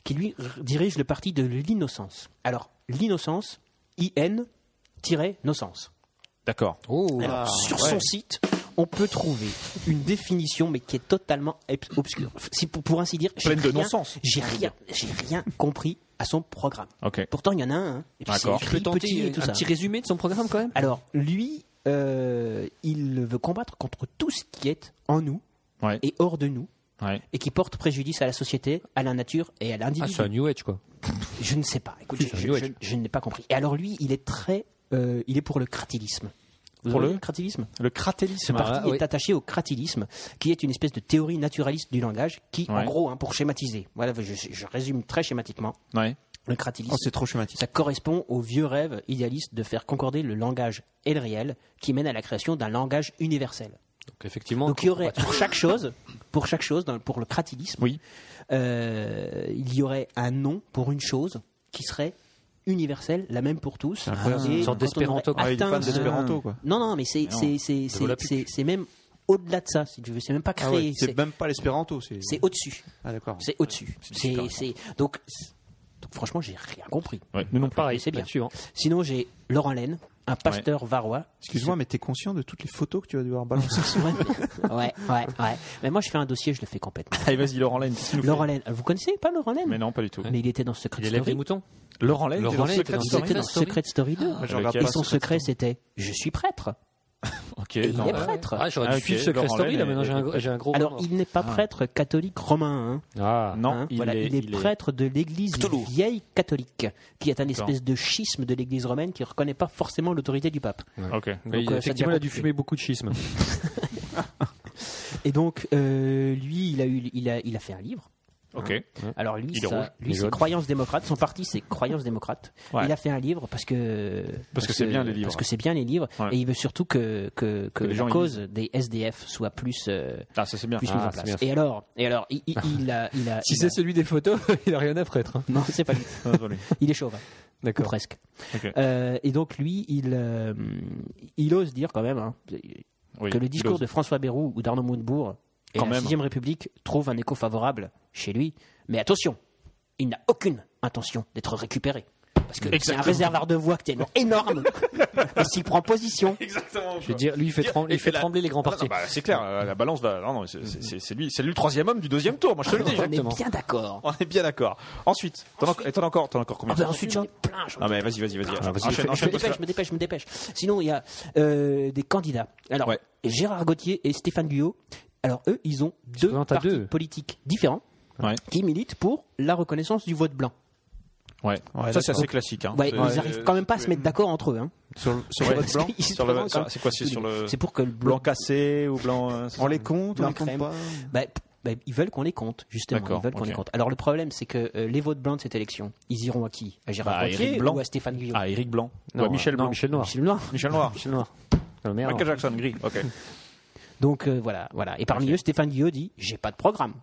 [SPEAKER 4] qui lui r- dirige le parti de l'innocence. Alors, l'innocence, I-N-nocence.
[SPEAKER 1] D'accord.
[SPEAKER 2] Oh,
[SPEAKER 4] Alors,
[SPEAKER 3] Ah,
[SPEAKER 4] sur
[SPEAKER 3] ouais.
[SPEAKER 4] son site, on peut trouver une définition, mais qui est totalement obs- obscure. Si, pour, pour ainsi dire, j'ai
[SPEAKER 1] Pleine de
[SPEAKER 4] rien-
[SPEAKER 1] non-sens.
[SPEAKER 4] J'ai rien, j'ai rien compris à son programme.
[SPEAKER 1] Ok.
[SPEAKER 4] Pourtant, il y en a un. hein. Et puis c'est
[SPEAKER 1] D'accord.
[SPEAKER 2] je peux
[SPEAKER 4] écrit petit
[SPEAKER 2] tenter
[SPEAKER 4] et
[SPEAKER 2] un
[SPEAKER 4] tout ça.
[SPEAKER 2] petit résumé de son programme, quand même
[SPEAKER 4] Alors, lui, euh, il veut combattre contre tout ce qui est en nous
[SPEAKER 1] Ouais.
[SPEAKER 4] et hors de nous
[SPEAKER 1] Ouais.
[SPEAKER 4] et qui porte préjudice à la société, à la nature et à
[SPEAKER 2] Ah,
[SPEAKER 4] l'individu.
[SPEAKER 2] c'est un New Age, quoi.
[SPEAKER 4] je ne sais pas. Écoute,
[SPEAKER 2] C'est
[SPEAKER 4] je,
[SPEAKER 2] un
[SPEAKER 4] je-
[SPEAKER 2] New Age.
[SPEAKER 4] je- je n'ai pas compris. Et alors, lui, il est très, euh, il est pour le cratilisme. Vous
[SPEAKER 1] Pour
[SPEAKER 4] avez
[SPEAKER 1] le Ah,
[SPEAKER 4] cratilisme
[SPEAKER 1] Le cratélisme.
[SPEAKER 4] ce
[SPEAKER 2] Marra,
[SPEAKER 4] parti
[SPEAKER 2] oui.
[SPEAKER 4] est attaché au cratilisme, qui est une espèce de théorie naturaliste du langage, qui, en
[SPEAKER 1] Ouais.
[SPEAKER 4] gros, hein, pour schématiser, voilà, je, je résume très schématiquement,
[SPEAKER 1] Ouais.
[SPEAKER 4] le cratilisme,
[SPEAKER 3] Oh, c'est trop schématique.
[SPEAKER 4] ça correspond au vieux rêve idéaliste de faire concorder le langage et le réel, qui mène à la création d'un langage universel.
[SPEAKER 2] Donc, effectivement.
[SPEAKER 4] Donc il y aurait pour chaque chose, pour chaque chose, dans- pour le cratilisme,
[SPEAKER 1] Oui.
[SPEAKER 4] euh, il y aurait un nom pour une chose qui serait universelle, la même pour tous.
[SPEAKER 2] incroyable.
[SPEAKER 4] Et
[SPEAKER 2] Une sorte
[SPEAKER 4] quand on
[SPEAKER 2] d'espéranto,
[SPEAKER 4] aurait
[SPEAKER 2] quoi.
[SPEAKER 3] Ah, il est
[SPEAKER 4] atteint
[SPEAKER 3] fan
[SPEAKER 4] ce-
[SPEAKER 3] d'espéranto, quoi.
[SPEAKER 4] non, non, mais c'est
[SPEAKER 1] non.
[SPEAKER 4] c'est- c'est-
[SPEAKER 2] Ça vaut la
[SPEAKER 4] c'est- c'est- c'est même au-delà de ça, si tu veux. C'est même pas créé.
[SPEAKER 3] Ah ouais,
[SPEAKER 4] c'est-
[SPEAKER 3] c'est même pas l'espéranto. C'est
[SPEAKER 4] c'est au-dessus.
[SPEAKER 3] Ah, d'accord.
[SPEAKER 4] C'est au-dessus. C'est-
[SPEAKER 1] différent.
[SPEAKER 4] c'est- donc, c'est- donc, franchement, j'ai rien compris.
[SPEAKER 1] Ouais. Nous non plus.
[SPEAKER 2] Pareil,
[SPEAKER 4] c'est bien.
[SPEAKER 2] là-dessus, hein.
[SPEAKER 4] Sinon, j'ai Laurent Laine, un pasteur varois.
[SPEAKER 3] Excuse-moi, mais t'es conscient de toutes les photos que tu vas devoir balancer
[SPEAKER 4] Ouais, ouais, ouais, ouais. Mais moi, je fais un dossier, je le fais complètement.
[SPEAKER 1] Allez, vas-y, Laurent Laine. qu'est-ce que tu nous fais
[SPEAKER 4] Laurent Hein Laine, vous connaissez pas Laurent Laine
[SPEAKER 1] Mais non, pas du tout.
[SPEAKER 4] Mais il était dans Secret
[SPEAKER 2] Il élève des
[SPEAKER 4] Story.
[SPEAKER 2] moutons.
[SPEAKER 1] Laurent Laine,
[SPEAKER 2] Laurent Laine
[SPEAKER 1] était dans
[SPEAKER 2] était
[SPEAKER 1] le
[SPEAKER 4] Il
[SPEAKER 1] Secret Story
[SPEAKER 4] était
[SPEAKER 1] Ah,
[SPEAKER 4] dans Secret Story 2.
[SPEAKER 3] Je regarde
[SPEAKER 1] lequel
[SPEAKER 4] Et
[SPEAKER 3] pas
[SPEAKER 4] son
[SPEAKER 3] ce-
[SPEAKER 4] secret, c'était Je suis prêtre.
[SPEAKER 1] Ok.
[SPEAKER 4] Et il
[SPEAKER 1] non,
[SPEAKER 4] est
[SPEAKER 1] ouais.
[SPEAKER 4] prêtre.
[SPEAKER 2] Ah, j'aurais
[SPEAKER 1] Ah,
[SPEAKER 2] dû
[SPEAKER 1] ok,
[SPEAKER 2] suivre Secret
[SPEAKER 1] Laurent
[SPEAKER 2] Story, là,
[SPEAKER 1] Laine
[SPEAKER 2] maintenant j'ai
[SPEAKER 1] est-
[SPEAKER 2] un gros- j'ai un
[SPEAKER 1] Oh,
[SPEAKER 2] gros.
[SPEAKER 4] Alors,
[SPEAKER 2] remords.
[SPEAKER 4] il n'est pas
[SPEAKER 1] Ah.
[SPEAKER 4] prêtre catholique romain. hein.
[SPEAKER 2] Ah,
[SPEAKER 1] Non,
[SPEAKER 4] Hein,
[SPEAKER 1] il,
[SPEAKER 4] voilà,
[SPEAKER 1] est,
[SPEAKER 4] il, est, prêtre de l'église vieille catholique, qui est un espèce de schisme de l'église romaine qui ne reconnaît pas forcément l'autorité du pape.
[SPEAKER 1] Ok.
[SPEAKER 2] Mais
[SPEAKER 4] Donc, euh, ça
[SPEAKER 2] effectivement, il
[SPEAKER 4] devient
[SPEAKER 2] a dû
[SPEAKER 4] compliqué.
[SPEAKER 2] fumer beaucoup de schisme.
[SPEAKER 4] Et donc, euh, lui, il a, eu, il, a, il a fait un livre.
[SPEAKER 1] Ok.
[SPEAKER 4] Alors, lui,
[SPEAKER 1] Il est
[SPEAKER 4] ça-
[SPEAKER 1] rouge,
[SPEAKER 4] lui c'est Croyances démocrates. Son parti, c'est Croyances démocrates.
[SPEAKER 1] Ouais.
[SPEAKER 4] Il a fait un livre parce que.
[SPEAKER 1] que c'est bien les livres.
[SPEAKER 4] Parce que c'est bien les livres.
[SPEAKER 1] Ouais.
[SPEAKER 4] Et il veut surtout que, que, que
[SPEAKER 1] les
[SPEAKER 4] la
[SPEAKER 1] gens y
[SPEAKER 4] cause des SDF soit plus. euh,
[SPEAKER 1] Ah, ça c'est bien.
[SPEAKER 4] plus
[SPEAKER 2] Ah,
[SPEAKER 4] mise en
[SPEAKER 2] c'est
[SPEAKER 4] place.
[SPEAKER 2] bien.
[SPEAKER 4] Et alors, et alors, il, il- il a, il a. il a-
[SPEAKER 2] celui des photos, il a rien à prêtre.
[SPEAKER 4] non, c'est pas lui.
[SPEAKER 1] Ah, c'est pas lui.
[SPEAKER 4] Il est chauve, hein, ou
[SPEAKER 2] D'accord.
[SPEAKER 4] presque.
[SPEAKER 1] Ok.
[SPEAKER 4] Euh, et donc lui, il, euh, il ose dire quand même hein,
[SPEAKER 1] Oui,
[SPEAKER 4] que le
[SPEAKER 1] il
[SPEAKER 4] discours
[SPEAKER 1] ose.
[SPEAKER 4] de François Bayrou ou d'Arnaud Montebourg et
[SPEAKER 1] Quand
[SPEAKER 4] la
[SPEAKER 1] même.
[SPEAKER 4] Sixième République trouve un écho favorable chez lui. Mais attention, il n'a aucune intention d'être récupéré. Parce que c'est un réservoir de voix tellement énorme. et s'il prend position,
[SPEAKER 2] Je veux dire, lui, il fait, trem- il fait trembler les grands
[SPEAKER 1] Ah, non,
[SPEAKER 2] partis.
[SPEAKER 1] non, bah, c'est clair, euh, la balance va. Non, non, c'est- c'est c'est- c'est lui, c'est lui le troisième homme du deuxième tour. Moi, je te le dis.
[SPEAKER 4] on
[SPEAKER 1] Exactement.
[SPEAKER 4] est bien d'accord.
[SPEAKER 1] On est bien d'accord. Ensuite, t'en as et t'en as encore, t'en as encore combien
[SPEAKER 4] Ah ben ensuite, j'en ai plein. j'en ai
[SPEAKER 1] Ah, mais vas-y, vas-y, vas-y.
[SPEAKER 4] Je,
[SPEAKER 1] Enchaîne,
[SPEAKER 4] je me
[SPEAKER 1] enchaîne, parce que-
[SPEAKER 4] dépêche, je me dépêche, je me dépêche. Sinon, il y a euh, des candidats. Alors,
[SPEAKER 1] Ouais.
[SPEAKER 4] Gérard Gauthier et Stéphane Guyot. Alors, eux, ils ont deux
[SPEAKER 2] présentes à
[SPEAKER 4] partis
[SPEAKER 2] deux.
[SPEAKER 4] politiques différents
[SPEAKER 1] Ouais.
[SPEAKER 4] qui militent pour la reconnaissance du vote blanc.
[SPEAKER 1] Ouais. ça, c'est assez classique. Hein.
[SPEAKER 4] Ouais,
[SPEAKER 1] C'est-
[SPEAKER 4] ils arrivent quand même pas à se mettre d'accord entre eux. hein.
[SPEAKER 3] sur le, sur le
[SPEAKER 1] Ouais.
[SPEAKER 3] vote blanc.
[SPEAKER 4] Ils se
[SPEAKER 1] Sur le-
[SPEAKER 4] présentent
[SPEAKER 1] sur-
[SPEAKER 4] comme-
[SPEAKER 1] c'est quoi, c'est sur le-
[SPEAKER 4] C'est pour que le
[SPEAKER 1] Blanc
[SPEAKER 4] blanc.
[SPEAKER 1] cassé ou blanc. euh, c'est
[SPEAKER 3] On
[SPEAKER 1] ça
[SPEAKER 3] les compte, on
[SPEAKER 4] Blanc
[SPEAKER 3] les compte
[SPEAKER 4] crème.
[SPEAKER 3] pas.
[SPEAKER 4] Bah, p- ben, ils veulent qu'on les compte, justement.
[SPEAKER 1] D'accord,
[SPEAKER 4] Ils veulent qu'on
[SPEAKER 1] ok.
[SPEAKER 4] les compte. Alors le problème, c'est que euh, les votes blancs de cette élection, ils iront à qui À Gérard
[SPEAKER 1] Bah, à
[SPEAKER 4] Potier
[SPEAKER 1] Éric Blanc.
[SPEAKER 4] ou à Stéphane Guillaume
[SPEAKER 1] Ah, Eric Blanc. Ou à
[SPEAKER 2] Non,
[SPEAKER 1] Michel
[SPEAKER 2] non,
[SPEAKER 1] Blanc.
[SPEAKER 2] Michel Noir.
[SPEAKER 4] Michel Noir.
[SPEAKER 1] Michel Noir.
[SPEAKER 2] Michel Noir. Non, merde.
[SPEAKER 1] Michael Jackson, gris. Ok.
[SPEAKER 4] Donc euh, voilà, voilà. Et parmi
[SPEAKER 1] Ok.
[SPEAKER 4] eux, Stéphane Guillaume dit J'ai pas de programme.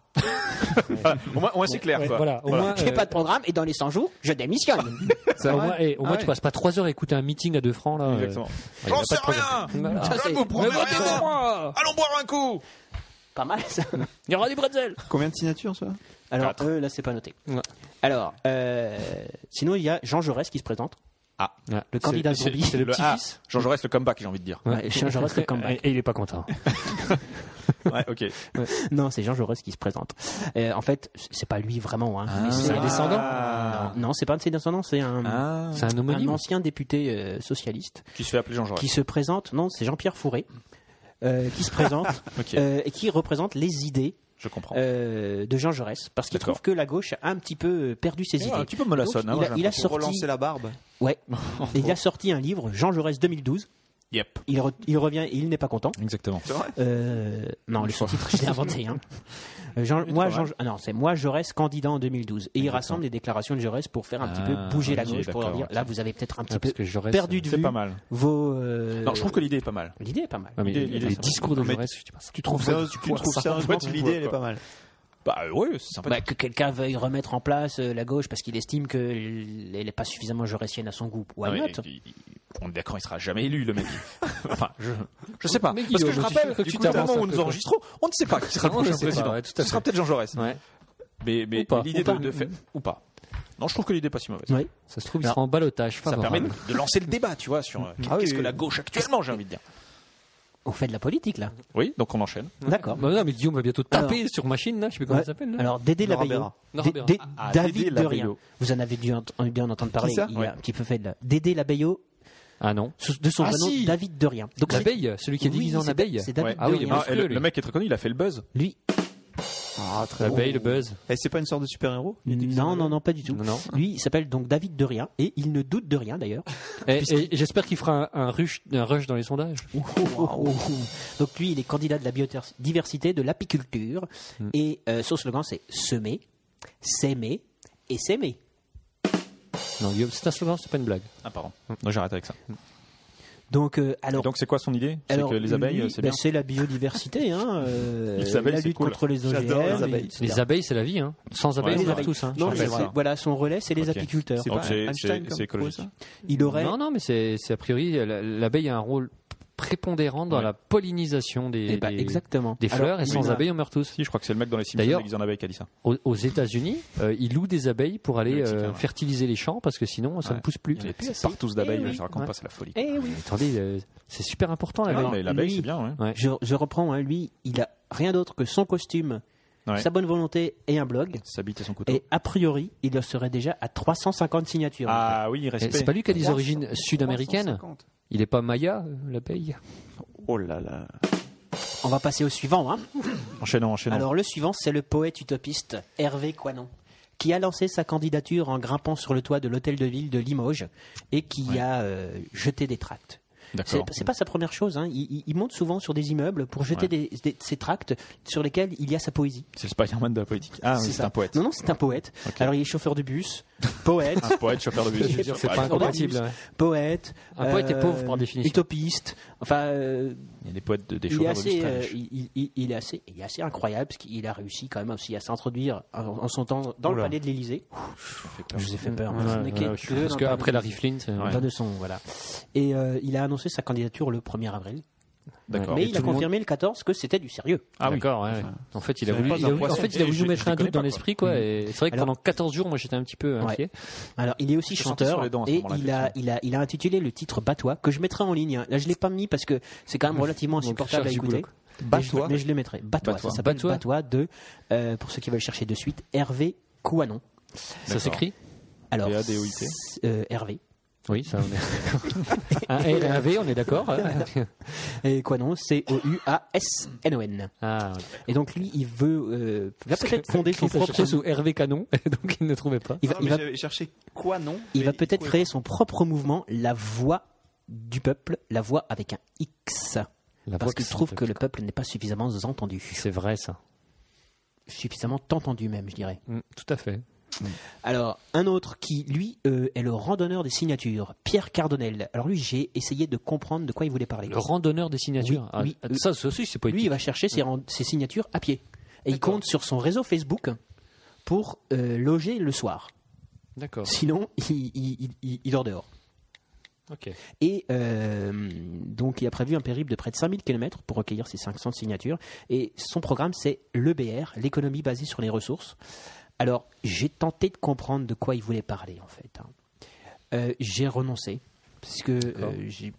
[SPEAKER 1] au moins, au moins, c'est clair.
[SPEAKER 2] Ouais,
[SPEAKER 1] quoi.
[SPEAKER 2] voilà, au moins,
[SPEAKER 4] J'ai
[SPEAKER 2] euh,
[SPEAKER 4] pas de programme et dans les 100 jours, je démissionne.
[SPEAKER 2] au moins, eh, au moins,
[SPEAKER 3] Ah
[SPEAKER 2] tu
[SPEAKER 3] ouais.
[SPEAKER 2] passes pas trois heures à écouter un meeting à deux francs là. euh,
[SPEAKER 1] Exactement.
[SPEAKER 2] ouais, il a pas de problème.
[SPEAKER 1] Ah,
[SPEAKER 2] Voilà.
[SPEAKER 4] Ça, c'est
[SPEAKER 2] Ah.
[SPEAKER 8] Allons boire un coup
[SPEAKER 4] pas mal ça.
[SPEAKER 2] Il y aura des bretzels.
[SPEAKER 3] Combien de signatures, ça
[SPEAKER 4] Alors eux, là, c'est pas noté.
[SPEAKER 2] Ouais.
[SPEAKER 4] Alors, euh, sinon, il y a Jean Jaurès qui se présente.
[SPEAKER 1] Ah,
[SPEAKER 4] Le candidat zombie.
[SPEAKER 1] C'est le
[SPEAKER 4] Ah.
[SPEAKER 1] petit-fils. Jean Jaurès, le comeback, j'ai envie de dire.
[SPEAKER 4] Ouais, Jean Jaurès, le comeback.
[SPEAKER 2] euh, Et, et il est pas content. hein.
[SPEAKER 1] Ouais, ok.
[SPEAKER 4] Non, c'est Jean Jaurès qui se présente. Euh, en fait, c'est pas lui vraiment. Hein, mais
[SPEAKER 2] C'est un
[SPEAKER 4] descendant Non, non, c'est pas un de ses descendants, c'est un,
[SPEAKER 1] Ah.
[SPEAKER 2] C'est un
[SPEAKER 4] un
[SPEAKER 2] homonyme.
[SPEAKER 4] ancien député euh, socialiste
[SPEAKER 1] Qui se fait appeler Jean Jaurès.
[SPEAKER 4] qui se présente. Non, c'est Jean-Pierre Fourré. euh, qui se présente
[SPEAKER 1] Ok.
[SPEAKER 4] euh, et qui représente les idées
[SPEAKER 1] Je comprends.
[SPEAKER 4] euh, de Jean Jaurès parce qu'il
[SPEAKER 1] D'accord.
[SPEAKER 4] trouve que la gauche a un petit peu euh, perdu ses
[SPEAKER 1] Ouais,
[SPEAKER 4] idées.
[SPEAKER 1] un petit peu mollassonne, hein,
[SPEAKER 4] Donc, il,
[SPEAKER 1] moi,
[SPEAKER 4] a,
[SPEAKER 1] j'ai
[SPEAKER 4] il a
[SPEAKER 1] l'impression.
[SPEAKER 4] sorti,
[SPEAKER 3] la barbe.
[SPEAKER 4] ouais, Et il a sorti un livre Jean Jaurès 2012.
[SPEAKER 1] Yep.
[SPEAKER 4] Il, re- il revient, et il n'est pas content.
[SPEAKER 1] Exactement.
[SPEAKER 4] Euh, non, le sous-titre, je l'ai inventé. hein. Euh, Jean- moi, Jean- ah non, c'est moi Jaurès candidat en 2012 et il rassemble les déclarations de Jaurès pour faire un petit peu
[SPEAKER 1] Ah,
[SPEAKER 4] bouger la
[SPEAKER 1] ok,
[SPEAKER 4] gauche pour leur
[SPEAKER 1] d'accord,
[SPEAKER 4] dire
[SPEAKER 1] ok.
[SPEAKER 4] là vous avez peut-être un petit
[SPEAKER 2] Ouais, Ah, parce que
[SPEAKER 4] peu
[SPEAKER 2] Jaurès,
[SPEAKER 4] perdu de
[SPEAKER 1] C'est
[SPEAKER 4] vue
[SPEAKER 1] pas mal.
[SPEAKER 4] vos euh,
[SPEAKER 1] Non, je trouve que l'idée est pas mal.
[SPEAKER 4] l'idée est pas mal.
[SPEAKER 2] Non, mais
[SPEAKER 1] L'idée-
[SPEAKER 2] les-
[SPEAKER 1] l'idée,
[SPEAKER 2] les
[SPEAKER 1] ça va.
[SPEAKER 2] discours de
[SPEAKER 1] Mais
[SPEAKER 2] Jaurès, je dis pas ça.
[SPEAKER 3] Tu trouves,
[SPEAKER 1] ça- tu trouves
[SPEAKER 3] sérieusement que l'idée, elle est pas mal
[SPEAKER 1] Bah, oui, c'est sympa.
[SPEAKER 4] Bah, que quelqu'un veuille remettre en place euh, la gauche parce qu'il estime qu'elle n'est pas suffisamment jaurésienne à son goût. Why
[SPEAKER 1] Ouais,
[SPEAKER 4] not
[SPEAKER 1] il- il- on est d'accord, il sera jamais élu, le mec. enfin, je, je sais pas.
[SPEAKER 2] Mais
[SPEAKER 1] Parce que
[SPEAKER 2] Guillaume,
[SPEAKER 1] je
[SPEAKER 2] tu-
[SPEAKER 1] rappelle,
[SPEAKER 2] faut que
[SPEAKER 1] du
[SPEAKER 2] tu
[SPEAKER 1] coup, au
[SPEAKER 2] t'avances
[SPEAKER 1] moment où
[SPEAKER 2] un peu,
[SPEAKER 1] nous
[SPEAKER 2] quoi.
[SPEAKER 1] enregistrons, on ne sait pas qui sera le
[SPEAKER 2] Non, je
[SPEAKER 1] prochain
[SPEAKER 2] sais pas,
[SPEAKER 1] président.
[SPEAKER 2] ouais, tout à
[SPEAKER 1] Ce sera
[SPEAKER 2] fait.
[SPEAKER 1] peut-être Jean Jaurès.
[SPEAKER 2] Ouais.
[SPEAKER 1] Mais, mais,
[SPEAKER 2] Ou pas.
[SPEAKER 1] mais l'idée
[SPEAKER 2] Ou pas.
[SPEAKER 1] de, de faire- ou pas. Non, je trouve que l'idée est pas si mauvaise.
[SPEAKER 4] Oui.
[SPEAKER 2] Ça se trouve, il
[SPEAKER 1] Alors,
[SPEAKER 2] sera en balotage.
[SPEAKER 1] Ça permet de
[SPEAKER 2] favorable.
[SPEAKER 1] de lancer le débat, tu vois, sur euh, qu'est-
[SPEAKER 3] Ah oui,
[SPEAKER 1] qu'est-ce que
[SPEAKER 3] oui.
[SPEAKER 1] la gauche actuellement, j'ai envie de dire.
[SPEAKER 4] On fait de la politique là.
[SPEAKER 1] Oui, donc on enchaîne.
[SPEAKER 4] D'accord.
[SPEAKER 2] Bah non, mais Guillaume va bientôt taper
[SPEAKER 4] Alors-
[SPEAKER 2] sur machine, là. Je sais plus comment
[SPEAKER 4] Ouais.
[SPEAKER 2] ça s'appelle. là.
[SPEAKER 4] Alors, Dédé
[SPEAKER 3] Laura
[SPEAKER 4] Labello.
[SPEAKER 3] Berra.
[SPEAKER 2] Laura
[SPEAKER 4] Dé-
[SPEAKER 2] Berra.
[SPEAKER 4] Dé-
[SPEAKER 1] Ah, Dédé
[SPEAKER 4] David de
[SPEAKER 1] Labello.
[SPEAKER 4] rien. Vous en avez dû ent- dû en entendre parler.
[SPEAKER 3] ça
[SPEAKER 4] Il
[SPEAKER 1] Ouais.
[SPEAKER 4] a un petit peu fait de la... Dédé Labello,
[SPEAKER 2] Ah non.
[SPEAKER 4] sous- de son
[SPEAKER 1] Ah,
[SPEAKER 4] vrai nom,
[SPEAKER 1] si.
[SPEAKER 4] David de rien. Donc, c'est-
[SPEAKER 2] L'abeille, celui qui est
[SPEAKER 4] Oui,
[SPEAKER 2] divisé en
[SPEAKER 4] c'est-
[SPEAKER 2] abeille.
[SPEAKER 4] C'est David
[SPEAKER 2] Ah
[SPEAKER 4] de
[SPEAKER 2] oui,
[SPEAKER 4] rien.
[SPEAKER 2] mais
[SPEAKER 1] Ah, et le,
[SPEAKER 2] lui.
[SPEAKER 1] le mec est très connu, il a fait le buzz.
[SPEAKER 4] Lui,
[SPEAKER 3] Ah, très
[SPEAKER 2] L'abeille, le buzz.
[SPEAKER 3] Et Eh, c'est pas une sorte de super-héros
[SPEAKER 4] non, non, non, pas du tout.
[SPEAKER 2] Non, non.
[SPEAKER 4] Lui, il s'appelle donc David de rien et il ne doute de rien d'ailleurs.
[SPEAKER 2] Et, et- et j'espère qu'il fera un, un rush, un rush dans les sondages.
[SPEAKER 4] Donc lui, il est candidat de la biodiversité, de l'apiculture et euh, son slogan c'est semer, s'aimer et s'aimer.
[SPEAKER 2] Non, Guillaume, c'est un slogan, c'est pas une blague.
[SPEAKER 1] Ah, pardon. Non, j'arrête avec ça.
[SPEAKER 4] Donc euh,
[SPEAKER 1] Et
[SPEAKER 4] alors.
[SPEAKER 1] donc, c'est quoi son idée C'est
[SPEAKER 4] alors,
[SPEAKER 1] que les abeilles,
[SPEAKER 4] lui,
[SPEAKER 1] c'est
[SPEAKER 4] bah,
[SPEAKER 1] bien.
[SPEAKER 4] c'est la biodiversité, hein, euh,
[SPEAKER 1] Les abeilles,
[SPEAKER 4] la
[SPEAKER 1] c'est
[SPEAKER 4] lutte
[SPEAKER 1] cool.
[SPEAKER 4] contre les OGM,
[SPEAKER 3] J'adore les abeilles.
[SPEAKER 4] etc.
[SPEAKER 2] Les abeilles, c'est la vie. Hein. Sans abeilles,
[SPEAKER 1] Ouais,
[SPEAKER 2] on
[SPEAKER 1] les
[SPEAKER 2] meurt
[SPEAKER 1] abeilles.
[SPEAKER 2] tous. Hein.
[SPEAKER 4] Non,
[SPEAKER 1] Je
[SPEAKER 4] mais
[SPEAKER 1] rappelle
[SPEAKER 4] c'est-
[SPEAKER 1] ça.
[SPEAKER 4] voilà, son relais, c'est les
[SPEAKER 1] Ok.
[SPEAKER 4] apiculteurs.
[SPEAKER 3] C'est
[SPEAKER 1] Donc,
[SPEAKER 3] pas
[SPEAKER 1] c'est-
[SPEAKER 3] Einstein
[SPEAKER 1] c'est-
[SPEAKER 3] comme
[SPEAKER 1] c'est écologique.
[SPEAKER 3] projet,
[SPEAKER 4] Il aurait
[SPEAKER 2] Non, non, mais c'est c'est a priori, la- l'abeille a un rôle prépondérant dans
[SPEAKER 1] Ouais.
[SPEAKER 2] la pollinisation des,
[SPEAKER 4] Eh ben,
[SPEAKER 2] des-
[SPEAKER 4] exactement.
[SPEAKER 2] des fleurs,
[SPEAKER 4] Alors,
[SPEAKER 2] et sans
[SPEAKER 4] oui,
[SPEAKER 2] abeilles, on meurt tous.
[SPEAKER 1] Si, je crois que c'est le mec dans les Simpsons
[SPEAKER 2] D'ailleurs-
[SPEAKER 1] déguisé en abeille qui a dit ça.
[SPEAKER 2] Aux, aux États-Unis, euh, ils louent des abeilles pour aller
[SPEAKER 1] Mexicain,
[SPEAKER 2] euh,
[SPEAKER 1] ouais.
[SPEAKER 2] fertiliser les champs parce que sinon, ça
[SPEAKER 1] Ouais.
[SPEAKER 2] ne pousse plus.
[SPEAKER 1] Il y en a partout d'abeilles,
[SPEAKER 2] Eh oui.
[SPEAKER 1] je raconte
[SPEAKER 2] Ouais.
[SPEAKER 1] pas, c'est la folie.
[SPEAKER 4] Eh oui.
[SPEAKER 2] Mais Attendez, euh, c'est super important
[SPEAKER 1] Ah,
[SPEAKER 2] l'abeille.
[SPEAKER 1] non, mais l'abeille,
[SPEAKER 4] lui-
[SPEAKER 1] c'est bien, ouais.
[SPEAKER 2] Ouais.
[SPEAKER 4] Je, je reprends, hein, lui, il a rien d'autre que son costume,
[SPEAKER 1] Ouais.
[SPEAKER 4] sa bonne volonté et un blog.
[SPEAKER 1] Sa bite et son couteau.
[SPEAKER 4] Et a priori, il en serait déjà à 350 signatures.
[SPEAKER 1] Ah oui,
[SPEAKER 2] Eh,
[SPEAKER 1] respect.
[SPEAKER 2] C'est pas lui qui a des origines sud-américaines Il n'est pas maya, euh, l'abeille
[SPEAKER 1] Bah,
[SPEAKER 3] Oh là là.
[SPEAKER 4] On va passer au suivant. hein.
[SPEAKER 1] Enchaînons, enchaînons.
[SPEAKER 4] Alors le suivant, c'est le poète utopiste Hervé Coinon, qui a lancé sa candidature en grimpant sur le toit de l'hôtel de ville de Limoges et qui a euh, jeté des tracts. C'est
[SPEAKER 1] D'accord.
[SPEAKER 4] c'est pas sa première chose. hein. Il, il- il monte souvent sur des immeubles pour jeter des, des- ses tracts sur lesquels il y a sa poésie.
[SPEAKER 1] C'est le Spider-Man de la politique. Ah, oui, c'est
[SPEAKER 4] ça.
[SPEAKER 1] un poète.
[SPEAKER 4] Non, non, c'est un poète. Alors il est chauffeur de bus, poète,
[SPEAKER 1] Un poète, chauffeur de bus.
[SPEAKER 4] Je veux dire,
[SPEAKER 2] C'est
[SPEAKER 1] Ouais.
[SPEAKER 2] pas
[SPEAKER 4] incompatible.
[SPEAKER 2] incompatible. ouais.
[SPEAKER 4] poète. euh,
[SPEAKER 2] Un poète est pauvre
[SPEAKER 1] Euh,
[SPEAKER 2] par définition.
[SPEAKER 4] Utopiste. Enfin, euh,
[SPEAKER 1] Il y a des poètes de, des
[SPEAKER 4] il est
[SPEAKER 1] chauffeurs de bus
[SPEAKER 4] assez,
[SPEAKER 1] très
[SPEAKER 4] euh,
[SPEAKER 1] riches.
[SPEAKER 4] il, il- il est assez, il est assez incroyable parce qu'il a réussi quand même aussi à s'introduire en, en son temps dans le
[SPEAKER 3] Oula.
[SPEAKER 4] palais de l'Élysée. Je vous ai fait peur.
[SPEAKER 2] Ouais,
[SPEAKER 4] hein. Ce
[SPEAKER 2] ouais,
[SPEAKER 4] n'est que-
[SPEAKER 2] ouais,
[SPEAKER 4] que dans
[SPEAKER 2] Parce
[SPEAKER 4] le
[SPEAKER 2] qu'après
[SPEAKER 4] palais
[SPEAKER 2] la
[SPEAKER 4] de l'Élysée.
[SPEAKER 2] rifline, c'est.
[SPEAKER 4] Dans de son, voilà. Et euh, il a annoncé sa candidature le 1er avril.
[SPEAKER 1] D'accord.
[SPEAKER 4] Mais
[SPEAKER 2] Et
[SPEAKER 4] il a
[SPEAKER 2] tout le monde-
[SPEAKER 4] confirmé le 14 que c'était du sérieux.
[SPEAKER 2] Ah D'accord, ouais. En fait, il a voulu,
[SPEAKER 3] pas
[SPEAKER 2] il a
[SPEAKER 3] un
[SPEAKER 2] voulu- en
[SPEAKER 3] poisson.
[SPEAKER 2] fait, il a
[SPEAKER 1] Eh,
[SPEAKER 2] voulu
[SPEAKER 1] je-
[SPEAKER 2] mettre
[SPEAKER 1] je
[SPEAKER 2] un
[SPEAKER 1] connais
[SPEAKER 2] doute dans
[SPEAKER 1] pas,
[SPEAKER 2] l'esprit, quoi. Mhm. Et c'est vrai que
[SPEAKER 4] Alors-
[SPEAKER 2] pendant 14 jours, moi, j'étais un petit peu inquiet.
[SPEAKER 4] Alors, il est aussi
[SPEAKER 1] Je sentais sur
[SPEAKER 4] chanteur
[SPEAKER 1] les dents à ce
[SPEAKER 4] et
[SPEAKER 1] moment-là,
[SPEAKER 4] il a, il, a, il a intitulé le titre Batois que je mettrai en ligne. hein. Là, je l'ai pas mis parce que c'est quand même relativement
[SPEAKER 2] Donc,
[SPEAKER 4] insupportable à
[SPEAKER 2] cherche du boulot,
[SPEAKER 4] écouter.
[SPEAKER 2] quoi.
[SPEAKER 4] Mais je-
[SPEAKER 3] Batois.
[SPEAKER 4] Mais je le mettrai. Batois.
[SPEAKER 1] Batois.
[SPEAKER 4] Ça s'appelle
[SPEAKER 2] Batois.
[SPEAKER 4] Batois. de, euh, pour ceux qui veulent chercher de suite, Hervé Couanon.
[SPEAKER 2] Ça s'écrit
[SPEAKER 4] Alors,
[SPEAKER 1] B-A-D-O-I-T.
[SPEAKER 4] s- euh, Hervé.
[SPEAKER 2] Oui, ça, on est. Ah, un R et un V, on est d'accord hein.
[SPEAKER 4] Et Couanon, C-O-U-A-S-N-O-N.
[SPEAKER 2] Ah, ouais.
[SPEAKER 4] Et donc, lui, il veut euh, il va peut-être fonder son
[SPEAKER 2] Il
[SPEAKER 4] propre.
[SPEAKER 2] cherchait sous Hervé Canon, et donc il ne trouvait pas.
[SPEAKER 4] Il va, il va-
[SPEAKER 3] J'avais cherché quoi, non
[SPEAKER 4] il va peut-être créer son propre mouvement, la voix du peuple, la voix avec un X.
[SPEAKER 2] La
[SPEAKER 4] parce
[SPEAKER 2] voix
[SPEAKER 4] qu'il
[SPEAKER 2] que
[SPEAKER 4] trouve
[SPEAKER 2] ça
[SPEAKER 4] que
[SPEAKER 2] fait.
[SPEAKER 4] le peuple n'est pas suffisamment entendu.
[SPEAKER 2] C'est vrai, ça.
[SPEAKER 4] suffisamment entendu même, je dirais.
[SPEAKER 2] Mm, tout à fait.
[SPEAKER 4] Alors, un autre qui, lui, euh, est le randonneur des signatures, Pierre Cardonnel. Alors lui, j'ai essayé de comprendre de quoi il voulait parler.
[SPEAKER 2] Le randonneur des signatures.
[SPEAKER 4] Oui,
[SPEAKER 2] Ah,
[SPEAKER 4] oui.
[SPEAKER 2] ça, ça aussi, c'est poétique.
[SPEAKER 4] Lui, il va chercher ses, ren- ses signatures à pied. Et il
[SPEAKER 2] D'accord.
[SPEAKER 4] compte sur son réseau Facebook pour euh, loger le soir.
[SPEAKER 2] D'accord.
[SPEAKER 4] Sinon, il, il, il- il dort dehors.
[SPEAKER 2] Ok.
[SPEAKER 4] Et euh, donc, il a prévu un périple de près de 5000 km pour recueillir ses 500 signatures. Et son programme, c'est l'EBR, l'économie basée sur les ressources. Alors, j'ai tenté de comprendre de quoi il voulait parler, en fait. hein. Euh, j'ai renoncé. Parce que euh, j'ai-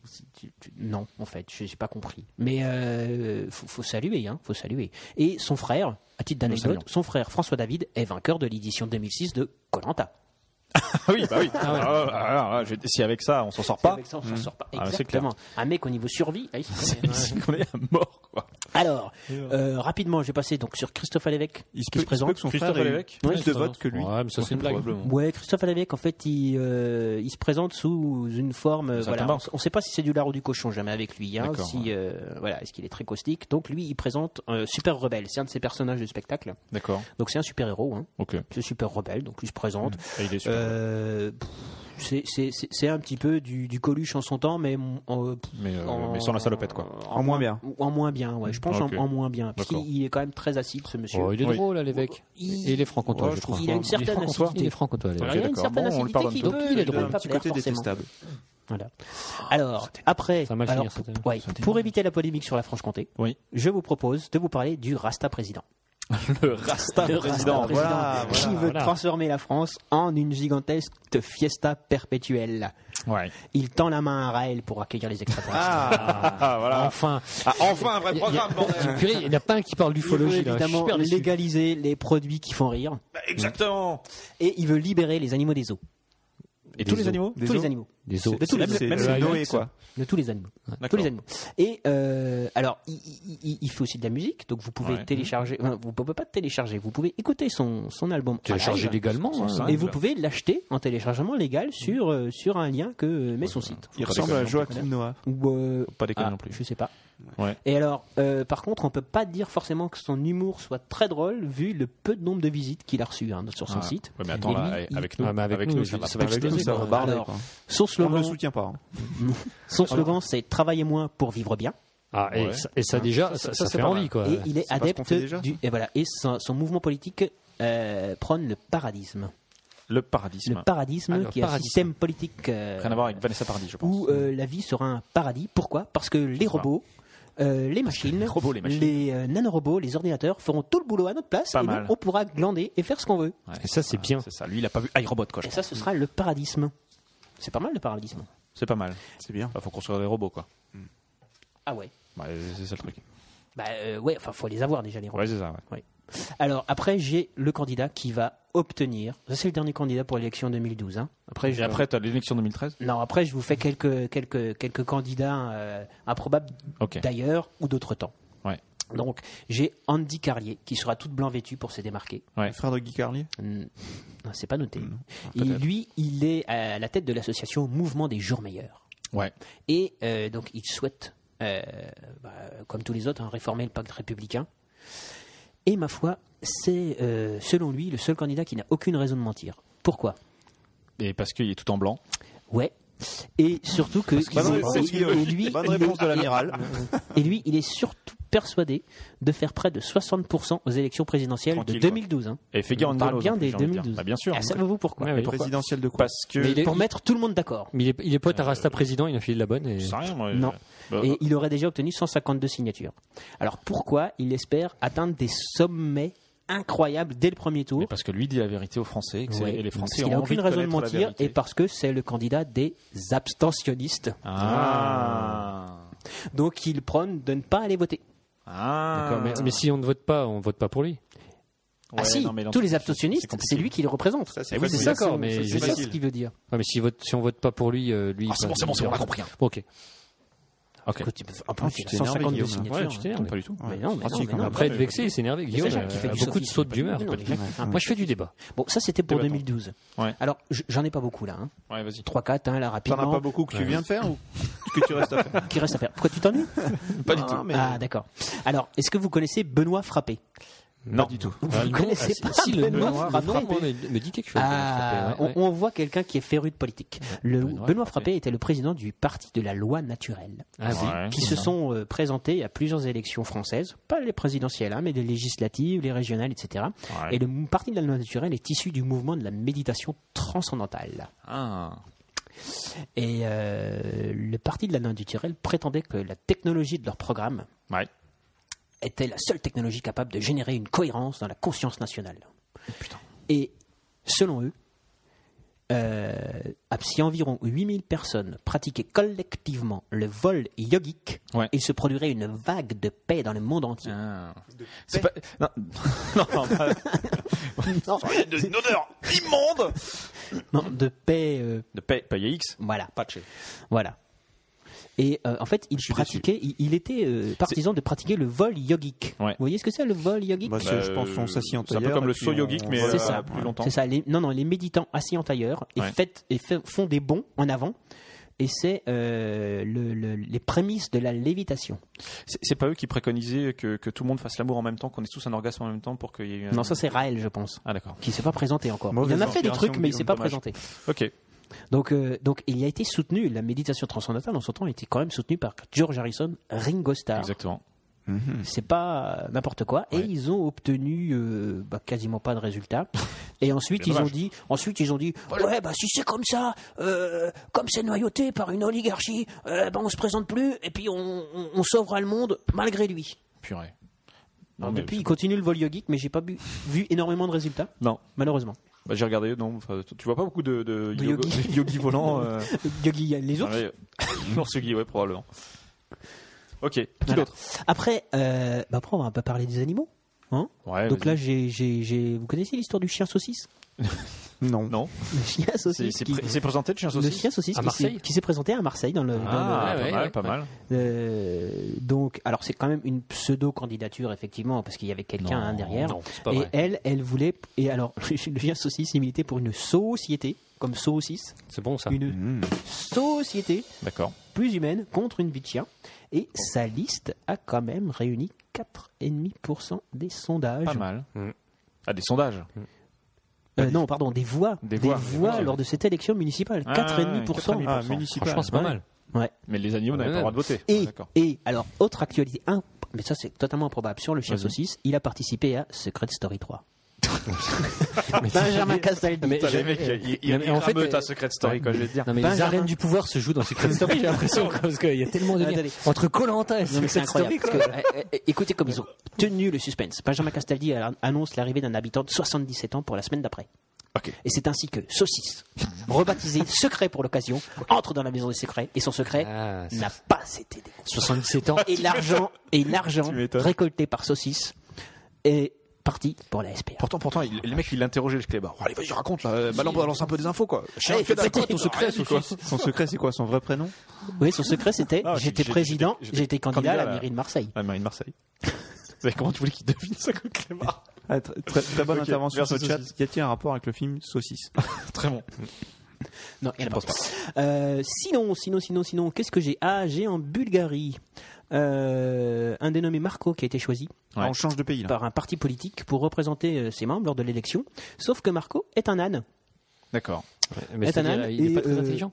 [SPEAKER 4] non, en fait, j'ai j'ai pas compris. Mais euh, faut, faut saluer, hein, faut saluer. Et son frère, à titre
[SPEAKER 1] saluons.
[SPEAKER 4] d'anecdote, son frère François David est vainqueur de l'édition 2006 de Colanta.
[SPEAKER 1] Ah oui, bah oui. Ah, ah, ah, je- si avec ça, on s'en sort pas,
[SPEAKER 4] Avec ça, on s'en sort pas.
[SPEAKER 1] Ah, c'est clair.
[SPEAKER 4] Exactement. Un mec au niveau survie. ah, il s'en sort
[SPEAKER 1] c'est
[SPEAKER 4] bien.
[SPEAKER 1] c'est qu'on est à mort, quoi.
[SPEAKER 4] Alors, euh, rapidement, je vais passer donc sur Christophe Alévèque
[SPEAKER 3] Il se
[SPEAKER 4] qui
[SPEAKER 3] peut,
[SPEAKER 4] se présente.
[SPEAKER 3] il se peut que son
[SPEAKER 1] Christophe
[SPEAKER 3] frère ait
[SPEAKER 1] Lévesque.
[SPEAKER 3] plus
[SPEAKER 4] Ouais,
[SPEAKER 3] de votes que lui.
[SPEAKER 2] Ouais, mais ça, c'est une blague.
[SPEAKER 3] Probablement.
[SPEAKER 4] Ouais, Christophe Alévèque, en fait, il, euh, il se présente sous une forme. euh,
[SPEAKER 1] Sous un
[SPEAKER 4] voilà,
[SPEAKER 1] combat.
[SPEAKER 4] on ne sait pas si c'est du lard ou du cochon, jamais avec lui. Hein,
[SPEAKER 1] D'accord,
[SPEAKER 4] si,
[SPEAKER 1] ouais.
[SPEAKER 4] euh, voilà, est-ce qu'il est très caustique Donc, lui, il présente euh, Super Rebelle. C'est un de ses personnages de spectacle.
[SPEAKER 1] D'accord.
[SPEAKER 4] Donc, c'est un super héros. Hein.
[SPEAKER 1] Ok.
[SPEAKER 4] C'est Super Rebelle, donc il se présente.
[SPEAKER 1] Et il est super.
[SPEAKER 4] Euh, pff, c'est- c'est c'est- c'est un petit peu du, du Coluche en son temps, mais mm, en-
[SPEAKER 1] mais, euh,
[SPEAKER 4] en-
[SPEAKER 1] mais sans la salopette, quoi.
[SPEAKER 3] En moins bien.
[SPEAKER 4] En moins bien, ouais. Je pense
[SPEAKER 1] Ok.
[SPEAKER 4] en, en moins bien. Parce
[SPEAKER 1] D'accord.
[SPEAKER 4] qu'il est quand même très acide, ce monsieur.
[SPEAKER 2] Oh, il est
[SPEAKER 1] Oui.
[SPEAKER 2] drôle, là, l'évêque.
[SPEAKER 4] Il-
[SPEAKER 2] Et il est franc-comtois,
[SPEAKER 3] Ouais,
[SPEAKER 2] je
[SPEAKER 3] je
[SPEAKER 2] crois.
[SPEAKER 4] il a une
[SPEAKER 2] Il est
[SPEAKER 4] certaine
[SPEAKER 2] franc-comtois.
[SPEAKER 4] acidité.
[SPEAKER 2] Il est franc-comtois, l'évêque.
[SPEAKER 4] Alors, il a une
[SPEAKER 1] d'accord.
[SPEAKER 4] certaine
[SPEAKER 1] Bon, on le
[SPEAKER 4] acidité
[SPEAKER 1] pardonne
[SPEAKER 4] qui
[SPEAKER 1] pas.
[SPEAKER 4] peut,
[SPEAKER 2] Donc, il est
[SPEAKER 4] qui peut
[SPEAKER 2] drôle.
[SPEAKER 4] pas
[SPEAKER 3] Petit
[SPEAKER 4] plaire,
[SPEAKER 3] côté
[SPEAKER 4] forcément.
[SPEAKER 3] détestable.
[SPEAKER 4] Voilà. Alors, après,
[SPEAKER 2] Ça a mal
[SPEAKER 4] alors,
[SPEAKER 2] finir, ça,
[SPEAKER 4] pour-
[SPEAKER 2] t'as-
[SPEAKER 4] ouais, pour éviter la polémique sur la Franche-Comté,
[SPEAKER 1] Oui.
[SPEAKER 4] je vous propose de vous parler du Rasta président.
[SPEAKER 1] Le Rasta
[SPEAKER 4] Le Rasta président
[SPEAKER 3] voilà,
[SPEAKER 4] qui
[SPEAKER 3] voilà,
[SPEAKER 4] veut
[SPEAKER 2] voilà.
[SPEAKER 4] transformer la France en une gigantesque fiesta perpétuelle.
[SPEAKER 1] Ouais.
[SPEAKER 4] Il tend la main à Raël pour accueillir les extraterrestres.
[SPEAKER 3] Ah,
[SPEAKER 1] Ah, voilà.
[SPEAKER 2] Enfin,
[SPEAKER 3] enfin un vrai
[SPEAKER 2] il y a- il y a-
[SPEAKER 3] programme, bordel.
[SPEAKER 2] purée, il n'y a pas un qui parle
[SPEAKER 4] Il veut
[SPEAKER 2] d'ufologie, là. Je suis
[SPEAKER 4] évidemment
[SPEAKER 2] super déçu.
[SPEAKER 4] légaliser les produits qui font rire
[SPEAKER 1] Bah, exactement.
[SPEAKER 4] et il veut libérer les animaux des eaux.
[SPEAKER 1] Et tous les
[SPEAKER 2] os.
[SPEAKER 1] animaux
[SPEAKER 3] Des
[SPEAKER 4] tous
[SPEAKER 3] os.
[SPEAKER 4] les animaux.
[SPEAKER 2] Des os.
[SPEAKER 4] De tous les
[SPEAKER 3] Même
[SPEAKER 4] animaux.
[SPEAKER 3] c'est
[SPEAKER 1] même
[SPEAKER 3] même c'est
[SPEAKER 2] le
[SPEAKER 3] Noé,
[SPEAKER 2] Hilux.
[SPEAKER 3] quoi.
[SPEAKER 4] De tous les animaux. Tous les animaux. Et euh, alors, il, il- il- il fait aussi de la musique, donc vous pouvez
[SPEAKER 1] Ouais.
[SPEAKER 4] télécharger. enfin, vous pouvez pas télécharger, vous pouvez écouter son, son album. en
[SPEAKER 2] Télécharger
[SPEAKER 4] live,
[SPEAKER 2] légalement. hein.
[SPEAKER 1] ça.
[SPEAKER 4] Et vous pouvez l'acheter en téléchargement légal sur, euh, sur un lien que euh, met son site.
[SPEAKER 3] Il ressemble à Joachim Noah.
[SPEAKER 4] Ou, euh,
[SPEAKER 1] Pas déconner
[SPEAKER 4] ah,
[SPEAKER 1] non plus.
[SPEAKER 4] Je sais pas.
[SPEAKER 1] Ouais.
[SPEAKER 4] Et alors, euh, par contre, on peut pas dire forcément que son humour soit très drôle vu le peu de nombre de visites qu'il a reçu hein, sur son
[SPEAKER 1] Ah,
[SPEAKER 4] site.
[SPEAKER 1] Ouais, mais attends,
[SPEAKER 4] Et
[SPEAKER 1] là, eh,
[SPEAKER 4] lui, il-
[SPEAKER 1] avec nous,
[SPEAKER 2] Ah, mais avec nous,
[SPEAKER 1] ça
[SPEAKER 2] il-
[SPEAKER 1] va
[SPEAKER 2] c'est
[SPEAKER 1] pas
[SPEAKER 2] pas
[SPEAKER 1] exploser.
[SPEAKER 2] explosé,
[SPEAKER 3] Ça
[SPEAKER 2] quoi.
[SPEAKER 3] va barder,
[SPEAKER 4] Alors,
[SPEAKER 3] quoi.
[SPEAKER 4] Son
[SPEAKER 3] On ne
[SPEAKER 4] slogan,
[SPEAKER 3] le soutient pas. hein.
[SPEAKER 4] son slogan, c'est travailler moins pour vivre bien.
[SPEAKER 2] Ah, et,
[SPEAKER 1] Ouais.
[SPEAKER 2] ça, et ça, déjà, ça, ça fait envie, quoi.
[SPEAKER 4] et il est
[SPEAKER 3] pas ce qu'on
[SPEAKER 4] adepte
[SPEAKER 3] fait déjà,
[SPEAKER 4] du et voilà et son, son mouvement politique euh, prône le paradisme
[SPEAKER 1] Le paradisme.
[SPEAKER 4] le paradisme
[SPEAKER 2] Ah, le
[SPEAKER 4] qui est un
[SPEAKER 2] paradisme.
[SPEAKER 4] système politique euh,
[SPEAKER 1] Rien à voir avec Vanessa Paradis, je pense.
[SPEAKER 4] où euh, la vie sera un paradis pourquoi parce que les robots euh, les machines,
[SPEAKER 1] les robots, les machines.
[SPEAKER 4] euh, nanorobots, les ordinateurs feront tout le boulot à notre place
[SPEAKER 1] Pas
[SPEAKER 4] et nous,
[SPEAKER 1] mal.
[SPEAKER 4] on pourra glander et faire ce qu'on veut.
[SPEAKER 1] Ouais, Ah,
[SPEAKER 2] Et ça, c'est bien.
[SPEAKER 1] C'est ça. Lui, il a pas vu iRobot, quoi. je
[SPEAKER 4] Et ça, ce sera le paradisme. C'est pas mal le paradisme.
[SPEAKER 1] crois. C'est pas mal.
[SPEAKER 3] C'est bien.
[SPEAKER 1] Bah, faut construire des robots, quoi.
[SPEAKER 4] Ah ouais.
[SPEAKER 1] Bah, c'est ça le truc.
[SPEAKER 4] Bah euh, ouais, enfin faut les avoir déjà les robots.
[SPEAKER 1] Ouais, c'est ça, ouais.
[SPEAKER 4] Alors après j'ai le candidat qui va obtenir. Ça c'est le dernier candidat pour l'élection 2012. hein. Après
[SPEAKER 1] Et
[SPEAKER 4] j'ai
[SPEAKER 1] après, t'as l'élection 2013
[SPEAKER 4] Non, après, je vous fais quelques, quelques, quelques candidats euh, improbables
[SPEAKER 1] Ok.
[SPEAKER 4] d'ailleurs ou d'autre temps.
[SPEAKER 1] Ouais.
[SPEAKER 4] Donc, j'ai Andy Carlier qui sera tout blanc vêtu pour se démarquer.
[SPEAKER 1] Ouais.
[SPEAKER 3] Le frère de Guy Carlier
[SPEAKER 4] Hmm. Non, c'est pas noté. Et
[SPEAKER 1] peut-être.
[SPEAKER 4] lui, il est à la tête de l'association Mouvement des Jours Meilleurs.
[SPEAKER 1] Ouais.
[SPEAKER 4] Et euh, donc, il souhaite, euh, bah, comme tous les autres, hein, réformer le pacte républicain. Et ma foi, c'est euh, selon lui le seul candidat qui n'a aucune raison de mentir. Pourquoi
[SPEAKER 1] Et parce qu'il est tout en blanc.
[SPEAKER 4] Ouais. Et surtout que
[SPEAKER 3] Bonne
[SPEAKER 4] il est-
[SPEAKER 3] réponse,
[SPEAKER 4] et- et lui,
[SPEAKER 3] Bonne
[SPEAKER 4] il est-
[SPEAKER 3] réponse de l'amiral.
[SPEAKER 4] Et lui, il est surtout persuadé de faire près de 60% aux élections présidentielles
[SPEAKER 1] Tranquille,
[SPEAKER 4] de
[SPEAKER 1] quoi.
[SPEAKER 4] 2012. hein.
[SPEAKER 1] Et fais gaffe
[SPEAKER 4] On
[SPEAKER 1] en
[SPEAKER 4] parle
[SPEAKER 1] dialogue,
[SPEAKER 4] bien
[SPEAKER 1] en plus,
[SPEAKER 4] des
[SPEAKER 1] j'ai envie de dire.
[SPEAKER 4] 2012.
[SPEAKER 1] Bah, bien sûr.
[SPEAKER 4] Ah, savez-vous pourquoi
[SPEAKER 2] Ouais,
[SPEAKER 4] Et
[SPEAKER 2] oui.
[SPEAKER 4] pourquoi
[SPEAKER 3] Présidentiel de quoi
[SPEAKER 1] Parce que.
[SPEAKER 2] Mais il est-
[SPEAKER 4] Pour mettre tout le monde d'accord.
[SPEAKER 2] Mais il est, il est pas être un rasta président, il a filé de la bonne. Et...
[SPEAKER 1] Je sais rien, moi.
[SPEAKER 4] Non.
[SPEAKER 1] Bah,
[SPEAKER 4] Et il aurait déjà obtenu 152 signatures. Alors pourquoi il espère atteindre des sommets incroyables dès le premier tour
[SPEAKER 1] mais parce que lui dit la vérité aux Français et, que c'est-
[SPEAKER 4] Ouais.
[SPEAKER 1] et les
[SPEAKER 4] Parce
[SPEAKER 1] Français
[SPEAKER 4] qu'il
[SPEAKER 1] ont
[SPEAKER 4] n'a
[SPEAKER 1] envie
[SPEAKER 4] aucune
[SPEAKER 1] de
[SPEAKER 4] raison de
[SPEAKER 1] connaître la
[SPEAKER 4] mentir
[SPEAKER 1] vérité.
[SPEAKER 4] et parce que c'est le candidat des abstentionnistes.
[SPEAKER 1] Ah.
[SPEAKER 4] Donc il prône de ne pas aller voter.
[SPEAKER 1] Ah.
[SPEAKER 2] D'accord, mais, mais si on ne vote pas, on vote pas pour lui.
[SPEAKER 4] ah
[SPEAKER 1] Ouais,
[SPEAKER 4] si,
[SPEAKER 1] non, mais dans-
[SPEAKER 4] tous les
[SPEAKER 1] c'est-
[SPEAKER 4] abstentionnistes, c'est
[SPEAKER 1] compliqué.
[SPEAKER 4] lui qui les représente.
[SPEAKER 3] Ça, c'est
[SPEAKER 4] Eh oui,
[SPEAKER 3] facile.
[SPEAKER 4] c'est ça,
[SPEAKER 2] D'accord,
[SPEAKER 4] c'est-
[SPEAKER 2] mais je
[SPEAKER 4] c'est
[SPEAKER 2] veux
[SPEAKER 4] ça
[SPEAKER 2] dire-
[SPEAKER 4] ce qu'il veut dire.
[SPEAKER 2] Ouais, mais si, vote, si on vote pas pour lui, euh, lui.
[SPEAKER 1] Ah, c'est
[SPEAKER 2] il
[SPEAKER 1] bon,
[SPEAKER 2] passe-
[SPEAKER 1] c'est bon, c'est bon, on a compris. hein.
[SPEAKER 2] Ok.
[SPEAKER 1] Ok.
[SPEAKER 4] Écoute, en plus,
[SPEAKER 3] tu
[SPEAKER 4] il a
[SPEAKER 3] t'es énervé,
[SPEAKER 4] 152
[SPEAKER 3] Guillaume.
[SPEAKER 4] signatures.
[SPEAKER 2] Ouais, tu t'énerves.
[SPEAKER 1] Pas du tout.
[SPEAKER 4] Mais non, mais
[SPEAKER 3] Ah,
[SPEAKER 4] non,
[SPEAKER 3] si,
[SPEAKER 4] mais
[SPEAKER 3] quand
[SPEAKER 4] non.
[SPEAKER 3] même.
[SPEAKER 2] Après être vexé et s'énervé, Guillaume,
[SPEAKER 4] Déjà, qui fait
[SPEAKER 2] euh,
[SPEAKER 4] du
[SPEAKER 2] beaucoup de
[SPEAKER 4] sophisme,
[SPEAKER 2] sautes
[SPEAKER 4] pas du-
[SPEAKER 2] d'humeur.
[SPEAKER 4] non,
[SPEAKER 2] quoi.
[SPEAKER 4] mais non, mais-
[SPEAKER 2] Moi, je fais du débat.
[SPEAKER 4] Bon, ça c'était pour
[SPEAKER 1] Débattons.
[SPEAKER 4] 2012.
[SPEAKER 1] Ouais.
[SPEAKER 4] Alors, j- j'en ai pas beaucoup là. Hein.
[SPEAKER 1] Ouais, vas-y.
[SPEAKER 4] 3 4 hein, là
[SPEAKER 3] T'en as
[SPEAKER 4] rapidement.
[SPEAKER 3] pas beaucoup que tu viens de faire ou que tu restes à faire
[SPEAKER 4] Qui reste à faire Pourquoi tu t'ennuies
[SPEAKER 3] Pas du tout.
[SPEAKER 4] Ah d'accord. Alors, est-ce que vous connaissez Benoît Frappé
[SPEAKER 1] Non, du tout.
[SPEAKER 4] Vous connaissez pas
[SPEAKER 2] ah, si le
[SPEAKER 4] Benoît
[SPEAKER 2] nom, le
[SPEAKER 4] Frappé
[SPEAKER 2] nom, moi, me, me dit quelque chose.
[SPEAKER 4] Ah,
[SPEAKER 2] Frappé, ouais, ouais.
[SPEAKER 4] on, on voit quelqu'un qui est féru de politique. Le,
[SPEAKER 2] Benoît Frappé.
[SPEAKER 4] Benoît, Frappé était le président du Parti de la Loi Naturelle,
[SPEAKER 2] Ah, si.
[SPEAKER 1] Ouais.
[SPEAKER 4] qui se sont euh, présentés à plusieurs élections françaises, pas les présidentielles, hein, mais les législatives, les régionales, etc.
[SPEAKER 1] Ouais.
[SPEAKER 4] Et le mou- Parti de la Loi Naturelle est issu du mouvement de la méditation transcendantale.
[SPEAKER 1] Ah.
[SPEAKER 4] Et euh, le Parti de la Loi Naturelle prétendait que la technologie de leur programme
[SPEAKER 1] Ouais.
[SPEAKER 4] était la seule technologie capable de générer une cohérence dans la conscience nationale.
[SPEAKER 1] Oh,
[SPEAKER 4] Et selon eux, euh, si environ 8000 personnes pratiquaient collectivement le vol yogique,
[SPEAKER 1] Ouais.
[SPEAKER 4] il se produirait une vague de paix dans le monde entier.
[SPEAKER 1] Ah. C'est pas. Non, non, non, pas-
[SPEAKER 4] Non,
[SPEAKER 1] Une odeur immonde
[SPEAKER 4] non, de paix, euh,
[SPEAKER 1] De paye, paye X
[SPEAKER 4] voilà.
[SPEAKER 1] Patché.
[SPEAKER 4] Voilà. Et euh, en fait, il pratiquait, il, il était euh, partisan de pratiquer le vol yogique.
[SPEAKER 1] Ouais.
[SPEAKER 4] Vous voyez ce que c'est le vol yogique
[SPEAKER 3] Bah, c'est- je pense qu'on s'assied en
[SPEAKER 1] C'est un peu
[SPEAKER 3] tailleur
[SPEAKER 1] comme
[SPEAKER 3] et
[SPEAKER 1] le
[SPEAKER 3] puis
[SPEAKER 1] saut
[SPEAKER 3] on-
[SPEAKER 1] yogique, mais
[SPEAKER 3] C'est
[SPEAKER 1] euh,
[SPEAKER 4] ça.
[SPEAKER 1] plus longtemps.
[SPEAKER 4] C'est ça. les- non, non, les méditants assis en tailleur et,
[SPEAKER 1] Ouais.
[SPEAKER 4] faites- et fait- font des bons en avant. Et c'est euh, le- le- les prémices de la lévitation.
[SPEAKER 1] C'est c'est pas eux qui préconisaient que, que tout le monde fasse l'amour en même temps, qu'on ait tous un orgasme en même temps pour qu'il y ait. un-
[SPEAKER 4] Non, ça c'est Raël, je pense,
[SPEAKER 1] Ah d'accord.
[SPEAKER 4] qui s'est pas présenté encore.
[SPEAKER 3] Mauvaise
[SPEAKER 4] il en a fait des
[SPEAKER 3] inspiration,
[SPEAKER 4] trucs, mais il s'est pas
[SPEAKER 1] dommage.
[SPEAKER 4] présenté.
[SPEAKER 1] Ok.
[SPEAKER 4] Donc, euh, donc, il a été soutenu. La méditation transcendantale en son temps était quand même soutenue par George Harrison, Ringo Starr.
[SPEAKER 1] Exactement.
[SPEAKER 4] C'est pas euh, n'importe quoi. Et
[SPEAKER 1] Ouais.
[SPEAKER 4] ils ont obtenu euh, bah, quasiment pas de résultats. Et ensuite
[SPEAKER 1] C'est
[SPEAKER 4] ils ont
[SPEAKER 1] dommage.
[SPEAKER 4] dit, ensuite ils ont dit, ouais bah si c'est comme ça, euh, comme c'est noyauté par une oligarchie, euh, bah, on se présente plus et puis on, on- on sauvera le monde malgré lui.
[SPEAKER 1] Purée.
[SPEAKER 4] Alors,
[SPEAKER 1] mais-
[SPEAKER 4] depuis ils continuent le vol yogique, mais j'ai pas bu- vu énormément de résultats,
[SPEAKER 1] Non.
[SPEAKER 4] malheureusement.
[SPEAKER 1] Bah, j'ai regardé. Non. enfin, tu tu vois pas beaucoup de, de,
[SPEAKER 4] De
[SPEAKER 1] yoga-
[SPEAKER 4] yogi.
[SPEAKER 1] de yogi volants. euh,
[SPEAKER 4] Yogi, les
[SPEAKER 1] dans
[SPEAKER 4] autres.
[SPEAKER 1] les- L'ours yogi, ouais, probablement. Ok. Qui
[SPEAKER 4] Voilà.
[SPEAKER 1] d'autre
[SPEAKER 4] Après, euh, bah, après on va pas parler des animaux. Hein
[SPEAKER 1] Ouais.
[SPEAKER 4] Donc
[SPEAKER 1] vas-y.
[SPEAKER 4] là, j'ai, j'ai- j'ai- vous connaissez l'histoire du chien saucisse
[SPEAKER 3] Non.
[SPEAKER 1] non.
[SPEAKER 4] Le chien
[SPEAKER 1] C'est
[SPEAKER 4] saucisse.
[SPEAKER 1] c'est
[SPEAKER 4] qui-
[SPEAKER 1] pré- c'est présenté de chien
[SPEAKER 4] Le
[SPEAKER 1] saucisse.
[SPEAKER 4] chien saucisse
[SPEAKER 2] À
[SPEAKER 4] qui s'est-
[SPEAKER 2] Marseille
[SPEAKER 4] qui s'est présenté à Marseille dans le. dans le-
[SPEAKER 1] Ah,
[SPEAKER 2] Ouais,
[SPEAKER 1] pas
[SPEAKER 2] ouais,
[SPEAKER 1] mal,
[SPEAKER 2] ouais,
[SPEAKER 1] pas
[SPEAKER 2] ouais.
[SPEAKER 1] mal.
[SPEAKER 4] Euh, donc, alors c'est quand même une pseudo-candidature, effectivement, parce qu'il y avait quelqu'un hein, derrière.
[SPEAKER 2] Non, c'est pas
[SPEAKER 4] et
[SPEAKER 2] vrai.
[SPEAKER 4] elle, elle voulait. Et alors, le chien saucisse est milité pour une société, comme saucisse,
[SPEAKER 2] C'est bon
[SPEAKER 1] Ah.
[SPEAKER 2] ça.
[SPEAKER 4] une
[SPEAKER 1] Mmh.
[SPEAKER 4] société
[SPEAKER 1] D'accord.
[SPEAKER 4] plus humaine contre une vie de chien. Et sa liste a quand même réuni 4,5% des sondages.
[SPEAKER 1] Pas mal.
[SPEAKER 2] Mm.
[SPEAKER 1] Ah, des sondages.
[SPEAKER 4] Euh, non, pardon, des voix.
[SPEAKER 1] Des voix, des voix,
[SPEAKER 4] lors de cette élection municipale.
[SPEAKER 1] Ah,
[SPEAKER 4] 4,5%.
[SPEAKER 3] Ah,
[SPEAKER 1] 4,5%.
[SPEAKER 3] municipal.
[SPEAKER 2] Franchement, c'est pas
[SPEAKER 3] Ouais.
[SPEAKER 2] mal.
[SPEAKER 4] Ouais.
[SPEAKER 1] Mais les animaux n'avaient
[SPEAKER 2] Ouais,
[SPEAKER 1] pas le droit de voter.
[SPEAKER 4] Et,
[SPEAKER 1] D'accord.
[SPEAKER 4] et alors, autre actualité, un, mais ça c'est totalement improbable, sur le chien
[SPEAKER 1] Vas-y.
[SPEAKER 4] saucisse, il a participé à Secret Story 3. Benjamin Castaldi.
[SPEAKER 2] Mais
[SPEAKER 1] Putain, les
[SPEAKER 2] je-
[SPEAKER 1] mecs,
[SPEAKER 2] euh,
[SPEAKER 1] il, il,
[SPEAKER 2] non, mais en fait,
[SPEAKER 1] ta
[SPEAKER 2] euh,
[SPEAKER 1] secret story, quoi, je vais te dire.
[SPEAKER 2] Non, mais les
[SPEAKER 4] Benjamin-
[SPEAKER 2] arènes du pouvoir se jouent dans Secret Story, j'ai l'impression, parce qu'il y a tellement de liens.
[SPEAKER 4] Attendez.
[SPEAKER 2] Entre Colanta et
[SPEAKER 4] Non, mais c'est
[SPEAKER 2] Secret
[SPEAKER 4] incroyable.
[SPEAKER 2] Story, quoi.
[SPEAKER 4] parce que, euh, euh, écoutez comme ils ont tenu le suspense. Benjamin Castaldi a- annonce l'arrivée d'un habitant de 77 ans pour la semaine d'après.
[SPEAKER 1] Ok.
[SPEAKER 4] Et c'est ainsi que Saucisse, rebaptisé Secret pour l'occasion, entre dans la maison des secrets et son secret
[SPEAKER 2] Ah, c'est-
[SPEAKER 4] n'a pas été découvert.
[SPEAKER 2] 77 ans.
[SPEAKER 4] Et l'argent, et l'argent récolté par Saucisse est parti pour la SPA.
[SPEAKER 1] Pourtant, pourtant, il- le mec, il l'interrogeait, je bah, allez, vas-y, raconte, là, euh, balance, balance un peu des infos, quoi. Chien,
[SPEAKER 4] Allez,
[SPEAKER 1] fais
[SPEAKER 4] fais
[SPEAKER 1] d'accord,
[SPEAKER 4] péter.
[SPEAKER 1] ton secret, c'est quoi
[SPEAKER 3] Son- Son secret, c'est quoi Son vrai prénom
[SPEAKER 4] Oui, son secret, c'était
[SPEAKER 1] Ah,
[SPEAKER 4] j'étais
[SPEAKER 1] j'étais-
[SPEAKER 4] président,
[SPEAKER 1] j'étais-
[SPEAKER 4] j'étais candidat à la
[SPEAKER 1] là.
[SPEAKER 4] mairie de Marseille.
[SPEAKER 1] La mairie de Ah, Marseille. Mais comment tu voulais qu'il devine ça, quoi, Clément
[SPEAKER 3] Ah, très, très- très bonne
[SPEAKER 1] Ok,
[SPEAKER 3] intervention
[SPEAKER 1] merci,
[SPEAKER 3] sur le chat.
[SPEAKER 1] saucisse.
[SPEAKER 3] Y a-t-il un rapport avec le film Saucisse
[SPEAKER 1] Très bon.
[SPEAKER 4] Non, il y en a
[SPEAKER 1] pense
[SPEAKER 4] pas. Euh, sinon, sinon, sinon, sinon, qu'est-ce que j'ai Ah, j'ai en Bulgarie euh, un dénommé Marco qui a été choisi
[SPEAKER 1] Ouais.
[SPEAKER 3] Ah, On change de pays là.
[SPEAKER 4] par un parti politique pour représenter euh, ses membres lors de l'élection. Sauf que Marco est un âne.
[SPEAKER 1] D'accord.
[SPEAKER 2] Mais
[SPEAKER 4] Et
[SPEAKER 2] c'est-à-dire,
[SPEAKER 4] Tanan,
[SPEAKER 2] il est pas
[SPEAKER 4] et,
[SPEAKER 2] très
[SPEAKER 4] euh,
[SPEAKER 2] intelligent.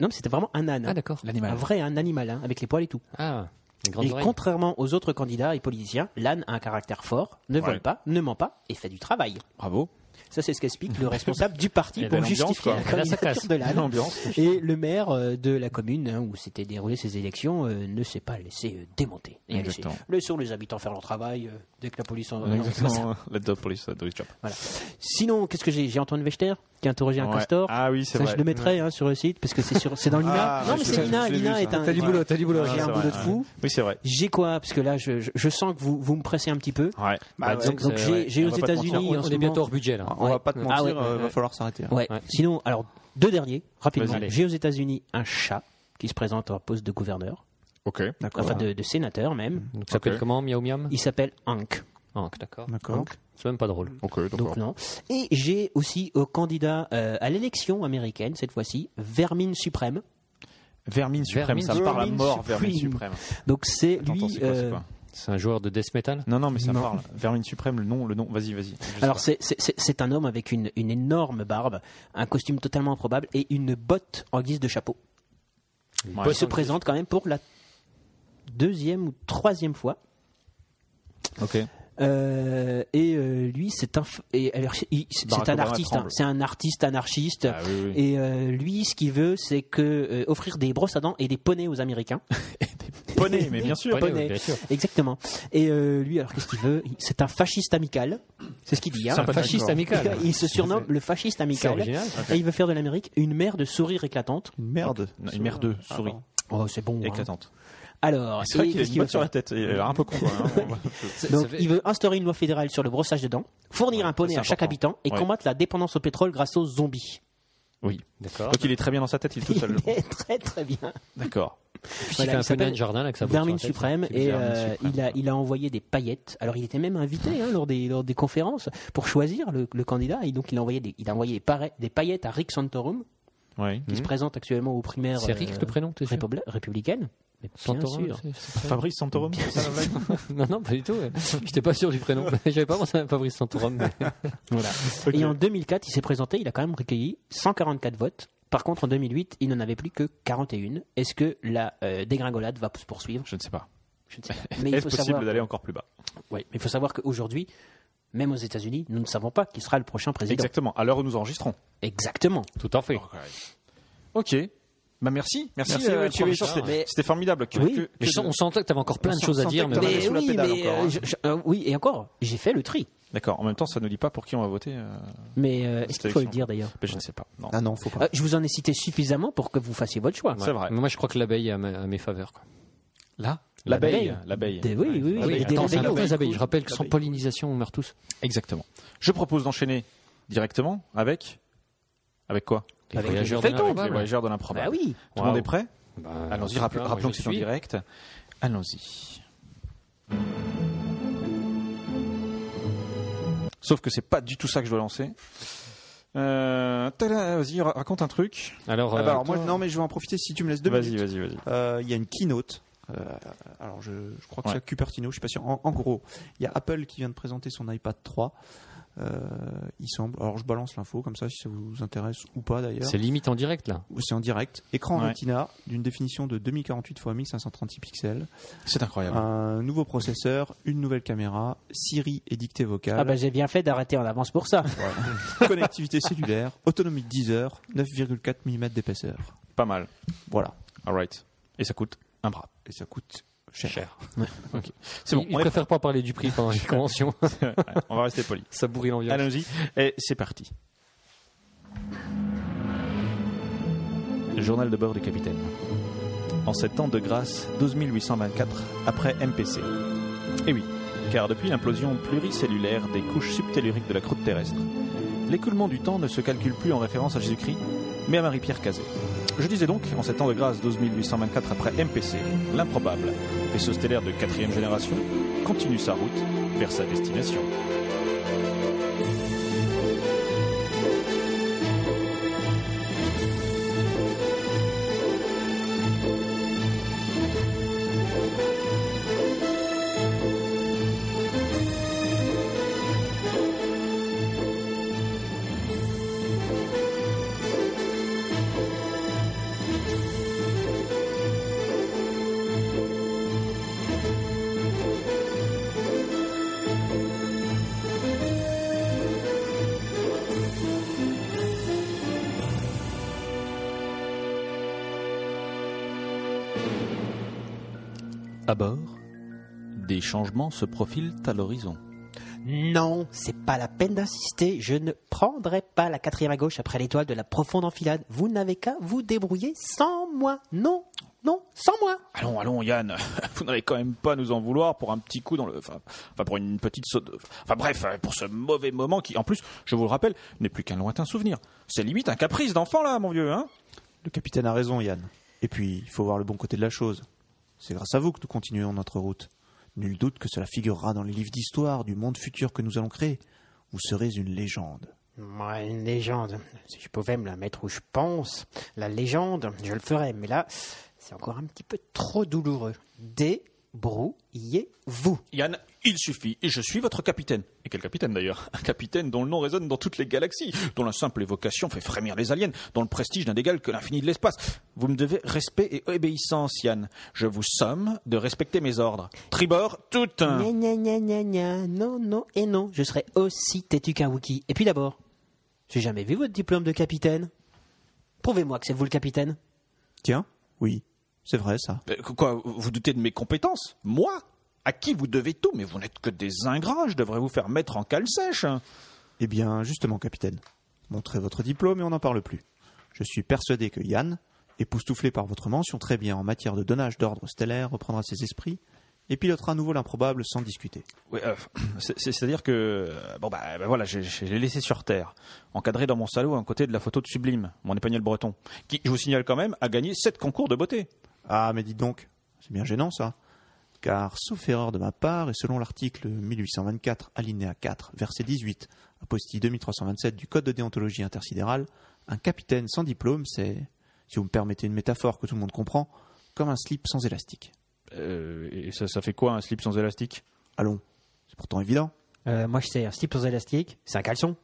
[SPEAKER 4] Non, mais c'était vraiment un âne. hein.
[SPEAKER 2] Ah, d'accord.
[SPEAKER 4] Un vrai un animal, hein, avec les poils et tout.
[SPEAKER 2] Ah, les
[SPEAKER 4] Et
[SPEAKER 2] grandes oreilles.
[SPEAKER 4] contrairement aux autres candidats et politiciens, l'âne a un caractère fort, ne
[SPEAKER 1] Ouais.
[SPEAKER 4] vole pas, ne ment pas et fait du travail.
[SPEAKER 1] Bravo.
[SPEAKER 4] Ça, c'est ce qu'explique le responsable du parti
[SPEAKER 1] Et
[SPEAKER 4] pour
[SPEAKER 1] belle ambiance,
[SPEAKER 4] justifier
[SPEAKER 1] quoi.
[SPEAKER 4] la
[SPEAKER 2] Et là, ça
[SPEAKER 4] candidature
[SPEAKER 2] casse.
[SPEAKER 4] de l'âne.
[SPEAKER 1] L'ambiance.
[SPEAKER 4] Et le maire euh, de la commune hein, où s'étaient déroulées ces élections euh, ne s'est pas laissé euh, démonter. Et a laissé-
[SPEAKER 1] Exactement.
[SPEAKER 4] Laissons les habitants faire leur travail euh, dès que la police en... Non,
[SPEAKER 1] Exactement. euh, Let the police do its job.
[SPEAKER 4] voilà. Sinon, qu'est-ce que j'ai J'ai Antoine Wechter qui a interrogé un
[SPEAKER 1] Ouais.
[SPEAKER 4] castor.
[SPEAKER 1] Ah oui, c'est
[SPEAKER 4] Ça,
[SPEAKER 1] vrai.
[SPEAKER 4] je le mettrai hein, sur le site parce que c'est sur- c'est dans l'INA.
[SPEAKER 3] Ah,
[SPEAKER 4] non,
[SPEAKER 3] ouais,
[SPEAKER 4] mais
[SPEAKER 3] je-
[SPEAKER 4] c'est
[SPEAKER 3] je-
[SPEAKER 4] l'INA.
[SPEAKER 3] je l'ai
[SPEAKER 4] L'INA
[SPEAKER 3] vu,
[SPEAKER 4] est
[SPEAKER 3] ça.
[SPEAKER 4] un.
[SPEAKER 3] T'as du
[SPEAKER 4] voilà.
[SPEAKER 3] boulot, t'as du boulot.
[SPEAKER 4] J'ai
[SPEAKER 1] Ouais,
[SPEAKER 4] un
[SPEAKER 1] Ah, c'est
[SPEAKER 4] boulot de
[SPEAKER 1] vrai.
[SPEAKER 4] fou.
[SPEAKER 1] Oui, c'est vrai.
[SPEAKER 4] J'ai quoi Parce que là, je, je- je sens que vous, vous me pressez un petit peu.
[SPEAKER 1] Ouais. Euh,
[SPEAKER 2] Bah, disons que
[SPEAKER 4] donc,
[SPEAKER 2] c'est-
[SPEAKER 4] j'ai-
[SPEAKER 2] ouais.
[SPEAKER 4] j'ai
[SPEAKER 2] On
[SPEAKER 4] aux
[SPEAKER 2] va pas te
[SPEAKER 4] États-Unis,
[SPEAKER 2] mentir,
[SPEAKER 4] en
[SPEAKER 2] Ah, On
[SPEAKER 4] ce
[SPEAKER 2] est bientôt
[SPEAKER 4] moment.
[SPEAKER 2] hors budget là.
[SPEAKER 3] On va pas te
[SPEAKER 2] Ah,
[SPEAKER 3] mentir,
[SPEAKER 4] ouais.
[SPEAKER 3] euh, va falloir s'arrêter. là.
[SPEAKER 4] Ouais.
[SPEAKER 2] Ouais.
[SPEAKER 4] Sinon, alors deux derniers rapidement.
[SPEAKER 1] Vas-y.
[SPEAKER 4] J'ai aux États-Unis un chat qui se présente en poste de gouverneur,
[SPEAKER 1] Ok.
[SPEAKER 3] D'accord.
[SPEAKER 4] enfin de, de sénateur même.
[SPEAKER 2] Donc, ça s'appelle
[SPEAKER 1] Ok.
[SPEAKER 2] comment Miaou Miam
[SPEAKER 4] Il s'appelle Hank.
[SPEAKER 2] Hank, d'accord.
[SPEAKER 3] D'accord.
[SPEAKER 2] C'est même pas drôle.
[SPEAKER 1] Ok, d'accord.
[SPEAKER 4] Donc non. Et j'ai aussi au candidat euh, à l'élection américaine cette fois-ci, Vermine Suprême.
[SPEAKER 1] Vermine suprême,
[SPEAKER 2] Vermine
[SPEAKER 1] ça me parle à
[SPEAKER 4] suprême.
[SPEAKER 1] mort, vermine suprême.
[SPEAKER 4] Donc c'est
[SPEAKER 1] Attends,
[SPEAKER 4] lui.
[SPEAKER 1] attends, c'est quoi, c'est
[SPEAKER 4] euh,
[SPEAKER 1] quoi
[SPEAKER 2] C'est un joueur de death metal
[SPEAKER 1] Non, non, mais ça me parle. Vermine Suprême, le nom, le nom. Vas-y, vas-y. Je
[SPEAKER 4] Alors,
[SPEAKER 1] sais
[SPEAKER 4] c'est- c'est c'est- c'est un homme avec une, une énorme barbe, un costume totalement improbable et une botte en guise de chapeau.
[SPEAKER 1] pas.
[SPEAKER 4] Il se présente quand même pour la deuxième ou troisième fois.
[SPEAKER 1] Ok.
[SPEAKER 4] Euh, et euh, lui, c'est un, f- et, alors, il- c'est
[SPEAKER 1] Barack
[SPEAKER 4] un
[SPEAKER 1] Obama
[SPEAKER 4] artiste.
[SPEAKER 1] tremble.
[SPEAKER 4] hein. c'est un artiste anarchiste.
[SPEAKER 1] Ah oui, oui.
[SPEAKER 4] Et euh, lui, ce qu'il veut, c'est que euh, offrir des brosses à dents et des poneys aux Américains.
[SPEAKER 1] Poney, mais bien sûr.
[SPEAKER 2] Poney, oui, bien sûr.
[SPEAKER 4] Exactement. Et euh, lui, alors qu'est-ce qu'il veut Il- C'est un fasciste amical. C'est ce qu'il dit. hein.
[SPEAKER 2] C'est un fasciste amical.
[SPEAKER 4] Il se surnomme Ah. le fasciste
[SPEAKER 2] C'est
[SPEAKER 4] amical.
[SPEAKER 2] original.
[SPEAKER 4] Et il veut faire de l'Amérique une mer de sourires éclatantes.
[SPEAKER 3] Une merde.
[SPEAKER 1] Non, Une mère de souris.
[SPEAKER 4] Oh, c'est bon. hein.
[SPEAKER 1] Éclatante.
[SPEAKER 4] Alors,
[SPEAKER 1] C'est vrai
[SPEAKER 4] et
[SPEAKER 1] qu'il a
[SPEAKER 4] qu'est-ce
[SPEAKER 1] une
[SPEAKER 4] qu'il veut
[SPEAKER 1] botte sur
[SPEAKER 4] faire
[SPEAKER 1] la tête. Il a l'air un peu con. quoi, hein.
[SPEAKER 4] Donc, il veut instaurer une loi fédérale sur le brossage de dents, fournir un poney
[SPEAKER 1] c'est
[SPEAKER 4] à chaque
[SPEAKER 1] important.
[SPEAKER 4] habitant et
[SPEAKER 1] Ouais.
[SPEAKER 4] combattre la dépendance au pétrole grâce aux zombies.
[SPEAKER 1] Oui.
[SPEAKER 2] D'accord.
[SPEAKER 1] Donc il est très bien dans sa tête, il est tout seul.
[SPEAKER 4] Il est très très bien.
[SPEAKER 1] D'accord.
[SPEAKER 2] Puis
[SPEAKER 4] Voilà,
[SPEAKER 2] il fait un
[SPEAKER 4] il
[SPEAKER 2] poney
[SPEAKER 4] s'appelle
[SPEAKER 2] de jardin avec sa botte
[SPEAKER 4] Darwin
[SPEAKER 2] sur la tête.
[SPEAKER 4] Suprême
[SPEAKER 1] c'est
[SPEAKER 4] et
[SPEAKER 1] Darwin
[SPEAKER 4] euh,
[SPEAKER 1] Suprême.
[SPEAKER 4] il, a, il a envoyé des paillettes. Alors il était même invité hein, lors, des, lors des conférences pour choisir le, le candidat et donc il a envoyé des, il a envoyé des, para- des paillettes à Rick Santorum
[SPEAKER 1] Oui.
[SPEAKER 4] qui se présente actuellement aux primaires
[SPEAKER 2] Mhm. C'est Rick le prénom, t'es sûr
[SPEAKER 4] répobla- républicaines. Mais euh, bien
[SPEAKER 2] Santorum,
[SPEAKER 4] sûr.
[SPEAKER 2] c'est- c'est ça
[SPEAKER 1] Fabrice Santorum, c'est ça la blague
[SPEAKER 2] Non, non, pas du tout. ouais. J'étais pas sûr du prénom. J'avais pas pensé à Fabrice Santorum. mais-
[SPEAKER 4] Et en 2004, il s'est présenté, il a quand même recueilli 144 votes. Par contre, en 2008, il n'en avait plus que 41. Est-ce que la euh, dégringolade va se poursuivre
[SPEAKER 1] Je ne sais pas.
[SPEAKER 4] Je ne sais pas. Mais il
[SPEAKER 1] Est-ce
[SPEAKER 4] faut
[SPEAKER 1] possible
[SPEAKER 4] savoir,
[SPEAKER 1] d'aller encore plus bas
[SPEAKER 4] ouais, mais il faut savoir qu'aujourd'hui, même aux États-Unis, nous ne savons pas qui sera le prochain président.
[SPEAKER 1] Exactement, à l'heure où nous enregistrons.
[SPEAKER 4] Exactement.
[SPEAKER 2] Tout à fait.
[SPEAKER 1] Oh, Ok. Bah merci, merci,
[SPEAKER 2] Merci,
[SPEAKER 1] euh,
[SPEAKER 2] Richie
[SPEAKER 1] professeur,
[SPEAKER 2] Richard.
[SPEAKER 1] c'était,
[SPEAKER 4] Mais-
[SPEAKER 1] c'était formidable. Que-
[SPEAKER 4] Oui.
[SPEAKER 1] que- que
[SPEAKER 2] Mais je
[SPEAKER 1] de-
[SPEAKER 2] sens- on sentait que t'avais encore plein
[SPEAKER 1] On
[SPEAKER 2] de choses à
[SPEAKER 1] sentait
[SPEAKER 2] dire,
[SPEAKER 1] que
[SPEAKER 2] mais on
[SPEAKER 1] t'avais-
[SPEAKER 2] avait-
[SPEAKER 4] Mais
[SPEAKER 1] sous la
[SPEAKER 4] oui,
[SPEAKER 1] pédale
[SPEAKER 4] mais,
[SPEAKER 1] encore, hein.
[SPEAKER 4] euh, je- je- euh, oui, et encore, j'ai fait le tri.
[SPEAKER 1] D'accord, en même temps, ça ne dit pas pour qui on va voter. euh,
[SPEAKER 4] Mais euh, est-ce
[SPEAKER 1] Cette
[SPEAKER 4] qu'il faut le
[SPEAKER 1] élection.
[SPEAKER 4] dire d'ailleurs
[SPEAKER 1] bah, je ne sais pas. Non.
[SPEAKER 3] Ah non, faut pas.
[SPEAKER 4] Euh, Je vous en ai cité suffisamment pour que vous fassiez votre choix.
[SPEAKER 1] C'est vrai.
[SPEAKER 2] Mais moi, je crois que l'abeille est à, ma- à mes faveurs. quoi. Là
[SPEAKER 1] L'abeille. L'abeille.
[SPEAKER 4] Des- oui, oui, oui.
[SPEAKER 2] Ah oui,
[SPEAKER 4] des- des
[SPEAKER 2] attends, c'est un
[SPEAKER 4] abeilles.
[SPEAKER 2] appel aux abeilles. Je rappelle que sans pollinisation, on meurt tous.
[SPEAKER 1] Exactement. Je propose d'enchaîner directement avec. Avec quoi
[SPEAKER 4] Avec les
[SPEAKER 2] voyageurs de
[SPEAKER 4] feuilletons.
[SPEAKER 1] Avec les
[SPEAKER 2] l'improbable.
[SPEAKER 1] voyageurs de l'improbable.
[SPEAKER 4] Bah oui.
[SPEAKER 1] Tout le monde
[SPEAKER 2] Waouh.
[SPEAKER 1] est prêt
[SPEAKER 2] Bah,
[SPEAKER 1] Allons-y,
[SPEAKER 2] je sais
[SPEAKER 1] rappel-
[SPEAKER 2] pas, moi,
[SPEAKER 1] rappelons
[SPEAKER 2] je
[SPEAKER 1] que c'est en
[SPEAKER 2] suis.
[SPEAKER 1] direct. Allons-y. Sauf que c'est pas du tout ça que je dois lancer. Euh, tada, vas-y, ra- raconte un truc.
[SPEAKER 2] Alors,
[SPEAKER 3] Ah bah
[SPEAKER 2] euh,
[SPEAKER 3] alors moi, non mais je vais en profiter si tu me laisses deux
[SPEAKER 1] Vas-y,
[SPEAKER 3] minutes.
[SPEAKER 1] vas-y, vas-y.
[SPEAKER 3] Euh, Il y a une keynote. Euh, alors je, je crois que
[SPEAKER 1] Ouais.
[SPEAKER 3] c'est à Cupertino, je suis pas sûr. En, en gros, il y a Apple qui vient de présenter son iPad 3. Euh, il semble. Alors je balance l'info comme ça si ça vous intéresse ou pas d'ailleurs.
[SPEAKER 2] c'est limite en direct là.
[SPEAKER 3] Ou C'est en direct. Écran
[SPEAKER 1] Ouais.
[SPEAKER 3] Retina d'une définition de 2048 x 1536 pixels.
[SPEAKER 1] C'est incroyable.
[SPEAKER 3] Un nouveau processeur, une nouvelle caméra, Siri et dictée vocale.
[SPEAKER 4] Ah bah j'ai bien fait d'arrêter en avance pour ça.
[SPEAKER 1] Ah bah.
[SPEAKER 3] Connectivité cellulaire, autonomie de 10 heures, 9,4 mm d'épaisseur.
[SPEAKER 1] Pas mal.
[SPEAKER 3] Voilà.
[SPEAKER 1] Alright. Et ça coûte un bras.
[SPEAKER 3] Et ça coûte cher.
[SPEAKER 1] C'est bon,
[SPEAKER 2] il, il
[SPEAKER 1] on, est-
[SPEAKER 2] préfère pas parler du prix pendant les conventions.
[SPEAKER 1] Ouais, on va rester poli.
[SPEAKER 2] Ça bourrit l'ambiance.
[SPEAKER 1] Allons-y. Et c'est parti. Le journal de bord du capitaine. En sept ans de grâce, 12 824 après MPC. Et Eh oui, car depuis l'implosion pluricellulaire des couches subtelluriques de la croûte terrestre, l'écoulement du temps ne se calcule plus en référence à Jésus-Christ, mais à Marie-Pierre Cazet. Je disais donc, en sept ans de grâce, 12 824 après MPC, l'improbable vaisseau stellaire de quatrième génération continue sa route vers sa destination. À bord, des changements se profilent à l'horizon.
[SPEAKER 4] Non, c'est pas la peine d'insister. Je ne prendrai pas la quatrième à gauche après l'étoile de la profonde enfilade. Vous n'avez qu'à vous débrouiller sans moi. Non, non, sans moi.
[SPEAKER 1] Allons, allons, Yann, vous n'allez quand même pas nous en vouloir pour un petit coup dans le. Enfin, enfin, pour une petite. saute- Enfin, bref, euh, pour ce mauvais moment qui, en plus, je vous le rappelle, n'est plus qu'un lointain souvenir. C'est limite un caprice d'enfant, là, mon vieux, hein
[SPEAKER 3] Le capitaine a raison, Yann. Et puis, il faut voir le bon côté de la chose. C'est grâce à vous que nous continuons notre route. Nul doute que cela figurera dans les livres d'histoire du monde futur que nous allons créer. Vous serez une légende.
[SPEAKER 4] Moi, une légende. Si je pouvais me la mettre où je pense, la légende, je le ferais. Mais là, c'est encore un petit peu trop douloureux. Des Débrouillez-vous.
[SPEAKER 1] Yann, il suffit, et je suis votre capitaine. Et quel capitaine d'ailleurs Un capitaine dont le nom résonne dans toutes les galaxies, dont la simple évocation fait frémir les aliens, dont le prestige n'a d'égal que l'infini de l'espace. Vous me devez respect et obéissance, Yann. Je vous somme de respecter mes ordres. Tribord, tout un
[SPEAKER 4] Gna, gna, gna, gna, gna. Non, non et non, je serai aussi têtu qu'un Wookie. Et puis d'abord, j'ai jamais vu votre diplôme de capitaine. Prouvez-moi que c'est vous le capitaine.
[SPEAKER 3] Tiens, oui, c'est vrai ça.
[SPEAKER 1] Euh, Quoi, vous doutez de mes compétences Moi À qui vous devez tout Mais vous n'êtes que des ingrats, je devrais vous faire mettre en cale sèche.
[SPEAKER 3] Eh bien, justement, capitaine, montrez votre diplôme et on n'en parle plus. Je suis persuadé que Yann, époustouflé par votre mention très bien en matière de donnage d'ordre stellaire, reprendra ses esprits et pilotera à nouveau l'improbable sans discuter.
[SPEAKER 1] Ouais, euh, c'est- c'est- C'est-à-dire que euh, bon bah, bah voilà, j'ai- j'ai- je l'ai laissé sur terre, encadré dans mon salon à côté de la photo de Sublime, mon épagneul breton, qui, je vous signale quand même, a gagné sept concours de beauté.
[SPEAKER 3] Ah, mais dites donc, c'est bien gênant ça. Car, sauf erreur de ma part, et selon l'article 1824, alinéa 4, verset 18, apostille 2327 du Code de déontologie intersidérale, un capitaine sans diplôme, c'est, si vous me permettez une métaphore que tout le monde comprend, comme un slip sans élastique.
[SPEAKER 1] Euh, et ça, ça fait quoi un slip sans élastique
[SPEAKER 3] Allons, c'est pourtant évident.
[SPEAKER 4] Euh, moi, je sais, un slip sans élastique, c'est un caleçon.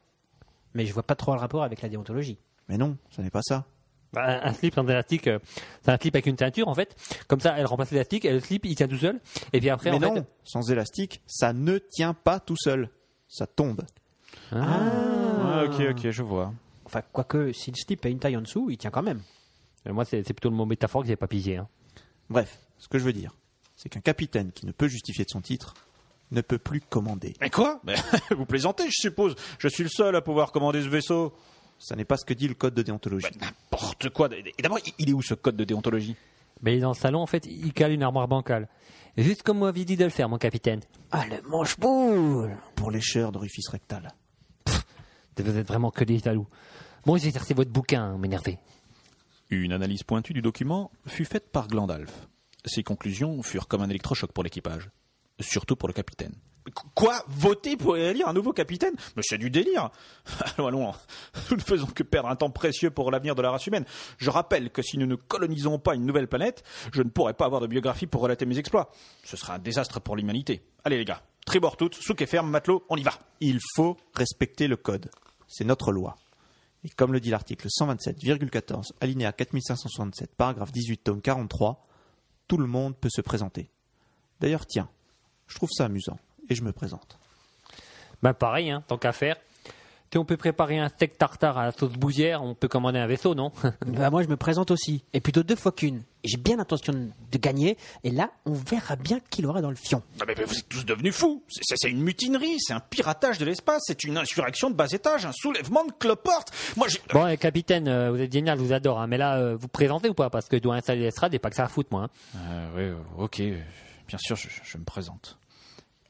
[SPEAKER 4] Mais je vois pas trop le rapport avec la déontologie.
[SPEAKER 3] Mais non, ce n'est pas ça.
[SPEAKER 2] Bah, Un un slip en élastique, euh, c'est un slip avec une ceinture en fait. Comme ça, elle remplace l'élastique et le slip il tient tout seul. Et puis après,
[SPEAKER 3] Mais
[SPEAKER 2] en
[SPEAKER 3] non,
[SPEAKER 2] fait.
[SPEAKER 3] sans élastique, ça ne tient pas tout seul. Ça tombe.
[SPEAKER 1] ah, Ok, ok, je vois.
[SPEAKER 4] Enfin, quoique, si le slip a une taille en dessous, il tient quand même.
[SPEAKER 2] Euh, Moi, c'est c'est plutôt le mot métaphore que j'ai pas pigé. hein.
[SPEAKER 3] Bref, ce que je veux dire, c'est qu'un capitaine qui ne peut justifier de son titre ne peut plus commander.
[SPEAKER 1] Mais quoi Mais Vous plaisantez, je suppose. Je suis le seul à pouvoir commander ce vaisseau.
[SPEAKER 3] Ça n'est pas ce que dit le code de déontologie.
[SPEAKER 1] N'importe quoi. Et d'abord, il est où ce code de déontologie
[SPEAKER 2] Mais il est dans le salon, en fait, il cale une armoire bancale. Juste comme vous m'aviez dit de le faire, mon capitaine.
[SPEAKER 4] Ah, le manche-boule
[SPEAKER 3] Pour lécheur d'orifice rectal.
[SPEAKER 2] Vous êtes vraiment que des jaloux. Bon, j'ai cherché votre bouquin, hein, m'énervez.
[SPEAKER 1] Une analyse pointue du document fut faite par Glandalf. Ses conclusions furent comme un électrochoc pour l'équipage, surtout pour le capitaine. Quoi Voter pour élire un nouveau capitaine Mais c'est du délire Allons, allons, nous ne faisons que perdre un temps précieux pour l'avenir de la race humaine. Je rappelle que si nous ne colonisons pas une nouvelle planète, je ne pourrai pas avoir de biographie pour relater mes exploits. Ce sera un désastre pour l'humanité. Allez les gars, tribord toutes, souk et ferme, matelot, on y va
[SPEAKER 3] Il faut respecter le code. C'est notre loi. Et comme le dit l'article 127,14, alinéa 4567, paragraphe 18, tome 43, tout le monde peut se présenter. D'ailleurs, tiens, je trouve ça amusant. Et je me présente.
[SPEAKER 2] Bah pareil, hein, tant qu'à faire. Tu sais, on peut préparer un steak tartare à la sauce bouillère, on peut commander un vaisseau, non
[SPEAKER 4] Bah, moi, je me présente aussi. Et plutôt deux fois qu'une. Et J'ai bien l'intention de de gagner. Et là, on verra bien qui l'aura dans le fion.
[SPEAKER 1] Ah mais, mais vous êtes tous devenus fous C'est- C'est c'est une mutinerie, c'est un piratage de l'espace, c'est une insurrection de bas étage, un soulèvement de cloporte Moi j'ai...
[SPEAKER 2] Bon, eh, capitaine, euh, vous êtes génial, je vous adore. hein, mais là, euh, vous présentez ou pas Parce que je dois installer l'estrade et pas que ça à foutre, moi. hein.
[SPEAKER 1] oui, Euh, ok, bien sûr, je, me présente.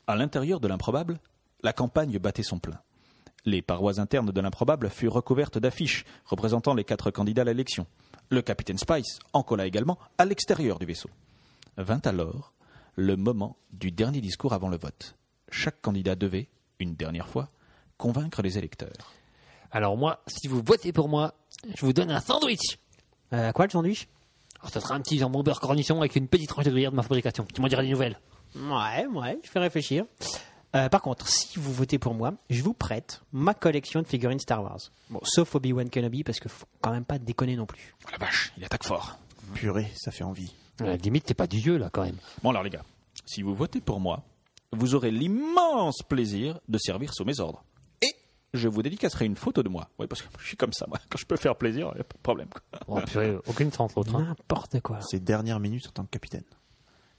[SPEAKER 1] À l'intérieur de l'improbable, la campagne battait son plein. Les parois internes de l'improbable furent recouvertes d'affiches représentant les quatre candidats à l'élection. Le capitaine Spice en colla également à l'extérieur du vaisseau. Vint alors le moment du dernier discours avant le vote. Chaque candidat devait, une dernière fois, convaincre les électeurs.
[SPEAKER 2] Alors moi, si vous votez pour moi, je vous donne un sandwich.
[SPEAKER 4] Euh, quoi, le sandwich
[SPEAKER 2] Alors, ce sera un petit jambon beurre cornichon avec une petite tranche de gruyère de ma fabrication. Tu m'en diras des nouvelles.
[SPEAKER 4] Ouais, ouais, je vais réfléchir. Euh, par contre, si vous votez pour moi, je vous prête ma collection de figurines Star Wars. Bon, sauf Obi-Wan Kenobi, parce que faut quand même pas déconner non plus.
[SPEAKER 1] Oh la vache, il attaque fort.
[SPEAKER 3] Purée, ça fait envie.
[SPEAKER 2] À la limite, c'est pas du jeu, là, quand même.
[SPEAKER 1] Bon alors les gars, si vous votez pour moi, vous aurez l'immense plaisir de servir sous mes ordres. Et je vous dédicacerai une photo de moi. Oui, parce que je suis comme ça, moi. Quand je peux faire plaisir, y a pas de problème. quoi.
[SPEAKER 2] Bon, purée, euh, aucune chance, l'autre. hein.
[SPEAKER 4] N'importe quoi.
[SPEAKER 3] ces dernières minutes en tant que capitaine.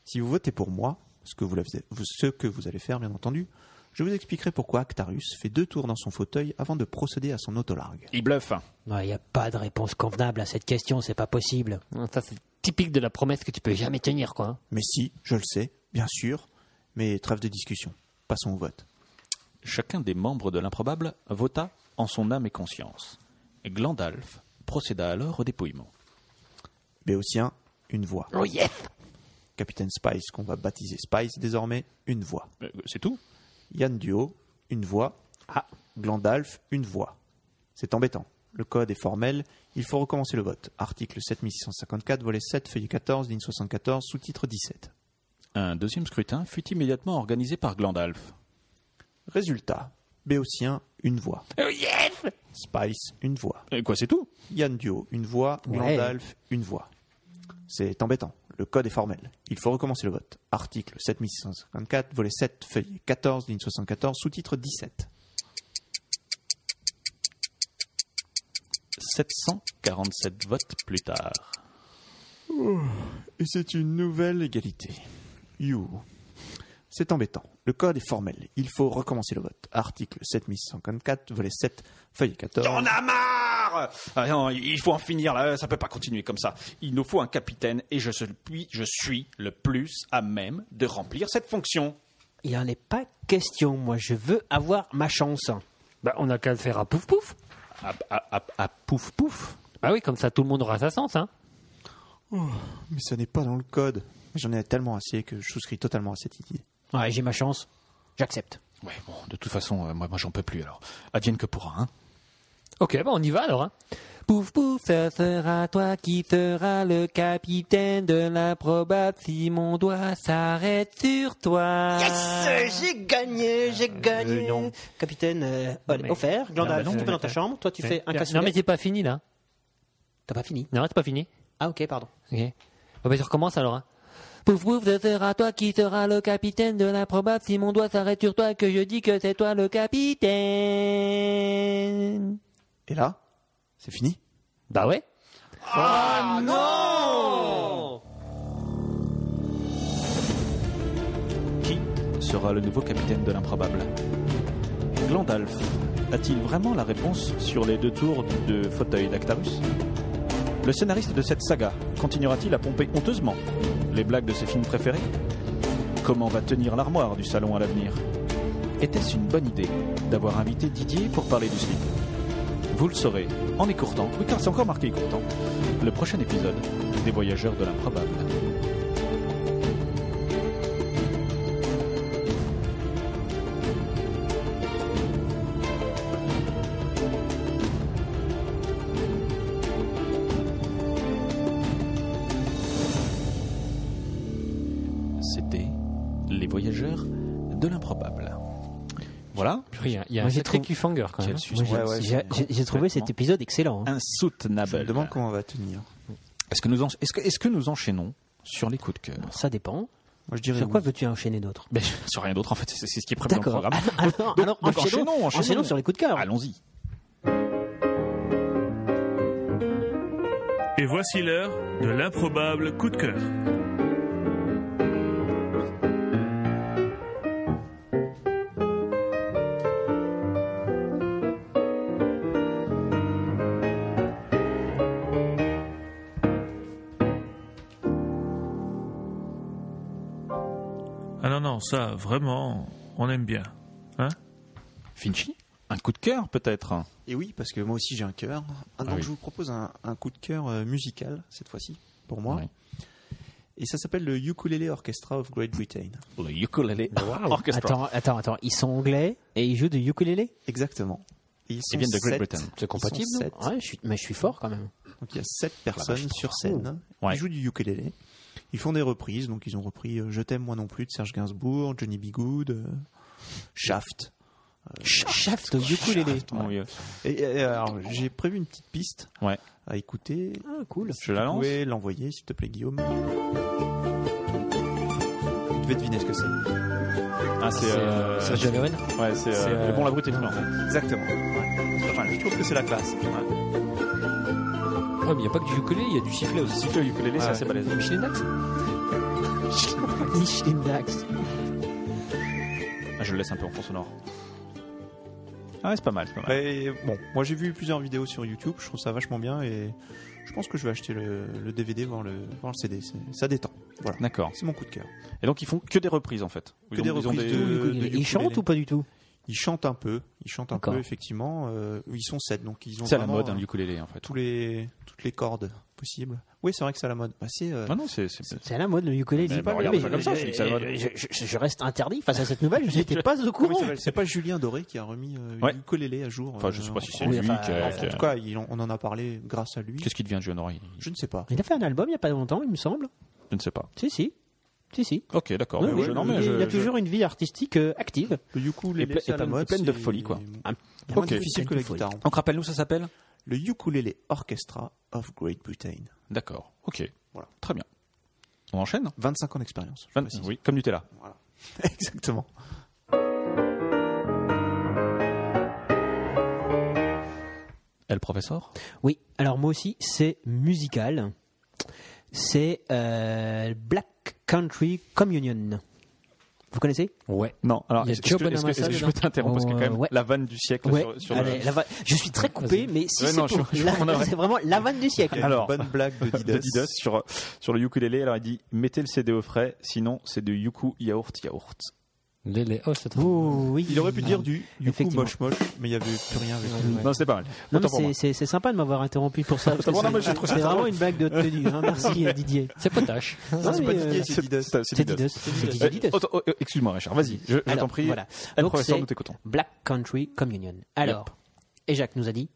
[SPEAKER 3] Si vous votez pour moi, ce que vous, la- vous- ce que vous allez faire bien entendu, je vous expliquerai pourquoi Actarus fait deux tours dans son fauteuil avant de procéder à son autolargue.
[SPEAKER 1] Il bluffe. hein.
[SPEAKER 4] Il n'y a pas de réponse convenable à cette question, c'est pas possible.
[SPEAKER 2] Ça, c'est typique de la promesse que tu peux jamais tenir, quoi. hein.
[SPEAKER 3] Mais si, je le sais, bien sûr, mais trêve de discussion. Passons au vote.
[SPEAKER 1] Chacun des membres de l'improbable vota en son âme et conscience. Glandalf procéda alors au dépouillement.
[SPEAKER 3] Béotien, une voix.
[SPEAKER 2] Oh yes
[SPEAKER 3] Capitaine Spice, qu'on va baptiser Spice désormais, une voix.
[SPEAKER 1] Euh, C'est tout
[SPEAKER 3] Yann Duo, une voix. Ah, Glandalf, une voix. C'est embêtant. Le code est formel. Il faut recommencer le vote. Article 7654, volet 7, feuille 14, ligne 74, sous-titre 17.
[SPEAKER 1] Un deuxième scrutin fut immédiatement organisé par Glandalf.
[SPEAKER 3] Résultat, Béotien, une voix. Spice, une voix.
[SPEAKER 1] Et Euh, quoi, c'est tout
[SPEAKER 3] Yann Duo, une voix.
[SPEAKER 4] Ouais.
[SPEAKER 3] Gandalf, une voix. C'est embêtant. Le code est formel. Il faut recommencer le vote. Article 7654, volet 7, feuillet 14, ligne 74, sous-titre 17.
[SPEAKER 1] 747 votes plus tard.
[SPEAKER 3] Et c'est une nouvelle égalité. You. C'est embêtant. Le code est formel. Il faut recommencer le vote. Article 7654, volet 7, feuillet 14.
[SPEAKER 1] J'en ai marre Ah non, Il faut en finir là, ça peut pas continuer comme ça. Il nous faut un capitaine et je suis, je suis le plus à même de remplir cette fonction.
[SPEAKER 4] Il en est pas question. Moi, je veux avoir ma chance.
[SPEAKER 2] Bah, on a qu'à le faire à pouf pouf.
[SPEAKER 1] À, à- à- à pouf pouf
[SPEAKER 2] Bah oui, comme ça tout le monde aura sa sens. Hein.
[SPEAKER 3] Mais ça n'est pas dans le code. J'en ai tellement assez que je souscris totalement à cette idée.
[SPEAKER 4] Ouais, j'ai ma chance. J'accepte.
[SPEAKER 1] Ouais, bon, de toute façon, euh, moi, moi j'en peux plus alors. Advienne que pourra, hein.
[SPEAKER 2] Ok, bah on y va alors. Hein. Pouf pouf,
[SPEAKER 4] euh,
[SPEAKER 2] ce sera toi qui seras le capitaine de l'improbable si mon doigt s'arrête sur toi.
[SPEAKER 4] Yes, j'ai gagné, j'ai gagné.
[SPEAKER 2] non.
[SPEAKER 4] euh. Capitaine, euh, allez,
[SPEAKER 2] mais-
[SPEAKER 4] offert. Glandalf,
[SPEAKER 2] Non, mais non,
[SPEAKER 4] tu vas dans ta
[SPEAKER 2] mais-
[SPEAKER 4] chambre. Toi, tu fais un cassoulet.
[SPEAKER 2] Non mais c'est pas fini là.
[SPEAKER 4] t'as pas fini.
[SPEAKER 2] Non, c'est pas fini.
[SPEAKER 4] Ah, ok, pardon.
[SPEAKER 2] Ok. Bon, bah, je recommence alors. Hein. Pouf pouf, ce sera toi qui seras le capitaine de l'improbable si mon doigt s'arrête sur toi que je dis que c'est toi le capitaine.
[SPEAKER 3] Et là, c'est fini.
[SPEAKER 2] Bah ouais.
[SPEAKER 1] Qui sera le nouveau capitaine de l'improbable Glandalf a-t-il vraiment la réponse sur les deux tours de fauteuil d'Actarus Le scénariste de cette saga continuera-t-il à pomper honteusement les blagues de ses films préférés Comment va tenir l'armoire du salon à l'avenir Était-ce une bonne idée d'avoir invité Didier pour parler du slip Vous le saurez en écourtant, oui car c'est encore marqué écourtant, le prochain épisode des Voyageurs de l'improbable. C'était Les Voyageurs de l'improbable. Voilà.
[SPEAKER 2] Rien. Il y a
[SPEAKER 4] Moi,
[SPEAKER 2] un
[SPEAKER 4] j'ai
[SPEAKER 2] sacré
[SPEAKER 4] trouvé-
[SPEAKER 2] cliffhanger quand même. hein.
[SPEAKER 1] Quel suspense.
[SPEAKER 3] Ouais, ouais,
[SPEAKER 4] J'ai- J'ai j'ai trouvé cet épisode excellent.
[SPEAKER 1] Ah,
[SPEAKER 4] hein.
[SPEAKER 3] Je me
[SPEAKER 1] Insoutenable.
[SPEAKER 3] demande comment on va tenir.
[SPEAKER 1] Est-ce que, nous en- est-ce que- est-ce que nous enchaînons sur les coups de cœur
[SPEAKER 4] Ça dépend.
[SPEAKER 3] Moi, je dirais
[SPEAKER 4] Sur quoi
[SPEAKER 3] oui.
[SPEAKER 4] veux-tu enchaîner d'autres
[SPEAKER 1] Ben, Sur rien d'autre, en fait, c'est c'est ce qui est prévu dans le
[SPEAKER 4] D'accord.
[SPEAKER 1] programme.
[SPEAKER 4] Alors,
[SPEAKER 1] Donc-
[SPEAKER 4] alors,
[SPEAKER 1] donc
[SPEAKER 4] enchaînons,
[SPEAKER 1] enchaînons, enchaînons.
[SPEAKER 4] enchaînons sur les coups de cœur.
[SPEAKER 1] Allons-y.
[SPEAKER 6] Et voici l'heure de l'improbable coup de cœur. Ah non, non, ça, vraiment, on aime bien. Hein
[SPEAKER 1] Finchi Un coup de cœur, peut-être
[SPEAKER 3] Et oui, parce que moi aussi j'ai un cœur. Ah, donc
[SPEAKER 1] oui.
[SPEAKER 3] je vous propose un, un coup de cœur euh, musical cette fois-ci pour moi.
[SPEAKER 1] Oui.
[SPEAKER 3] Et ça s'appelle le Ukulele Orchestra of Great Britain.
[SPEAKER 1] Le ukulélé orchestra.
[SPEAKER 4] Attends, attends, attends. Ils sont anglais et ils jouent du ukulélé
[SPEAKER 3] Exactement. Et ils sont
[SPEAKER 1] viennent de Great
[SPEAKER 3] sept.
[SPEAKER 1] Britain.
[SPEAKER 3] Ils sont
[SPEAKER 4] C'est compatible non
[SPEAKER 3] sept.
[SPEAKER 1] Ah,
[SPEAKER 4] Ouais, je suis, mais je suis fort quand même.
[SPEAKER 3] Donc il y a sept personnes sur scène.
[SPEAKER 1] bah, Ouais.
[SPEAKER 3] Ils jouent du ukulélé. Ils font des reprises. Donc ils ont repris euh, Je t'aime moi non plus de Serge Gainsbourg, Johnny B. Good, euh, Shaft. Euh,
[SPEAKER 4] Shaft au ukulélé.
[SPEAKER 3] Shaft, ouais. Et, et, alors j'ai prévu une petite piste
[SPEAKER 1] Ouais.
[SPEAKER 3] à écouter.
[SPEAKER 4] Ah, cool.
[SPEAKER 1] Je la
[SPEAKER 3] Vous
[SPEAKER 1] lance
[SPEAKER 3] pouvez l'envoyer, s'il te plaît, Guillaume. Tu devais deviner ce que c'est.
[SPEAKER 1] Ah, c'est. euh,
[SPEAKER 2] C'est John Owen.
[SPEAKER 1] ouais, c'est.
[SPEAKER 2] c'est,
[SPEAKER 1] euh,
[SPEAKER 2] euh,
[SPEAKER 1] le bon, la brute et le truand.
[SPEAKER 3] Exactement. Je trouve que c'est la classe.
[SPEAKER 2] Ouais, mais il n'y a pas que du ukulélé, il y a du sifflet aussi.
[SPEAKER 1] Si tu veux ukulélé, c'est assez balèze.
[SPEAKER 2] Micheline Dax
[SPEAKER 4] Michelin Dax.
[SPEAKER 1] Ah, je le laisse un peu en fond sonore. Ah, ouais, c'est pas mal, c'est pas mal.
[SPEAKER 3] Et bon, moi j'ai vu plusieurs vidéos sur YouTube, je trouve ça vachement bien et je pense que je vais acheter le, le DVD, voire le, voire le CD. C'est- Ça détend. Voilà.
[SPEAKER 1] D'accord.
[SPEAKER 3] C'est mon coup de cœur.
[SPEAKER 1] Et donc, ils font que des reprises, en fait. Ils
[SPEAKER 3] Que des
[SPEAKER 1] ils
[SPEAKER 3] reprises
[SPEAKER 4] Tout
[SPEAKER 3] de-
[SPEAKER 4] au ukulélé.
[SPEAKER 3] de ukulélé.
[SPEAKER 4] Ils chantent ou pas du tout
[SPEAKER 3] Ils chantent un peu, ils chantent un
[SPEAKER 4] D'accord.
[SPEAKER 3] peu effectivement. euh, ils sont sept, donc ils ont
[SPEAKER 1] C'est à la
[SPEAKER 3] vraiment,
[SPEAKER 1] mode, hein, un
[SPEAKER 3] euh,
[SPEAKER 1] ukulélé, en fait.
[SPEAKER 3] tous les toutes les cordes possibles. Oui, c'est vrai que c'est à la mode. Bah, c'est euh,
[SPEAKER 1] Ah non, c'est. c'est-
[SPEAKER 4] C'est à la mode le ukulélé.
[SPEAKER 1] Mais
[SPEAKER 4] dis
[SPEAKER 1] bah,
[SPEAKER 4] pas,
[SPEAKER 1] regarde
[SPEAKER 4] mais
[SPEAKER 1] ça comme ça, je dis que c'est à la mode.
[SPEAKER 4] je, je- je reste interdit face à cette nouvelle. Je n'étais pas au
[SPEAKER 1] Ah
[SPEAKER 3] comment il
[SPEAKER 4] courant.
[SPEAKER 3] s'appelle C'est pas Julien Doré qui a remis euh,
[SPEAKER 1] Ouais.
[SPEAKER 3] ukulélé à jour.
[SPEAKER 1] Enfin, je
[SPEAKER 3] euh,
[SPEAKER 1] sais
[SPEAKER 3] en
[SPEAKER 1] pas si c'est
[SPEAKER 3] France.
[SPEAKER 1] lui euh, qui.
[SPEAKER 4] enfin,
[SPEAKER 1] a-
[SPEAKER 4] enfin,
[SPEAKER 1] qui
[SPEAKER 3] En
[SPEAKER 1] a-
[SPEAKER 3] tout cas, il en- on en a parlé euh, grâce à lui.
[SPEAKER 1] Qu'est-ce qui devient de John Ory
[SPEAKER 3] Je ne sais pas.
[SPEAKER 4] Il a fait un album il n'y a pas longtemps, il me semble.
[SPEAKER 1] Je ne sais pas.
[SPEAKER 4] Si, si. Si, si.
[SPEAKER 1] Ok, d'accord.
[SPEAKER 4] Oui,
[SPEAKER 1] mais
[SPEAKER 4] oui,
[SPEAKER 1] je- non,
[SPEAKER 4] il
[SPEAKER 1] mais
[SPEAKER 4] y a-
[SPEAKER 1] je-
[SPEAKER 4] il y a
[SPEAKER 1] je-
[SPEAKER 4] toujours une vie artistique euh, active.
[SPEAKER 3] Le ukulélé,
[SPEAKER 1] Et ple-
[SPEAKER 3] c'est
[SPEAKER 1] et
[SPEAKER 3] à la
[SPEAKER 1] pleine-
[SPEAKER 3] mode,
[SPEAKER 1] pleine de
[SPEAKER 3] c'est
[SPEAKER 1] folie, quoi.
[SPEAKER 4] Ah,
[SPEAKER 3] moins
[SPEAKER 1] Ok.
[SPEAKER 3] difficile que la guitare.
[SPEAKER 1] Donc rappelle-nous, ça s'appelle
[SPEAKER 3] Le ukulélé orchestra of Great Britain.
[SPEAKER 1] D'accord. Ok.
[SPEAKER 3] Voilà.
[SPEAKER 1] Très bien. On enchaîne
[SPEAKER 3] 25 ans d'expérience. je précise.
[SPEAKER 1] Oui, comme Nutella.
[SPEAKER 3] Exactement.
[SPEAKER 1] Et le professeur
[SPEAKER 4] Oui, alors moi aussi, c'est musical. C'est euh, Black Country Communion. Vous connaissez
[SPEAKER 1] Ouais. Non, alors
[SPEAKER 4] Il y a
[SPEAKER 1] est-ce que,
[SPEAKER 4] Joe
[SPEAKER 1] est-ce que-
[SPEAKER 4] Bonamassa
[SPEAKER 1] est-ce que je
[SPEAKER 4] dedans.
[SPEAKER 1] peux t'interrompre parce que quand même
[SPEAKER 4] Ouais.
[SPEAKER 1] la vanne du siècle
[SPEAKER 4] Ouais.
[SPEAKER 1] sur, sur le-
[SPEAKER 4] Allez, la va- Je suis très coupé, mais si
[SPEAKER 1] Ouais,
[SPEAKER 4] c'est
[SPEAKER 1] non, je-
[SPEAKER 4] pour-
[SPEAKER 1] je
[SPEAKER 4] la-
[SPEAKER 1] comprends, ouais.
[SPEAKER 4] c'est vraiment la vanne du siècle.
[SPEAKER 1] Alors,
[SPEAKER 3] Une bonne blague de Didas.
[SPEAKER 1] de Didas sur, sur le ukulélé. Alors il dit mettez le CD au frais, sinon c'est du yuku yaourt yaourt.
[SPEAKER 2] Les, les- Oh,
[SPEAKER 1] bah,
[SPEAKER 2] c'est trop.
[SPEAKER 4] Oh, oui.
[SPEAKER 3] Il aurait pu dire du ukulélé
[SPEAKER 4] Effectivement.
[SPEAKER 3] moche moche, mais il n'y avait plus rien avec lui.
[SPEAKER 1] Non, c'est pas mal.
[SPEAKER 4] Non, mais
[SPEAKER 1] Autant pour moi.
[SPEAKER 4] c'est- c'est c'est sympa de m'avoir interrompu pour ça. parce que
[SPEAKER 1] Bon, non, mais je
[SPEAKER 4] C'est
[SPEAKER 1] trouve ça
[SPEAKER 4] c'est
[SPEAKER 1] drôle.
[SPEAKER 4] vraiment une blague de tenue. hein. Merci euh, Didier.
[SPEAKER 2] C'est potache.
[SPEAKER 4] Non, mais, euh,
[SPEAKER 3] Didier, c'est Didas.
[SPEAKER 1] C'est
[SPEAKER 4] C'est
[SPEAKER 1] Didas.
[SPEAKER 4] Didas. C'est
[SPEAKER 1] Euh,
[SPEAKER 4] Didier Didas.
[SPEAKER 1] autant- oh, oh, Excuse-moi, Richard, vas-y, je, je t'en
[SPEAKER 4] Alors,
[SPEAKER 1] prie.
[SPEAKER 4] voilà.
[SPEAKER 1] Elle,
[SPEAKER 4] Donc,
[SPEAKER 1] professeur,
[SPEAKER 4] c'est
[SPEAKER 1] nous hein. t'écoutons.
[SPEAKER 4] Black Country Communion. Alors, et Jacques nous a dit.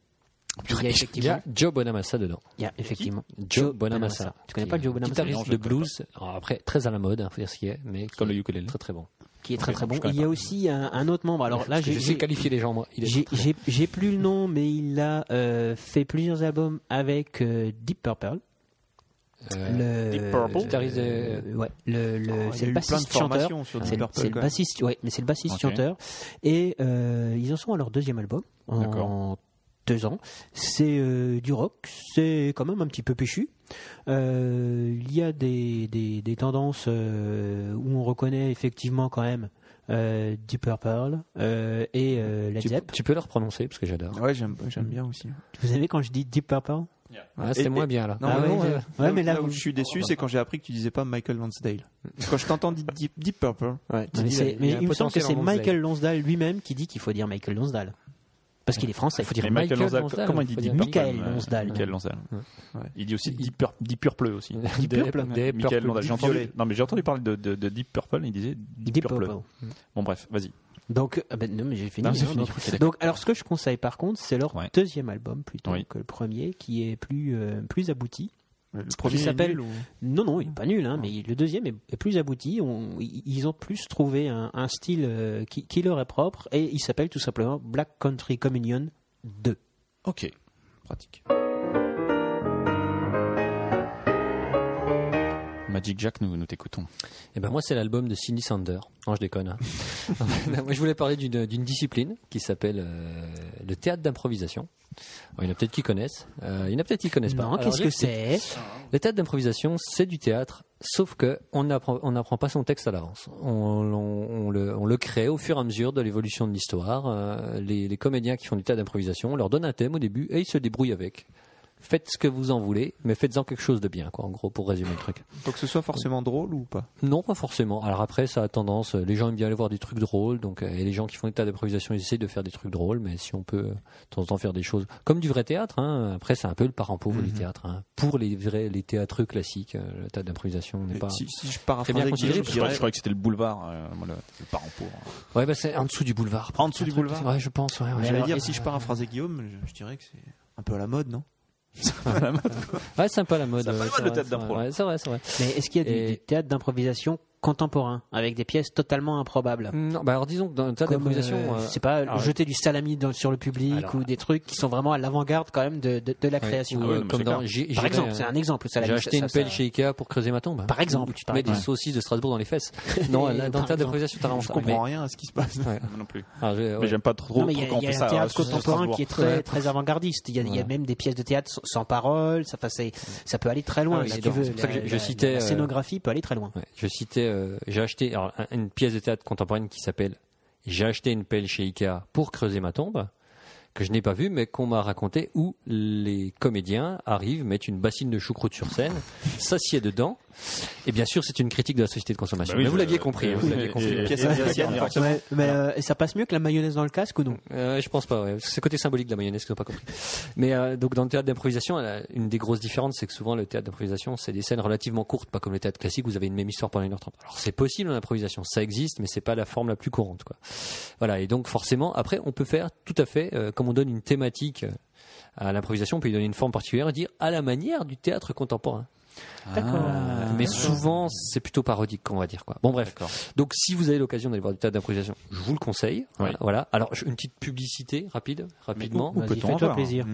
[SPEAKER 4] Il y a
[SPEAKER 2] Il y
[SPEAKER 4] effectivement,
[SPEAKER 2] a Joe Bonamassa dedans.
[SPEAKER 4] il y a effectivement
[SPEAKER 2] Joe, Bonamassa.
[SPEAKER 4] Tu connais pas
[SPEAKER 2] Qui est
[SPEAKER 4] Joe Bonamassa
[SPEAKER 2] Guitariste de blues. Alors après, très à la mode, hein, faut dire ce qu'il est, mais qui
[SPEAKER 1] Comme le
[SPEAKER 2] est
[SPEAKER 1] ukulélé.
[SPEAKER 2] Très très bon.
[SPEAKER 4] qui est très
[SPEAKER 1] Ok,
[SPEAKER 4] très
[SPEAKER 1] non,
[SPEAKER 4] bon.
[SPEAKER 1] je connais
[SPEAKER 4] Il y a
[SPEAKER 1] pas.
[SPEAKER 4] aussi un, un autre membre. Alors là, j'ai
[SPEAKER 2] J'ai
[SPEAKER 4] j'ai-
[SPEAKER 2] qualifié les gens, moi. Il est
[SPEAKER 4] j'ai-
[SPEAKER 2] très, très
[SPEAKER 4] j'ai- j'ai plus le nom, mais il a euh, fait plusieurs albums avec euh, Deep Purple.
[SPEAKER 2] bon. Euh,
[SPEAKER 4] Le
[SPEAKER 1] Deep Purple.
[SPEAKER 2] Guitariste de-
[SPEAKER 4] euh, ouais, le, le-
[SPEAKER 3] Oh, il y
[SPEAKER 4] c'est
[SPEAKER 3] a
[SPEAKER 4] le
[SPEAKER 3] eu plein de
[SPEAKER 4] bassiste chanteur.
[SPEAKER 3] formations sur
[SPEAKER 4] C'est
[SPEAKER 3] Deep
[SPEAKER 4] le,
[SPEAKER 3] Purple.
[SPEAKER 4] c'est le
[SPEAKER 3] quand même.
[SPEAKER 4] bassiste, ouais, mais c'est le bassiste
[SPEAKER 1] Ok.
[SPEAKER 4] chanteur. Et euh, ils en sont à leur deuxième album en
[SPEAKER 1] D'accord.
[SPEAKER 4] deux ans. C'est euh, du rock, c'est quand même un petit peu péchu. Euh, il y a des, des, des tendances euh, où on reconnaît effectivement quand même euh, Deep Purple euh, et euh, Led
[SPEAKER 2] tu,
[SPEAKER 4] Zepp.
[SPEAKER 2] tu peux leur prononcer parce que j'adore.
[SPEAKER 3] Ouais, j'aime j'aime bien aussi.
[SPEAKER 4] Vous savez quand je dis Deep Purple
[SPEAKER 2] Ah, c'est
[SPEAKER 3] Et-
[SPEAKER 2] moins
[SPEAKER 3] et-
[SPEAKER 2] bien là.
[SPEAKER 3] Non,
[SPEAKER 4] Ah
[SPEAKER 3] mais
[SPEAKER 4] ouais,
[SPEAKER 3] non,
[SPEAKER 4] je-
[SPEAKER 3] euh,
[SPEAKER 4] ouais,
[SPEAKER 3] là,
[SPEAKER 4] mais
[SPEAKER 3] où-
[SPEAKER 4] là,
[SPEAKER 3] là où
[SPEAKER 4] vous-
[SPEAKER 3] je suis déçu, c'est quand j'ai appris que tu disais pas Michael Lansdale. quand je t'entends dire Deep, Deep Purple, hein,
[SPEAKER 4] Mais,
[SPEAKER 2] il a- il
[SPEAKER 4] c'est-
[SPEAKER 2] a
[SPEAKER 4] mais
[SPEAKER 2] un
[SPEAKER 4] il me semble que
[SPEAKER 2] potentiel
[SPEAKER 4] c'est
[SPEAKER 2] en Lonsdale.
[SPEAKER 4] Michael Lonsdale lui-même qui dit qu'il faut dire Michael Lonsdale. Parce qu'il est français.
[SPEAKER 2] faut dire
[SPEAKER 1] Et
[SPEAKER 2] Michael
[SPEAKER 1] Lonsdale,
[SPEAKER 2] Lonsdale,
[SPEAKER 1] comment il
[SPEAKER 2] faut
[SPEAKER 1] dit
[SPEAKER 2] dire
[SPEAKER 1] Deep Purple,
[SPEAKER 4] Michael
[SPEAKER 1] euh,
[SPEAKER 4] Lonsdale.
[SPEAKER 1] Michael Lonsdale.
[SPEAKER 3] Ouais.
[SPEAKER 1] Il dit aussi Deep, Pur- Deep Purple aussi.
[SPEAKER 2] Deep Purple.
[SPEAKER 1] Michael
[SPEAKER 2] Deep Purple,
[SPEAKER 1] Lonsdale. J'ai
[SPEAKER 2] Deep
[SPEAKER 1] entendu-
[SPEAKER 2] Violet.
[SPEAKER 1] Non, mais j'ai entendu parler de, de- de Deep Purple, il disait Deep,
[SPEAKER 4] Deep
[SPEAKER 1] Purple.
[SPEAKER 4] Purple.
[SPEAKER 1] Bon, bref, vas-y.
[SPEAKER 4] Donc, ah ben non, mais j'ai fini.
[SPEAKER 1] Non, c'est
[SPEAKER 4] hein,
[SPEAKER 1] fini.
[SPEAKER 4] donc-
[SPEAKER 1] Ok, d'accord.
[SPEAKER 4] donc, alors, ce que je conseille par contre, c'est leur
[SPEAKER 1] Ouais.
[SPEAKER 4] deuxième album plutôt
[SPEAKER 1] Oui.
[SPEAKER 4] que le premier, qui est plus euh, plus abouti.
[SPEAKER 3] le premier est
[SPEAKER 4] s'appelle-
[SPEAKER 3] nul ou-
[SPEAKER 4] Non, non, il est pas nul, hein, mais le deuxième est est plus abouti. On- i- ils ont plus trouvé un, un style euh, qui, qui leur est propre et il s'appelle tout simplement Black Country Communion 2.
[SPEAKER 1] Ok.
[SPEAKER 3] pratique.
[SPEAKER 1] Magic Jack, nous, nous t'écoutons.
[SPEAKER 2] Et ben moi, c'est l'album de Cindy Sander. Non, je déconne. hein. Non, moi, je voulais parler d'une d'une discipline qui s'appelle euh, le théâtre d'improvisation. Alors, Il y en a peut-être qui connaissent. Euh, il y en a peut-être qui connaissent pas.
[SPEAKER 4] Non,
[SPEAKER 2] Alors,
[SPEAKER 4] qu'est-ce que
[SPEAKER 2] j'explique.
[SPEAKER 4] c'est
[SPEAKER 2] Le théâtre d'improvisation, c'est du théâtre, sauf que on n'apprend on n'apprend pas son texte à l'avance. On, on- on le, on le crée au fur et à mesure de l'évolution de l'histoire. Euh, les, les comédiens qui font du théâtre d'improvisation, on leur donne un thème au début et ils se débrouillent avec. Faites ce que vous en voulez, mais faites-en quelque chose de bien, quoi, en gros, pour résumer le truc.
[SPEAKER 3] Faut que ce soit forcément drôle ou pas
[SPEAKER 2] Non, pas forcément. Alors après, ça a tendance. euh, Les gens aiment bien aller voir des trucs drôles. Donc, euh, et les gens qui font des tas d'improvisation, ils essaient de faire des trucs drôles. Mais si on peut, euh, de temps en temps, faire des choses comme du vrai théâtre. hein. Après, c'est un peu le parent pauvre
[SPEAKER 4] Mhm.
[SPEAKER 2] du théâtre. hein. Pour les vrais, les théâtreux classiques, euh, le théâtre d'improvisation n'est
[SPEAKER 3] Mais
[SPEAKER 2] pas.
[SPEAKER 3] si, si je
[SPEAKER 2] Très bien
[SPEAKER 3] paraphrasais
[SPEAKER 2] considéré,
[SPEAKER 3] Guillaume, je
[SPEAKER 1] Je,
[SPEAKER 2] parce
[SPEAKER 1] crois-
[SPEAKER 3] dirais
[SPEAKER 1] je croyais que c'était le boulevard, euh, moi, le, le parent pauvre.
[SPEAKER 2] Ouais, bah, c'est en dessous du boulevard.
[SPEAKER 3] En dessous du
[SPEAKER 2] Un truc-
[SPEAKER 3] boulevard.
[SPEAKER 2] Ouais, je pense. Ouais, ouais.
[SPEAKER 3] J'allais
[SPEAKER 4] alors,
[SPEAKER 3] dire,
[SPEAKER 4] est-ce-
[SPEAKER 3] si je paraphrasais Guillaume, je, je dirais que c'est un peu à la mode, non
[SPEAKER 2] Ouais, c'est sympa la mode.
[SPEAKER 1] C'est sympa la mode,
[SPEAKER 2] euh, ouais, c'est
[SPEAKER 1] le
[SPEAKER 2] vrai,
[SPEAKER 1] théâtre
[SPEAKER 2] c'est
[SPEAKER 1] d'impro.
[SPEAKER 2] vrai. Ouais, c'est vrai, c'est vrai.
[SPEAKER 4] Mais est-ce qu'il y a du,
[SPEAKER 2] Et-
[SPEAKER 4] du théâtre d'improvisation contemporain avec des pièces totalement improbables
[SPEAKER 2] Non, bah alors disons que dans le théâtre
[SPEAKER 4] Comme,
[SPEAKER 2] d'improvisation,
[SPEAKER 4] euh,
[SPEAKER 2] euh,
[SPEAKER 4] je sais pas,
[SPEAKER 2] alors,
[SPEAKER 4] jeter du salami dans- sur le public
[SPEAKER 2] Alors,
[SPEAKER 4] ou des trucs qui sont vraiment à l'avant-garde quand même de, de- de la
[SPEAKER 2] ouais,
[SPEAKER 4] création.
[SPEAKER 2] ou,
[SPEAKER 1] Ah ouais,
[SPEAKER 2] euh,
[SPEAKER 1] non, mais
[SPEAKER 2] comme
[SPEAKER 1] c'est
[SPEAKER 2] dans.
[SPEAKER 1] clair.
[SPEAKER 2] j'ai-
[SPEAKER 4] Par
[SPEAKER 2] j'irais,
[SPEAKER 4] exemple,
[SPEAKER 2] euh,
[SPEAKER 4] c'est un exemple, le salami.
[SPEAKER 2] J'ai acheté
[SPEAKER 4] ça-
[SPEAKER 2] une
[SPEAKER 4] ça-
[SPEAKER 2] pelle chez Ikea pour creuser ma tombe.
[SPEAKER 4] Par exemple,
[SPEAKER 2] tu
[SPEAKER 4] par
[SPEAKER 2] mets des
[SPEAKER 4] exemple.
[SPEAKER 2] saucisses de Strasbourg dans les fesses. non, là, dans
[SPEAKER 4] Par
[SPEAKER 2] le théâtre d'improvisation, t'as vraiment
[SPEAKER 3] Je
[SPEAKER 2] ça.
[SPEAKER 3] comprends rien à ce qui se passe.
[SPEAKER 2] Mais- ouais.
[SPEAKER 1] Non plus.
[SPEAKER 2] Alors, Ah, je-
[SPEAKER 1] Mais
[SPEAKER 2] ouais.
[SPEAKER 1] j'aime pas trop,
[SPEAKER 4] Non, mais il y a,
[SPEAKER 1] trop quand
[SPEAKER 4] il y
[SPEAKER 1] on
[SPEAKER 4] a
[SPEAKER 1] fait
[SPEAKER 4] un
[SPEAKER 1] ça.
[SPEAKER 4] théâtre
[SPEAKER 1] euh, sur
[SPEAKER 4] contemporain
[SPEAKER 1] Strasbourg.
[SPEAKER 4] qui est très,
[SPEAKER 2] Ouais.
[SPEAKER 4] très avant-gardiste. Il y, a, il y a
[SPEAKER 2] Voilà.
[SPEAKER 4] même des pièces de théâtre sans- sans parole. Ça, enfin, c'est- ça peut aller très loin.
[SPEAKER 2] Ah oui,
[SPEAKER 4] si tu
[SPEAKER 2] donc,
[SPEAKER 4] veux.
[SPEAKER 2] c'est pour ça que
[SPEAKER 4] La-
[SPEAKER 2] je- je
[SPEAKER 4] la-
[SPEAKER 2] citais,
[SPEAKER 4] La
[SPEAKER 2] euh,
[SPEAKER 4] scénographie peut aller très loin.
[SPEAKER 2] Ouais, je citais, euh, j'ai acheté alors, un- une pièce de théâtre contemporaine qui s'appelle J'ai acheté une pelle chez Ikea pour creuser ma tombe, que je n'ai pas vue, mais qu'on m'a raconté où les comédiens arrivent, mettent une bassine de choucroute sur scène, s'assiedent dedans. Et bien sûr, c'est une critique de la société de consommation.
[SPEAKER 1] Bah oui,
[SPEAKER 2] mais vous
[SPEAKER 1] je-
[SPEAKER 2] l'aviez compris. hein, vous
[SPEAKER 1] oui,
[SPEAKER 2] l'aviez
[SPEAKER 1] et-
[SPEAKER 2] compris.
[SPEAKER 1] et-
[SPEAKER 3] Pièce
[SPEAKER 1] et-
[SPEAKER 3] asiatienne,
[SPEAKER 1] et-
[SPEAKER 3] forcément.
[SPEAKER 4] mais euh, et ça passe mieux que la mayonnaise dans le casque ou non
[SPEAKER 2] Euh, je pense pas. Ouais. C'est le côté symbolique de la mayonnaise qu'ils n'ont pas compris. Mais euh, donc dans le théâtre d'improvisation, la- une des grosses différences, c'est que souvent le théâtre d'improvisation, c'est des scènes relativement courtes, pas comme le théâtre classique. Vous avez une même histoire pendant 1h30 Alors c'est possible en improvisation, ça existe, mais c'est pas la forme la plus courante. Quoi. Voilà. Et donc forcément, après, on peut faire tout à fait, euh, comme on donne une thématique euh, à l'improvisation, on peut lui donner une forme particulière et dire à la manière du théâtre contemporain.
[SPEAKER 4] Ah,
[SPEAKER 2] Euh, mais souvent, c'est plutôt parodique, on va dire. Quoi. Bon, bref. Donc, si vous avez l'occasion d'aller voir du théâtre d'improvisation, je vous le conseille. Voilà. Voilà. Alors, je- une petite publicité rapide, rapidement.
[SPEAKER 4] Vas-y,
[SPEAKER 1] peut-on en
[SPEAKER 4] fais-toi
[SPEAKER 1] voir
[SPEAKER 4] plaisir.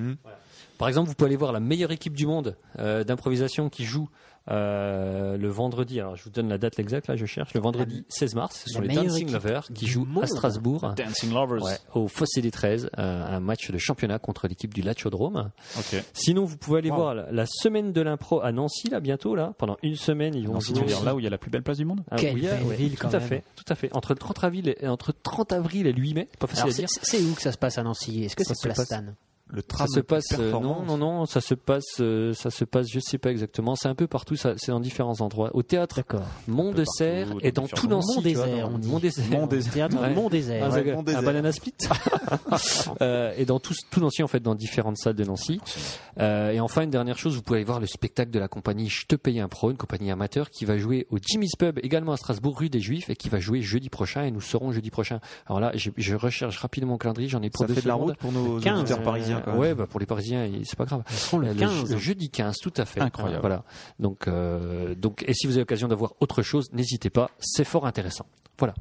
[SPEAKER 2] Par exemple, vous pouvez aller voir la meilleure équipe du monde euh, d'improvisation qui joue euh, le vendredi. Alors, je vous donne la date exacte, là, je cherche. Le vendredi 16 mars, ce
[SPEAKER 4] la
[SPEAKER 2] sont les
[SPEAKER 4] meilleure
[SPEAKER 2] Dancing
[SPEAKER 4] équipe
[SPEAKER 2] Lovers qui
[SPEAKER 4] du
[SPEAKER 2] jouent
[SPEAKER 4] monde.
[SPEAKER 2] à Strasbourg.
[SPEAKER 9] Dancing Lovers.
[SPEAKER 2] Ouais, au Fossé des 13, euh, un match de championnat contre l'équipe du Lachodrome.
[SPEAKER 9] Ok.
[SPEAKER 2] Sinon, vous pouvez aller voir la, la semaine de l'impro à Nancy, là, bientôt, là. Pendant une semaine, ils vont
[SPEAKER 1] Non, si tu
[SPEAKER 2] jouer
[SPEAKER 1] veux dire là où il y a la plus belle place du monde
[SPEAKER 2] Ah,
[SPEAKER 4] Quelle
[SPEAKER 2] oui,
[SPEAKER 4] belle
[SPEAKER 2] ouais,
[SPEAKER 4] ville,
[SPEAKER 2] tout
[SPEAKER 4] quand
[SPEAKER 2] à
[SPEAKER 4] même.
[SPEAKER 2] fait, tout à fait. Entre le 30 avril et, entre le 30 avril et le 8 mai, c'est pas facile
[SPEAKER 4] Alors,
[SPEAKER 2] à dire.
[SPEAKER 4] c'est- c'est où que ça se passe à Nancy Est-ce que
[SPEAKER 3] Ça
[SPEAKER 4] c'est
[SPEAKER 3] se
[SPEAKER 4] Place
[SPEAKER 3] passe-
[SPEAKER 4] Stan
[SPEAKER 3] Le
[SPEAKER 2] Ça
[SPEAKER 3] tram
[SPEAKER 2] se passe euh, non
[SPEAKER 3] performance.
[SPEAKER 2] non non ça se passe euh, ça se passe je sais pas exactement c'est un peu partout ça c'est dans différents endroits au théâtre
[SPEAKER 4] D'accord.
[SPEAKER 2] Mont de Serre
[SPEAKER 1] partout,
[SPEAKER 2] et
[SPEAKER 1] dans
[SPEAKER 2] dans
[SPEAKER 1] différents
[SPEAKER 2] tout Nancy
[SPEAKER 4] Mont
[SPEAKER 2] tu vois,
[SPEAKER 4] désert,
[SPEAKER 2] dans-
[SPEAKER 4] on dit.
[SPEAKER 2] Mont désert
[SPEAKER 1] Mont désert.
[SPEAKER 4] Théâtre
[SPEAKER 2] Ouais.
[SPEAKER 4] Mont
[SPEAKER 2] Ah,
[SPEAKER 4] Désert.
[SPEAKER 2] ça
[SPEAKER 3] Ouais,
[SPEAKER 2] gueule.
[SPEAKER 3] Mont
[SPEAKER 2] un
[SPEAKER 3] désert.
[SPEAKER 2] banana split Euh, et dans tout, tout Nancy en fait dans différentes salles de Nancy Euh, et enfin une dernière chose vous pouvez aller voir le spectacle de la compagnie Je te paye un pro une compagnie amateur qui va jouer au Jimmy's Pub également à Strasbourg rue des Juifs et qui va jouer jeudi prochain et nous serons jeudi prochain alors là j'ai- je recherche rapidement mon calendrier j'en ai pour
[SPEAKER 3] Ça
[SPEAKER 2] deux
[SPEAKER 3] fait de la
[SPEAKER 2] secondes.
[SPEAKER 3] route pour nos
[SPEAKER 4] 15,
[SPEAKER 3] auditeurs parisiens. Quoi.
[SPEAKER 2] Euh, ouais, bah pour les Parisiens, il- c'est pas grave.
[SPEAKER 4] le
[SPEAKER 2] Euh,
[SPEAKER 4] 15.
[SPEAKER 2] je- le jeudi 15, tout à fait.
[SPEAKER 1] Incroyable.
[SPEAKER 2] Voilà. Donc, euh, donc, et si vous avez l'occasion d'avoir autre chose, n'hésitez pas. C'est fort intéressant. Voilà.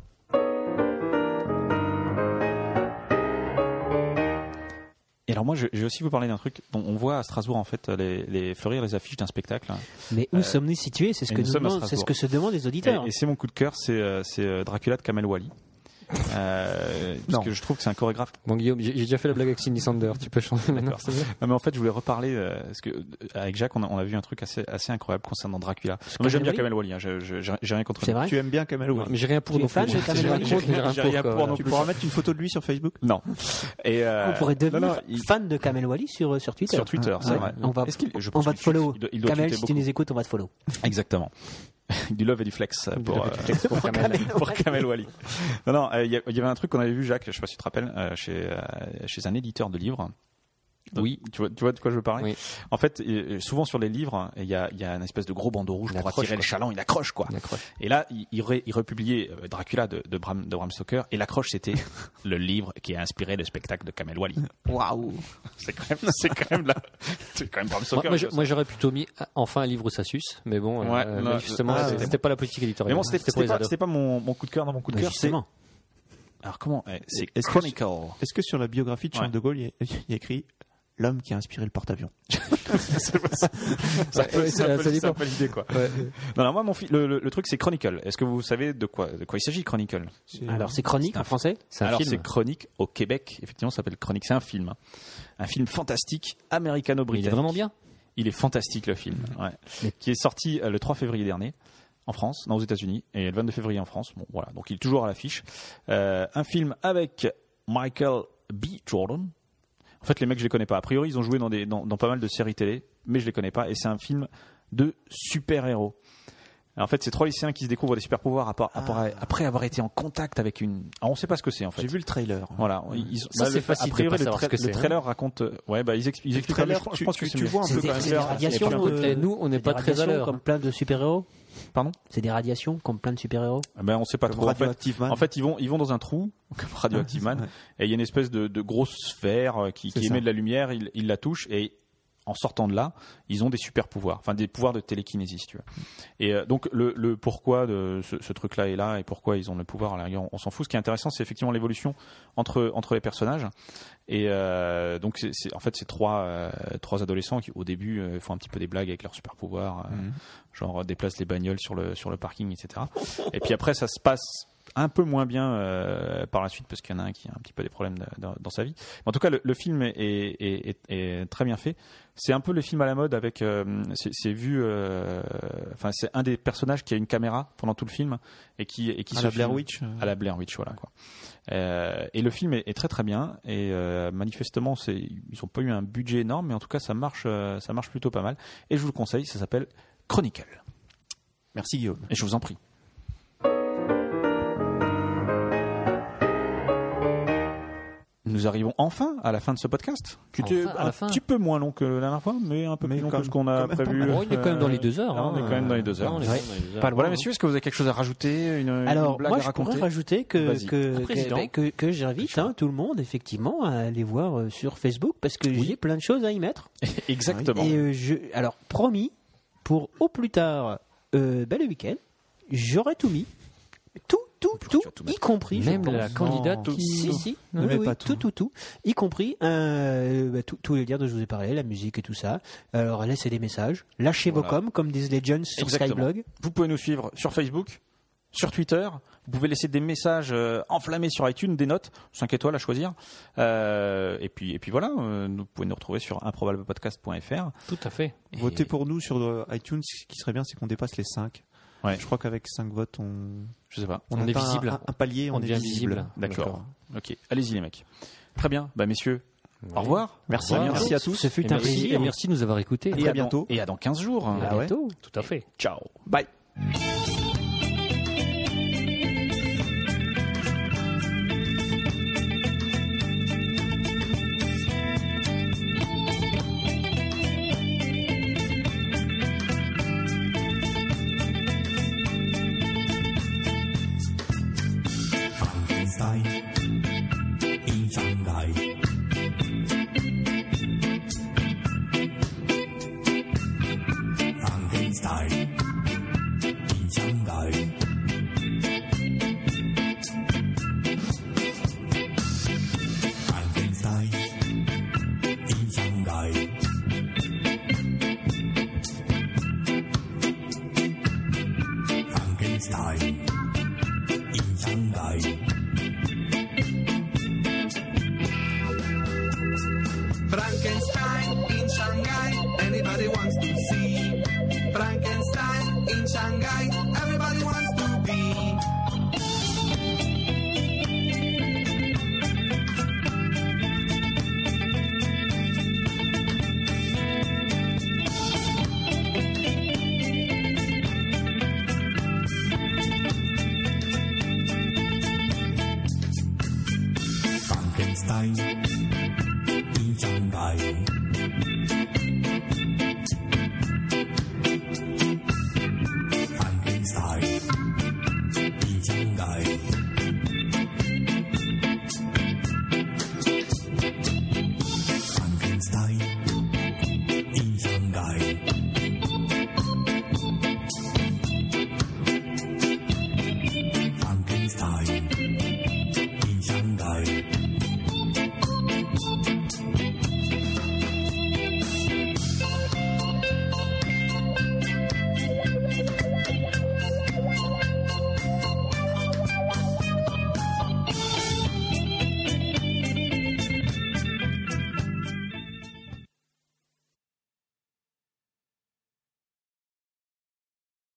[SPEAKER 1] Et alors moi, je, je vais aussi vous parler d'un truc. Bon, on voit à Strasbourg en fait les, les fleurir les affiches d'un spectacle.
[SPEAKER 4] Mais où sommes-nous situés C'est
[SPEAKER 1] euh,
[SPEAKER 4] ce,
[SPEAKER 1] et
[SPEAKER 4] que
[SPEAKER 1] nous
[SPEAKER 4] nous
[SPEAKER 1] sommes à
[SPEAKER 4] demandent- c'est ce
[SPEAKER 1] Strasbourg.
[SPEAKER 4] que se demandent les auditeurs.
[SPEAKER 1] Et, et c'est mon coup de cœur, c'est euh, c'est, euh, Dracula de Kamel Wally. Euh, parce
[SPEAKER 3] Non.
[SPEAKER 1] que je trouve que c'est un chorégraphe.
[SPEAKER 2] Bon, Guillaume, j'ai j'ai déjà fait la blague avec Cindy Sander. Tu peux changer maintenant. c'est bien.
[SPEAKER 1] Non, mais en fait, je voulais reparler euh, parce que euh, avec Jacques, on a, on a vu un truc assez assez incroyable concernant Dracula. Non, mais j'aime bien Kamel Wally. hein, je- je- j'ai j'ai rien contre.
[SPEAKER 4] C'est
[SPEAKER 1] lui.
[SPEAKER 4] vrai
[SPEAKER 3] Tu aimes bien Kamel Ouali.
[SPEAKER 2] Mais j'ai rien pour
[SPEAKER 4] Tu es
[SPEAKER 2] non plus.
[SPEAKER 4] fan de
[SPEAKER 2] J'ai
[SPEAKER 4] Kamel
[SPEAKER 2] rien
[SPEAKER 4] Wally
[SPEAKER 2] contre, mais j'ai rien
[SPEAKER 1] J'ai
[SPEAKER 2] pour,
[SPEAKER 1] rien
[SPEAKER 2] quoi,
[SPEAKER 1] pour
[SPEAKER 2] voilà.
[SPEAKER 1] non
[SPEAKER 3] Tu
[SPEAKER 1] plus.
[SPEAKER 3] pourras mettre une photo de lui sur Facebook
[SPEAKER 1] Non. Et euh,
[SPEAKER 4] On pourrait devenir
[SPEAKER 1] non, non, il-
[SPEAKER 4] fan de Kamel Wally sur, euh, sur Twitter.
[SPEAKER 1] sur Twitter, c'est
[SPEAKER 4] Ouais.
[SPEAKER 1] vrai.
[SPEAKER 4] On va,
[SPEAKER 1] Est-ce qu'il- je
[SPEAKER 4] on
[SPEAKER 1] pense
[SPEAKER 4] va
[SPEAKER 1] qu'il
[SPEAKER 4] te follow.
[SPEAKER 1] tweet- il doit- il doit
[SPEAKER 4] Kamel,
[SPEAKER 1] tweeter
[SPEAKER 4] si tu
[SPEAKER 1] beaucoup.
[SPEAKER 4] nous écoutes, on va te follow.
[SPEAKER 1] Exactement. Du love et du flex euh, pour, euh, pour, Kamel, pour Kamel Wally. Non, non, euh, il y a- il y avait un truc qu'on avait vu, Jacques, je sais pas si tu te rappelles, euh, chez, euh, chez un éditeur de livres.
[SPEAKER 2] Oui.
[SPEAKER 1] Tu vois, tu vois de quoi je veux parler
[SPEAKER 2] Oui.
[SPEAKER 1] En fait, euh, souvent sur les livres, il y a, il y a une espèce de gros bandeau rouge
[SPEAKER 2] Il
[SPEAKER 1] pour
[SPEAKER 2] accroche,
[SPEAKER 1] attirer
[SPEAKER 2] quoi.
[SPEAKER 1] le chaland, il accroche quoi.
[SPEAKER 2] Accroche.
[SPEAKER 1] Et là, il, il, ré- il republiait euh, Dracula de, de, Bram, de Bram Stoker et l'accroche c'était le livre qui a inspiré le spectacle de Kamel Wally.
[SPEAKER 4] Waouh
[SPEAKER 1] C'est quand même, c'est quand même là. C'est quand même Bram
[SPEAKER 2] Moi,
[SPEAKER 1] Stoker.
[SPEAKER 2] moi, je-
[SPEAKER 1] ça.
[SPEAKER 2] moi, j'aurais plutôt mis ah, enfin un livre où ça suce, mais bon, euh,
[SPEAKER 1] Ouais,
[SPEAKER 2] euh,
[SPEAKER 1] non,
[SPEAKER 2] justement,
[SPEAKER 1] ah,
[SPEAKER 2] c'était
[SPEAKER 1] c'était
[SPEAKER 2] pas la politique
[SPEAKER 1] mais
[SPEAKER 2] éditoriale.
[SPEAKER 1] bon, c'était
[SPEAKER 2] pour
[SPEAKER 1] c'était
[SPEAKER 2] les
[SPEAKER 1] pas,
[SPEAKER 2] ados.
[SPEAKER 1] c'était pas mon, mon coup de cœur. Non, mon coup de
[SPEAKER 4] Bah,
[SPEAKER 1] cœur, c'est
[SPEAKER 4] Justement.
[SPEAKER 1] Alors comment eh, C'est
[SPEAKER 3] Est-ce que-
[SPEAKER 1] Chronicle.
[SPEAKER 3] Est-ce que sur la biographie de Charles
[SPEAKER 1] Ouais.
[SPEAKER 3] de Gaulle, il y a, il y a écrit l'homme qui a inspiré le porte-avions
[SPEAKER 1] Ça peut-
[SPEAKER 2] Ouais,
[SPEAKER 1] ça
[SPEAKER 2] ça-
[SPEAKER 1] peut-
[SPEAKER 2] ça
[SPEAKER 1] c'est
[SPEAKER 2] dépend.
[SPEAKER 1] un peu l'idée quoi.
[SPEAKER 2] Ouais.
[SPEAKER 1] Non, non, moi mon fi- le, le- le truc c'est Chronicle. Est-ce que vous savez de quoi de quoi il s'agit Chronicle
[SPEAKER 4] Alors, c'est chronique
[SPEAKER 1] C'est un-
[SPEAKER 4] en français
[SPEAKER 2] C'est un
[SPEAKER 1] Alors
[SPEAKER 2] film.
[SPEAKER 1] c'est Chronique au Québec. Effectivement, ça s'appelle Chronique. C'est un film, hein. un film fantastique
[SPEAKER 2] Mais Il est
[SPEAKER 1] américano-britannique.
[SPEAKER 2] vraiment bien.
[SPEAKER 1] Il est fantastique le film, ouais. qui est sorti euh, le 3 février dernier en France, non aux États-Unis, et le 22 février en France. Bon, voilà, donc il est toujours à l'affiche. Euh, un film avec Michael B. Jordan. En fait, les mecs, je les connais pas. A priori, ils ont joué dans, des, dans, dans pas mal de séries télé, mais je les connais pas. Et c'est un film de super-héros. En fait, c'est trois lycéens qui se découvrent des super-pouvoirs après, après- après avoir été en contact avec une. Ah, on sait pas ce que c'est en fait.
[SPEAKER 3] Ah. J'ai vu le trailer.
[SPEAKER 1] Voilà, ils,
[SPEAKER 2] Ça,
[SPEAKER 1] bah,
[SPEAKER 2] c'est
[SPEAKER 1] le-
[SPEAKER 2] facile
[SPEAKER 1] a priori,
[SPEAKER 2] de pas
[SPEAKER 1] le,
[SPEAKER 2] savoir ce que
[SPEAKER 1] le
[SPEAKER 2] c'est,
[SPEAKER 1] trailer raconte. euh, Ouais, bah ils, ex- ils expliquent. pas, mais
[SPEAKER 3] trailer,
[SPEAKER 1] je pense- je
[SPEAKER 3] tu-
[SPEAKER 1] pense que
[SPEAKER 3] tu-
[SPEAKER 1] c'est
[SPEAKER 3] tu
[SPEAKER 1] mieux.
[SPEAKER 3] vois un peu
[SPEAKER 4] C'est des,
[SPEAKER 3] quand même
[SPEAKER 4] c'est des
[SPEAKER 3] faire-
[SPEAKER 4] radiations.
[SPEAKER 1] faire un peu
[SPEAKER 4] euh,
[SPEAKER 2] Et nous, on n'est
[SPEAKER 4] c'est
[SPEAKER 2] pas
[SPEAKER 4] des
[SPEAKER 2] très à
[SPEAKER 4] radiations
[SPEAKER 2] l'heure.
[SPEAKER 4] Comme plein de super-héros
[SPEAKER 1] Pardon
[SPEAKER 4] C'est des radiations comme plein de super-héros
[SPEAKER 1] Ah Ben on sait pas
[SPEAKER 3] Comme
[SPEAKER 1] trop. En fait,
[SPEAKER 3] Radioactive Man.
[SPEAKER 1] en fait, ils vont ils vont dans un trou comme Radioactive Man
[SPEAKER 3] ouais.
[SPEAKER 1] et il y a une espèce de, de grosse sphère euh, qui,
[SPEAKER 3] C'est
[SPEAKER 1] qui
[SPEAKER 3] ça.
[SPEAKER 1] émet de la lumière. Ils, ils la touchent et en sortant de là, ils ont des super pouvoirs, enfin des pouvoirs de télékinésie, si tu veux. Et euh, donc le, le pourquoi de ce, ce truc-là est là et pourquoi ils ont le pouvoir à la rigueur, on, on s'en fout. Ce qui est intéressant, c'est effectivement l'évolution entre entre les personnages. Et euh, donc c'est c'est- en fait c'est trois euh, trois adolescents qui au début euh, font un petit peu des blagues avec leurs super pouvoirs,
[SPEAKER 3] Mhm.
[SPEAKER 1] euh, genre euh, déplacent les bagnoles sur le sur le parking, etc. et puis après ça se passe un peu moins bien euh, par la suite parce qu'il y en a un qui a un petit peu des problèmes de- dans- dans sa vie. Mais en tout cas, le, le film est, est- est- est très bien fait. C'est un peu le film à la mode avec. euh, c'est c'est vu. euh, Enfin, c'est un des personnages qui a une caméra pendant tout le film et qui et qui
[SPEAKER 3] À
[SPEAKER 1] se
[SPEAKER 3] la Blair
[SPEAKER 1] filme.
[SPEAKER 3] Witch. euh,
[SPEAKER 1] À la Blair Witch, voilà quoi. Euh, et le film est, est très très bien et euh, manifestement, c'est ils ont pas eu un budget énorme, mais en tout cas, ça marche, euh, ça marche plutôt pas mal. Et je vous le conseille. Ça s'appelle Chronicle.
[SPEAKER 3] Merci Guillaume.
[SPEAKER 1] Et je vous en prie. Nous nous arrivons enfin à la fin de ce podcast, qui
[SPEAKER 7] Enfin,
[SPEAKER 1] était
[SPEAKER 7] à la
[SPEAKER 1] un
[SPEAKER 7] fin.
[SPEAKER 1] petit peu moins long que la dernière fois, mais un peu
[SPEAKER 3] Mais
[SPEAKER 1] plus long
[SPEAKER 3] quand
[SPEAKER 1] que ce qu'on a
[SPEAKER 3] même pas
[SPEAKER 1] prévu.
[SPEAKER 3] mal.
[SPEAKER 7] Bon, Oh, il est quand même dans les deux heures,
[SPEAKER 1] là, on
[SPEAKER 7] hein.
[SPEAKER 1] est quand même dans les deux heures.
[SPEAKER 7] on est
[SPEAKER 1] Ouais.
[SPEAKER 7] vraiment dans les deux heures.
[SPEAKER 1] Voilà, messieurs, est-ce que vous avez quelque chose à rajouter une, une
[SPEAKER 4] Alors,
[SPEAKER 1] blague
[SPEAKER 4] moi,
[SPEAKER 1] à
[SPEAKER 4] je pourrais
[SPEAKER 1] raconter
[SPEAKER 4] rajouter que,
[SPEAKER 1] Vas-y.
[SPEAKER 4] que,
[SPEAKER 7] Président.
[SPEAKER 4] que, que- que j'invite hein, tout le monde, effectivement, à aller voir euh, sur Facebook parce que j'ai plein de choses à y mettre.
[SPEAKER 1] Exactement.
[SPEAKER 4] Et euh, je, alors, promis, pour au plus tard, euh, ben, le week-end, j'aurai tout mis. Tout, tout,
[SPEAKER 1] tu
[SPEAKER 4] tout,
[SPEAKER 1] vas tout
[SPEAKER 4] y
[SPEAKER 1] mettre.
[SPEAKER 4] compris. je
[SPEAKER 7] Même
[SPEAKER 4] pense.
[SPEAKER 7] la candidate
[SPEAKER 3] Non.
[SPEAKER 7] qui-
[SPEAKER 4] Si, si,
[SPEAKER 3] Ne
[SPEAKER 4] oui,
[SPEAKER 3] mets
[SPEAKER 4] oui,
[SPEAKER 3] pas
[SPEAKER 4] tout.
[SPEAKER 3] tout.
[SPEAKER 4] tout, tout, y compris euh, bah, tout- tous les liens dont je vous ai parlé, la musique et tout ça. Alors laissez des messages, lâchez vos
[SPEAKER 1] Voilà.
[SPEAKER 4] coms comme disent les jeunes sur
[SPEAKER 1] Exactement.
[SPEAKER 4] Skyblog.
[SPEAKER 1] Vous pouvez nous suivre sur Facebook, sur Twitter. Vous pouvez laisser des messages euh, enflammés sur iTunes, des notes, 5 étoiles à choisir. Euh, et, puis, et puis voilà, euh, vous pouvez nous retrouver sur improbablepodcast.fr.
[SPEAKER 7] Tout à fait.
[SPEAKER 3] Votez pour nous sur euh, iTunes. Ce qui serait bien, c'est qu'on dépasse les 5.
[SPEAKER 1] Ouais.
[SPEAKER 3] Je crois qu'avec 5 votes, on,
[SPEAKER 1] Je sais pas.
[SPEAKER 7] On est
[SPEAKER 3] atteint
[SPEAKER 7] visible.
[SPEAKER 3] Un, un palier, on,
[SPEAKER 7] On
[SPEAKER 3] est
[SPEAKER 7] devient
[SPEAKER 3] visible.
[SPEAKER 7] visible.
[SPEAKER 1] D'accord. Ok, allez-y les mecs. Très bien, bah messieurs, au revoir.
[SPEAKER 3] Merci,
[SPEAKER 7] Au revoir.
[SPEAKER 3] merci à tous.
[SPEAKER 4] Ce fut
[SPEAKER 7] Et
[SPEAKER 4] un
[SPEAKER 7] merci, et
[SPEAKER 4] plaisir.
[SPEAKER 7] merci de nous avoir écoutés.
[SPEAKER 3] très
[SPEAKER 1] et à
[SPEAKER 3] bientôt.
[SPEAKER 1] dans- et à dans 15 jours.
[SPEAKER 7] À
[SPEAKER 3] Ah ouais
[SPEAKER 7] bientôt. Tout à fait.
[SPEAKER 1] Ciao. Bye.
[SPEAKER 10] Frankenstein in Shanghai, anybody wants to see. Frankenstein in Shanghai, everybody wants to be.